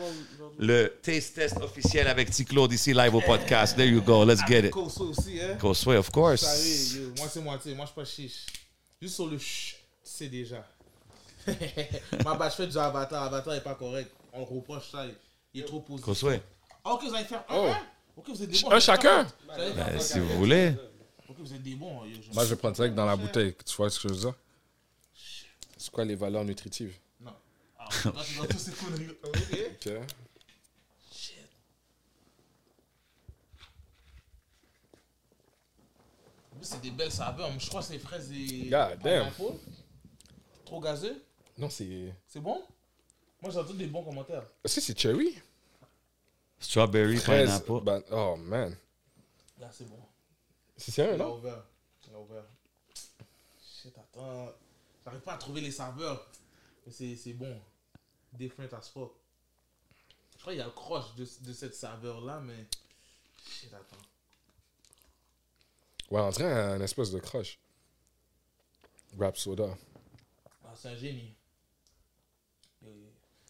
Speaker 3: Le taste test officiel avec T-Claude ici, live au podcast. There you go. Let's get it.
Speaker 2: Koso aussi, hein.
Speaker 3: Go sway, of
Speaker 2: Ça
Speaker 3: course.
Speaker 2: y est, yo, Moi, c'est moitié. Moi, je suis pas chiche. Juste sur le ch, c'est déjà. Ma bâche fait du avatar. Avatar est pas correct. On le reproche ça. Il est trop positif.
Speaker 3: Go sway.
Speaker 2: Ah, ok, vous allez faire un. hein? Ok, vous êtes des bons.
Speaker 1: Oh. Un chacun Bah,
Speaker 2: Vous allez faire
Speaker 3: Ben,
Speaker 2: un
Speaker 3: Eh, si
Speaker 2: chacun.
Speaker 3: vous voulez.
Speaker 2: Ok, vous êtes des bons. yo, je-
Speaker 1: Moi, je vais prendre direct dans la bouteille. Tu vois ce que je veux dire C'est quoi les valeurs nutritives
Speaker 2: Là, tu dois tous ces conneries. Ok.
Speaker 1: Ok.
Speaker 2: Oui, C'est des belles saveurs, mais je crois que c'est fraises et.
Speaker 1: God damn.
Speaker 2: pineapple. Trop gazeux
Speaker 1: Non, c'est.
Speaker 2: C'est bon Moi j'entends des bons commentaires.
Speaker 1: Est-ce que c'est cherry
Speaker 3: Strawberry
Speaker 1: 13.
Speaker 3: pineapple.
Speaker 1: Ben, oh man.
Speaker 2: Là c'est bon.
Speaker 1: C'est sérieux,
Speaker 2: Il a
Speaker 1: non
Speaker 2: ouvert. Il a ouvert. Shit, attends. J'arrive pas à trouver les saveurs. Mais c'est c'est bon. Different as fuck. Je crois qu'il y a le croche de, de cette saveur là, mais. Shit, attends.
Speaker 1: Ouais, on dirait un espèce de crush. Rap soda.
Speaker 2: Ah, c'est un génie. Yo, yo.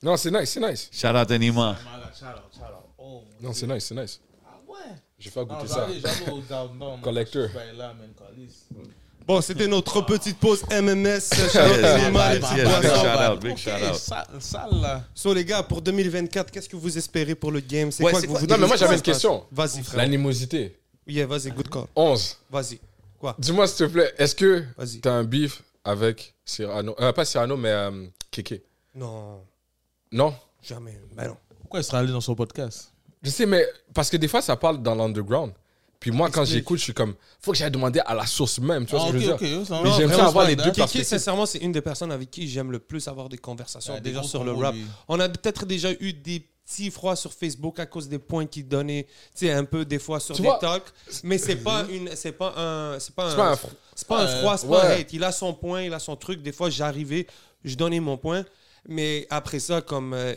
Speaker 1: Non, c'est nice, c'est nice.
Speaker 3: Shout out Enima.
Speaker 2: Malade, shout out, shout out. Oh mon
Speaker 1: Non,
Speaker 2: Dieu.
Speaker 1: c'est nice, c'est nice.
Speaker 2: Ah ouais
Speaker 1: J'ai fait
Speaker 2: Non,
Speaker 1: goûter ça.
Speaker 2: j'allais j'allais au downtown. man.
Speaker 1: Collector.
Speaker 2: Je suis pas là, man, calice.
Speaker 6: Bah, Bon, c'était notre petite pause MMS. Shout
Speaker 3: Yes,
Speaker 6: out
Speaker 3: yes,
Speaker 2: Bah,
Speaker 6: Enima, les
Speaker 3: yes,
Speaker 6: petites
Speaker 3: yes, big
Speaker 6: boissons.
Speaker 3: shout out, big shout out.
Speaker 2: Sale, sale là.
Speaker 6: So, les gars, pour 2024, qu'est-ce que vous espérez pour le game C'est
Speaker 3: Ouais,
Speaker 6: quoi
Speaker 3: c'est
Speaker 6: que vous
Speaker 3: quoi-
Speaker 6: voulez
Speaker 1: Non, mais moi,
Speaker 6: que ça
Speaker 1: j'avais
Speaker 6: se
Speaker 1: une
Speaker 6: passe
Speaker 1: question.
Speaker 6: Vas-y, frère.
Speaker 1: L'animosité.
Speaker 6: Yeah, vas-y, good call.
Speaker 1: 11.
Speaker 6: Vas-y. Quoi
Speaker 1: Dis-moi, s'il te plaît, est-ce que
Speaker 6: Vas-y.
Speaker 1: t'as un beef avec Cyrano euh, Pas Cyrano, mais euh, Kéké.
Speaker 6: Non,
Speaker 1: Non
Speaker 6: jamais. Ben non.
Speaker 2: Pourquoi il serait allé dans son podcast
Speaker 1: Je sais, mais parce que des fois, ça parle dans l'underground. Puis moi, quand
Speaker 6: Explique.
Speaker 1: j'écoute, je suis comme, faut que j'aille demander à la source même. Tu vois ce que
Speaker 2: Ah, ok,
Speaker 1: je veux
Speaker 2: ok.
Speaker 1: dire
Speaker 2: ça va. Ah
Speaker 1: Mais
Speaker 2: Non,
Speaker 1: j'aime
Speaker 2: vraiment,
Speaker 1: ça avoir
Speaker 2: c'est
Speaker 1: les
Speaker 2: pas
Speaker 1: deux
Speaker 2: dingue.
Speaker 6: Kéké,
Speaker 1: perspectives.
Speaker 6: sincèrement, c'est une des personnes avec qui j'aime le plus avoir des conversations
Speaker 2: Ouais, des
Speaker 6: déjà
Speaker 2: gros
Speaker 6: sur le
Speaker 2: combos,
Speaker 6: rap.
Speaker 2: lui.
Speaker 6: On a peut-être déjà eu des petit froid sur Facebook à cause des points qu'il donnait, tu sais, un peu des fois sur
Speaker 1: Tu vois-
Speaker 6: TikTok. Mais c'est pas une, c'est pas un, c'est pas
Speaker 1: C'est pas
Speaker 6: un,
Speaker 1: un fr-
Speaker 6: c'est pas un
Speaker 1: Ouais.
Speaker 6: froid, c'est pas un
Speaker 1: Ouais.
Speaker 6: hate. Il a son point, il a son truc. Des fois, j'arrivais, je donnais mon point, mais après ça, comme euh,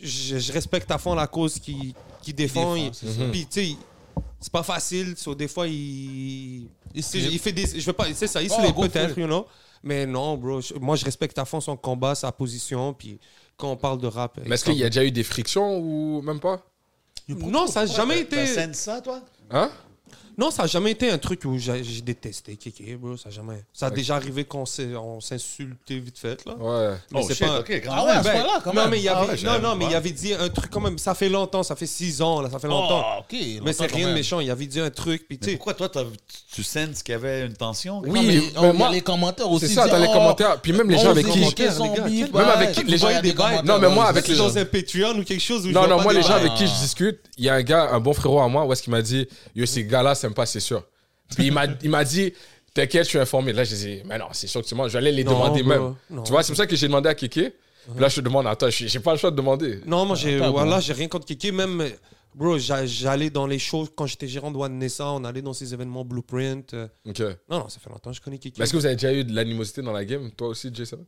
Speaker 6: je, je respecte à fond la cause qui qui défend.
Speaker 2: défend,
Speaker 6: il-
Speaker 2: c'est
Speaker 6: Puis tu sais, c'est pas facile. so, des fois, il,
Speaker 2: Il
Speaker 6: tu sais,
Speaker 2: slip.
Speaker 6: il fait des, je veux pas, c'est ça, il
Speaker 1: Oh,
Speaker 6: se l'est
Speaker 1: go
Speaker 6: peut-être,
Speaker 1: for
Speaker 6: you know. Mais non, bro, je- moi je respecte à fond son combat, sa position, puis quand on parle de rap.
Speaker 1: Mais est-ce qu'il y a déjà eu des frictions ou même pas
Speaker 6: Non, ça a jamais été.
Speaker 3: ça, toi?
Speaker 1: Hein
Speaker 6: Non, ça n'a jamais été un truc où j'ai j'ai détesté Kéké, bro. Ça a jamais. Ça a
Speaker 1: Ok.
Speaker 6: déjà arrivé qu'on s'est- on s'insultait vite fait, là.
Speaker 1: Ouais.
Speaker 6: Mais
Speaker 3: Oh,
Speaker 6: c'est
Speaker 3: shit,
Speaker 6: pas-
Speaker 3: OK, quand
Speaker 2: Ah ouais,
Speaker 3: même.
Speaker 2: à ce
Speaker 6: Ben,
Speaker 2: point-là, quand
Speaker 6: non,
Speaker 2: même.
Speaker 6: mais il y
Speaker 3: Ah
Speaker 6: avait,
Speaker 3: ouais, j'avais-
Speaker 6: non, non, mais il
Speaker 3: ouais.
Speaker 6: avait dit un truc quand même. Ça fait longtemps, ça fait six ans, là, ça fait longtemps.
Speaker 2: Ah, ok.
Speaker 6: mais c'est
Speaker 2: longtemps,
Speaker 6: rien
Speaker 2: quand
Speaker 6: de
Speaker 2: même.
Speaker 6: méchant. Il avait dit un truc, puis
Speaker 3: Mais
Speaker 6: tu sais.
Speaker 3: pourquoi, toi, t'as- tu- tu sens qu'il y avait une tension?
Speaker 1: Oui,
Speaker 2: Non, mais
Speaker 1: mais
Speaker 2: on- il y a
Speaker 1: moi-
Speaker 2: les commentaires aussi.
Speaker 1: C'est ça,
Speaker 2: ils
Speaker 1: dans les
Speaker 2: disent,
Speaker 1: commentaires. Puis même les
Speaker 2: oh,
Speaker 1: gens avec
Speaker 2: on
Speaker 1: qui.
Speaker 2: dit qu'ils sont
Speaker 6: Même
Speaker 2: big, ouais.
Speaker 1: avec qui- les gens-
Speaker 2: Ouais,
Speaker 1: des
Speaker 2: commentaires,
Speaker 1: Non, mais moi,
Speaker 2: ils
Speaker 1: avec
Speaker 2: disent,
Speaker 1: les gens-
Speaker 6: dans un Patreon ou quelque chose où je
Speaker 1: Non,
Speaker 6: vois
Speaker 1: non,
Speaker 6: pas
Speaker 1: moi,
Speaker 6: de
Speaker 1: les gens
Speaker 6: vibe.
Speaker 1: avec qui je discute, il y a un gars, un bon frérot à moi, où est-ce qu'il m'a dit Yo, ces gars-là, c'est pas, c'est sûr. Puis il m'a- il m'a dit T'inquiète, je suis informé. Là, j'ai dit Mais non, c'est sûr que tu mens. J'allais les
Speaker 6: Non,
Speaker 1: demander
Speaker 6: bro,
Speaker 1: même.
Speaker 6: non.
Speaker 1: Tu vois, c'est pour ça que j'ai demandé à Kéké. Puis là, je te demande à toi, j'ai j'ai pas le choix de demander.
Speaker 6: Non, moi, j'ai,
Speaker 2: Attends,
Speaker 6: voilà, j'ai rien contre Kéké. Même, euh, bro, j'a- j'allais dans les shows quand j'étais gérant de One Nessa, on allait dans ces événements Blueprint. euh,
Speaker 1: Ok. Mais
Speaker 6: Non, non, ça fait longtemps que je connais Kéké.
Speaker 1: est-ce que vous avez déjà eu de l'animosité dans la game, toi aussi, Jason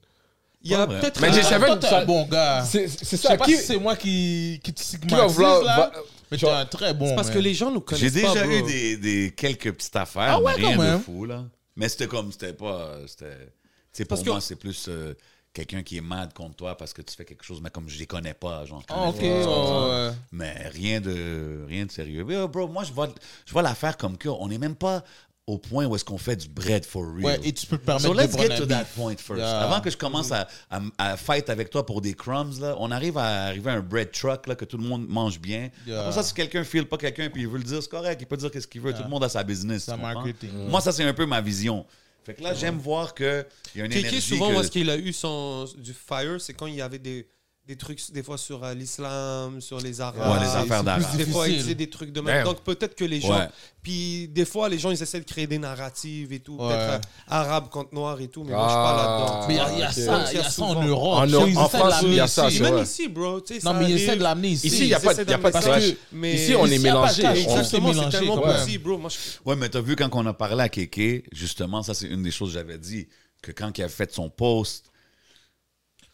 Speaker 6: Il y a
Speaker 3: Ouais.
Speaker 6: peut-être.
Speaker 1: Mais
Speaker 2: Ah,
Speaker 1: j'ai- J7,
Speaker 2: toi, t'es
Speaker 1: ça-
Speaker 2: un bon gars.
Speaker 1: C'est c'est
Speaker 2: Ah. Je sais
Speaker 1: ça.
Speaker 2: pas
Speaker 1: Qui
Speaker 2: si c'est moi qui, qui te
Speaker 1: qui va
Speaker 2: stigmatise,
Speaker 1: vouloir.
Speaker 2: là,
Speaker 1: va-
Speaker 2: mais t'es un très bon.
Speaker 6: Parce que
Speaker 2: man.
Speaker 6: les gens nous connaissent
Speaker 3: J'ai déjà
Speaker 6: pas, bro.
Speaker 3: eu des, des- quelques petites affaires,
Speaker 2: Ah ouais,
Speaker 3: mais
Speaker 2: quand
Speaker 3: rien
Speaker 2: même.
Speaker 3: de fou, là. Mais c'était comme, c'était pas... c'était- Tu sais,
Speaker 6: Parce
Speaker 3: pour
Speaker 6: que-
Speaker 3: moi, c'est plus euh, quelqu'un qui est mad contre toi parce que tu fais quelque chose, mais comme je les connais pas, genre...
Speaker 2: Ah, ok.
Speaker 3: connais pas, tu comprends?
Speaker 2: ouais, ouais.
Speaker 3: Mais rien de, rien de sérieux. Mais, euh, bro, moi, je vois, je vois l'affaire comme que on n'est même pas au point où est-ce qu'on fait du bread for real.
Speaker 2: Ouais, et tu peux te permettre
Speaker 3: So
Speaker 2: de
Speaker 3: let's
Speaker 2: prendre
Speaker 3: get
Speaker 2: un
Speaker 3: to
Speaker 2: beat.
Speaker 3: that point first.
Speaker 2: Yeah.
Speaker 3: Avant que je commence à, à, à fight avec toi pour des crumbs, là, on arrive à arriver à un bread truck là, que tout le monde mange bien.
Speaker 2: Yeah.
Speaker 3: Après ça, si quelqu'un file pas quelqu'un puis il veut le dire, c'est correct. Il peut dire qu'est-ce qu'il veut. Tout le monde a sa business.
Speaker 2: Sa
Speaker 3: tu comprends?
Speaker 2: marketing.
Speaker 3: Moi, ça, c'est un peu ma vision. Fait que là, j'aime voir qu'il y a une
Speaker 6: Kéké,
Speaker 3: énergie
Speaker 6: souvent,
Speaker 3: que-
Speaker 6: moi, ce qu'il a eu son, du fire, c'est quand il y avait des, des trucs, des fois, sur euh, l'islam, sur les Arabes.
Speaker 3: Ouais, les affaires d'arabes.
Speaker 6: Des fois, il
Speaker 2: Ah, difficile.
Speaker 6: disait des trucs de même.
Speaker 1: Damn.
Speaker 6: Donc, peut-être que les gens.
Speaker 3: Ouais.
Speaker 6: Puis, des fois, les gens, ils essaient de créer des narratives et tout.
Speaker 2: Ouais.
Speaker 6: Peut-être euh, arabe contre noir et tout, mais moi, je suis pas
Speaker 1: Ah.
Speaker 6: là-dedans.
Speaker 2: Mais il y a- il y a
Speaker 1: ok.
Speaker 2: ça, il y a ça en Europe.
Speaker 1: En
Speaker 2: So,
Speaker 1: Europe-
Speaker 2: ils
Speaker 1: en
Speaker 2: essaient de
Speaker 1: France, il y a
Speaker 2: l'amener
Speaker 3: Ah,
Speaker 1: ça,
Speaker 2: ici.
Speaker 6: Et
Speaker 1: c'est
Speaker 6: même
Speaker 1: vrai.
Speaker 6: ici, bro. tu sais, ça
Speaker 2: Non, mais ils essaient
Speaker 6: arrive.
Speaker 2: de l'amener ici.
Speaker 1: Ici, il n'y a
Speaker 6: Ils
Speaker 1: pas
Speaker 6: essaient
Speaker 1: y a pas de
Speaker 6: d'amener ça.
Speaker 1: clash.
Speaker 6: Mais-
Speaker 1: Ici, on est
Speaker 2: Ici, y a pas de
Speaker 1: mélangé. On-
Speaker 2: clash. Exact.
Speaker 6: Exactement, c'est
Speaker 2: mélangé,
Speaker 6: tellement
Speaker 2: quoi.
Speaker 6: petit, bro. Moi, je-
Speaker 3: Ouais, mais t'as vu quand on a parlé à Kéké, justement, ça c'est une des choses que j'avais dit, que quand il a fait son post,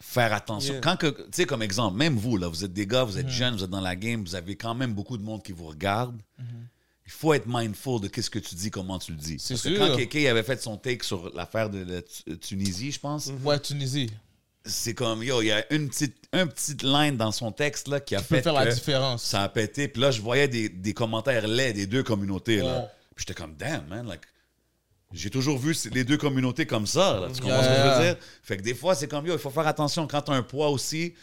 Speaker 3: faire attention.
Speaker 6: Yeah.
Speaker 3: Quand que, tu sais, comme exemple, même vous, là, vous êtes des gars, vous
Speaker 2: Mm.
Speaker 3: êtes jeunes, vous êtes dans la game, vous avez quand même beaucoup de monde qui vous regarde. Il faut être mindful de qu'est-ce que tu dis, comment tu le dis.
Speaker 2: Mm-hmm. C'est
Speaker 3: Parce
Speaker 2: sûr.
Speaker 3: que quand Kéké avait fait son take sur l'affaire de la Tu- Tunisie, je pense,
Speaker 2: Ouais, Tunisie.
Speaker 3: c'est comme, yo, il y a une petite, un petite line dans son texte là, qui a
Speaker 2: Tu peux
Speaker 3: fait
Speaker 2: faire la
Speaker 3: que-
Speaker 2: différence.
Speaker 3: ça a pété. Puis là, je voyais des, des commentaires laids des deux communautés. là.
Speaker 2: Ouais.
Speaker 3: Puis j'étais comme, damn, man. Like, j'ai toujours vu c- les deux communautés comme ça. là. Tu comprends
Speaker 2: Yeah.
Speaker 3: ce que je veux dire? Fait que des fois, c'est comme, yo, il faut faire attention quand t'as un poids aussi.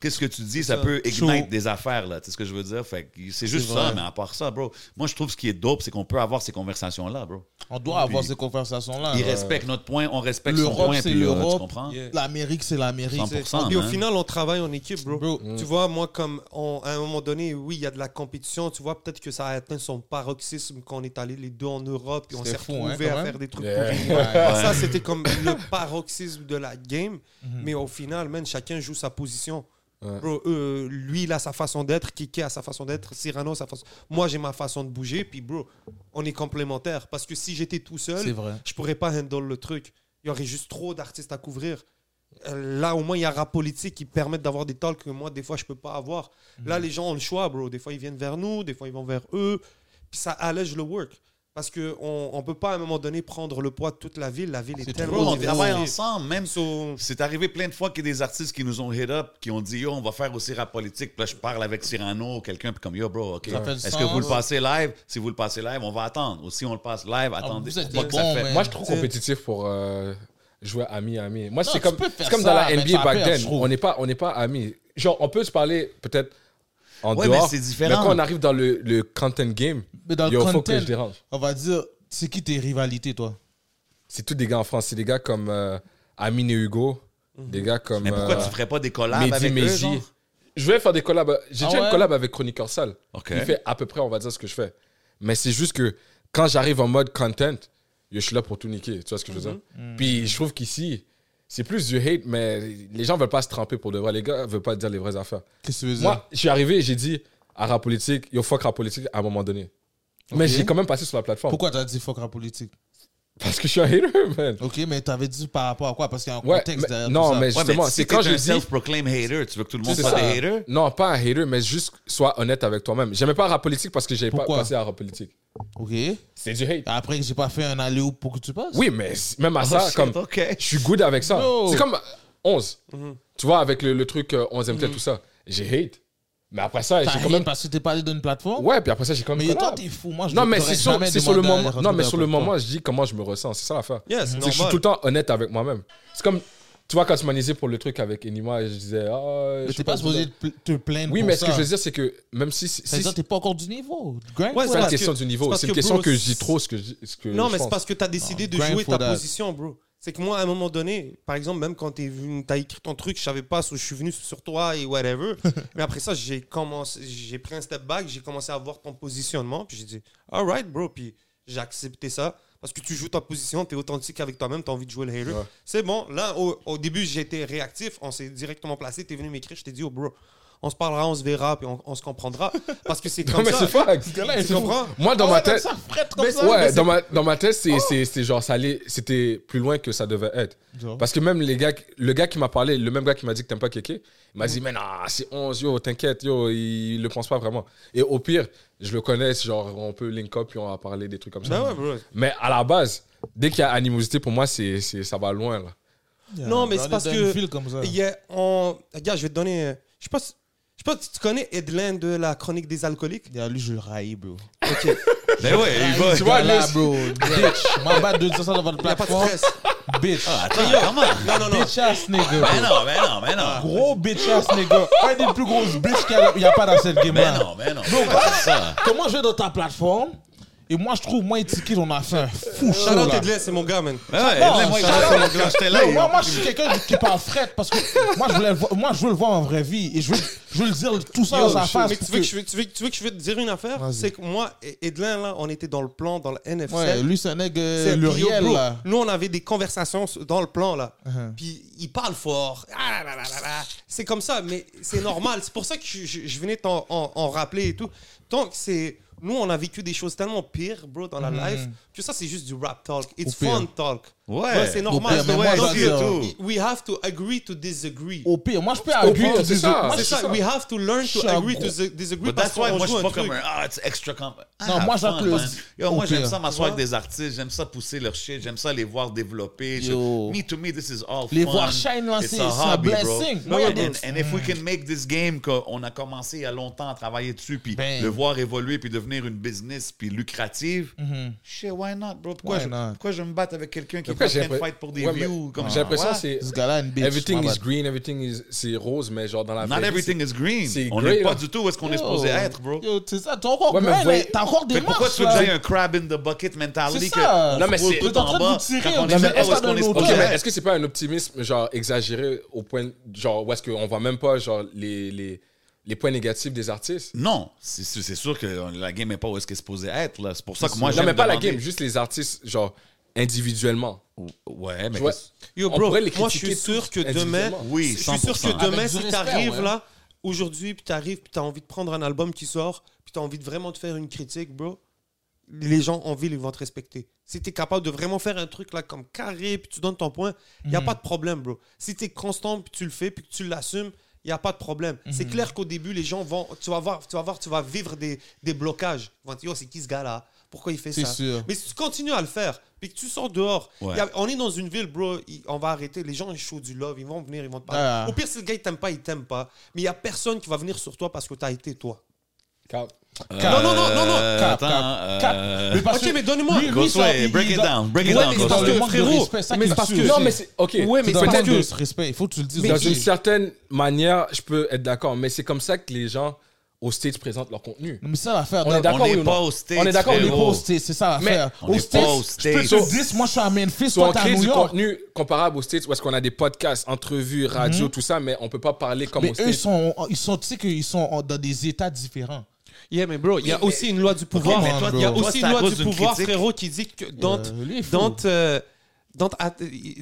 Speaker 3: Qu'est-ce que tu dis, ça, peut igniter
Speaker 2: Chaud.
Speaker 3: des affaires, là. Tu sais ce que je veux dire? Fait que c'est juste
Speaker 2: vrai.
Speaker 3: ça, mais à part ça, bro. Moi, je trouve ce qui est dope, c'est qu'on peut avoir ces conversations-là, bro.
Speaker 2: On doit avoir
Speaker 3: Puis-
Speaker 2: ces conversations-là.
Speaker 3: Ils
Speaker 2: Ah Ouais.
Speaker 3: respectent notre point, on respecte son
Speaker 2: L'Europe,
Speaker 3: point,
Speaker 2: c'est
Speaker 3: puis euh, tu
Speaker 2: l'Europe.
Speaker 3: comprends?
Speaker 6: Yeah.
Speaker 2: L'Amérique, c'est l'Amérique.
Speaker 3: 100%,
Speaker 6: Puis au
Speaker 1: hein.
Speaker 3: man.
Speaker 6: final, on travaille en équipe, bro.
Speaker 2: Bro.
Speaker 6: Tu vois, moi, comme on- à un moment donné, oui, il y a de la compétition. Tu vois, peut-être que ça a atteint son paroxysme quand on est allé les deux en Europe et on
Speaker 2: C'était
Speaker 6: s'est
Speaker 2: fou, hein,
Speaker 6: retrouvés
Speaker 2: quand
Speaker 6: à
Speaker 2: même.
Speaker 6: faire des trucs
Speaker 1: Yeah.
Speaker 6: pourris. Ça, c'était comme le paroxysme de la game. Mais au final, man, chacun joue sa position.
Speaker 1: Mhm. Ouais.
Speaker 6: Bro, euh, lui, il a sa façon d'être, Kiki a sa façon d'être, Cyrano a sa façon. Moi, j'ai ma façon de bouger, puis bro, on est complémentaires. Parce que si j'étais tout seul,
Speaker 2: C'est vrai.
Speaker 6: je pourrais pas handle le truc. Il y aurait juste trop d'artistes à couvrir. Euh, Là, au moins, il y a rap politique qui permettent d'avoir des talks que moi, des fois, je peux pas avoir. Là, les gens ont le choix, bro. Des fois, ils viennent vers nous, des fois, ils vont vers eux. Puis ça allège le work. Parce qu'on on peut pas, à un moment donné, prendre le poids de toute la ville. La ville est,
Speaker 2: C'est
Speaker 3: Bro,
Speaker 6: tellement
Speaker 3: on travaille
Speaker 6: diverse.
Speaker 3: ensemble, même
Speaker 6: So,
Speaker 3: C'est arrivé plein de fois qu'il y a des artistes qui nous ont hit up, qui ont dit Yo, on va faire aussi rap politique. Puis là, je parle avec Cyrano ou quelqu'un, puis comme Yo, bro, OK.
Speaker 2: Ça fait du
Speaker 3: Est-ce
Speaker 2: sens.
Speaker 3: que vous le passez live Si vous le passez live, on va attendre. Ou si on le passe live, attendez.
Speaker 2: Ah, vous êtes
Speaker 3: Pas
Speaker 2: des
Speaker 3: que ça
Speaker 2: bons,
Speaker 3: fait-
Speaker 2: man.
Speaker 1: Moi, je suis trop
Speaker 6: T'sais-
Speaker 1: compétitif pour euh, jouer ami-ami. Moi,
Speaker 2: Non,
Speaker 1: c'est
Speaker 2: tu
Speaker 1: comme,
Speaker 2: peux faire
Speaker 1: c'est comme
Speaker 2: ça,
Speaker 1: dans la
Speaker 2: mais ça
Speaker 1: NBA back
Speaker 2: perd,
Speaker 1: then.
Speaker 2: je trouve.
Speaker 1: On n'est pas, on n'est pas amis. Genre, on peut se parler peut-être en
Speaker 3: Ouais,
Speaker 1: dehors.
Speaker 3: mais c'est différent.
Speaker 1: quand on arrive dans le, le content game,
Speaker 2: Mais dans
Speaker 1: il
Speaker 2: le
Speaker 1: faut
Speaker 2: content,
Speaker 1: que je dérange.
Speaker 2: on va dire, c'est qui tes rivalités, toi
Speaker 1: C'est tous des gars en France. C'est des gars comme euh, Amine et Hugo. Des gars comme.
Speaker 3: Mais pourquoi
Speaker 1: euh,
Speaker 3: tu ferais pas des collabs
Speaker 1: Mehdi,
Speaker 3: avec eux
Speaker 1: Mehdi.
Speaker 3: genre?
Speaker 1: Je vais faire des collabs. J'ai
Speaker 2: Ah
Speaker 1: déjà
Speaker 2: ouais?
Speaker 1: une collab avec Chroniqueur Sale.
Speaker 3: OK.
Speaker 1: Il fait à peu près, on va dire, ce que je fais. Mais c'est juste que
Speaker 2: Mhm.
Speaker 1: quand j'arrive en mode content, yo, je suis là pour tout niquer. Tu vois ce que je veux dire? Puis je trouve qu'ici, C'est plus du hate, mais les gens veulent pas se tremper pour de vrai. Les gars veulent pas dire les vraies affaires.
Speaker 2: Qu'est-ce que tu veux dire?
Speaker 1: Moi, je suis arrivé et j'ai dit à rap politique, yo fuck rap politique à un moment donné. Mais
Speaker 2: Ok.
Speaker 1: j'ai quand même passé sur la plateforme.
Speaker 2: Pourquoi t'as dit fuck la politique?
Speaker 1: Parce que je suis un hater, man.
Speaker 2: Ok, mais t'avais dit par rapport à quoi? Parce qu'il y a un
Speaker 1: Ouais,
Speaker 2: contexte
Speaker 1: mais-
Speaker 2: derrière
Speaker 1: non,
Speaker 2: tout ça.
Speaker 1: mais
Speaker 3: Ouais,
Speaker 1: justement,
Speaker 3: mais si
Speaker 1: c'est
Speaker 3: t'es
Speaker 1: quand je
Speaker 3: un
Speaker 1: dis.
Speaker 3: self-proclaim hater, tu veux que tout le monde
Speaker 1: C'est
Speaker 3: soit
Speaker 1: ça.
Speaker 3: des haters?
Speaker 1: Non, pas un hater, mais juste sois honnête avec toi-même. J'aimais pas rap politique parce que j'avais pas
Speaker 2: Pourquoi
Speaker 1: passé à rap politique.
Speaker 2: Ok.
Speaker 1: C'est du hate.
Speaker 2: Après, j'ai pas fait un alley pour que tu passes?
Speaker 1: Oui, mais c- même
Speaker 2: Ah,
Speaker 1: à Ah, ça,
Speaker 3: Oh, shit,
Speaker 1: comme.
Speaker 3: ok.
Speaker 1: Je suis good avec ça.
Speaker 2: No. Mhm.
Speaker 1: C'est comme euh, 11. Tu vois, avec le, le truc euh, 11 e tout ça. J'ai hate. Mais après ça,
Speaker 2: T'as
Speaker 1: j'ai quand
Speaker 2: hate
Speaker 1: même.
Speaker 2: parce que t'es pas allé dans une plateforme?
Speaker 1: Ouais, puis après ça, j'ai quand même.
Speaker 2: Mais toi,
Speaker 1: collab.
Speaker 2: t'es fou. Moi, je
Speaker 1: Non,
Speaker 2: ne
Speaker 1: mais
Speaker 2: t'aurais
Speaker 1: c'est sur,
Speaker 2: jamais
Speaker 1: c'est sur le
Speaker 2: demandé à
Speaker 1: moment.
Speaker 2: aller
Speaker 1: Non,
Speaker 2: rentrer
Speaker 1: mais
Speaker 2: dans
Speaker 1: sur le
Speaker 2: la plateforme.
Speaker 1: moment, je dis comment je me ressens. C'est ça l'affaire.
Speaker 6: Yeah, c'est
Speaker 1: C'est que je suis
Speaker 6: normal.
Speaker 1: tout le temps honnête avec moi-même. C'est comme, tu vois, quand tu m'as nisé pour le truc avec Enima, je disais, ah, je
Speaker 2: Mais
Speaker 1: suis
Speaker 2: t'es pas supposé te pla- te plaindre.
Speaker 1: Oui,
Speaker 2: pour
Speaker 1: mais ce
Speaker 2: ça.
Speaker 1: que je veux dire, c'est que même si. si-
Speaker 2: C'est-à-dire, t'es pas encore du niveau. Grind,
Speaker 6: Ouais,
Speaker 1: c'est
Speaker 6: c'est
Speaker 1: pas une
Speaker 6: parce
Speaker 1: question
Speaker 6: que-
Speaker 1: du
Speaker 6: c'est
Speaker 1: niveau,
Speaker 6: parce
Speaker 1: c'est une
Speaker 6: que,
Speaker 1: question
Speaker 6: bro,
Speaker 1: que je dis trop ce que je. ce que
Speaker 6: Non,
Speaker 1: je
Speaker 6: mais c'est
Speaker 1: pense.
Speaker 6: parce que tu as décidé
Speaker 2: Oh,
Speaker 6: de
Speaker 2: grind
Speaker 6: jouer
Speaker 2: for
Speaker 6: ta
Speaker 2: that.
Speaker 6: position, bro. C'est que moi, à un moment donné, par exemple, même quand tu as écrit ton truc, je savais pas, so- je suis venu sur toi et whatever. mais après ça, j'ai commencé, j'ai pris un step back, j'ai commencé à voir ton positionnement, puis j'ai dit, alright, bro, puis j'ai accepté ça. Parce que tu joues ta position, tu es authentique avec toi-même, tu as envie de jouer le hater.
Speaker 1: Ouais.
Speaker 6: C'est bon, là, au, au début, j'étais réactif, on s'est directement placé, tu es venu m'écrire, je t'ai dit, oh, bro, on se parlera, on se verra, puis on, on se comprendra. Parce que c'est
Speaker 1: Non,
Speaker 6: comme
Speaker 1: mais
Speaker 6: ça.
Speaker 1: c'est fuck.
Speaker 6: Tu comprends?
Speaker 1: Moi, dans
Speaker 2: Ah
Speaker 1: ma
Speaker 2: ouais,
Speaker 1: tête.
Speaker 2: Ça frette comme
Speaker 1: Mais-
Speaker 2: ça.
Speaker 1: ouais,
Speaker 2: mais
Speaker 1: dans ma, dans ma tête, c'est c'est- c'est genre, ça allait- c'était plus loin que ça devait être.
Speaker 2: Genre.
Speaker 1: Parce que même les gars, qui- le gars qui m'a parlé, le même gars qui m'a dit que t'aimes pas Kéké, il m'a dit, mais non, c'est 11, yo, t'inquiète, yo, il le pense pas vraiment. Et au pire, je le connais, c'est genre, on peut link up, puis on va parler des trucs comme ça.
Speaker 6: Ben ouais, bro.
Speaker 1: Mais à la base, dès qu'il y a animosité, pour moi, c'est c'est- ça va loin, là.
Speaker 2: c'est-
Speaker 6: Non, mais
Speaker 2: Euh,
Speaker 6: c'est
Speaker 2: Dans les
Speaker 6: parce
Speaker 2: dans
Speaker 6: que-
Speaker 2: une file comme ça.
Speaker 6: Il y a- on- Regarde, je vais te donner. euh, Je sais pas si- je sais pas si tu connais Edlin de la chronique des alcooliques.
Speaker 2: Derrière lui, je le raille, bro.
Speaker 3: Ben ouais, il va.
Speaker 2: Tu vois, là, bro. Bitch. M'en bats de dire ça dans votre
Speaker 6: Il a pas de
Speaker 2: plateforme.
Speaker 6: stress.
Speaker 2: Bitch.
Speaker 3: Attends, comment?
Speaker 6: Non, non, non.
Speaker 2: Bitch ass nigga.
Speaker 3: Ben
Speaker 2: bro.
Speaker 3: non, ben non, ben non.
Speaker 2: Gros bitch ass nigga. Un des plus grosses bitches qu'il y a- il y a pas dans cette game
Speaker 3: Ben
Speaker 2: là.
Speaker 3: non, ben non. C'est ça.
Speaker 2: Comment je vais dans ta plateforme et moi, je trouve, moi et Tiki, on a fait un fou show,
Speaker 6: Shout out
Speaker 2: là.
Speaker 6: Edlin, c'est mon gars, man.
Speaker 3: Ben ouais,
Speaker 2: Non,
Speaker 3: là, moi,
Speaker 2: ça-
Speaker 3: quand quand j'étais là,
Speaker 2: Non, moi,
Speaker 3: il-
Speaker 2: moi, je suis quelqu'un qui parle fret parce que moi je, voulais le voir- moi, je veux le voir en vraie vie et je veux, je veux le dire tout ça dans sa face.
Speaker 6: Mais tu
Speaker 2: pour
Speaker 6: veux, que je, tu, veux, tu veux que je veux te dire une affaire
Speaker 2: Vas-y.
Speaker 6: C'est que moi et Edlin, là, on était dans le plan, dans le
Speaker 2: Ouais,
Speaker 6: NFCL.
Speaker 2: lui, c'est un nègre
Speaker 6: C'est-
Speaker 2: euh,
Speaker 6: Yo,
Speaker 2: Luriel,
Speaker 6: bro,
Speaker 2: là.
Speaker 6: Nous, on avait des conversations sur- dans le plan, là.
Speaker 2: Uh-huh.
Speaker 6: Puis il parle fort. Ah, là, là, là, là, là. C'est comme ça, mais c'est normal. c'est pour ça que je, je- je venais t'en en, en rappeler et tout. Donc, c'est. Nous, on a vécu des choses tellement pires, bro, dans la life, que ça, c'est juste du rap talk. It's
Speaker 2: Mm-hmm. Au pire.
Speaker 6: fun talk.
Speaker 3: Ouais.
Speaker 6: c'est
Speaker 2: Au
Speaker 6: normal.
Speaker 2: pire, mais moi,
Speaker 6: Donc,
Speaker 2: je dois
Speaker 3: dire-
Speaker 6: we have to agree to disagree.
Speaker 2: Au pire, moi, je peux agir.
Speaker 1: c'est ça.
Speaker 2: Moi,
Speaker 6: C'est ça, we have to learn
Speaker 2: Je
Speaker 6: to
Speaker 2: suis un
Speaker 6: agree
Speaker 2: gros-
Speaker 6: to dis- disagree
Speaker 3: But
Speaker 6: parce
Speaker 3: that's why
Speaker 6: qu'on
Speaker 3: moi je
Speaker 6: joue
Speaker 3: suis
Speaker 6: un
Speaker 3: pas comme
Speaker 6: truc.
Speaker 3: un ah it's extra comp. Ah,
Speaker 2: Non, moi,
Speaker 3: fun,
Speaker 2: j'inclus-
Speaker 3: man. Yo, moi
Speaker 2: au
Speaker 3: j'aime
Speaker 2: pire.
Speaker 3: ça m'asseoir
Speaker 6: Ouais.
Speaker 3: avec des artistes, j'aime ça pousser leur shit, j'aime ça les voir développer. Je-
Speaker 2: Yo.
Speaker 3: me to me this is all
Speaker 2: Les
Speaker 3: fun.
Speaker 2: voir shine, là,
Speaker 3: It's
Speaker 2: c'est-
Speaker 3: a
Speaker 2: c'est un
Speaker 3: hobby, bro.
Speaker 2: blessing.
Speaker 3: And-
Speaker 2: Moi, il y a des-
Speaker 3: And, and
Speaker 1: Mm.
Speaker 3: if we can make this game qu'on a commencé il y a longtemps à travailler dessus puis
Speaker 2: Ben.
Speaker 3: le voir évoluer puis devenir une business puis lucrative. Shit, why not bro? Pourquoi,
Speaker 2: Mm-hmm. Why
Speaker 3: je,
Speaker 2: not?
Speaker 3: pourquoi je me batte avec quelqu'un qui est en
Speaker 1: Après, j'ai
Speaker 3: train de
Speaker 1: l'impre-
Speaker 3: fight pour des
Speaker 1: Ouais, mais
Speaker 3: views comme
Speaker 1: J'ai l'impression que c'est.
Speaker 2: Ce gars-là, une bitch.
Speaker 1: Everything
Speaker 2: my
Speaker 1: is
Speaker 2: bad.
Speaker 1: green, everything is. C'est rose, mais genre dans la vraie
Speaker 3: Not
Speaker 1: vie,
Speaker 3: everything is green.
Speaker 1: c'est
Speaker 3: On
Speaker 1: grey,
Speaker 3: n'est pas
Speaker 1: là.
Speaker 3: du tout où est-ce qu'on est
Speaker 2: Yo.
Speaker 3: supposé être, bro.
Speaker 2: Yo, c'est ça, t'as encore
Speaker 1: Ouais, mais
Speaker 2: grind,
Speaker 1: voyez-
Speaker 2: mais t'as encore des
Speaker 3: Mais pourquoi tu veux que
Speaker 2: là.
Speaker 3: j'aille un crab in the bucket mentality
Speaker 2: C'est ça.
Speaker 3: que
Speaker 2: Non,
Speaker 1: mais
Speaker 3: tu roules
Speaker 1: c'est-
Speaker 2: Vous êtes en train de vous tirer,
Speaker 3: quand on
Speaker 2: on
Speaker 3: est
Speaker 2: est
Speaker 3: même pas
Speaker 2: resté
Speaker 3: où est-ce
Speaker 2: dans
Speaker 3: qu'on est
Speaker 2: nos
Speaker 1: Ok,
Speaker 3: supposé
Speaker 2: Ouais.
Speaker 1: mais
Speaker 3: être.
Speaker 1: est-ce que c'est pas un optimisme genre exagéré au point de- genre où est-ce qu'on voit même pas genre les, les, les points négatifs des artistes
Speaker 3: Non, c'est sûr c'est sûr que la game n'est pas où est-ce qu'elle est supposée être. là. C'est pour ça que moi,
Speaker 1: Non
Speaker 3: j'aime
Speaker 1: mais pas la
Speaker 3: demander-
Speaker 1: game, juste les artistes genre individuellement.
Speaker 3: Ouais, mais...
Speaker 1: Tu vois,
Speaker 6: Yo,
Speaker 1: On
Speaker 6: bro,
Speaker 1: pourrait les
Speaker 6: moi, je suis
Speaker 1: critiquer
Speaker 6: sûr
Speaker 1: tous
Speaker 6: que demain,
Speaker 1: individuellement.
Speaker 3: Oui,
Speaker 6: je suis sûr
Speaker 3: 100%.
Speaker 6: que demain,
Speaker 2: Avec
Speaker 6: si
Speaker 2: du respect,
Speaker 6: t'arrives
Speaker 2: ouais.
Speaker 6: là, aujourd'hui, puis t'arrives, puis t'as envie de prendre un album qui sort, puis t'as envie de vraiment de faire une critique, bro, les gens en ville, ils vont te respecter. Si t'es capable de vraiment faire un truc là comme carré, puis tu donnes ton point, il
Speaker 2: Mm.
Speaker 6: a pas de problème, bro. Si t'es constant, puis tu le fais, puis que tu l'assumes, il n'y a pas de problème.
Speaker 2: Mm-hmm.
Speaker 6: C'est clair qu'au début, les gens vont. Tu vas voir, tu vas, voir, tu vas vivre des, des blocages. Ils vont te dire, Yo, c'est qui ce gars-là Pourquoi il fait
Speaker 2: C'est
Speaker 6: ça
Speaker 2: sûr.
Speaker 6: mais si tu continues à le faire, puis que tu sors dehors,
Speaker 3: Ouais.
Speaker 6: y a- on est dans une ville, bro, y- on va arrêter. Les gens, ils chauds du love, ils vont venir, ils vont te parler.
Speaker 2: Ah.
Speaker 6: Au pire, si le gars, il t'aime pas, il t'aime pas. Mais il y a personne qui va venir sur toi parce que t'as été toi.
Speaker 1: Car-
Speaker 2: Non, non,
Speaker 6: non, non, non.
Speaker 3: Euh,
Speaker 2: Cap,
Speaker 3: Attends,
Speaker 2: cap, cap.
Speaker 3: euh,
Speaker 2: Mais parce
Speaker 6: ok,
Speaker 2: que
Speaker 6: mais donne-moi.
Speaker 2: lui, lui,
Speaker 3: Gosway,
Speaker 2: ça, il-
Speaker 3: break
Speaker 2: il
Speaker 3: it
Speaker 2: down.
Speaker 3: down, break it
Speaker 6: Ouais,
Speaker 3: down,
Speaker 6: mais c'est parce
Speaker 3: Gosway.
Speaker 6: que,
Speaker 2: manque de
Speaker 6: frérot,
Speaker 2: respect, ça
Speaker 6: mais
Speaker 2: qui
Speaker 6: c'est parce
Speaker 2: tue.
Speaker 6: que.
Speaker 1: Non mais c'est OK.
Speaker 6: Ouais, mais
Speaker 2: C'est un
Speaker 6: parce
Speaker 2: manque
Speaker 6: que-
Speaker 2: de respect, il faut que tu le dises.
Speaker 1: dans
Speaker 2: aussi.
Speaker 1: une certaine manière, je peux être d'accord, mais c'est comme ça que les gens au stage présentent leur contenu.
Speaker 2: Mais ça l'affaire.
Speaker 1: On
Speaker 2: dans-
Speaker 1: est d'accord
Speaker 3: On est
Speaker 1: ou non
Speaker 3: pas au stage,
Speaker 1: On est d'accord, on est
Speaker 2: On est
Speaker 1: pas
Speaker 2: pas
Speaker 3: frérot.
Speaker 2: au States, c'est ça
Speaker 1: Mais
Speaker 2: l'affaire.
Speaker 3: on
Speaker 2: Au
Speaker 3: est
Speaker 2: States,
Speaker 3: pas au
Speaker 2: je peux
Speaker 3: States.
Speaker 2: te dire, moi je suis à Memphis,
Speaker 1: Soit on
Speaker 2: toi t'es à
Speaker 1: crée
Speaker 2: New
Speaker 1: du
Speaker 2: York.
Speaker 1: contenu comparable aux States, où est-ce qu'on a des podcasts, entrevues, radio, tout ça, mais on peut pas parler comme
Speaker 2: Mhm. Mais
Speaker 1: aux
Speaker 2: eux, ils
Speaker 1: States.
Speaker 2: sont, ils sont, tu sais qu'ils sont en- dans des états différents.
Speaker 6: Yeah, mais bro, il y a aussi une loi du pouvoir.
Speaker 2: mais toi,
Speaker 6: Il y a
Speaker 2: bro.
Speaker 6: aussi
Speaker 3: Toi, c'est
Speaker 6: une
Speaker 3: à
Speaker 6: loi
Speaker 3: cause
Speaker 6: du
Speaker 3: d'une
Speaker 6: pouvoir,
Speaker 3: critique.
Speaker 6: frérot, qui dit que don't,
Speaker 2: Euh, lui, il est fou.
Speaker 6: don't, euh, don't at-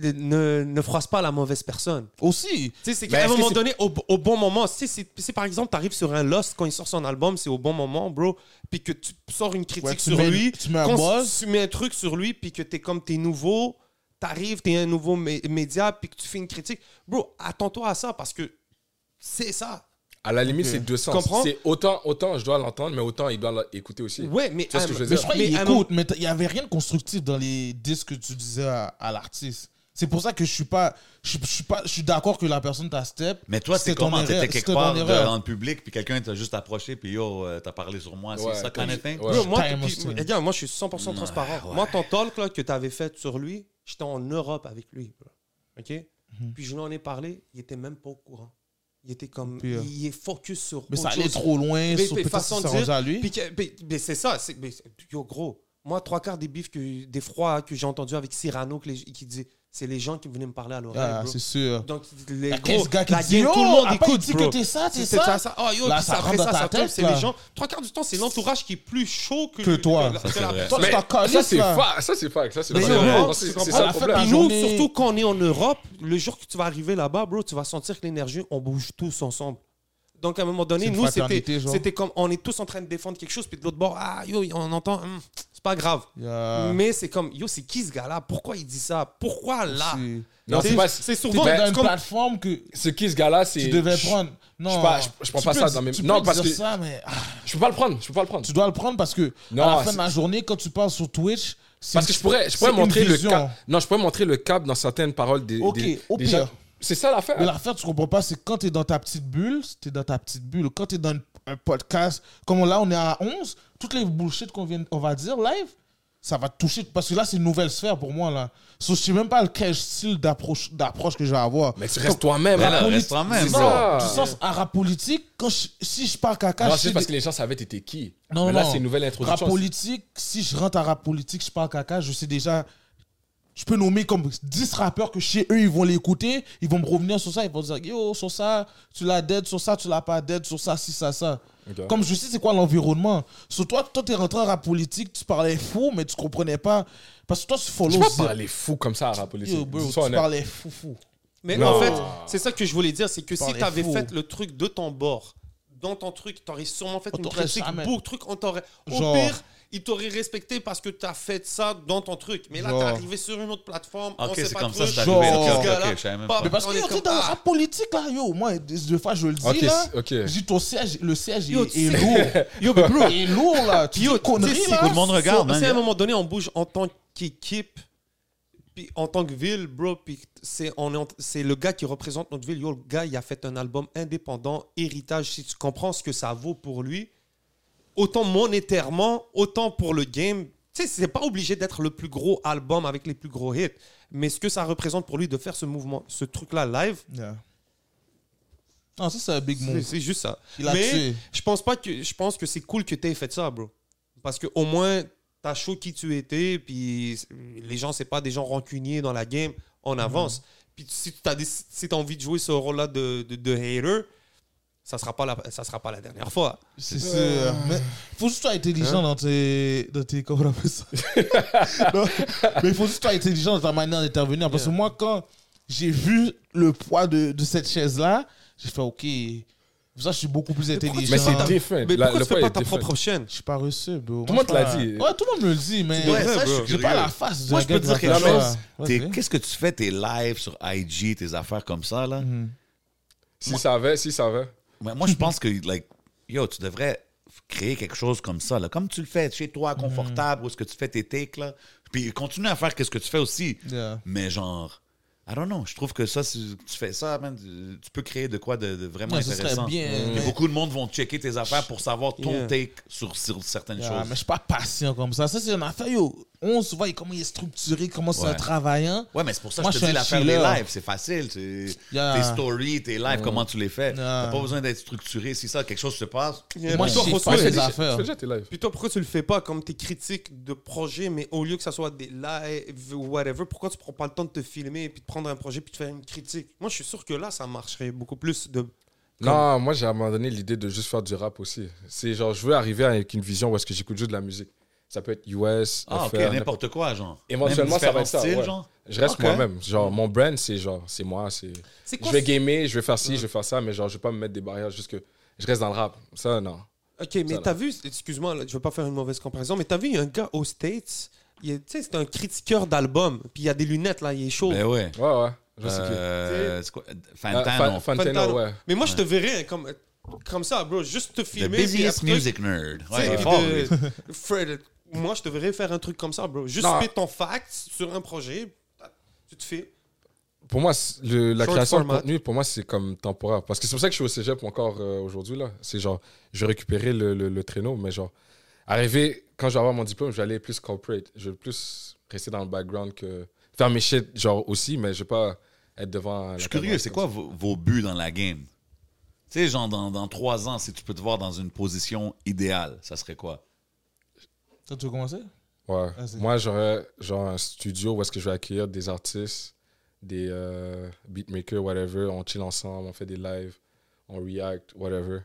Speaker 6: ne, ne froisse pas la mauvaise personne.
Speaker 2: Aussi.
Speaker 6: Tu sais, c'est
Speaker 2: Mais
Speaker 6: qu'à un
Speaker 2: est-ce que
Speaker 6: moment
Speaker 2: c'est-
Speaker 6: donné, au, au bon moment, si, si- si par exemple, t'arrives sur un Lost quand il sort son album, c'est au bon moment, bro, puis que tu sors une critique
Speaker 2: Ouais, tu
Speaker 6: sur
Speaker 2: mets-
Speaker 6: lui,
Speaker 2: tu mets un
Speaker 6: quand
Speaker 2: buzz.
Speaker 6: tu mets un truc sur lui, puis que t'es comme t'es nouveau, t'arrives, t'es un nouveau mé- média, puis que tu fais une critique, bro, attends-toi à ça parce que c'est ça.
Speaker 1: À la limite, c'est deux sens.
Speaker 6: comprends?
Speaker 1: C'est autant, autant je dois l'entendre, mais autant il doit l'écouter aussi.
Speaker 6: Ouais, mais.
Speaker 1: Tu vois ce que je veux
Speaker 2: Mais
Speaker 1: dire?
Speaker 2: je crois
Speaker 6: Mais
Speaker 2: qu'il
Speaker 6: à un
Speaker 2: écoute, mais t- il n'y avait rien de constructif dans les disques que tu disais à, à l'artiste. C'est pour ça que je suis pas, je, suis- je suis pas, je suis d'accord que la personne t'a step.
Speaker 3: Mais toi, c'est
Speaker 2: C'était ton
Speaker 3: comment?
Speaker 2: erreur,
Speaker 3: T'étais quelque
Speaker 2: c'était
Speaker 3: part
Speaker 2: ton
Speaker 3: de-
Speaker 2: erreur.
Speaker 3: dans le public, puis quelqu'un t'a juste approché, puis yo, euh, t'as parlé sur moi,
Speaker 1: Ouais,
Speaker 3: c'est ça,
Speaker 1: comme
Speaker 3: kind
Speaker 1: je-
Speaker 3: of thing?
Speaker 1: ouais.
Speaker 6: Bro, moi,
Speaker 2: Time
Speaker 6: puis-
Speaker 2: Austin.
Speaker 6: regarde, moi, je suis 100% transparent. Moi, ton talk là, que tu avais fait sur lui, j'étais en Europe avec lui. bro. OK?
Speaker 2: Mhm.
Speaker 6: Puis je lui en ai parlé, il était même pas au courant. Il était comme.
Speaker 2: Puis, euh,
Speaker 6: il est focus sur.
Speaker 2: Mais ça
Speaker 6: autre
Speaker 2: allait
Speaker 6: chose.
Speaker 2: trop loin,
Speaker 6: Mais-
Speaker 2: sur-
Speaker 6: mais
Speaker 2: peut-être
Speaker 6: façon
Speaker 2: que
Speaker 6: de
Speaker 2: ça
Speaker 6: dire,
Speaker 2: rangeait à lui.
Speaker 6: Puis que- mais- mais c'est ça. c'est- mais- yo, gros, moi, trois quarts des bifs, que, des froids que j'ai entendus avec Cyrano que les- qui dit c'est les gens qui venaient me parler à l'oreille.
Speaker 2: Ah,
Speaker 6: bro.
Speaker 2: c'est sûr.
Speaker 6: Donc, les
Speaker 2: Y'a
Speaker 6: gros,
Speaker 2: 15 gars qui
Speaker 6: la
Speaker 2: te disent,
Speaker 6: game, tout le
Speaker 2: Yo,
Speaker 6: monde
Speaker 2: après,
Speaker 6: écoute,
Speaker 2: il dit
Speaker 6: bro.
Speaker 2: que t'es ça, t'es
Speaker 6: C'est
Speaker 2: ça.
Speaker 6: ça, ça. Oh, yo,
Speaker 2: Là,
Speaker 6: puis
Speaker 2: ça
Speaker 6: ça, après
Speaker 2: rentre
Speaker 6: ça,
Speaker 2: dans ta
Speaker 6: ça tombe,
Speaker 2: tête,
Speaker 6: c'est
Speaker 2: là.
Speaker 6: les gens. Trois quarts du temps, c'est l'entourage qui est plus chaud que,
Speaker 2: Que toi.
Speaker 6: que-
Speaker 3: Ça,
Speaker 6: que
Speaker 3: c'est
Speaker 6: la
Speaker 3: vrai.
Speaker 2: Toi,
Speaker 1: Mais-
Speaker 2: c'est ta
Speaker 1: Ça,
Speaker 2: calice,
Speaker 1: c'est
Speaker 2: là.
Speaker 1: fa- ça, c'est fact. Ça, c'est
Speaker 6: Mais
Speaker 1: fact.
Speaker 6: yo,
Speaker 1: Ouais,
Speaker 6: bro,
Speaker 1: c'est-
Speaker 2: tu
Speaker 1: C'est
Speaker 2: comprends
Speaker 1: ça
Speaker 2: la
Speaker 1: le
Speaker 2: fête,
Speaker 1: problème.
Speaker 2: la
Speaker 6: Puis nous,
Speaker 2: journée.
Speaker 6: surtout quand on est en Europe, le jour que tu vas arriver là-bas, bro, tu vas sentir que l'énergie, on bouge tous ensemble. Donc, à un moment
Speaker 2: C'est
Speaker 6: donné,
Speaker 2: une
Speaker 6: nous, c'était
Speaker 2: fraternité, genre.
Speaker 6: c'était comme on est tous en train de défendre quelque chose, puis de l'autre bord, ah, yo, on entend, hum, c'est pas grave.
Speaker 2: Yeah.
Speaker 6: Mais c'est comme, yo, c'est qui ce gars-là Pourquoi il dit ça Pourquoi là
Speaker 2: C'est-
Speaker 1: Non,
Speaker 6: C'est-
Speaker 1: c'est pas-
Speaker 6: C'est
Speaker 2: T'es
Speaker 6: souvent
Speaker 2: dans
Speaker 6: c'est
Speaker 2: une
Speaker 6: comme-
Speaker 2: plateforme que
Speaker 1: Ce qui, ce gars-là, c'est.
Speaker 2: tu devais
Speaker 1: je-
Speaker 2: prendre. Non,
Speaker 1: je pas- je- je prends
Speaker 2: Tu
Speaker 1: pas
Speaker 2: peux
Speaker 1: ça
Speaker 2: di-
Speaker 1: dans mes-
Speaker 2: tu
Speaker 1: Non,
Speaker 2: peux
Speaker 1: parce
Speaker 2: dire
Speaker 1: que-
Speaker 2: ça, mais, ah,
Speaker 1: Je peux pas le prendre. Je peux pas le prendre.
Speaker 2: tu dois le prendre parce que
Speaker 1: Non,
Speaker 2: à la fin
Speaker 1: c'est-
Speaker 2: de la journée, quand tu parles sur Twitch, c'est-
Speaker 1: Parce que je pourrais, je pourrais
Speaker 2: c'est une
Speaker 1: montrer le
Speaker 2: vision.
Speaker 1: cap. Non, je pourrais montrer le cap dans certaines paroles des.
Speaker 2: Ok,
Speaker 1: des-
Speaker 2: au
Speaker 1: des
Speaker 2: pire.
Speaker 1: gens. C'est ça l'affaire.
Speaker 2: Mais l'affaire, tu comprends pas, c'est que quand t'es dans ta petite bulle, t'es dans ta petite bulle. Quand t'es dans une- un podcast, comme là, on est à 11, toutes les bullshit qu'on vient, on va dire live, ça va te toucher. Parce que là, c'est une nouvelle sphère pour moi, là. So, je sais même pas quel style d'approche d'approche que je vais avoir.
Speaker 1: Mais tu restes toi-même.
Speaker 3: Mais
Speaker 1: hein.
Speaker 3: là,
Speaker 2: politi-
Speaker 3: reste toi-même,
Speaker 1: c'est
Speaker 3: bro.
Speaker 1: ça.
Speaker 2: Du sens arabe politique, quand je- si je parle caca,
Speaker 1: Non,
Speaker 2: je sais
Speaker 1: c'est parce
Speaker 2: des-
Speaker 1: que les gens savaient t'étais qui.
Speaker 2: Non,
Speaker 1: Mais là,
Speaker 2: non.
Speaker 1: c'est une nouvelle
Speaker 2: Rap
Speaker 1: introduction.
Speaker 2: politique, si je rentre à rap politique, je parle caca, je sais déjà. Je peux nommer comme 10 rappeurs que chez eux, ils vont l'écouter, ils vont me revenir sur ça, ils vont dire Yo, sur ça, tu l'as dead, sur ça, tu l'as pas dead, sur ça, si, ça, ça.
Speaker 1: Ok.
Speaker 2: Comme je sais, c'est quoi l'environnement. Sur toi, toi, t'es rentré en rap politique, tu parlais fou, mais tu comprenais pas. Parce que toi, tu
Speaker 1: Je
Speaker 2: follow.
Speaker 1: peux pas
Speaker 2: zéro.
Speaker 1: parler fou comme ça à rap politique.
Speaker 2: Yo, bro,
Speaker 1: Sois
Speaker 2: tu
Speaker 1: honnête.
Speaker 2: parlais fou, fou.
Speaker 6: Mais
Speaker 1: Non.
Speaker 6: en fait, c'est ça que je voulais dire, c'est que si
Speaker 2: Parlais
Speaker 6: tu avais
Speaker 2: faux.
Speaker 6: fait le truc de ton bord, dans ton truc, tu aurais sûrement fait
Speaker 2: On
Speaker 6: une
Speaker 2: t'aurait
Speaker 6: critique,
Speaker 2: jamais-
Speaker 6: beaucoup de trucs, on t'aurait... Au
Speaker 2: Genre.
Speaker 6: pire, ils t'auraient respecté parce que tu as fait ça dans ton truc. Mais là,
Speaker 2: Genre.
Speaker 6: t'es arrivé sur une autre plateforme, on
Speaker 3: Ok,
Speaker 6: sait
Speaker 3: c'est
Speaker 6: pas
Speaker 3: comme ça,
Speaker 6: trop.
Speaker 3: c'est
Speaker 2: Genre-
Speaker 3: arrivé. Ok, ok,
Speaker 6: Gars-là,
Speaker 3: ok, je savais même
Speaker 6: pas-
Speaker 3: pas.
Speaker 2: Mais parce
Speaker 6: On
Speaker 2: que
Speaker 6: est
Speaker 2: yo,
Speaker 6: comme-
Speaker 2: t'es dans la
Speaker 6: Ah.
Speaker 2: rap politique, là, yo. Moi, des deux fois, je le dis,
Speaker 1: Ok,
Speaker 2: là.
Speaker 1: c'est- ok.
Speaker 2: Je dis, ton siège, le siège
Speaker 6: Yo,
Speaker 2: est,
Speaker 6: tu
Speaker 2: est
Speaker 6: sais-
Speaker 2: lourd.
Speaker 6: Yo, mais bro,
Speaker 2: Il est lourd, là. Tu dis
Speaker 6: Yo,
Speaker 2: conneries,
Speaker 6: tu sais,
Speaker 2: là.
Speaker 3: Tout le monde regarde,
Speaker 6: Faut-
Speaker 3: man.
Speaker 6: Si à un moment donné, on bouge en tant qu'équipe, puis en tant que ville, bro, puis c'est on est en- c'est le gars qui représente notre ville. Yo, le gars, il a fait un album indépendant, héritage. Si tu comprends ce que ça vaut pour lui, autant monétairement, autant pour le game. Tu sais, c'est pas obligé d'être le plus gros album avec les plus gros hits, mais ce que ça représente pour lui de faire ce mouvement, ce truc-là live,
Speaker 2: Yeah. Non, ça, c'est un big
Speaker 6: c'est
Speaker 2: move.
Speaker 6: c'est juste ça.
Speaker 2: Il a
Speaker 6: mais
Speaker 2: tué.
Speaker 6: je pense pas que je pense que c'est cool que t'aies fait ça, bro. Parce que au moins t'as chaud qui tu étais, puis les gens c'est pas des gens rancuniers dans la game.
Speaker 1: Mhm.
Speaker 6: On avance. Puis si tu as si t'as envie de jouer ce rôle-là de, de, de hater, ça sera pas la ça sera pas la dernière fois.
Speaker 2: C'est sûr. Mais faut juste être
Speaker 6: Hein?
Speaker 2: intelligent dans tes. Dans tes comment on appelle ça Non, Mais il faut juste être intelligent dans ta manière d'intervenir. Parce que moi, quand j'ai vu le poids de, de cette chaise-là, j'ai fait OK. Pour ça, je suis beaucoup plus
Speaker 6: pourquoi
Speaker 2: intelligent.
Speaker 1: Mais c'est
Speaker 6: Ah.
Speaker 1: different.
Speaker 6: Mais
Speaker 1: La-
Speaker 6: pourquoi
Speaker 1: le
Speaker 6: tu fais
Speaker 1: point
Speaker 6: pas
Speaker 1: est
Speaker 6: ta
Speaker 1: different.
Speaker 6: propre chaîne
Speaker 2: Je suis pas reçu, bro.
Speaker 1: Tout le
Speaker 2: Moi,
Speaker 1: monde
Speaker 2: je
Speaker 1: te l'a
Speaker 2: suis
Speaker 1: dit.
Speaker 2: pas- Ouais, tout le monde me le dit, mais.
Speaker 3: Ouais, ça, je suis
Speaker 2: J'ai
Speaker 3: curieux.
Speaker 2: pas la face de
Speaker 3: Moi,
Speaker 2: un
Speaker 3: je
Speaker 2: gars
Speaker 3: peux
Speaker 2: qui
Speaker 3: dire
Speaker 2: va
Speaker 3: quelque
Speaker 2: faire
Speaker 1: chose.
Speaker 2: ça.
Speaker 3: T'es-
Speaker 2: Ouais, c'est vrai.
Speaker 3: Qu'est-ce que tu fais tes lives sur IG, tes affaires comme ça, là?
Speaker 1: Si ça avait, si ça avait.
Speaker 3: Ouais, moi, je pense que, like, yo, tu devrais f- créer quelque chose comme ça, là. Comme tu le fais chez toi, confortable, où est-ce que tu fais tes takes, là. Puis continue à faire ce que tu fais aussi.
Speaker 2: Yeah.
Speaker 3: Mais genre, I don't know, je trouve que ça, si tu fais ça, man, tu tu peux créer de quoi de, de vraiment
Speaker 2: Ouais, ce serait
Speaker 3: intéressant.
Speaker 2: bien,
Speaker 3: Puis
Speaker 2: mais-
Speaker 3: beaucoup de monde vont checker tes affaires pour savoir ton
Speaker 6: Yeah.
Speaker 3: take sur, sur certaines
Speaker 2: Yeah,
Speaker 3: choses.
Speaker 2: Ah, mais je suis pas patient comme ça. Ça, c'est une affaire, yo. On se voit comment il est structuré, comment c'est
Speaker 3: Ouais.
Speaker 2: un travaillant.
Speaker 3: Ouais, mais c'est pour ça que
Speaker 2: Moi,
Speaker 3: je
Speaker 2: je
Speaker 3: te
Speaker 2: suis
Speaker 3: dis
Speaker 2: un
Speaker 3: l'affaire des
Speaker 2: chiller.
Speaker 3: lives, c'est facile. c'est-
Speaker 2: Yeah.
Speaker 3: Tes stories, tes lives, comment tu les fais.
Speaker 2: Yeah.
Speaker 3: T'as pas besoin d'être structuré. Si ça, quelque chose se passe,
Speaker 2: Moi,
Speaker 6: Puis
Speaker 2: je
Speaker 6: toi,
Speaker 2: sais
Speaker 6: Rosso,
Speaker 2: pas
Speaker 6: tu
Speaker 2: les
Speaker 6: fais des-
Speaker 2: affaires.
Speaker 1: Je fais déjà tes lives.
Speaker 6: puis toi, pourquoi tu le fais pas comme tes critiques de projets, mais au lieu que ça soit des lives ou whatever, pourquoi tu prends pas le temps de te filmer et puis de prendre un projet puis de faire une critique Moi, je suis sûr que là, ça marcherait beaucoup plus de
Speaker 1: Non, moi j'ai abandonné l'idée de juste faire du rap aussi. C'est genre, je veux arriver avec une vision où est-ce que j'écoute juste de la musique. Ça peut être US,
Speaker 3: ah, ok,
Speaker 1: FR,
Speaker 3: n'importe quoi, genre.
Speaker 1: Éventuellement,
Speaker 3: Même
Speaker 1: ça va
Speaker 3: différents
Speaker 1: être ça,
Speaker 3: styles,
Speaker 1: ouais.
Speaker 3: genre.
Speaker 1: Je reste
Speaker 2: Ok.
Speaker 1: moi-même. Genre, mon brand, c'est genre, c'est moi. C'est...
Speaker 6: C'est quoi
Speaker 1: Je vais gamer, je vais faire ci, je vais faire ça, mais genre, je vais pas me mettre des barrières juste que je reste dans le rap. Ça, non.
Speaker 6: Ok, mais
Speaker 1: là.
Speaker 6: t'as vu, excuse-moi, là, je veux pas faire une mauvaise comparaison, mais t'as vu, il y a un gars aux States, il est- tu sais, c'est un critiqueur d'albums, puis il y a des lunettes, là, il est chaud.
Speaker 3: Ben ouais.
Speaker 1: Ouais, ouais. Je sais que.
Speaker 3: Euh, c'est quoi?
Speaker 1: Ah, Fan-
Speaker 3: Fantano.
Speaker 1: Fantano, ouais.
Speaker 6: Mais moi, je te verrais hein, comme, comme ça, bro, juste te
Speaker 3: The
Speaker 6: filmer. puis
Speaker 3: busiest
Speaker 6: après,
Speaker 3: music nerd.
Speaker 6: tu sais,
Speaker 3: Ouais, il est
Speaker 6: puis
Speaker 3: fort,
Speaker 6: de- Ah,
Speaker 3: lui.
Speaker 6: Fred, moi, je te verrais faire un truc comme ça, bro. Juste
Speaker 1: Non.
Speaker 6: fais ton fact sur un projet, tu te fais.
Speaker 1: Pour moi, c'est- le- la
Speaker 6: Short
Speaker 1: création de
Speaker 6: format.
Speaker 1: contenu, pour moi, c'est comme temporaire. Parce que c'est pour ça que je suis au cégep encore euh, aujourd'hui. là. C'est genre, je vais récupérer le, le- le traîneau, mais genre, arriver, quand je vais avoir mon diplôme, je vais aller plus corporate. Je vais plus rester dans le background que. Faire mes shit, genre aussi, mais je vais pas être devant. la
Speaker 3: Je suis
Speaker 1: caméra,
Speaker 3: curieux, c'est
Speaker 1: comme
Speaker 3: quoi vos, vos buts dans la game? Tu sais, genre, dans, dans trois ans, si tu peux te voir dans une position idéale, ça serait quoi?
Speaker 2: Toi, tu veux commencer
Speaker 1: ça. Ouais.
Speaker 2: Vas-y.
Speaker 1: Moi, j'aurais genre un studio où est-ce que je vais accueillir des artistes, des euh, beatmakers, whatever. On chill ensemble, on fait des lives, on react, whatever.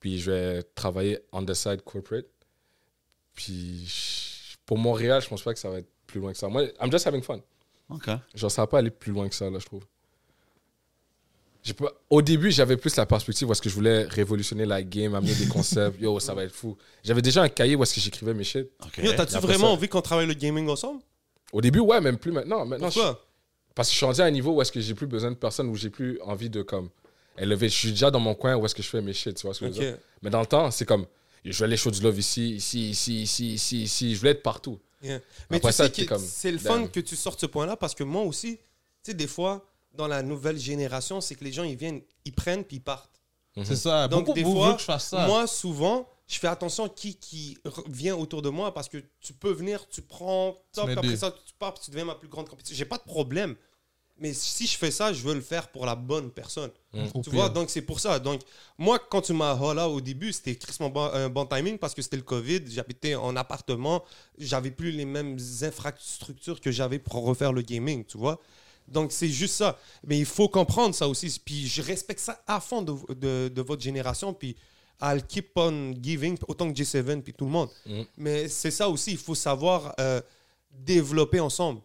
Speaker 1: Puis je vais travailler on the side corporate. Puis je- pour Montréal, je pense pas que ça va être plus loin que ça. Moi, I'm just having fun.
Speaker 3: OK.
Speaker 1: Genre, ça va pas aller plus loin que ça, là, je trouve. J'ai pas- Au début, j'avais plus la perspective où est-ce que je voulais révolutionner la game, amener des concepts. Yo, ça va être fou. J'avais déjà un cahier où est-ce que j'écrivais mes shit.
Speaker 3: OK.
Speaker 6: Yo, t'as-tu
Speaker 1: Après
Speaker 6: vraiment
Speaker 1: ça-
Speaker 6: envie qu'on travaille le gaming ensemble
Speaker 1: Au début, ouais, même plus maintenant. maintenant je-
Speaker 6: Pourquoi
Speaker 1: Parce que je suis rendu à un niveau où est-ce que j'ai plus besoin de personne, où j'ai plus envie de comme élever. Je suis déjà dans mon coin où est-ce que je fais mes shit, tu vois ce que je veux
Speaker 6: Ok.
Speaker 1: dire? Mais dans le temps, c'est comme, je vais aller show du love ici, ici, ici, ici, ici, ici. Je voulais être partout.
Speaker 6: Yeah. Mais
Speaker 1: Après
Speaker 6: tu
Speaker 1: ça,
Speaker 6: sais
Speaker 1: t'es
Speaker 6: que
Speaker 1: comme,
Speaker 6: c'est le
Speaker 1: damn.
Speaker 6: fun que tu sortes ce point-là parce que moi aussi, tu sais, des fois, dans la nouvelle génération, c'est que les gens, ils viennent, ils prennent puis ils partent.
Speaker 2: C'est ça.
Speaker 6: Donc,
Speaker 2: Beaucoup
Speaker 6: des
Speaker 2: vous
Speaker 6: fois,
Speaker 2: voulez que je fasse ça.
Speaker 6: Moi, souvent, je fais attention qui qui re- vient autour de moi parce que tu peux venir, tu prends, top,
Speaker 2: mets
Speaker 6: après
Speaker 2: deux.
Speaker 6: ça, tu pars, puis tu deviens ma plus grande compétition. J'ai pas de problème. Mais si je fais ça, je veux le faire pour la bonne personne.
Speaker 2: Au
Speaker 6: Tu
Speaker 2: pire.
Speaker 6: vois, donc c'est pour ça. Donc, moi, quand tu m'as holla au début, c'était tristement bon, un bon timing parce que c'était le Covid. J'habitais en appartement. J'avais plus les mêmes infrastructures que j'avais pour refaire le gaming, tu vois. Donc, c'est juste ça. Mais il faut comprendre ça aussi. Puis, je respecte ça à fond de, de- de votre génération. Puis, I'll keep on giving, autant que J7, puis tout le monde.
Speaker 1: Mm.
Speaker 6: Mais c'est ça aussi. Il faut savoir euh, développer ensemble.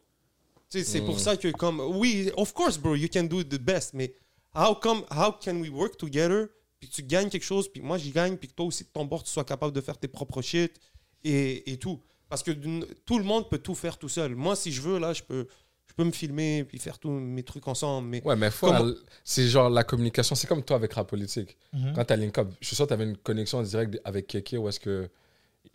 Speaker 6: Tu sais,
Speaker 1: Mm.
Speaker 6: C'est pour ça que, comme, oui, of course, bro, you can do the best, mais how come, how can we work together, puis que tu gagnes quelque chose, puis que moi j'y gagne, puis que toi aussi de ton bord, tu sois capable de faire tes propres shit et, et tout. Parce que d'une- tout le monde peut tout faire tout seul. Moi, si je veux, là, je peux, je peux me filmer, puis faire tous mes trucs ensemble, mais
Speaker 1: Ouais, mais faut
Speaker 6: Comment-
Speaker 1: la- c'est genre la communication. C'est comme toi avec rap politique.
Speaker 2: Mhm.
Speaker 1: Quand t'as Link Up, je suis sûr que t'avais une connexion directe avec Kéké ou est-ce que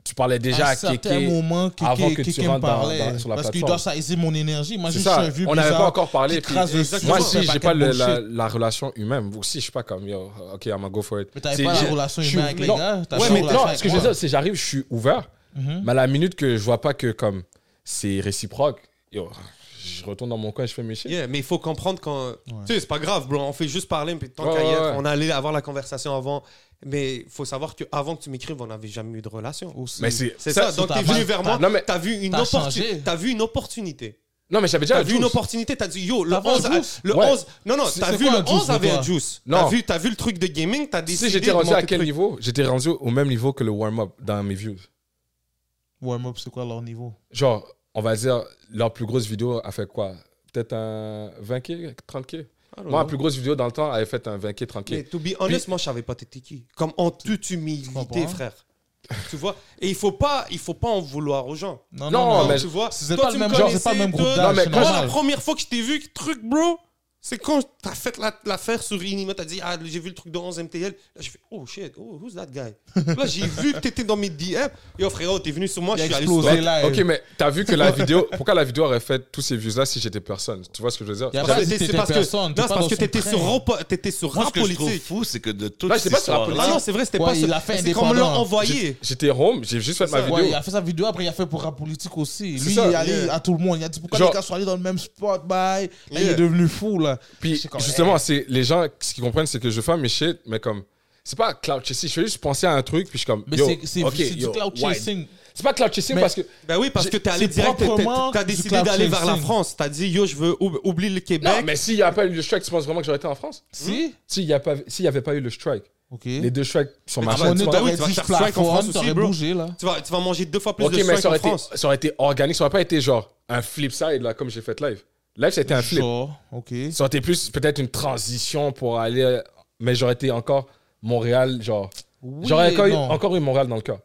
Speaker 1: tu parlais déjà
Speaker 2: à
Speaker 1: à,
Speaker 2: un certain
Speaker 1: Kéké.
Speaker 2: moment,
Speaker 1: avant
Speaker 2: quelqu'un
Speaker 1: que tu
Speaker 2: quelqu'un me
Speaker 1: rentres dans-
Speaker 2: parlait.
Speaker 1: dans- sur la
Speaker 2: parce qu'il
Speaker 1: plateforme.
Speaker 2: doit saisir mon énergie. Moi,
Speaker 1: C'est
Speaker 2: je suis
Speaker 1: ça,
Speaker 2: un vieux
Speaker 1: on n'avait
Speaker 2: bizarre
Speaker 1: pas encore parlé.
Speaker 2: qui
Speaker 1: puis-
Speaker 2: trace dessus,
Speaker 1: Moi
Speaker 2: qui
Speaker 1: aussi,
Speaker 2: fait
Speaker 1: j'ai
Speaker 2: paquet
Speaker 1: pas
Speaker 2: de
Speaker 1: le-
Speaker 2: bullshit.
Speaker 1: la, la relation humaine. Vous aussi, je suis pas comme, yo, ok, I'm gonna go for it.
Speaker 2: Mais t'avais
Speaker 1: C'est-
Speaker 2: pas la
Speaker 1: j'ai-
Speaker 2: relation
Speaker 1: je suis-
Speaker 2: humaine avec les
Speaker 1: non.
Speaker 2: gars. t'as
Speaker 1: Ouais,
Speaker 2: pas
Speaker 1: mais
Speaker 2: la
Speaker 1: non,
Speaker 2: relation
Speaker 1: ce que je
Speaker 2: avec
Speaker 1: veux
Speaker 2: moi.
Speaker 1: dire, c'est j'arrive, je suis ouvert,
Speaker 2: Mhm.
Speaker 1: mais à la minute que je vois pas que comme c'est réciproque, yo, je retourne dans mon coin, je fais mes shit.
Speaker 6: Yeah, mais il faut comprendre quand. Tu sais, c'est pas grave, bro. On fait juste parler, puis tant
Speaker 1: Ouais,
Speaker 6: qu'à y
Speaker 1: ouais,
Speaker 6: être,
Speaker 1: ouais.
Speaker 6: on allait avoir la conversation avant. Mais il faut savoir qu'avant que tu m'écrives, on n'avait jamais eu de relation.
Speaker 2: Aussi.
Speaker 1: Mais c'est
Speaker 6: C'est
Speaker 1: ça-
Speaker 6: ça, donc
Speaker 2: t'as
Speaker 6: t'es
Speaker 2: pas-
Speaker 6: venu vers moi,
Speaker 1: Non, mais-
Speaker 6: t'as vu, une
Speaker 2: t'as
Speaker 6: opportu-
Speaker 2: changé.
Speaker 6: t'as vu une opportunité.
Speaker 1: Non, mais j'avais déjà
Speaker 6: T'as
Speaker 1: un
Speaker 6: vu une
Speaker 1: juice.
Speaker 6: opportunité, t'as dit yo, le
Speaker 2: T'avais un
Speaker 6: 11, a-
Speaker 2: juice
Speaker 6: le
Speaker 1: Ouais.
Speaker 6: 11 non, non,
Speaker 2: C'est-
Speaker 6: t'as
Speaker 2: c'est
Speaker 6: vu
Speaker 2: quoi
Speaker 6: le
Speaker 2: un juice
Speaker 6: 11
Speaker 2: pour
Speaker 6: avait
Speaker 2: toi
Speaker 6: un juice.
Speaker 1: Non.
Speaker 6: T'as vu, t'as vu le truc de gaming, t'as
Speaker 1: Tu
Speaker 6: décidé.
Speaker 1: sais, j'étais rendu
Speaker 6: de
Speaker 1: à
Speaker 6: monter
Speaker 1: quel
Speaker 6: le truc.
Speaker 1: niveau J'étais rendu au même niveau que le warm-up dans mes views.
Speaker 2: Warm-up, c'est quoi leur niveau
Speaker 1: Genre, on va dire, leur plus grosse vidéo a fait quoi Peut-être un 20K, 30K
Speaker 6: I don't
Speaker 1: Moi, la
Speaker 6: know.
Speaker 1: plus grosse vidéo dans le temps avait fait un 20K, 30K.
Speaker 6: Mais to be honest, moi, je savais pas t'étais qui. Comme en toute humilité,
Speaker 2: comprends?
Speaker 6: frère. tu vois Et il faut pas, il faut pas en vouloir aux gens.
Speaker 2: Non,
Speaker 1: Non,
Speaker 2: non, non.
Speaker 1: mais
Speaker 6: tu vois,
Speaker 2: C'est
Speaker 6: toi,
Speaker 2: pas
Speaker 6: tu
Speaker 2: le
Speaker 6: me
Speaker 2: même genre, c'est pas le
Speaker 6: connaissais,
Speaker 2: même groupe
Speaker 6: toi.
Speaker 2: d'âge.
Speaker 1: mais
Speaker 2: c'est
Speaker 1: quand-
Speaker 6: Moi, la
Speaker 2: normal.
Speaker 6: première fois que je t'ai vu, le truc, bro, c'est quand t'as fait la- l'affaire sur Inima, t'as dit, ah, j'ai vu le truc de 11 MTL. Là, j'ai fait, oh shit, oh, who's that guy? Là, j'ai vu que t'étais dans mes DM. Yo, frérot, t'es venu sur moi,
Speaker 2: Il
Speaker 6: je
Speaker 2: a
Speaker 6: suis allé sur
Speaker 2: explosé
Speaker 6: toi.
Speaker 2: là.
Speaker 1: Ok, mais t'as vu que la vidéo. Pourquoi la vidéo aurait fait tous ces views-là si j'étais personne Tu vois ce que je veux dire
Speaker 2: Y a
Speaker 1: J'avais-
Speaker 2: pas
Speaker 6: Parce que
Speaker 2: de-
Speaker 6: t'es-
Speaker 2: si t'étais
Speaker 6: C'est parce que,
Speaker 2: personne,
Speaker 6: non,
Speaker 2: t'es
Speaker 6: c'est
Speaker 2: pas
Speaker 6: parce
Speaker 2: dans
Speaker 6: que
Speaker 2: son
Speaker 6: t'étais sur,
Speaker 2: train.
Speaker 6: rap- t'étais sur
Speaker 3: Moi, ce
Speaker 6: rap
Speaker 3: que je trouve
Speaker 6: politique.
Speaker 3: fou, c'est que de toute
Speaker 1: Là, j'étais
Speaker 3: cette
Speaker 1: pas sur la
Speaker 3: histoire
Speaker 6: Ah non, c'est vrai, c'était
Speaker 2: Ouais,
Speaker 6: pas
Speaker 2: il
Speaker 6: sur-
Speaker 2: a fait
Speaker 6: C'est comme on l'a
Speaker 2: indépendant.
Speaker 6: envoyé.
Speaker 1: J'étais home, j'ai juste fait ma vidéo.
Speaker 2: Ouais, il a fait sa vidéo, après il a fait pour rap politique aussi. Lui,
Speaker 1: C'est ça,
Speaker 2: il est allé
Speaker 1: yeah.
Speaker 2: à tout le monde. Il a dit pourquoi
Speaker 1: Genre-
Speaker 2: les gars sont allés dans le même spot, bye. Là, il
Speaker 6: Yeah.
Speaker 2: est devenu fou, là.
Speaker 1: Puis
Speaker 2: C'est comme,
Speaker 1: justement, c'est les gens, ce qu'ils comprennent, c'est que je fais mes shit, mais comme. C'est pas cloud chasing. Je fais juste penser à un truc, puis je suis comme.
Speaker 2: Mais
Speaker 1: yo,
Speaker 2: c'est c'est-
Speaker 1: ok,
Speaker 2: c'est du
Speaker 1: yo,
Speaker 2: cloud
Speaker 1: why?
Speaker 2: chasing.
Speaker 1: C'est pas cloud chasing
Speaker 2: Mais-
Speaker 1: parce que.
Speaker 6: Ben oui, parce que t'es allé
Speaker 2: c'est
Speaker 6: direct, t'es- t'es-
Speaker 2: proprement
Speaker 6: t'as
Speaker 2: du
Speaker 6: décidé
Speaker 2: cloud
Speaker 6: d'aller vers la
Speaker 2: chasing.
Speaker 6: France. T'as dit, yo, je veux oub- oublie le Québec.
Speaker 1: Non, mais s'il n'y a pas eu le strike, tu penses vraiment que j'aurais été en France
Speaker 2: Si
Speaker 1: S'il n'y avait pas eu le strike,
Speaker 2: Ok.
Speaker 1: hein?
Speaker 2: Ah,
Speaker 1: les deux strikes sont Ah
Speaker 6: Mais
Speaker 2: À un
Speaker 1: marchés.
Speaker 2: moment
Speaker 6: tu
Speaker 2: donné,
Speaker 6: vois, oui,
Speaker 2: t'aurais
Speaker 6: tu vas
Speaker 2: dit
Speaker 6: faire
Speaker 2: je
Speaker 6: strike en France
Speaker 2: plafonne,
Speaker 6: aussi,
Speaker 2: t'aurais
Speaker 6: bro.
Speaker 2: bougé, là.
Speaker 6: Tu vas, tu vas manger deux fois plus
Speaker 1: Ok,
Speaker 6: de
Speaker 1: mais
Speaker 6: strike
Speaker 1: ça aurait,
Speaker 6: en
Speaker 1: été,
Speaker 6: France.
Speaker 1: ça aurait été organique, ça aurait pas été genre un flip side, là, comme j'ai fait live. Là, c'était un flip.
Speaker 2: Genre, ok.
Speaker 1: Ça aurait été plus peut-être une transition pour aller. Mais j'aurais été encore Montréal, genre.
Speaker 2: Oui
Speaker 1: j'aurais
Speaker 2: et
Speaker 1: encore, eu-
Speaker 2: non.
Speaker 1: encore eu Montréal dans le cœur.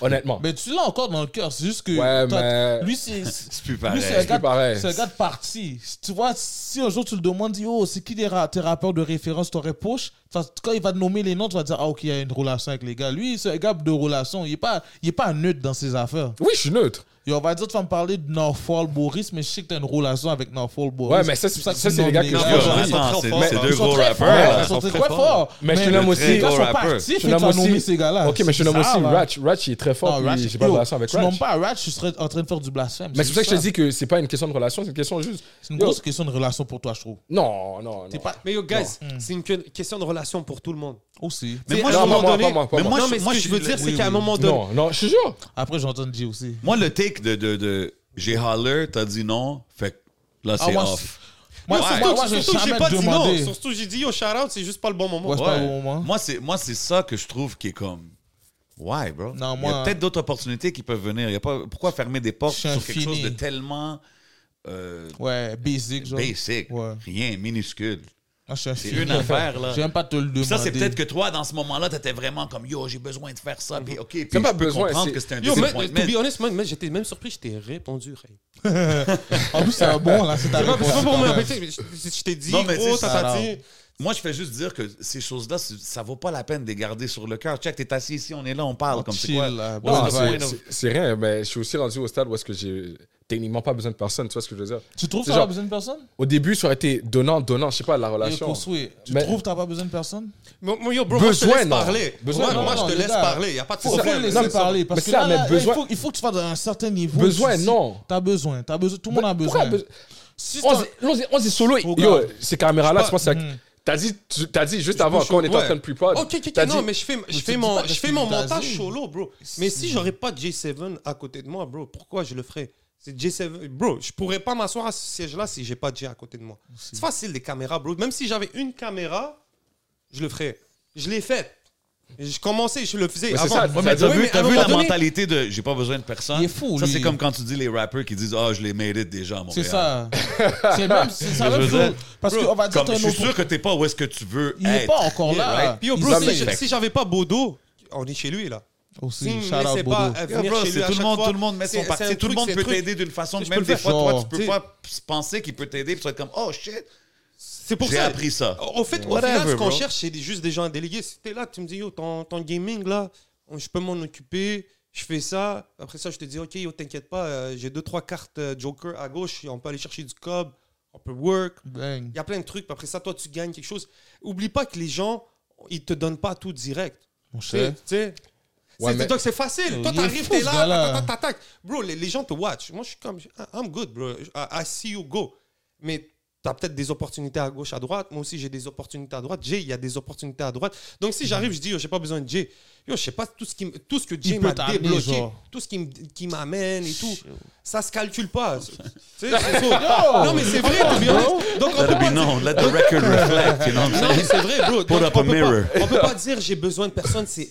Speaker 1: Honnêtement.
Speaker 2: Mais tu l'as encore dans le cœur, c'est juste que.
Speaker 1: Ouais,
Speaker 2: toi,
Speaker 1: mais-
Speaker 2: Lui, c'est.
Speaker 3: C'est plus
Speaker 2: Lui,
Speaker 3: pareil.
Speaker 2: c'est un, gars-
Speaker 1: pareil.
Speaker 2: c'est un gars de parti. Tu vois, si un jour tu le demandes, dis, oh, c'est qui tes, ra- tes rappeurs de référence, t'aurais poche Enfin, Quand il va te nommer les noms, tu vas dire, ah, ok, il y a une relation avec les gars. Lui, c'est un gars de relation. Il est pas, il est pas neutre dans ses affaires.
Speaker 1: Oui, je suis neutre.
Speaker 2: Et on va dire, tu vas me parler de Norfolk Boris, mais je sais que t'as une relation avec Norfolk Boris.
Speaker 1: Ouais, mais ça, c'est-
Speaker 2: pour
Speaker 1: ça,
Speaker 2: tu
Speaker 1: c'est les gars
Speaker 2: nommes
Speaker 1: que
Speaker 3: Yo,
Speaker 1: je vois.
Speaker 2: gens.
Speaker 1: Ils sont
Speaker 3: attends,
Speaker 1: très
Speaker 3: c'est
Speaker 1: forts.
Speaker 3: c'est
Speaker 2: Ils
Speaker 3: deux
Speaker 2: sont
Speaker 3: gros
Speaker 2: très
Speaker 3: rappeurs.
Speaker 2: forts,
Speaker 3: là.
Speaker 2: Ils sont très forts.
Speaker 1: Mais je te nomme aussi-
Speaker 2: Les gars
Speaker 3: Gros
Speaker 2: sont
Speaker 3: rappeurs.
Speaker 2: partis,
Speaker 1: Je
Speaker 2: puis tu
Speaker 1: nomme
Speaker 2: vas nommer
Speaker 1: aussi-
Speaker 2: ces gars-là.
Speaker 1: Ok, mais je
Speaker 2: C'est
Speaker 1: nomme aussi
Speaker 2: bizarre, là.
Speaker 1: Ratch. Ratch, il est très fort.
Speaker 2: Non,
Speaker 1: puis
Speaker 2: Ratch,
Speaker 1: J'ai pas de
Speaker 2: yo,
Speaker 1: relation avec
Speaker 2: Tu nommes
Speaker 1: Ratch.
Speaker 2: pas à Ratch, tu serais en train de faire du blasphème.
Speaker 1: Mais c'est pour ça que je te
Speaker 2: juste
Speaker 1: dis que c'est pas une question de relation, c'est une question juste.
Speaker 2: C'est une
Speaker 1: Yo,
Speaker 2: grosse question de relation pour toi, je trouve.
Speaker 1: Non, non, non.
Speaker 2: T'es pas
Speaker 6: Mais yo, guys, c'est une que- question de relation pour tout le monde.
Speaker 2: aussi.
Speaker 3: Mais moi,
Speaker 1: Non,
Speaker 3: je-
Speaker 1: pas
Speaker 6: à un moment
Speaker 1: moi,
Speaker 6: donné-
Speaker 1: pas moi, pas
Speaker 3: mais
Speaker 1: moi.
Speaker 3: moi,
Speaker 6: non,
Speaker 3: je-
Speaker 6: mais ce
Speaker 3: moi,
Speaker 6: que
Speaker 3: je-
Speaker 6: je veux dire, c'est
Speaker 3: oui,
Speaker 6: qu'à un
Speaker 3: oui.
Speaker 6: moment donné,
Speaker 1: Non, non, je te jure.
Speaker 2: Après, j'entends dire aussi.
Speaker 3: Moi, le take de, de, de j'ai holler, t'as dit non, fait que là,
Speaker 2: Ah,
Speaker 3: c'est
Speaker 2: moi,
Speaker 3: off.
Speaker 2: Moi,
Speaker 3: Ouais.
Speaker 2: moi,
Speaker 3: Surtout-
Speaker 2: moi, j'ai
Speaker 6: surtout, j'ai
Speaker 2: jamais
Speaker 6: pas dit non.
Speaker 2: demandé.
Speaker 6: Surtout, j'ai dit yo, shout out, c'est juste pas le bon moment.
Speaker 2: Ouais, c'est pas le moment.
Speaker 3: Moi, c'est, moi, c'est ça que je trouve qui est comme. Why, bro?
Speaker 2: Non,
Speaker 3: Il y a
Speaker 2: moi-
Speaker 3: peut-être d'autres opportunités qui peuvent venir. Il y a pas, pourquoi fermer des
Speaker 2: Je
Speaker 3: portes
Speaker 2: suis
Speaker 3: sur quelque chose
Speaker 2: infini.
Speaker 3: de tellement euh,
Speaker 2: Ouais, basic, genre.
Speaker 3: basic?
Speaker 2: Ouais.
Speaker 3: Rien, minuscule.
Speaker 2: Ah, je suis un
Speaker 3: C'est
Speaker 2: fini.
Speaker 3: une affaire, là.
Speaker 2: J'aime pas te le demander.
Speaker 3: Puis Ça, c'est peut-être que toi, dans ce moment-là, t'étais vraiment comme Yo, j'ai besoin de faire ça. Puis, OK, puis
Speaker 1: pas
Speaker 3: je peux
Speaker 1: besoin,
Speaker 3: comprendre
Speaker 1: c'est-
Speaker 3: que c'est un
Speaker 6: Yo, mais,
Speaker 3: disappointment.
Speaker 6: to be honest, man, man, j'étais même surpris, je t'ai répondu. Ray.
Speaker 2: En plus, c'est un bon, là, c'est ta
Speaker 6: C'est pas,
Speaker 2: réponse.
Speaker 6: c'est pas pour
Speaker 2: quand
Speaker 6: me
Speaker 2: même.
Speaker 6: répéter, mais je, je t'ai dit,
Speaker 3: Non, mais
Speaker 6: gros,
Speaker 3: c'est
Speaker 6: ça t'a
Speaker 2: ça,
Speaker 6: dit.
Speaker 3: Moi, je fais juste dire que ces choses-là, c'est- ça vaut pas la peine de les garder sur le cœur. Check, t'es assis ici, on est là, on parle
Speaker 2: On
Speaker 3: comme c'est
Speaker 2: Ah, chill,
Speaker 3: quoi.
Speaker 2: là,
Speaker 3: What's
Speaker 2: bon,
Speaker 3: the
Speaker 2: ouais.
Speaker 3: point
Speaker 1: C'est-
Speaker 3: of-
Speaker 1: c'est- C'est rien, mais je suis aussi rendu au stade où est-ce que j'ai techniquement pas besoin de personne, tu vois ce que je veux dire.
Speaker 2: Tu trouves que
Speaker 1: C'est
Speaker 2: t'as pas
Speaker 1: genre-
Speaker 2: besoin de personne
Speaker 1: Au début, ça aurait été donnant, donnant, je sais pas, la
Speaker 2: Et
Speaker 1: relation.
Speaker 2: pour souhait, Tu
Speaker 1: Mais-
Speaker 2: trouves que t'as pas besoin de personne
Speaker 6: Moi, moi, yo, bro, moi, je te
Speaker 1: Besoin,
Speaker 6: laisse
Speaker 1: non.
Speaker 6: parler.
Speaker 1: Besoin,
Speaker 6: Moi,
Speaker 1: non.
Speaker 6: moi,
Speaker 2: Non,
Speaker 6: je te
Speaker 2: les
Speaker 6: laisse
Speaker 2: gars.
Speaker 6: parler. Y a pas de
Speaker 2: Faut pas
Speaker 6: problème.
Speaker 2: le
Speaker 1: Non,
Speaker 2: laisser
Speaker 1: mais-
Speaker 2: parler. Parce
Speaker 1: mais
Speaker 2: que
Speaker 1: ça,
Speaker 2: là,
Speaker 1: mais
Speaker 2: là,
Speaker 1: besoin-
Speaker 2: il, faut, il faut que tu fasses d'un certain niveau.
Speaker 1: Besoin,
Speaker 2: Tu dis,
Speaker 1: non.
Speaker 2: T'as besoin, t'as besoin. Tout le monde a
Speaker 1: Pourquoi
Speaker 2: besoin.
Speaker 1: besoin-
Speaker 2: Si
Speaker 1: On
Speaker 2: t'as-
Speaker 1: s'est- on s'est- on s'est solo. Yo,
Speaker 2: Regarde.
Speaker 1: ces caméras-là,
Speaker 6: Je
Speaker 1: je pense que ça-
Speaker 2: Mhm.
Speaker 1: T'as dit, tu- t'as dit juste avant,
Speaker 6: je-
Speaker 1: quand on était en
Speaker 6: ouais.
Speaker 1: train de pre-prod.
Speaker 6: Ok, ok,
Speaker 1: Oh, t'as
Speaker 6: ok, non,
Speaker 1: dit-
Speaker 6: mais je fais, je
Speaker 2: te dis
Speaker 6: fais mon,
Speaker 2: pas
Speaker 6: je
Speaker 2: que
Speaker 6: fais
Speaker 2: tu
Speaker 6: mon
Speaker 2: me
Speaker 6: montage
Speaker 2: dases.
Speaker 6: solo, bro. Mais si j'aurais pas J7 à côté de moi, bro, pourquoi je le ferais C'est J7, bro. Je pourrais pas m'asseoir à ce siège-là si j'ai pas J à côté de moi. C'est facile les caméras, bro. Même si j'avais une caméra, je le ferais. Je l'ai faite. Je commençais, je le faisais.
Speaker 1: Mais c'est
Speaker 6: avant.
Speaker 1: ça,
Speaker 3: Ouais, mais t'as
Speaker 1: Oui,
Speaker 3: vu,
Speaker 1: mais
Speaker 3: t'as
Speaker 1: à un
Speaker 3: vu
Speaker 1: moment
Speaker 3: la
Speaker 1: donné-
Speaker 3: mentalité de j'ai pas besoin de personne.
Speaker 2: Il est fou,
Speaker 3: ça,
Speaker 2: lui.
Speaker 3: c'est comme quand tu dis les rappeurs qui disent Ah, je les mérite déjà à Montréal.
Speaker 2: C'est ça. C'est même, c'est ça
Speaker 3: Je
Speaker 2: même
Speaker 3: veux
Speaker 2: chose.
Speaker 3: dire,
Speaker 2: Parce qu'on va dire
Speaker 3: Comme,
Speaker 2: t'as
Speaker 3: je
Speaker 2: un
Speaker 3: suis
Speaker 2: autre-
Speaker 3: sûr que t'es pas où est-ce que tu veux
Speaker 2: Il
Speaker 3: être.
Speaker 2: est pas encore
Speaker 6: Yeah,
Speaker 2: là.
Speaker 6: right. Puis, yo,
Speaker 2: Il
Speaker 6: bro,
Speaker 2: sait.
Speaker 6: si, je- si j'avais pas Bodo, on est chez lui, là. Si
Speaker 2: Aussi,
Speaker 6: il
Speaker 2: shout
Speaker 6: me
Speaker 2: out
Speaker 6: laissait pas
Speaker 2: Bodo.
Speaker 6: euh,
Speaker 3: Yeah,
Speaker 6: venir
Speaker 3: bro,
Speaker 6: chez
Speaker 3: c'est
Speaker 6: lui à
Speaker 3: tout le
Speaker 6: chaque
Speaker 3: monde,
Speaker 6: fois,
Speaker 3: tout le monde met son
Speaker 6: c'est- c'est
Speaker 3: parti.
Speaker 6: un
Speaker 3: Tout le
Speaker 6: truc,
Speaker 3: monde
Speaker 6: c'est
Speaker 3: peut
Speaker 6: un truc.
Speaker 3: t'aider d'une façon.
Speaker 6: Je peux
Speaker 3: Même
Speaker 6: le
Speaker 3: des
Speaker 6: faire.
Speaker 3: fois, toi,
Speaker 2: Genre.
Speaker 3: tu peux pas penser qu'il peut t'aider. Puis tu vas être comme Oh shit,
Speaker 6: C'est pour
Speaker 3: j'ai
Speaker 6: ça.
Speaker 3: appris ça.
Speaker 6: Au fait, au
Speaker 3: Whatever,
Speaker 6: final, ce qu'on
Speaker 3: bro.
Speaker 6: cherche, c'est juste des gens à déléguer. Si t'es là, tu me dis, yo, ton, ton gaming, là, je peux m'en occuper, je fais ça. Après ça, je te dis, ok, yo, t'inquiète pas, euh, j'ai deux, trois cartes euh, Joker à gauche, on peut aller chercher du cob, on peut work.
Speaker 2: Bang.
Speaker 6: Il y a plein de trucs, puis après ça, toi, tu gagnes quelque chose. Oublie pas que les gens, ils te donnent pas tout direct.
Speaker 2: Mon
Speaker 6: Tu sais,
Speaker 2: cher.
Speaker 6: tu sais.
Speaker 1: Ouais,
Speaker 6: C'est-
Speaker 1: mais-
Speaker 6: Donc c'est facile. Toi,
Speaker 2: Il est
Speaker 6: t'arrives,
Speaker 2: fou,
Speaker 6: t'es
Speaker 2: ce
Speaker 6: là,
Speaker 2: gars-là.
Speaker 6: t'attaques, t'attaques. Bro, les, les gens te watch. Moi, je suis comme, I'm good, bro. I, I see you go. Mais t'as peut-être des opportunités à gauche, à droite. Moi aussi, j'ai des opportunités à droite. Jay, il y a des opportunités à droite. Donc si j'arrive, je dis, yo, j'ai pas besoin de Jay. Yo, je sais pas tout ce, qui, m- tout ce que Jay
Speaker 2: peut
Speaker 6: m'a
Speaker 2: t'amener,
Speaker 6: débloqué,
Speaker 2: genre.
Speaker 6: tout ce qui, m- qui m'amène et tout. Ça se calcule pas. Tu sais, c'est ça. Non, mais c'est vrai, to be honest. Donc on peut
Speaker 3: Let it
Speaker 6: pas
Speaker 3: be
Speaker 6: dire-
Speaker 3: known. Let the record reflect. You know what I'm
Speaker 6: non,
Speaker 3: saying?
Speaker 6: mais c'est vrai, bro.
Speaker 3: Put
Speaker 6: Donc,
Speaker 3: up a
Speaker 6: on, peut
Speaker 3: mirror.
Speaker 6: Pas, on peut pas dire j'ai besoin de personne, c'est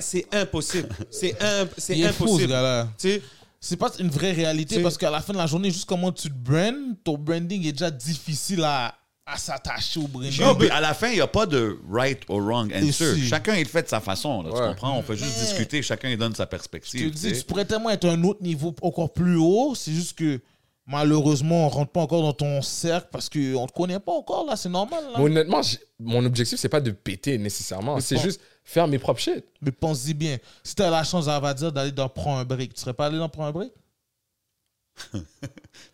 Speaker 6: c'est impossible. C'est imp- c'est
Speaker 2: Il est fou, ce
Speaker 6: impossible.
Speaker 2: gars-là.
Speaker 6: Tu sais,
Speaker 2: C'est pas une vraie réalité
Speaker 6: C'est-
Speaker 2: parce qu'à la fin de la journée, juste comment tu te brandes, ton branding est déjà difficile à, à s'attacher au branding.
Speaker 3: Non, mais à la fin, il n'y a pas de right or wrong answer.
Speaker 2: si.
Speaker 3: Chacun, il fait de sa façon. là, Tu
Speaker 1: Ouais.
Speaker 3: comprends? On fait juste
Speaker 2: Mais-
Speaker 3: discuter. Chacun, il donne sa
Speaker 2: Je
Speaker 3: perspective.
Speaker 2: te
Speaker 3: tu
Speaker 2: dis,
Speaker 3: sais.
Speaker 2: tu pourrais tellement être à un autre niveau encore plus haut. C'est juste que malheureusement, on rentre pas encore dans ton cercle parce qu'on te connaît pas encore là. C'est normal. Là.
Speaker 1: Mais honnêtement, j'ai- mon objectif, c'est pas de péter nécessairement. C'est
Speaker 2: bon.
Speaker 1: juste faire mes propres shit.
Speaker 2: Mais pense-y bien. Si t'as la chance, à va dire d'aller dans prendre un break, tu serais pas allé dans prendre un break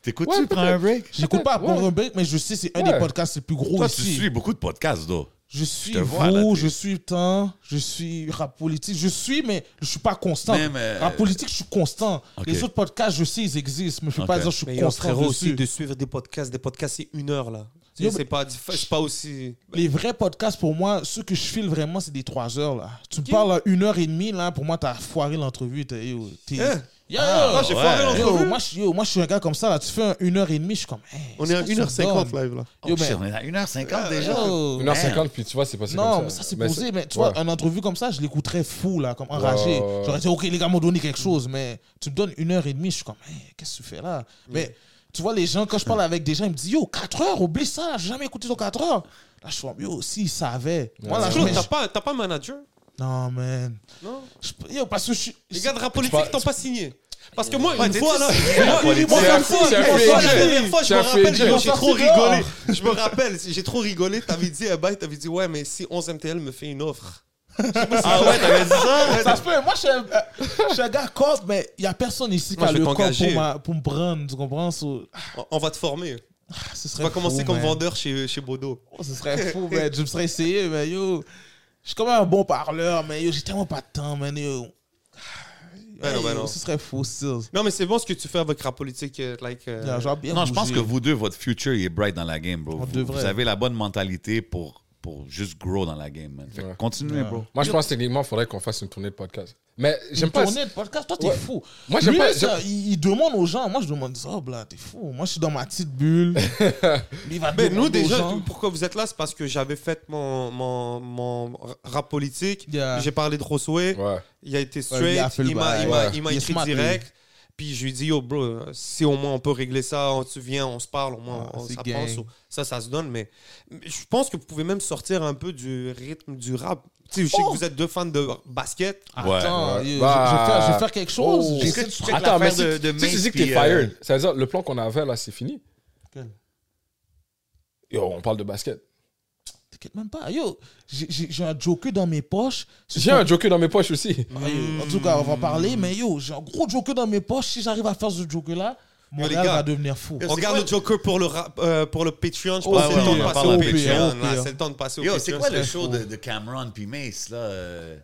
Speaker 3: T'écoutes-tu? prends un break.
Speaker 2: J'écoute pas à
Speaker 1: Ouais.
Speaker 2: prendre un break, mais je sais c'est un
Speaker 1: Ouais.
Speaker 2: des podcasts les plus gros
Speaker 3: Toi, tu
Speaker 2: ici.
Speaker 3: suis beaucoup de podcasts, d'eau.
Speaker 2: Je suis
Speaker 3: te
Speaker 2: vous,
Speaker 3: vois, là, t'es-
Speaker 2: je suis temps, je suis rap politique, je suis, mais je suis pas constant.
Speaker 3: Mais, mais-
Speaker 2: Rap politique, je suis constant.
Speaker 3: Ok.
Speaker 2: Les autres podcasts, je sais, ils existent, mais je peux
Speaker 3: Ok.
Speaker 2: pas dire que je suis
Speaker 6: mais yo,
Speaker 2: constant.
Speaker 6: frérot,
Speaker 2: dessus.
Speaker 6: aussi de suivre des podcasts, des podcasts, c'est une heure là. Tu sais,
Speaker 2: Yo, mais-
Speaker 6: C'est pas, c'est pas aussi.
Speaker 2: Les vrais podcasts, pour moi, ceux que je file vraiment, c'est des 3 heures. là. Tu me parles à une heure et demie, là, pour moi, t'as foiré l'entrevue. t'es- yo, t'es-
Speaker 6: Eh,
Speaker 2: Yo,
Speaker 6: ah, j'ai
Speaker 3: ouais.
Speaker 6: foiré
Speaker 2: yo,
Speaker 6: l'entrevue.
Speaker 2: moi, je, yo, moi, je suis un gars comme ça, là. Tu fais un une heure et demie, je suis comme. hey,
Speaker 6: On est à
Speaker 2: c'est pas
Speaker 6: 1h50
Speaker 2: ça,
Speaker 6: live là.
Speaker 2: Yo,
Speaker 3: Oh,
Speaker 2: mais- euh,
Speaker 3: shit, on est à 1h50 déjà.
Speaker 2: Yo.
Speaker 1: 1h50, puis tu vois, c'est passé comme ça.
Speaker 2: Non, mais ça c'est posé, mais tu vois,
Speaker 1: ouais.
Speaker 2: une entrevue comme ça, je l'écouterais fou, là, comme enragé.
Speaker 1: Ouais, ouais, ouais.
Speaker 6: Mm.
Speaker 2: J'aurais dit, ok, les gars m'ont donné quelque chose, mais tu me donnes une heure et demie, je suis comme, Hey, qu'est-ce que tu fais là Mais Tu vois, les gens, quand je parle avec des gens, ils me disent Yo, 4 heures, oublie ça, j'ai jamais écouté ton 4 heures. Là, je suis comme Yo, si, ils savaient. Moi, là, je
Speaker 6: Claude,
Speaker 2: mets-
Speaker 6: Ah, t'as pas, t'as pas un manager.
Speaker 2: Non, man.
Speaker 6: Non.
Speaker 2: Je- Yo, parce que je suis.
Speaker 6: Les gars de rap politique t'ont pas signé. Parce que moi, une
Speaker 3: t'es-
Speaker 6: fois, là, moi,
Speaker 3: politique.
Speaker 6: une fois,
Speaker 1: C'est un-
Speaker 6: une fois,
Speaker 1: c'est un
Speaker 6: une fois,
Speaker 1: fait
Speaker 6: la
Speaker 1: jeu.
Speaker 6: dernière fois, je
Speaker 1: C'est
Speaker 6: me
Speaker 1: un fait
Speaker 6: rappelle,
Speaker 1: jeu.
Speaker 6: yo, j'ai
Speaker 2: Ils ont
Speaker 6: trop
Speaker 2: sorti dehors.
Speaker 6: rigolé. Je me rappelle, j'ai trop rigolé. T'avais dit, eh ben, t'avais dit, ouais, mais si 11 MTL me fait une offre.
Speaker 3: Ah ouais, t'avais dit ça?
Speaker 2: Ça se peut. Moi, je suis un- euh, je suis un gars corp, mais il n'y a personne ici qui
Speaker 6: Moi,
Speaker 2: a
Speaker 6: je vais
Speaker 2: le corps
Speaker 6: t'engager.
Speaker 2: pour, ma- pour me prendre. Tu comprends So,
Speaker 6: On- On va te former.
Speaker 2: ah, ce
Speaker 6: Tu
Speaker 2: serait
Speaker 6: vas commencer
Speaker 2: fou,
Speaker 6: comme
Speaker 2: man.
Speaker 6: vendeur chez, chez Bodo.
Speaker 2: Oh, ce serait fou, man. Je me serais essayé, mais yo. Je suis quand même un bon parleur, mais yo, j'ai tellement pas de temps, man. Yo. Ah,
Speaker 6: Ben non, ben non.
Speaker 2: Ce serait fou, still.
Speaker 6: Non, mais c'est bon ce que tu fais avec rap politique. euh, Like, euh,
Speaker 2: Yeah, genre bien
Speaker 3: Non, je pense que
Speaker 2: bougé.
Speaker 3: vous deux, votre future il est bright dans la game, bro.
Speaker 2: On
Speaker 3: Vous,
Speaker 2: devrait.
Speaker 3: vous avez la bonne mentalité pour, pour juste grow dans la game, man. Fait que
Speaker 1: Ouais.
Speaker 3: continuez, bro.
Speaker 1: Moi, je pense techniquement, il faudrait qu'on fasse une tournée de podcast. Mais j'aime
Speaker 2: Une
Speaker 1: pas.
Speaker 2: tournée de podcast, toi, t'es
Speaker 1: Ouais.
Speaker 2: fou.
Speaker 1: Moi, j'aime
Speaker 2: Lui,
Speaker 1: pas-
Speaker 2: ça, il, il demande aux gens. Moi, je demande ça, oh, là, t'es fou. Moi, je suis dans ma petite bulle. Lui, il va
Speaker 6: Mais
Speaker 2: demander
Speaker 6: nous,
Speaker 2: aux
Speaker 6: déjà,
Speaker 2: gens.
Speaker 6: pourquoi vous êtes là C'est parce que j'avais fait mon, mon, mon rap politique.
Speaker 2: Yeah.
Speaker 6: J'ai parlé de Rossoué.
Speaker 1: Ouais.
Speaker 6: Il a été
Speaker 2: Ouais,
Speaker 6: straight.
Speaker 2: il a fait le
Speaker 6: il m'a
Speaker 2: bail.
Speaker 6: il m'a-
Speaker 2: Ouais.
Speaker 6: il m'a
Speaker 2: Il est
Speaker 6: écrit
Speaker 2: smart, lui.
Speaker 6: direct. Puis je lui ai dit, yo, bro, si au moins on peut régler ça, on, tu viens, on se parle, au moins
Speaker 2: Ah,
Speaker 6: on-
Speaker 2: c'est
Speaker 6: ça
Speaker 2: gang.
Speaker 6: pense. ou- Ça, ça se donne. Mais mais je pense que vous pouvez même sortir un peu du rythme du rap. Tu sais, je sais
Speaker 2: Oh!
Speaker 6: que vous êtes deux fans de basket.
Speaker 2: Ah, Attends,
Speaker 1: Ouais.
Speaker 2: yo, je- je, vais
Speaker 1: Bah.
Speaker 2: faire, je vais faire quelque chose.
Speaker 1: Oh.
Speaker 2: J'essaie de
Speaker 3: checkes
Speaker 1: Attends, mais
Speaker 3: l'affaire
Speaker 1: si,
Speaker 3: de- de
Speaker 1: si tu
Speaker 3: Mace,
Speaker 1: dis que t'es
Speaker 3: puis, euh,
Speaker 1: fired, ça veut dire le plan qu'on avait là, c'est fini. Yo, on parle de basket.
Speaker 2: T'inquiète même pas. Yo, j'ai- j'ai j'ai un joker dans mes poches. C'est
Speaker 1: J'ai
Speaker 2: pour-
Speaker 1: un joker dans mes poches aussi.
Speaker 2: Ah, yo, En tout cas, on va en parler, mais yo, j'ai un gros joker dans mes poches. Si j'arrive à faire ce joker-là, mon
Speaker 6: les
Speaker 2: gars
Speaker 6: gars,
Speaker 2: va devenir fou.
Speaker 6: On regarde le Joker pour le, rap, euh, pour le Patreon. Je
Speaker 3: Oh,
Speaker 6: pense que c'est
Speaker 3: ouais,
Speaker 6: le temps
Speaker 3: ouais,
Speaker 6: de
Speaker 3: on
Speaker 6: passer
Speaker 3: parle
Speaker 6: au
Speaker 3: au
Speaker 6: Patreon.
Speaker 2: pire, au
Speaker 6: là.
Speaker 2: pire.
Speaker 6: C'est le temps de passer au
Speaker 3: Yo,
Speaker 6: Patreon.
Speaker 3: c'est quoi le
Speaker 6: serait
Speaker 3: show
Speaker 6: fou.
Speaker 3: de, de Cameron puis Mace, là? euh,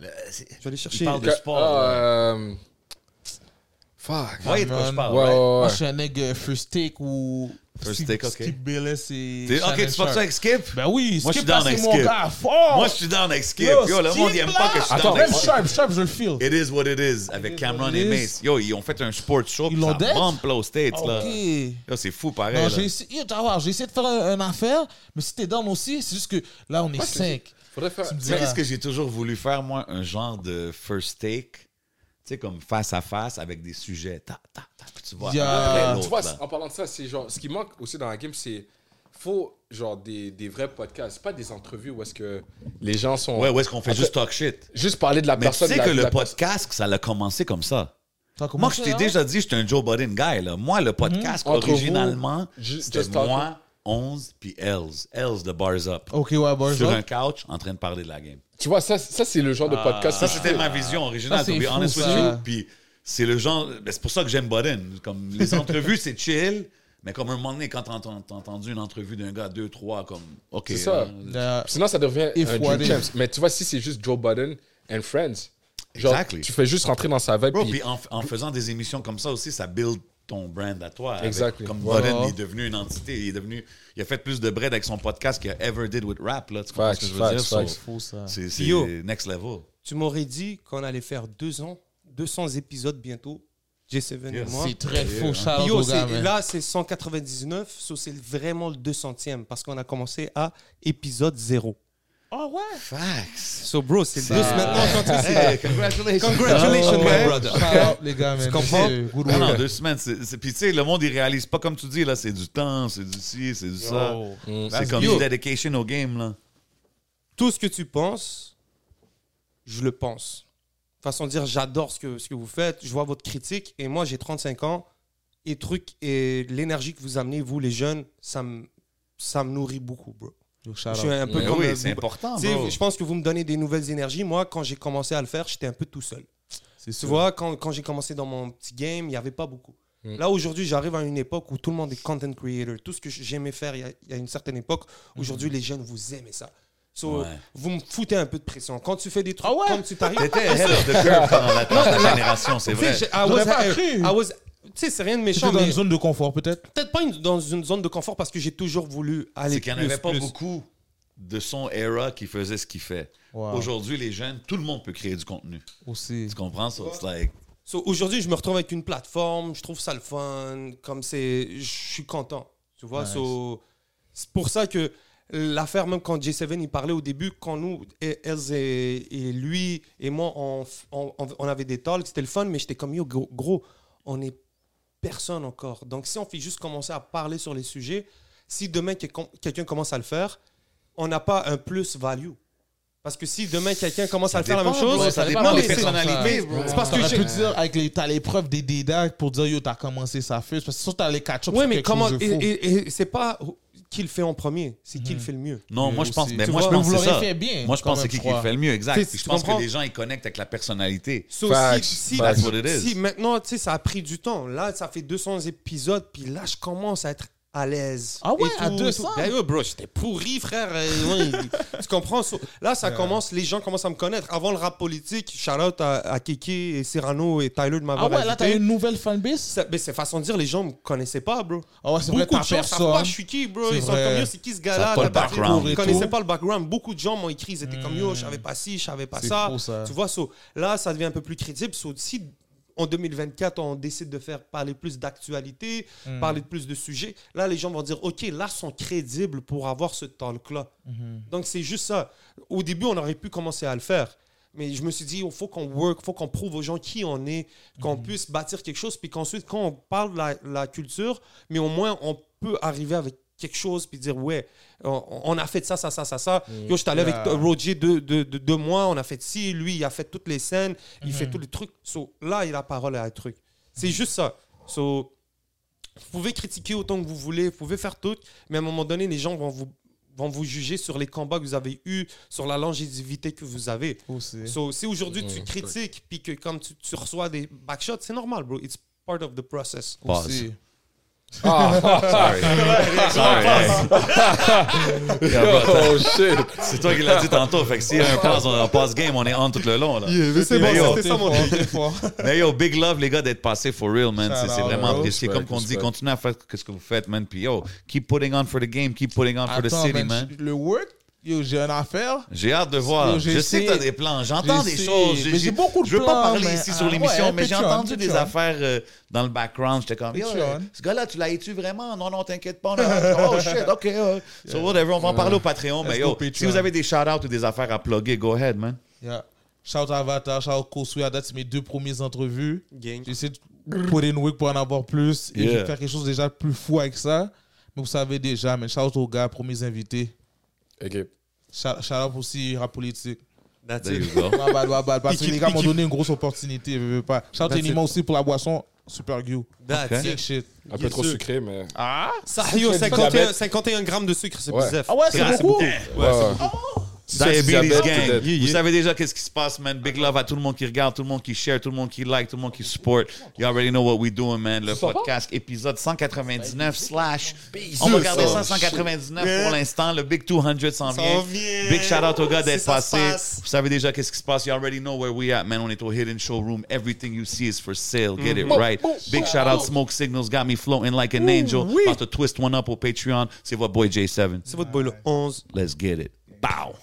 Speaker 3: le- euh, c'est-
Speaker 6: Je vais aller
Speaker 3: Il
Speaker 6: chercher.
Speaker 3: parle de
Speaker 1: Que-
Speaker 3: sport. là.
Speaker 1: ah, euh, Fuck.
Speaker 3: Vous voyez de quoi je
Speaker 2: Cameron.
Speaker 3: parle,
Speaker 1: Ouais,
Speaker 3: Ah, ouais?
Speaker 1: Oh, ouais,
Speaker 2: Moi,
Speaker 1: ouais.
Speaker 2: je suis un nègre euh, First Take ou.
Speaker 3: First
Speaker 2: Skip-
Speaker 3: Take, ok.
Speaker 2: Skip Bayless et.
Speaker 3: T'es- Ok,
Speaker 2: Shannon
Speaker 3: tu fais ça
Speaker 2: Sharp.
Speaker 3: avec Skip?
Speaker 2: Ben oui,
Speaker 3: Moi, je
Speaker 2: Skip,
Speaker 3: suis down
Speaker 2: là, c'est
Speaker 3: avec
Speaker 2: mon
Speaker 3: Skip.
Speaker 2: gars fort.
Speaker 3: Moi, je suis down avec Skip.
Speaker 2: Yo,
Speaker 3: Yo, le monde, il aime pas que je suis
Speaker 1: Attends,
Speaker 3: down
Speaker 2: Même
Speaker 3: avec Skip.
Speaker 2: Sharp, Sharp, je le feel.
Speaker 3: It is what it is avec Cameron et Mace. Yo, ils ont fait un sport show.
Speaker 2: Ils
Speaker 3: puis
Speaker 2: l'ont
Speaker 3: ça
Speaker 2: dead?
Speaker 3: bombe là aux States. là.
Speaker 2: Ah, Ok.
Speaker 3: Yo, c'est fou pareil.
Speaker 2: Non,
Speaker 3: là.
Speaker 2: j'ai essayé, yo, t'as voir, j'ai essayé de faire un- une affaire, mais si t'es down aussi, c'est juste que là, on est 5.
Speaker 1: Faudrait faire.
Speaker 2: Tu me
Speaker 3: Tu sais,
Speaker 2: diras.
Speaker 3: qu'est-ce que j'ai toujours voulu faire, moi? Un genre de first take, tu sais, comme face à face avec des sujets. Ta, ta, ta, puis tu vois.
Speaker 2: Yeah.
Speaker 3: après
Speaker 1: Tu
Speaker 3: Ah, l'autre,
Speaker 1: vois,
Speaker 3: là.
Speaker 1: Ben, en parlant de ça, c'est genre. Ce qui manque aussi dans la game, c'est. Faut, genre, des, des vrais podcasts. Pas des entrevues où est-ce que les gens sont.
Speaker 3: Ouais, où est-ce qu'on fait
Speaker 1: Après-
Speaker 3: juste talk shit?
Speaker 1: Juste parler de la
Speaker 3: Mais
Speaker 1: personne.
Speaker 3: tu sais
Speaker 1: la-
Speaker 3: que
Speaker 1: de
Speaker 3: le
Speaker 1: la personne.
Speaker 3: podcast, ça l'a commencé comme ça. Moi, je t'ai déjà dit, j'étais un Joe Budden guy. Là. Moi, le podcast,
Speaker 1: Mhm. Entre vous,
Speaker 3: originalement,
Speaker 1: ju-
Speaker 3: c'était
Speaker 1: just talking.
Speaker 3: moi, 11, puis Els. Els de Bars Up.
Speaker 2: Ok, ouais, bon,
Speaker 3: sur
Speaker 2: je-
Speaker 3: un couch, en train de parler de la game.
Speaker 1: Tu vois, ça, ça c'est le genre de podcast.
Speaker 3: Ah, Ça,
Speaker 1: que je
Speaker 3: c'était
Speaker 1: fais.
Speaker 3: ma vision originale,
Speaker 1: Ah,
Speaker 2: Ça, c'est
Speaker 3: to be
Speaker 2: fou,
Speaker 3: honest with
Speaker 2: ça.
Speaker 3: you. Puis c'est le genre... ben, c'est pour ça que j'aime Budden. Comme les entrevues, c'est chill, mais comme un moment donné, quand t'as t'as- t'as entendu une entrevue d'un gars, deux, trois, comme... OK.
Speaker 1: C'est ça.
Speaker 3: hein.
Speaker 2: Euh,
Speaker 1: Sinon, ça devient
Speaker 2: If
Speaker 1: un
Speaker 2: what
Speaker 1: Dream
Speaker 2: if.
Speaker 1: Champs. Mais tu vois, si c'est juste Joe Budden and Friends, genre,
Speaker 3: Exactly.
Speaker 1: tu fais juste rentrer dans sa vibe.
Speaker 3: Bro,
Speaker 1: puis-
Speaker 3: puis en, en faisant des émissions comme ça aussi, ça build ton brand à toi. Avec-
Speaker 1: Exactly.
Speaker 3: Comme
Speaker 1: Voilà.
Speaker 3: Budden, il est devenu une entité. Il est devenu... Il a fait plus de bread avec son podcast qu'il a ever did with rap, là. Tu comprends
Speaker 1: Facts,
Speaker 3: ce que je veux
Speaker 1: facts,
Speaker 3: dire? So,
Speaker 1: facts.
Speaker 2: fou, ça.
Speaker 3: c'est- C'est
Speaker 6: Yo.
Speaker 3: next level.
Speaker 6: Tu m'aurais dit qu'on allait faire deux ans, 200 épisodes bientôt, J7 et
Speaker 3: Yes.
Speaker 6: moi. hein.
Speaker 2: C'est très
Speaker 3: Yeah.
Speaker 2: fou, Charles.
Speaker 6: Yo,
Speaker 2: au gars,
Speaker 3: hein.
Speaker 6: c'est-
Speaker 2: man.
Speaker 6: là, c'est 199, so c'est vraiment le 200e parce qu'on a commencé à épisode 0.
Speaker 3: Facts.
Speaker 6: So, bro, c'est
Speaker 3: C'est-
Speaker 6: deux semaines.
Speaker 1: Ah.
Speaker 6: Non, quand tu-
Speaker 3: Hey, congratulations.
Speaker 6: Congratulations,
Speaker 2: Oh,
Speaker 6: my
Speaker 2: ouais.
Speaker 6: brother.
Speaker 2: Shout out, les gars, man.
Speaker 6: Tu comprends?
Speaker 2: C'est- good
Speaker 3: Ah Non, non,
Speaker 2: work.
Speaker 3: deux semaines. c'est- c'est- Puis tu sais, le monde, il réalise pas comme tu dis, là, c'est du temps, c'est du ci, c'est du
Speaker 6: Oh.
Speaker 3: ça. C'est comme
Speaker 6: Yo.
Speaker 3: une dedication au game, là.
Speaker 6: Tout ce que tu penses, je le pense. Façon de dire, j'adore ce que, ce que vous faites, je vois votre critique et moi, j'ai 35 ans et truc et l'énergie que vous amenez, vous, les jeunes, ça me ça me nourrit beaucoup, bro.
Speaker 2: Yo,
Speaker 6: Je
Speaker 2: shout
Speaker 6: suis
Speaker 2: out.
Speaker 6: un peu
Speaker 3: Mais
Speaker 6: comme
Speaker 3: Eh Ben oui,
Speaker 6: euh,
Speaker 3: c'est
Speaker 6: Booba.
Speaker 3: important,
Speaker 6: Tu sais,
Speaker 3: Ah, bro.
Speaker 6: Je pense que vous me donnez des nouvelles énergies. Moi, quand j'ai commencé à le faire, j'étais un peu tout seul.
Speaker 2: C'est
Speaker 6: Tu
Speaker 2: sûr.
Speaker 6: vois, quand, quand j'ai commencé dans mon petit game, il n'y avait pas beaucoup.
Speaker 3: Mm.
Speaker 6: Là, aujourd'hui, j'arrive à une époque où tout le monde est content creator. Tout ce que j'aimais faire il y a- il y, a une certaine époque, aujourd'hui, les jeunes, vous aimez ça. So,
Speaker 3: Mm-hmm. Ouais. Ah
Speaker 6: Vous me foutez un peu de pression. Quand tu fais des trucs, quand tu t'arrives...
Speaker 3: T'étais head of the curve pendant la, ta génération, c'est
Speaker 6: Tu sais,
Speaker 3: vrai.
Speaker 6: j'ai- I was-
Speaker 2: J'aurais pas
Speaker 6: I-
Speaker 2: cru.
Speaker 6: I was- Tu sais, c'est rien de
Speaker 2: Tu
Speaker 6: méchant,
Speaker 2: es dans
Speaker 6: mais
Speaker 2: une zone de confort, peut-être
Speaker 6: peut-être pas une- dans une zone de confort parce que j'ai toujours voulu aller
Speaker 3: C'est qu'il n'y en
Speaker 6: plus,
Speaker 3: avait pas
Speaker 6: plus.
Speaker 3: beaucoup de son era qui faisait ce qu'il fait.
Speaker 2: Wow.
Speaker 3: Aujourd'hui, les jeunes, tout le monde peut créer du contenu.
Speaker 2: Aussi.
Speaker 3: Tu comprends ça? It's like,
Speaker 6: So, aujourd'hui, je me retrouve avec une plateforme, je trouve ça le fun, comme c'est, je suis content, tu vois. so, c'est pour ça que l'affaire, même quand J7 il parlait au début, quand nous, et- Else et, et lui et moi, on, f- on, on- on avait des talks, c'était le fun, mais j'étais comme yo, gros, gros, on est personne encore. Donc, si on fait juste commencer à parler sur les sujets, si demain quelqu'un quelqu'un commence à le faire, on n'a pas un plus-value. Parce que si demain quelqu'un commence à le faire la même chose,
Speaker 3: bro, ça dépend
Speaker 6: non,
Speaker 3: des
Speaker 6: mais c'est-
Speaker 3: personnalités,
Speaker 6: mais
Speaker 3: bro.
Speaker 6: C'est parce que
Speaker 2: T'aurais
Speaker 6: j'ai-
Speaker 2: pu dire, avec les, t'as l'épreuve des DDA pour dire, yo, t'as commencé ça first. Parce que surtout, t'as les catch up
Speaker 6: Oui,
Speaker 2: sur
Speaker 6: mais
Speaker 2: quelque
Speaker 6: comment.
Speaker 2: chose de
Speaker 6: Et,
Speaker 2: faux.
Speaker 6: et- et c'est pas qui le fait en premier, c'est qui le
Speaker 2: Hmm.
Speaker 6: fait le mieux.
Speaker 3: Non, moi, je pense,
Speaker 2: aussi.
Speaker 3: mais
Speaker 2: Tu
Speaker 3: moi, je
Speaker 2: vois,
Speaker 3: pense
Speaker 2: vous
Speaker 3: que c'est
Speaker 2: l'aurez
Speaker 3: ça.
Speaker 2: fait bien,
Speaker 3: moi, je
Speaker 2: quand
Speaker 3: pense que
Speaker 2: même,
Speaker 3: c'est qui
Speaker 2: je
Speaker 3: qui le
Speaker 2: crois.
Speaker 3: fait le mieux, exact.
Speaker 6: Tu-
Speaker 3: Puis je
Speaker 6: tu
Speaker 3: pense que
Speaker 6: comprends?
Speaker 3: les gens, ils connectent avec la personnalité.
Speaker 6: So,
Speaker 1: Facts.
Speaker 6: si, si-
Speaker 3: That's what it is.
Speaker 6: si maintenant, tu sais, ça a pris du temps. Là, ça fait 200 épisodes, puis là, je commence à être à l'aise.
Speaker 2: Ah ouais,
Speaker 6: Et
Speaker 2: à 200?
Speaker 6: Ben ouais, bro, j'étais pourri, frère. Euh, ouais, tu comprends? So, là, ça commence, les gens commencent à me connaître. Avant le rap politique, shout out à, à Kiki et Cyrano et Tyler de m'avoir
Speaker 2: Ah ouais, là, t'as
Speaker 6: invité.
Speaker 2: une nouvelle fanbase?
Speaker 6: Ça- mais c'est façon de dire, les gens me connaissaient pas, bro.
Speaker 2: Ah ouais, c'est vrai,
Speaker 6: Beaucoup
Speaker 2: t'as
Speaker 6: de gens savent
Speaker 2: personne.
Speaker 6: pas je suis qui, bro.
Speaker 2: C'est
Speaker 6: Ils sont
Speaker 2: vrai.
Speaker 6: comme yo, c'est qui ce
Speaker 3: Savent pas
Speaker 6: gars-là
Speaker 3: le
Speaker 6: T'as pas-
Speaker 3: background.
Speaker 6: Ils connaissaient pas le background. Beaucoup de gens m'ont écrit, ils étaient comme yo, je savais pas ci, je savais pas
Speaker 2: C'est
Speaker 6: ça.
Speaker 2: fou, ça.
Speaker 6: Tu vois, so, là, ça devient un peu plus crédible. So, si en 2024, on décide de faire parler plus d'actualité, parler de plus de sujets, là, les gens vont dire ok, là, ils sont crédibles pour avoir ce talk-là. Donc, c'est juste ça. Au début, on aurait pu commencer à le faire. Mais je me suis dit, il faut qu'on work, faut qu'on prouve aux gens qui on est, qu'on puisse bâtir quelque chose, puis qu'ensuite, quand on parle de la, la culture, mais au moins, on peut arriver avec quelque chose, puis dire, ouais, on, on a fait ça, ça, ça, ça, ça. Yo, je suis allé
Speaker 2: Yeah.
Speaker 6: avec Roger deux, deux, deux- deux mois, on a fait ci, lui, il a fait toutes les scènes, il fait tous les trucs. So, là, il a parole à un truc. C'est juste ça. So, vous pouvez critiquer autant que vous voulez, vous pouvez faire tout, mais à un moment donné, les gens vont vous, vont vous juger sur les combats que vous avez eus, sur la longévité que vous avez.
Speaker 2: Aussi.
Speaker 6: So, si aujourd'hui tu
Speaker 1: Mm,
Speaker 6: critiques puis que comme tu, tu reçois des backshots, c'est normal, bro. It's part of the process.
Speaker 3: Pause.
Speaker 2: Aussi.
Speaker 3: Sorry. Sorry. hey. Yeah, bro,
Speaker 1: Oh shit!
Speaker 3: C'est toi qui l'as dit tantôt. Fait que s'il y a un pass, on- un pass game, on est on tout le long. Là.
Speaker 2: C'est
Speaker 3: Mais yo,
Speaker 2: c'était ça mon
Speaker 3: Mais yo, big love, les gars, d'être passés for real, man. C'est-
Speaker 2: Shout
Speaker 3: C'est
Speaker 2: out,
Speaker 3: vraiment
Speaker 2: bro.
Speaker 3: apprécié. Comme qu'on dit, continuez à faire ce que vous faites, man. Puis yo, keep putting on for the game, keep putting on for the
Speaker 2: Attends,
Speaker 3: city,
Speaker 2: man,
Speaker 3: man.
Speaker 2: Le work, yo, j'ai une affaire.
Speaker 3: J'ai hâte de voir.
Speaker 2: Yo,
Speaker 3: je
Speaker 2: j'ai
Speaker 3: sais
Speaker 2: essayé-
Speaker 3: que t'as des plans. J'entends
Speaker 2: j'ai
Speaker 3: des
Speaker 2: essayé,
Speaker 3: choses.
Speaker 2: mais j'ai beaucoup de
Speaker 3: Je veux pas
Speaker 2: plans,
Speaker 3: parler
Speaker 2: mais-
Speaker 3: ici
Speaker 2: ah,
Speaker 3: sur l'émission,
Speaker 2: ouais,
Speaker 3: mais j'ai
Speaker 2: pitch on,
Speaker 3: entendu
Speaker 2: pitch
Speaker 3: des
Speaker 2: on.
Speaker 3: affaires euh, dans le background. J'étais comme,
Speaker 2: Pitch
Speaker 3: yo,
Speaker 2: on.
Speaker 3: euh, ce gars-là, tu l'as étué vraiment? Non, non, t'inquiète pas. Non, non. oh shit, ok. euh. So whatever, on va en parler au Patreon. Mais
Speaker 2: go
Speaker 3: yo,
Speaker 2: pitch
Speaker 3: si
Speaker 2: on.
Speaker 3: vous avez des shout-outs ou des affaires à plugger, go ahead, man.
Speaker 2: Yeah. Shout out Avatar, shout out Kosuya, c'est mes deux premières entrevues.
Speaker 6: Gang.
Speaker 2: J'essaie de put in work pour en avoir plus et
Speaker 3: Yeah.
Speaker 2: je vais faire quelque chose déjà de plus fou avec ça. Mais vous savez déjà, mais shout out aux gars, premiers invités.
Speaker 1: Ok.
Speaker 2: Shout shout out aussi rap politique.
Speaker 6: That's
Speaker 3: There
Speaker 6: it.
Speaker 3: you go.
Speaker 2: Bah, bah, bah, bah, parce que
Speaker 6: Équipe,
Speaker 2: les gars m'ont
Speaker 6: équipe.
Speaker 2: donné une grosse opportunité. Je veux pas. Shout out
Speaker 6: That's
Speaker 2: Enima aussi pour la boisson. Super Gu.
Speaker 6: That's
Speaker 3: Ok.
Speaker 2: Sick
Speaker 6: it.
Speaker 2: shit.
Speaker 1: Un peu trop sucré, mais.
Speaker 3: Ah,
Speaker 6: Ça, yo,
Speaker 1: le
Speaker 6: 51,
Speaker 1: diabète.
Speaker 6: 51 grammes de sucre, c'est
Speaker 1: Ouais.
Speaker 6: bizarre.
Speaker 2: Ah ouais, c'est
Speaker 3: Grâce
Speaker 2: beaucoup.
Speaker 1: Ouais, ouais. Si tu fais du
Speaker 3: Diabetes
Speaker 1: diabète,
Speaker 3: Gang.
Speaker 1: t'es dead.
Speaker 3: Vous savez déjà qu'est-ce qui se passe, man. Big love à tout le monde qui regarde, tout le monde qui share, tout le monde qui like, tout le monde qui support. You already know what we doing, man. Le podcast épisode 199 slash. On va garder ça 199 pour l'instant. Le Big 200 s'en vient.
Speaker 6: vient.
Speaker 3: Big shout out au gars d'être
Speaker 6: C'est ça
Speaker 3: passé.
Speaker 6: se passe.
Speaker 3: Vous savez déjà qu'est-ce qui se passe. You already know where we at, man. On est au Hidden Showroom. Everything you see is for sale. Get
Speaker 6: Mm-hmm.
Speaker 3: it right. Big shout out Smoke Signals got me floating like an angel. About to twist one up au Patreon. C'est votre boy J7.
Speaker 6: C'est votre boy le 11.
Speaker 3: Let's get it. Bow.